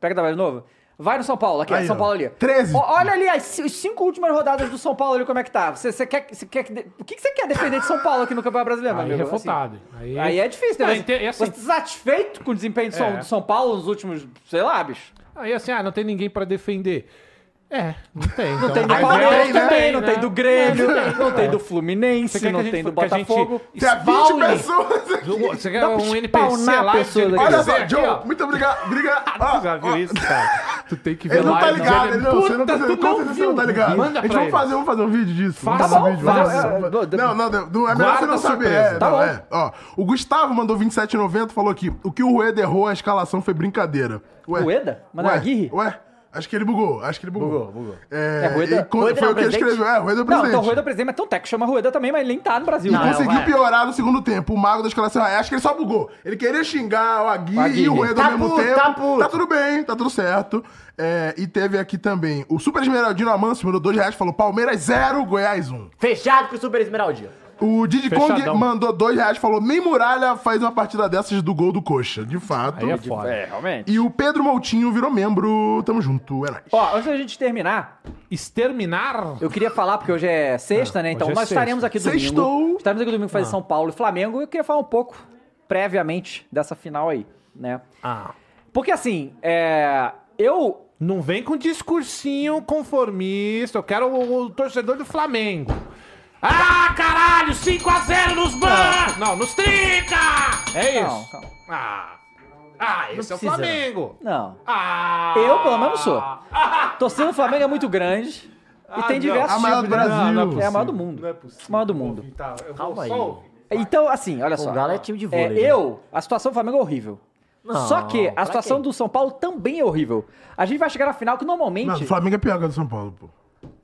[SPEAKER 1] Pega a tabela de novo. Vai no São Paulo, aqui, é
[SPEAKER 2] Aí,
[SPEAKER 1] São
[SPEAKER 2] ó,
[SPEAKER 1] Paulo ali.
[SPEAKER 2] 13.
[SPEAKER 1] Ó, olha ali as ci- os cinco últimas rodadas do São Paulo ali, como é que tá. Você, você quer, você quer que de- O que que você quer defender de São Paulo aqui no Campeonato Brasileiro, meu
[SPEAKER 4] Aí
[SPEAKER 1] amigo? Assim,
[SPEAKER 4] refutado. Aí,
[SPEAKER 1] aí é difícil, né?
[SPEAKER 4] Não,
[SPEAKER 1] Você,
[SPEAKER 4] ente- é assim,
[SPEAKER 1] você tá satisfeito com o desempenho de São,
[SPEAKER 4] É.
[SPEAKER 1] do São Paulo nos últimos, sei lá, bicho?
[SPEAKER 4] Aí assim, ah, não tem ninguém pra defender. É, não tem. Não
[SPEAKER 1] tem do
[SPEAKER 4] né?
[SPEAKER 1] Palmeiras também, né?
[SPEAKER 4] É.
[SPEAKER 1] não tem do Grêmio, não tem do Fluminense,
[SPEAKER 4] que a
[SPEAKER 1] não
[SPEAKER 4] gente
[SPEAKER 1] tem do
[SPEAKER 4] fa- que a gente-
[SPEAKER 1] Botafogo.
[SPEAKER 2] Tem 20 pessoas aqui.
[SPEAKER 4] Você quer
[SPEAKER 1] Dá pra
[SPEAKER 4] um NPC
[SPEAKER 1] spawnar
[SPEAKER 4] lá?
[SPEAKER 1] pessoas
[SPEAKER 4] Olha
[SPEAKER 1] aqui.
[SPEAKER 2] Olha
[SPEAKER 1] Quer
[SPEAKER 2] só, Joe, muito obrigado. Obrigado.
[SPEAKER 4] Tu
[SPEAKER 2] Ó,
[SPEAKER 4] já viu
[SPEAKER 2] ó,
[SPEAKER 4] isso, cara? Tu tem que ver
[SPEAKER 2] Ele não
[SPEAKER 4] lá,
[SPEAKER 2] tá
[SPEAKER 4] né?
[SPEAKER 2] ligado, ele não, você não tá,
[SPEAKER 4] Puta,
[SPEAKER 2] você,
[SPEAKER 4] tu
[SPEAKER 2] com certeza você não tá ligado.
[SPEAKER 4] Manda
[SPEAKER 2] a gente
[SPEAKER 4] pra
[SPEAKER 2] vamos
[SPEAKER 4] ele.
[SPEAKER 2] fazer, vamos fazer um vídeo disso.
[SPEAKER 4] Faça,
[SPEAKER 2] Vamos fazer um
[SPEAKER 1] faz.
[SPEAKER 2] vídeo.
[SPEAKER 1] É, é,
[SPEAKER 2] Não, não, não, é melhor
[SPEAKER 4] Guarda
[SPEAKER 2] você não
[SPEAKER 4] a
[SPEAKER 2] saber.
[SPEAKER 4] surpresa.
[SPEAKER 2] É,
[SPEAKER 1] Tá
[SPEAKER 2] não,
[SPEAKER 1] bom.
[SPEAKER 2] é. Ó, o Gustavo mandou 27,90 falou aqui, o que o Rueda errou, é a escalação foi brincadeira. Ué,
[SPEAKER 1] Rueda? Mas não é
[SPEAKER 2] ué,
[SPEAKER 1] Aguirre?
[SPEAKER 2] Ué, acho que ele bugou, acho que ele bugou. Bugou, bugou. É,
[SPEAKER 1] É Rueda?
[SPEAKER 2] e quando-
[SPEAKER 3] Rueda
[SPEAKER 2] foi
[SPEAKER 3] é
[SPEAKER 2] o
[SPEAKER 3] o
[SPEAKER 2] que ele
[SPEAKER 3] presidente?
[SPEAKER 2] escreveu, é, Rueda é o
[SPEAKER 1] Não,
[SPEAKER 2] presidente.
[SPEAKER 1] então o Rueda é presidente, mas tem um técnico que chama Rueda também, mas ele nem tá no Brasil.
[SPEAKER 2] E
[SPEAKER 4] então
[SPEAKER 1] Não,
[SPEAKER 2] conseguiu
[SPEAKER 3] é.
[SPEAKER 2] piorar no segundo tempo. O Mago da escalação. Acho que ele só bugou. Ele queria xingar o Aguirre, e o Rueda
[SPEAKER 3] Tá
[SPEAKER 2] ao mesmo
[SPEAKER 3] puto,
[SPEAKER 2] tempo.
[SPEAKER 3] tá puto.
[SPEAKER 2] tudo bem, tá tudo certo. É, e teve aqui também o Super Esmeraldino Amâncio, mandou dois reais, falou Palmeiras 0, Goiás 1.
[SPEAKER 3] Fechado com o Super Esmeraldinho.
[SPEAKER 2] O Didi Kong
[SPEAKER 4] Fechadão.
[SPEAKER 2] mandou dois reais, falou nem muralha faz uma partida dessas do gol do Coxa. De fato.
[SPEAKER 4] Aí é foda.
[SPEAKER 1] É, realmente.
[SPEAKER 2] E o Pedro Moutinho virou membro. Tamo junto, é nóis.
[SPEAKER 1] Ó, antes da gente terminar,
[SPEAKER 4] Exterminar?
[SPEAKER 1] Eu queria falar, porque hoje é sexta, né? Então
[SPEAKER 4] hoje é
[SPEAKER 1] nós
[SPEAKER 4] sexta.
[SPEAKER 1] estaremos aqui domingo.
[SPEAKER 2] Sextou.
[SPEAKER 1] Estaremos aqui domingo fazendo São Paulo e Flamengo. E eu queria falar um pouco, previamente, dessa final aí, né?
[SPEAKER 4] Ah.
[SPEAKER 1] Porque assim, é, eu.
[SPEAKER 4] Não vem com discursinho conformista. Eu quero o, o torcedor do Flamengo. Ah, caralho! 5x0 nos bancos! Não, nos 30! É
[SPEAKER 1] Não,
[SPEAKER 4] isso.
[SPEAKER 1] calma.
[SPEAKER 4] Ah, ah esse é
[SPEAKER 1] precisa.
[SPEAKER 4] o Flamengo.
[SPEAKER 1] Não.
[SPEAKER 4] Ah!
[SPEAKER 1] Eu, pelo menos, sou.
[SPEAKER 4] Ah,
[SPEAKER 1] Torcida do Flamengo é muito grande. e tem
[SPEAKER 4] não.
[SPEAKER 1] diversos
[SPEAKER 2] A maior do
[SPEAKER 1] tipos de-
[SPEAKER 2] Brasil.
[SPEAKER 1] Não, não é, a maior do mundo.
[SPEAKER 4] Não é possível.
[SPEAKER 1] Maior do mundo.
[SPEAKER 4] Tá, eu vou
[SPEAKER 3] Calma
[SPEAKER 4] só
[SPEAKER 3] aí.
[SPEAKER 4] ouvir.
[SPEAKER 1] Então, assim, olha só.
[SPEAKER 3] O Galo é time de
[SPEAKER 1] É,
[SPEAKER 3] vôlei. né?
[SPEAKER 1] eu, a situação do Flamengo é horrível.
[SPEAKER 3] Não,
[SPEAKER 1] Só que a
[SPEAKER 3] pra
[SPEAKER 1] situação
[SPEAKER 3] quê?
[SPEAKER 1] do São Paulo também é horrível. A gente vai chegar na final que normalmente.
[SPEAKER 2] Não, o Flamengo é pior que o do São Paulo, pô.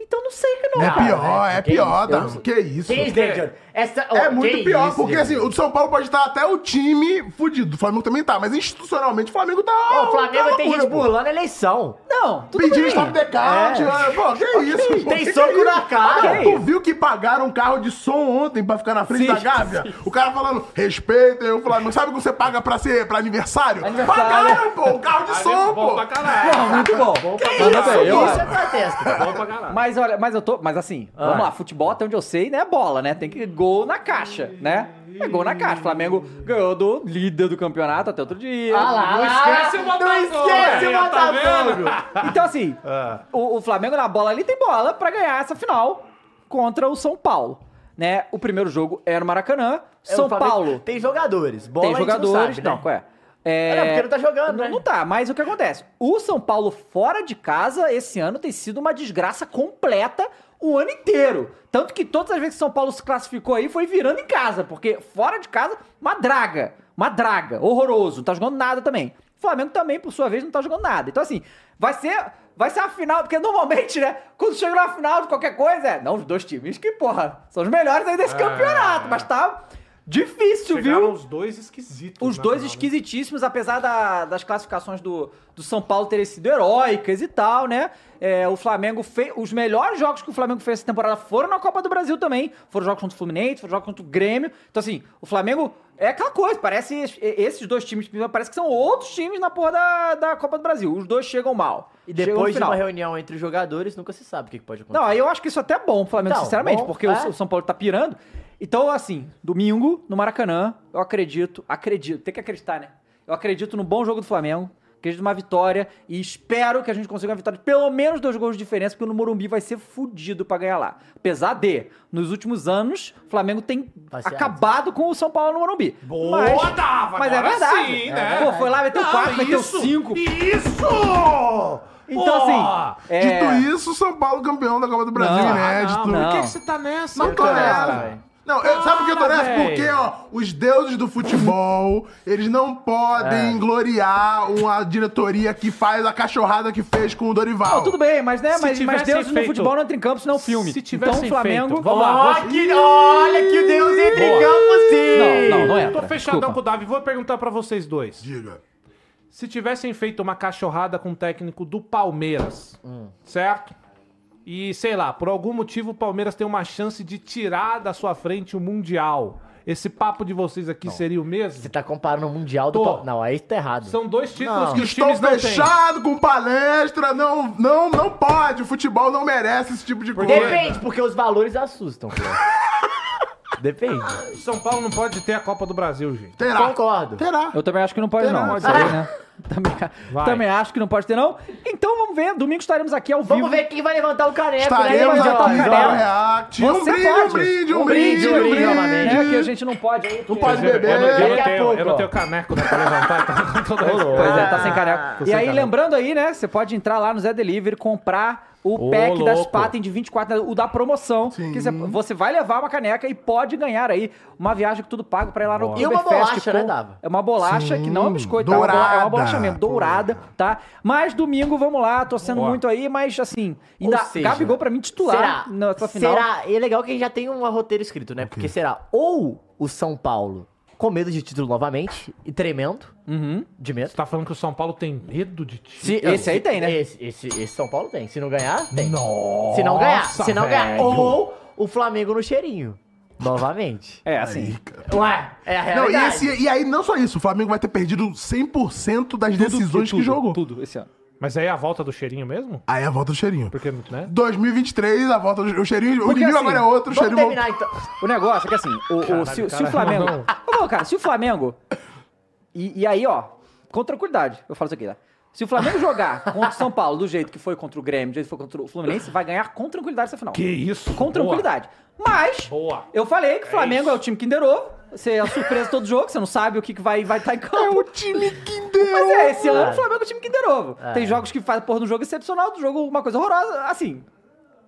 [SPEAKER 1] Então não sei que não.
[SPEAKER 2] é
[SPEAKER 1] cara.
[SPEAKER 2] pior, é
[SPEAKER 3] Ah, né? que
[SPEAKER 2] pior, tá? Que isso?
[SPEAKER 3] Que isso, David? Essa, oh,
[SPEAKER 2] É muito
[SPEAKER 3] que
[SPEAKER 2] pior,
[SPEAKER 3] isso,
[SPEAKER 2] porque
[SPEAKER 3] David?
[SPEAKER 2] assim, o de São Paulo pode estar até o time fudido. O Flamengo também tá, mas institucionalmente o Flamengo tá.
[SPEAKER 3] Ô, O Flamengo
[SPEAKER 2] tá
[SPEAKER 3] tem
[SPEAKER 2] loucura,
[SPEAKER 3] gente
[SPEAKER 2] pô.
[SPEAKER 3] burlando a eleição.
[SPEAKER 1] Não, tudo
[SPEAKER 2] Pedindo
[SPEAKER 1] bem.
[SPEAKER 2] stop the count. é, Pô, que isso? pô,
[SPEAKER 3] Tem
[SPEAKER 2] que
[SPEAKER 3] soco
[SPEAKER 2] que é
[SPEAKER 3] na
[SPEAKER 2] isso?
[SPEAKER 3] cara.
[SPEAKER 2] Cara, Tu viu que pagaram um carro de som ontem pra ficar na frente da Gávea? O cara falando, respeitem o Flamengo. Sabe o que você paga pra ser pra aniversário?
[SPEAKER 1] Aniversário.
[SPEAKER 2] Pagaram, pô, um carro de som,
[SPEAKER 4] é Bom
[SPEAKER 2] pô.
[SPEAKER 4] pra caralho.
[SPEAKER 1] Ah, Não, muito bom. Mas,
[SPEAKER 3] Isso,
[SPEAKER 1] bem, eu-
[SPEAKER 3] isso é protesto.
[SPEAKER 4] Bom pra caralho.
[SPEAKER 1] Mas olha, mas eu tô. Mas assim,
[SPEAKER 3] Ah.
[SPEAKER 1] vamos lá, futebol até onde eu sei, né? É bola, né? Tem que gol na caixa, né? É gol na caixa. Flamengo ganhou do líder do campeonato até outro dia.
[SPEAKER 3] Ah lá,
[SPEAKER 4] Não esquece o Botafogo.
[SPEAKER 3] Não esquece o
[SPEAKER 4] aí, tá
[SPEAKER 3] Botafogo.
[SPEAKER 4] vendo?
[SPEAKER 1] Então, assim, o, o Flamengo na bola ali tem bola pra ganhar essa final contra o São Paulo. Né? O primeiro jogo era no Maracanã.
[SPEAKER 3] É, o
[SPEAKER 1] São
[SPEAKER 3] Flamengo
[SPEAKER 1] Paulo
[SPEAKER 3] Tem jogadores. Bola
[SPEAKER 1] tem jogadores. Não,
[SPEAKER 3] qual
[SPEAKER 1] qual é? É,
[SPEAKER 3] Ah, não, porque não tá jogando,
[SPEAKER 1] não,
[SPEAKER 3] né?
[SPEAKER 1] não tá, mas o que acontece? O São Paulo fora de casa esse ano tem sido uma desgraça completa o ano inteiro. Tanto que todas as vezes que o São Paulo se classificou aí foi virando em casa, porque fora de casa, uma draga. Uma draga. Horroroso. Não tá jogando nada também. O Flamengo também, por sua vez, não tá jogando nada. Então, assim, vai ser. Vai ser a final, porque normalmente, né? Quando chega na final de qualquer coisa, é. Não, os dois times que, porra, são os melhores aí
[SPEAKER 3] Ah.
[SPEAKER 1] desse campeonato. Mas tá difícil,
[SPEAKER 4] Chegaram
[SPEAKER 1] viu?
[SPEAKER 4] os dois esquisitos.
[SPEAKER 1] Os
[SPEAKER 4] na
[SPEAKER 1] dois
[SPEAKER 4] final, né?
[SPEAKER 1] esquisitíssimos, apesar da- das classificações do, do São Paulo terem sido heróicas e tal, né? É, o Flamengo fez. Os melhores jogos que o Flamengo fez essa temporada foram na Copa do Brasil também. Foram jogos contra o Fluminense, foram jogos contra o Grêmio. Então, assim, o Flamengo é aquela coisa. Parece. es- e- Esses dois times, parece que são outros times na porra da, da Copa do Brasil. Os dois chegam mal.
[SPEAKER 3] E
[SPEAKER 1] Chegam no
[SPEAKER 3] depois de
[SPEAKER 1] um final.
[SPEAKER 3] uma reunião entre os jogadores, nunca se sabe o que que pode acontecer.
[SPEAKER 1] Não, aí eu acho que isso é até bom pro Flamengo,
[SPEAKER 3] Então,
[SPEAKER 1] sinceramente,
[SPEAKER 3] bom,
[SPEAKER 1] porque
[SPEAKER 3] é.
[SPEAKER 1] o São Paulo tá pirando. Então, assim, domingo, no Maracanã, eu acredito, acredito, tem que acreditar, né? Eu acredito no bom jogo do Flamengo, acredito numa vitória e espero que a gente consiga uma vitória de pelo menos dois gols de diferença, porque no Morumbi vai ser fudido pra ganhar lá. Apesar de, nos últimos anos, o Flamengo tem
[SPEAKER 3] Passeado.
[SPEAKER 1] acabado com o São Paulo no Morumbi.
[SPEAKER 4] Boa,
[SPEAKER 1] mas,
[SPEAKER 4] dava,
[SPEAKER 1] mas é
[SPEAKER 4] agora
[SPEAKER 1] verdade.
[SPEAKER 4] sim, né?
[SPEAKER 1] Pô, foi lá, meteu
[SPEAKER 4] Não,
[SPEAKER 1] quatro, meteu
[SPEAKER 4] isso,
[SPEAKER 1] cinco.
[SPEAKER 4] Isso!
[SPEAKER 1] Então, assim,
[SPEAKER 4] Pô,
[SPEAKER 1] é...
[SPEAKER 2] Dito isso, São Paulo campeão da Copa do Brasil,
[SPEAKER 1] Não,
[SPEAKER 4] não,
[SPEAKER 2] inédito.
[SPEAKER 4] mas
[SPEAKER 1] não.
[SPEAKER 4] por que, que você tá nessa?
[SPEAKER 2] Não tô
[SPEAKER 3] tô nessa,
[SPEAKER 2] nessa.
[SPEAKER 3] velho.
[SPEAKER 2] Não, eu- sabe por que eu tô
[SPEAKER 4] Para,
[SPEAKER 2] nessa?
[SPEAKER 4] velho.
[SPEAKER 2] Porque, ó, os deuses do futebol, eles não podem gloriar uma diretoria que faz a cachorrada que fez com o Dorival.
[SPEAKER 1] Não, tudo bem, mas né,
[SPEAKER 4] Se
[SPEAKER 1] mas, mas
[SPEAKER 4] tivessem
[SPEAKER 1] Deus no
[SPEAKER 4] feito-
[SPEAKER 1] futebol não entra em campo, senão é um filme.
[SPEAKER 4] Se
[SPEAKER 1] então
[SPEAKER 4] tivessem
[SPEAKER 1] o Flamengo.
[SPEAKER 4] feito- Vamos lá,
[SPEAKER 3] Ó, que- olha que Deus entra em campo sim!
[SPEAKER 1] Não, não, não é.
[SPEAKER 4] Tô fechadão com o Davi. Vou perguntar pra vocês dois.
[SPEAKER 2] Diga.
[SPEAKER 4] Se tivessem feito uma cachorrada com o técnico do Palmeiras,
[SPEAKER 2] Hum.
[SPEAKER 4] certo? E sei lá, por algum motivo o Palmeiras tem uma chance de tirar da sua frente o Mundial. Esse papo de vocês aqui seria o
[SPEAKER 3] Você
[SPEAKER 4] mesmo?
[SPEAKER 3] tá comparando o Mundial do...
[SPEAKER 4] Tô.
[SPEAKER 3] Pal- Não, aí tá errado.
[SPEAKER 4] São dois títulos
[SPEAKER 3] Não.
[SPEAKER 4] que os
[SPEAKER 2] Estou
[SPEAKER 4] times não têm.
[SPEAKER 2] fechado com palestra, não, não, não pode. O futebol não merece esse tipo de coisa.
[SPEAKER 3] Depende, porque os valores assustam. pô. Depende.
[SPEAKER 4] São Paulo não pode ter a Copa do Brasil, gente.
[SPEAKER 2] Terá.
[SPEAKER 3] Concordo.
[SPEAKER 2] Terá.
[SPEAKER 1] Eu também acho que não pode, não. Isso aí, né? Também,
[SPEAKER 4] Vai.
[SPEAKER 1] também acho que não pode ter, não. Então vamos ver. Domingo estaremos aqui ao vivo.
[SPEAKER 3] Vamos ver quem vai levantar o caneco, né,
[SPEAKER 1] Ele
[SPEAKER 2] Estaremos
[SPEAKER 1] vai adiantar
[SPEAKER 2] aqui
[SPEAKER 1] o
[SPEAKER 2] no
[SPEAKER 1] canela.
[SPEAKER 2] React. Um
[SPEAKER 1] Você
[SPEAKER 2] brinde, um
[SPEAKER 1] pode.
[SPEAKER 2] brinde, um
[SPEAKER 3] Um brinde,
[SPEAKER 2] brinde,
[SPEAKER 3] um
[SPEAKER 2] um
[SPEAKER 3] brinde,
[SPEAKER 2] brinde.
[SPEAKER 1] É que a gente não pode. aí, porque-
[SPEAKER 2] pode
[SPEAKER 4] Eu,
[SPEAKER 2] beber.
[SPEAKER 4] não- eu não
[SPEAKER 3] Daqui a
[SPEAKER 4] tenho, eu não
[SPEAKER 3] pouco.
[SPEAKER 4] tenho caneco né, pra levantar, então todo
[SPEAKER 1] Pois
[SPEAKER 4] respeito.
[SPEAKER 1] é, tá sem caneco. E aí, lembrando aí, né? Você pode entrar lá no Zé Delivery, comprar o
[SPEAKER 4] Ô,
[SPEAKER 1] pack das
[SPEAKER 4] louco.
[SPEAKER 1] patentes de 24, né, o da promoção.
[SPEAKER 2] Sim.
[SPEAKER 1] Que você, você vai levar uma caneca e pode ganhar aí uma viagem tudo pago pra ir lá no
[SPEAKER 3] E uma
[SPEAKER 1] Oktoberfest
[SPEAKER 3] bolacha, né, Dava?
[SPEAKER 1] É uma bolacha
[SPEAKER 2] Sim,
[SPEAKER 1] que não é um biscoito, tá? É uma bola- é uma
[SPEAKER 2] dourada.
[SPEAKER 1] bolacha mesmo, dourada, tá? Mas domingo, vamos lá, torcendo
[SPEAKER 4] Ó.
[SPEAKER 1] muito aí, mas assim, ainda
[SPEAKER 3] Ou seja,
[SPEAKER 1] Gabigol pra mim titular
[SPEAKER 3] Será?
[SPEAKER 1] nessa final.
[SPEAKER 3] Será? E é legal que a gente já tem um roteiro escrito, né? Porque será ou o São Paulo com medo de título novamente e tremendo
[SPEAKER 1] Uhum.
[SPEAKER 3] de
[SPEAKER 4] Você
[SPEAKER 3] medo.
[SPEAKER 4] tá falando que o São Paulo tem medo de ti?
[SPEAKER 3] Se-
[SPEAKER 1] Esse aí tem, né?
[SPEAKER 3] Esse, esse- esse São Paulo tem. Se não ganhar, tem.
[SPEAKER 4] Nossa,
[SPEAKER 3] se não ganhar, se não ganhar.
[SPEAKER 4] velho.
[SPEAKER 3] Ou o Flamengo no cheirinho. Novamente.
[SPEAKER 1] É, assim.
[SPEAKER 3] Ué, é a
[SPEAKER 2] Não, e,
[SPEAKER 3] realidade.
[SPEAKER 2] esse- e aí, não só isso, o Flamengo vai ter perdido 100% das decisões
[SPEAKER 1] tudo,
[SPEAKER 2] que jogou.
[SPEAKER 1] Tudo esse ano.
[SPEAKER 4] Mas aí é a volta do cheirinho mesmo?
[SPEAKER 2] Aí é a volta do cheirinho.
[SPEAKER 4] Porque, né?
[SPEAKER 2] 2023, a volta do o cheirinho. o
[SPEAKER 1] Porque,
[SPEAKER 2] inimigo
[SPEAKER 1] assim,
[SPEAKER 2] agora é outro, o
[SPEAKER 3] Vamos
[SPEAKER 2] cheirinho.
[SPEAKER 3] terminar então.
[SPEAKER 1] O negócio é que assim, o, o- se, se o
[SPEAKER 4] cara,
[SPEAKER 1] Flamengo.
[SPEAKER 4] não.
[SPEAKER 1] Não, cara, se o Flamengo. E, e aí, ó, com tranquilidade, eu falo isso aqui, tá? Se o Flamengo jogar contra o São Paulo do jeito que foi contra o Grêmio, do jeito que foi contra o Fluminense, vai ganhar com tranquilidade essa final.
[SPEAKER 4] Que isso?
[SPEAKER 1] Com
[SPEAKER 4] boa.
[SPEAKER 1] tranquilidade. Mas,
[SPEAKER 4] Boa.
[SPEAKER 1] eu falei que o Flamengo
[SPEAKER 4] isso.
[SPEAKER 1] é, o time Kinder Ovo. Você é a surpresa todo jogo, você não sabe o que que vai estar vai tá em campo.
[SPEAKER 2] É Time Kinder.
[SPEAKER 1] Mas é, esse ano
[SPEAKER 3] É.
[SPEAKER 1] o Flamengo é o time Kinder Ovo. Tem jogos que faz porra de um jogo excepcional, outro jogo uma coisa horrorosa, assim,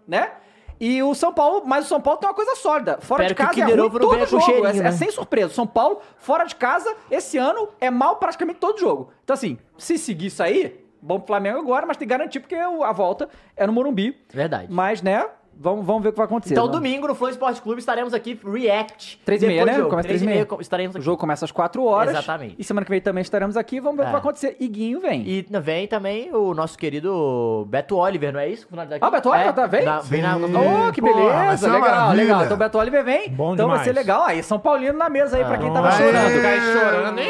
[SPEAKER 1] né? E o São Paulo, mas o São Paulo tem uma coisa sólida. Fora de
[SPEAKER 3] Espero
[SPEAKER 1] casa
[SPEAKER 3] que o
[SPEAKER 1] é
[SPEAKER 3] Kinder
[SPEAKER 1] ruim
[SPEAKER 3] Ovo não
[SPEAKER 1] todo
[SPEAKER 3] venha com
[SPEAKER 1] jogo, é,
[SPEAKER 3] cheirinho,
[SPEAKER 1] é
[SPEAKER 3] né?
[SPEAKER 1] sem surpresa. São Paulo, fora de casa, esse ano é mal praticamente todo jogo. Então assim, se seguir isso aí, bom pro Flamengo agora, mas tem que garantir porque o- a volta é no Morumbi.
[SPEAKER 3] Verdade.
[SPEAKER 1] Mas, né, vamos, vamos ver o que vai acontecer.
[SPEAKER 3] Então,
[SPEAKER 1] né?
[SPEAKER 3] domingo no Flow Esporte Clube estaremos aqui react.
[SPEAKER 1] 3 e meia,
[SPEAKER 3] depois do
[SPEAKER 1] né?
[SPEAKER 3] jogo.
[SPEAKER 1] Começa
[SPEAKER 3] Três
[SPEAKER 1] 3 e meia.
[SPEAKER 3] co- Estaremos
[SPEAKER 1] O
[SPEAKER 3] aqui.
[SPEAKER 1] jogo começa às 4 horas.
[SPEAKER 3] Exatamente.
[SPEAKER 1] E semana que vem também estaremos aqui. Vamos ver o que
[SPEAKER 3] É.
[SPEAKER 1] vai acontecer. Iguinho vem.
[SPEAKER 3] E vem também o nosso querido Beto Oliver, não é isso?
[SPEAKER 1] Ah, o Beto Oliver
[SPEAKER 3] é,
[SPEAKER 1] tá- vem?
[SPEAKER 3] na- vem na-
[SPEAKER 2] Sim.
[SPEAKER 1] Oh, que
[SPEAKER 2] Porra, vai
[SPEAKER 1] beleza!
[SPEAKER 2] ser uma
[SPEAKER 1] Legal,
[SPEAKER 2] maravilha.
[SPEAKER 1] legal. Então o Beto Oliver vem.
[SPEAKER 4] Bom
[SPEAKER 1] então vai
[SPEAKER 4] demais.
[SPEAKER 1] ser legal. Aí, São Paulino na mesa aí, pra quem tava
[SPEAKER 2] Aê.
[SPEAKER 1] chorando.
[SPEAKER 4] Ficar aí chorando.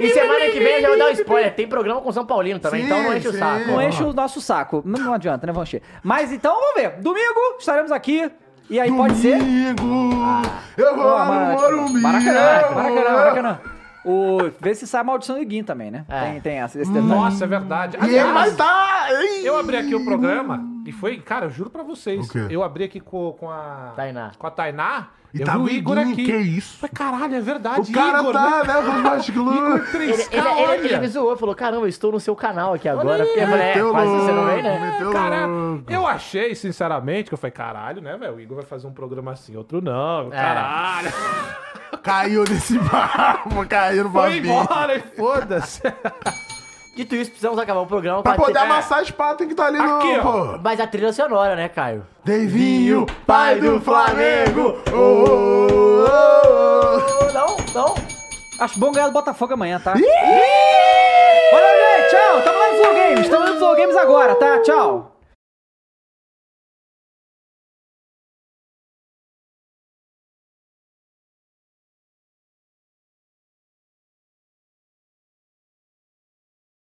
[SPEAKER 3] E semana que vem eu já vou dar um spoiler. Tem programa com o São Paulino também,
[SPEAKER 2] Sim,
[SPEAKER 3] então não enche o
[SPEAKER 2] sim.
[SPEAKER 3] saco.
[SPEAKER 1] Não enche o nosso saco. Não, não adianta, né? Vamos encher. Mas então, vamos ver. Domingo estaremos aqui. E aí, pode ser.
[SPEAKER 2] Domingo, eu vou
[SPEAKER 1] Ó,
[SPEAKER 2] lá
[SPEAKER 1] Mara-
[SPEAKER 2] no Morumbi.
[SPEAKER 1] Maracanã,
[SPEAKER 2] eu
[SPEAKER 1] Maracanã,
[SPEAKER 2] vou-
[SPEAKER 1] Maracanã. O, vê se sai a maldição do Guinho também, né?
[SPEAKER 3] É.
[SPEAKER 1] Tem, tem essa, esse detalhe.
[SPEAKER 4] Nossa, é verdade.
[SPEAKER 2] E ele vai tá,
[SPEAKER 4] Aliás,
[SPEAKER 2] estar...
[SPEAKER 4] eu abri aqui o programa e foi, cara, eu juro pra vocês.
[SPEAKER 2] O quê?
[SPEAKER 4] Eu abri aqui com, com a.
[SPEAKER 3] Tainá.
[SPEAKER 4] Com a Tainá.
[SPEAKER 2] E
[SPEAKER 4] eu
[SPEAKER 2] tá
[SPEAKER 4] vi o
[SPEAKER 2] o
[SPEAKER 4] Igor
[SPEAKER 2] Iguinho,
[SPEAKER 4] aqui.
[SPEAKER 2] que isso?
[SPEAKER 4] Falei, caralho, é verdade.
[SPEAKER 2] O cara
[SPEAKER 4] Igor,
[SPEAKER 2] tá,
[SPEAKER 4] né?
[SPEAKER 2] né, com os mais
[SPEAKER 4] Igor
[SPEAKER 2] glúteos.
[SPEAKER 4] 3K,
[SPEAKER 3] Ele, ele, ele, ele
[SPEAKER 4] olha.
[SPEAKER 3] me zoou, falou: caramba, eu estou no seu canal aqui agora. Porque eu falei, é,
[SPEAKER 2] Meteu
[SPEAKER 3] mas você não vem,
[SPEAKER 2] louco,
[SPEAKER 3] né?
[SPEAKER 2] meteu
[SPEAKER 4] Cara,
[SPEAKER 2] louco.
[SPEAKER 4] eu achei, sinceramente, que eu falei, caralho, né, velho? O Igor vai fazer um programa assim, outro não,
[SPEAKER 3] É.
[SPEAKER 4] caralho.
[SPEAKER 2] Caiu nesse barco, caiu no
[SPEAKER 4] Foi
[SPEAKER 2] babinho.
[SPEAKER 4] embora, e foda-se.
[SPEAKER 3] Dito isso, precisamos acabar o programa.
[SPEAKER 2] Pra
[SPEAKER 3] pra
[SPEAKER 2] poder
[SPEAKER 3] ter-
[SPEAKER 2] amassar a espada tem que estar ali no...
[SPEAKER 4] Aqui, ó.
[SPEAKER 2] pô.
[SPEAKER 3] Mas a trilha sonora, né, Caio?
[SPEAKER 2] Deivinho, pai do Flamengo. Oh, oh, oh, oh.
[SPEAKER 3] Não, não.
[SPEAKER 1] Acho bom ganhar do Botafogo amanhã, tá? Valeu, gente! Tchau! Tamo lá no Flow Games! Tamo lá no Flow Games agora, tá? Tchau!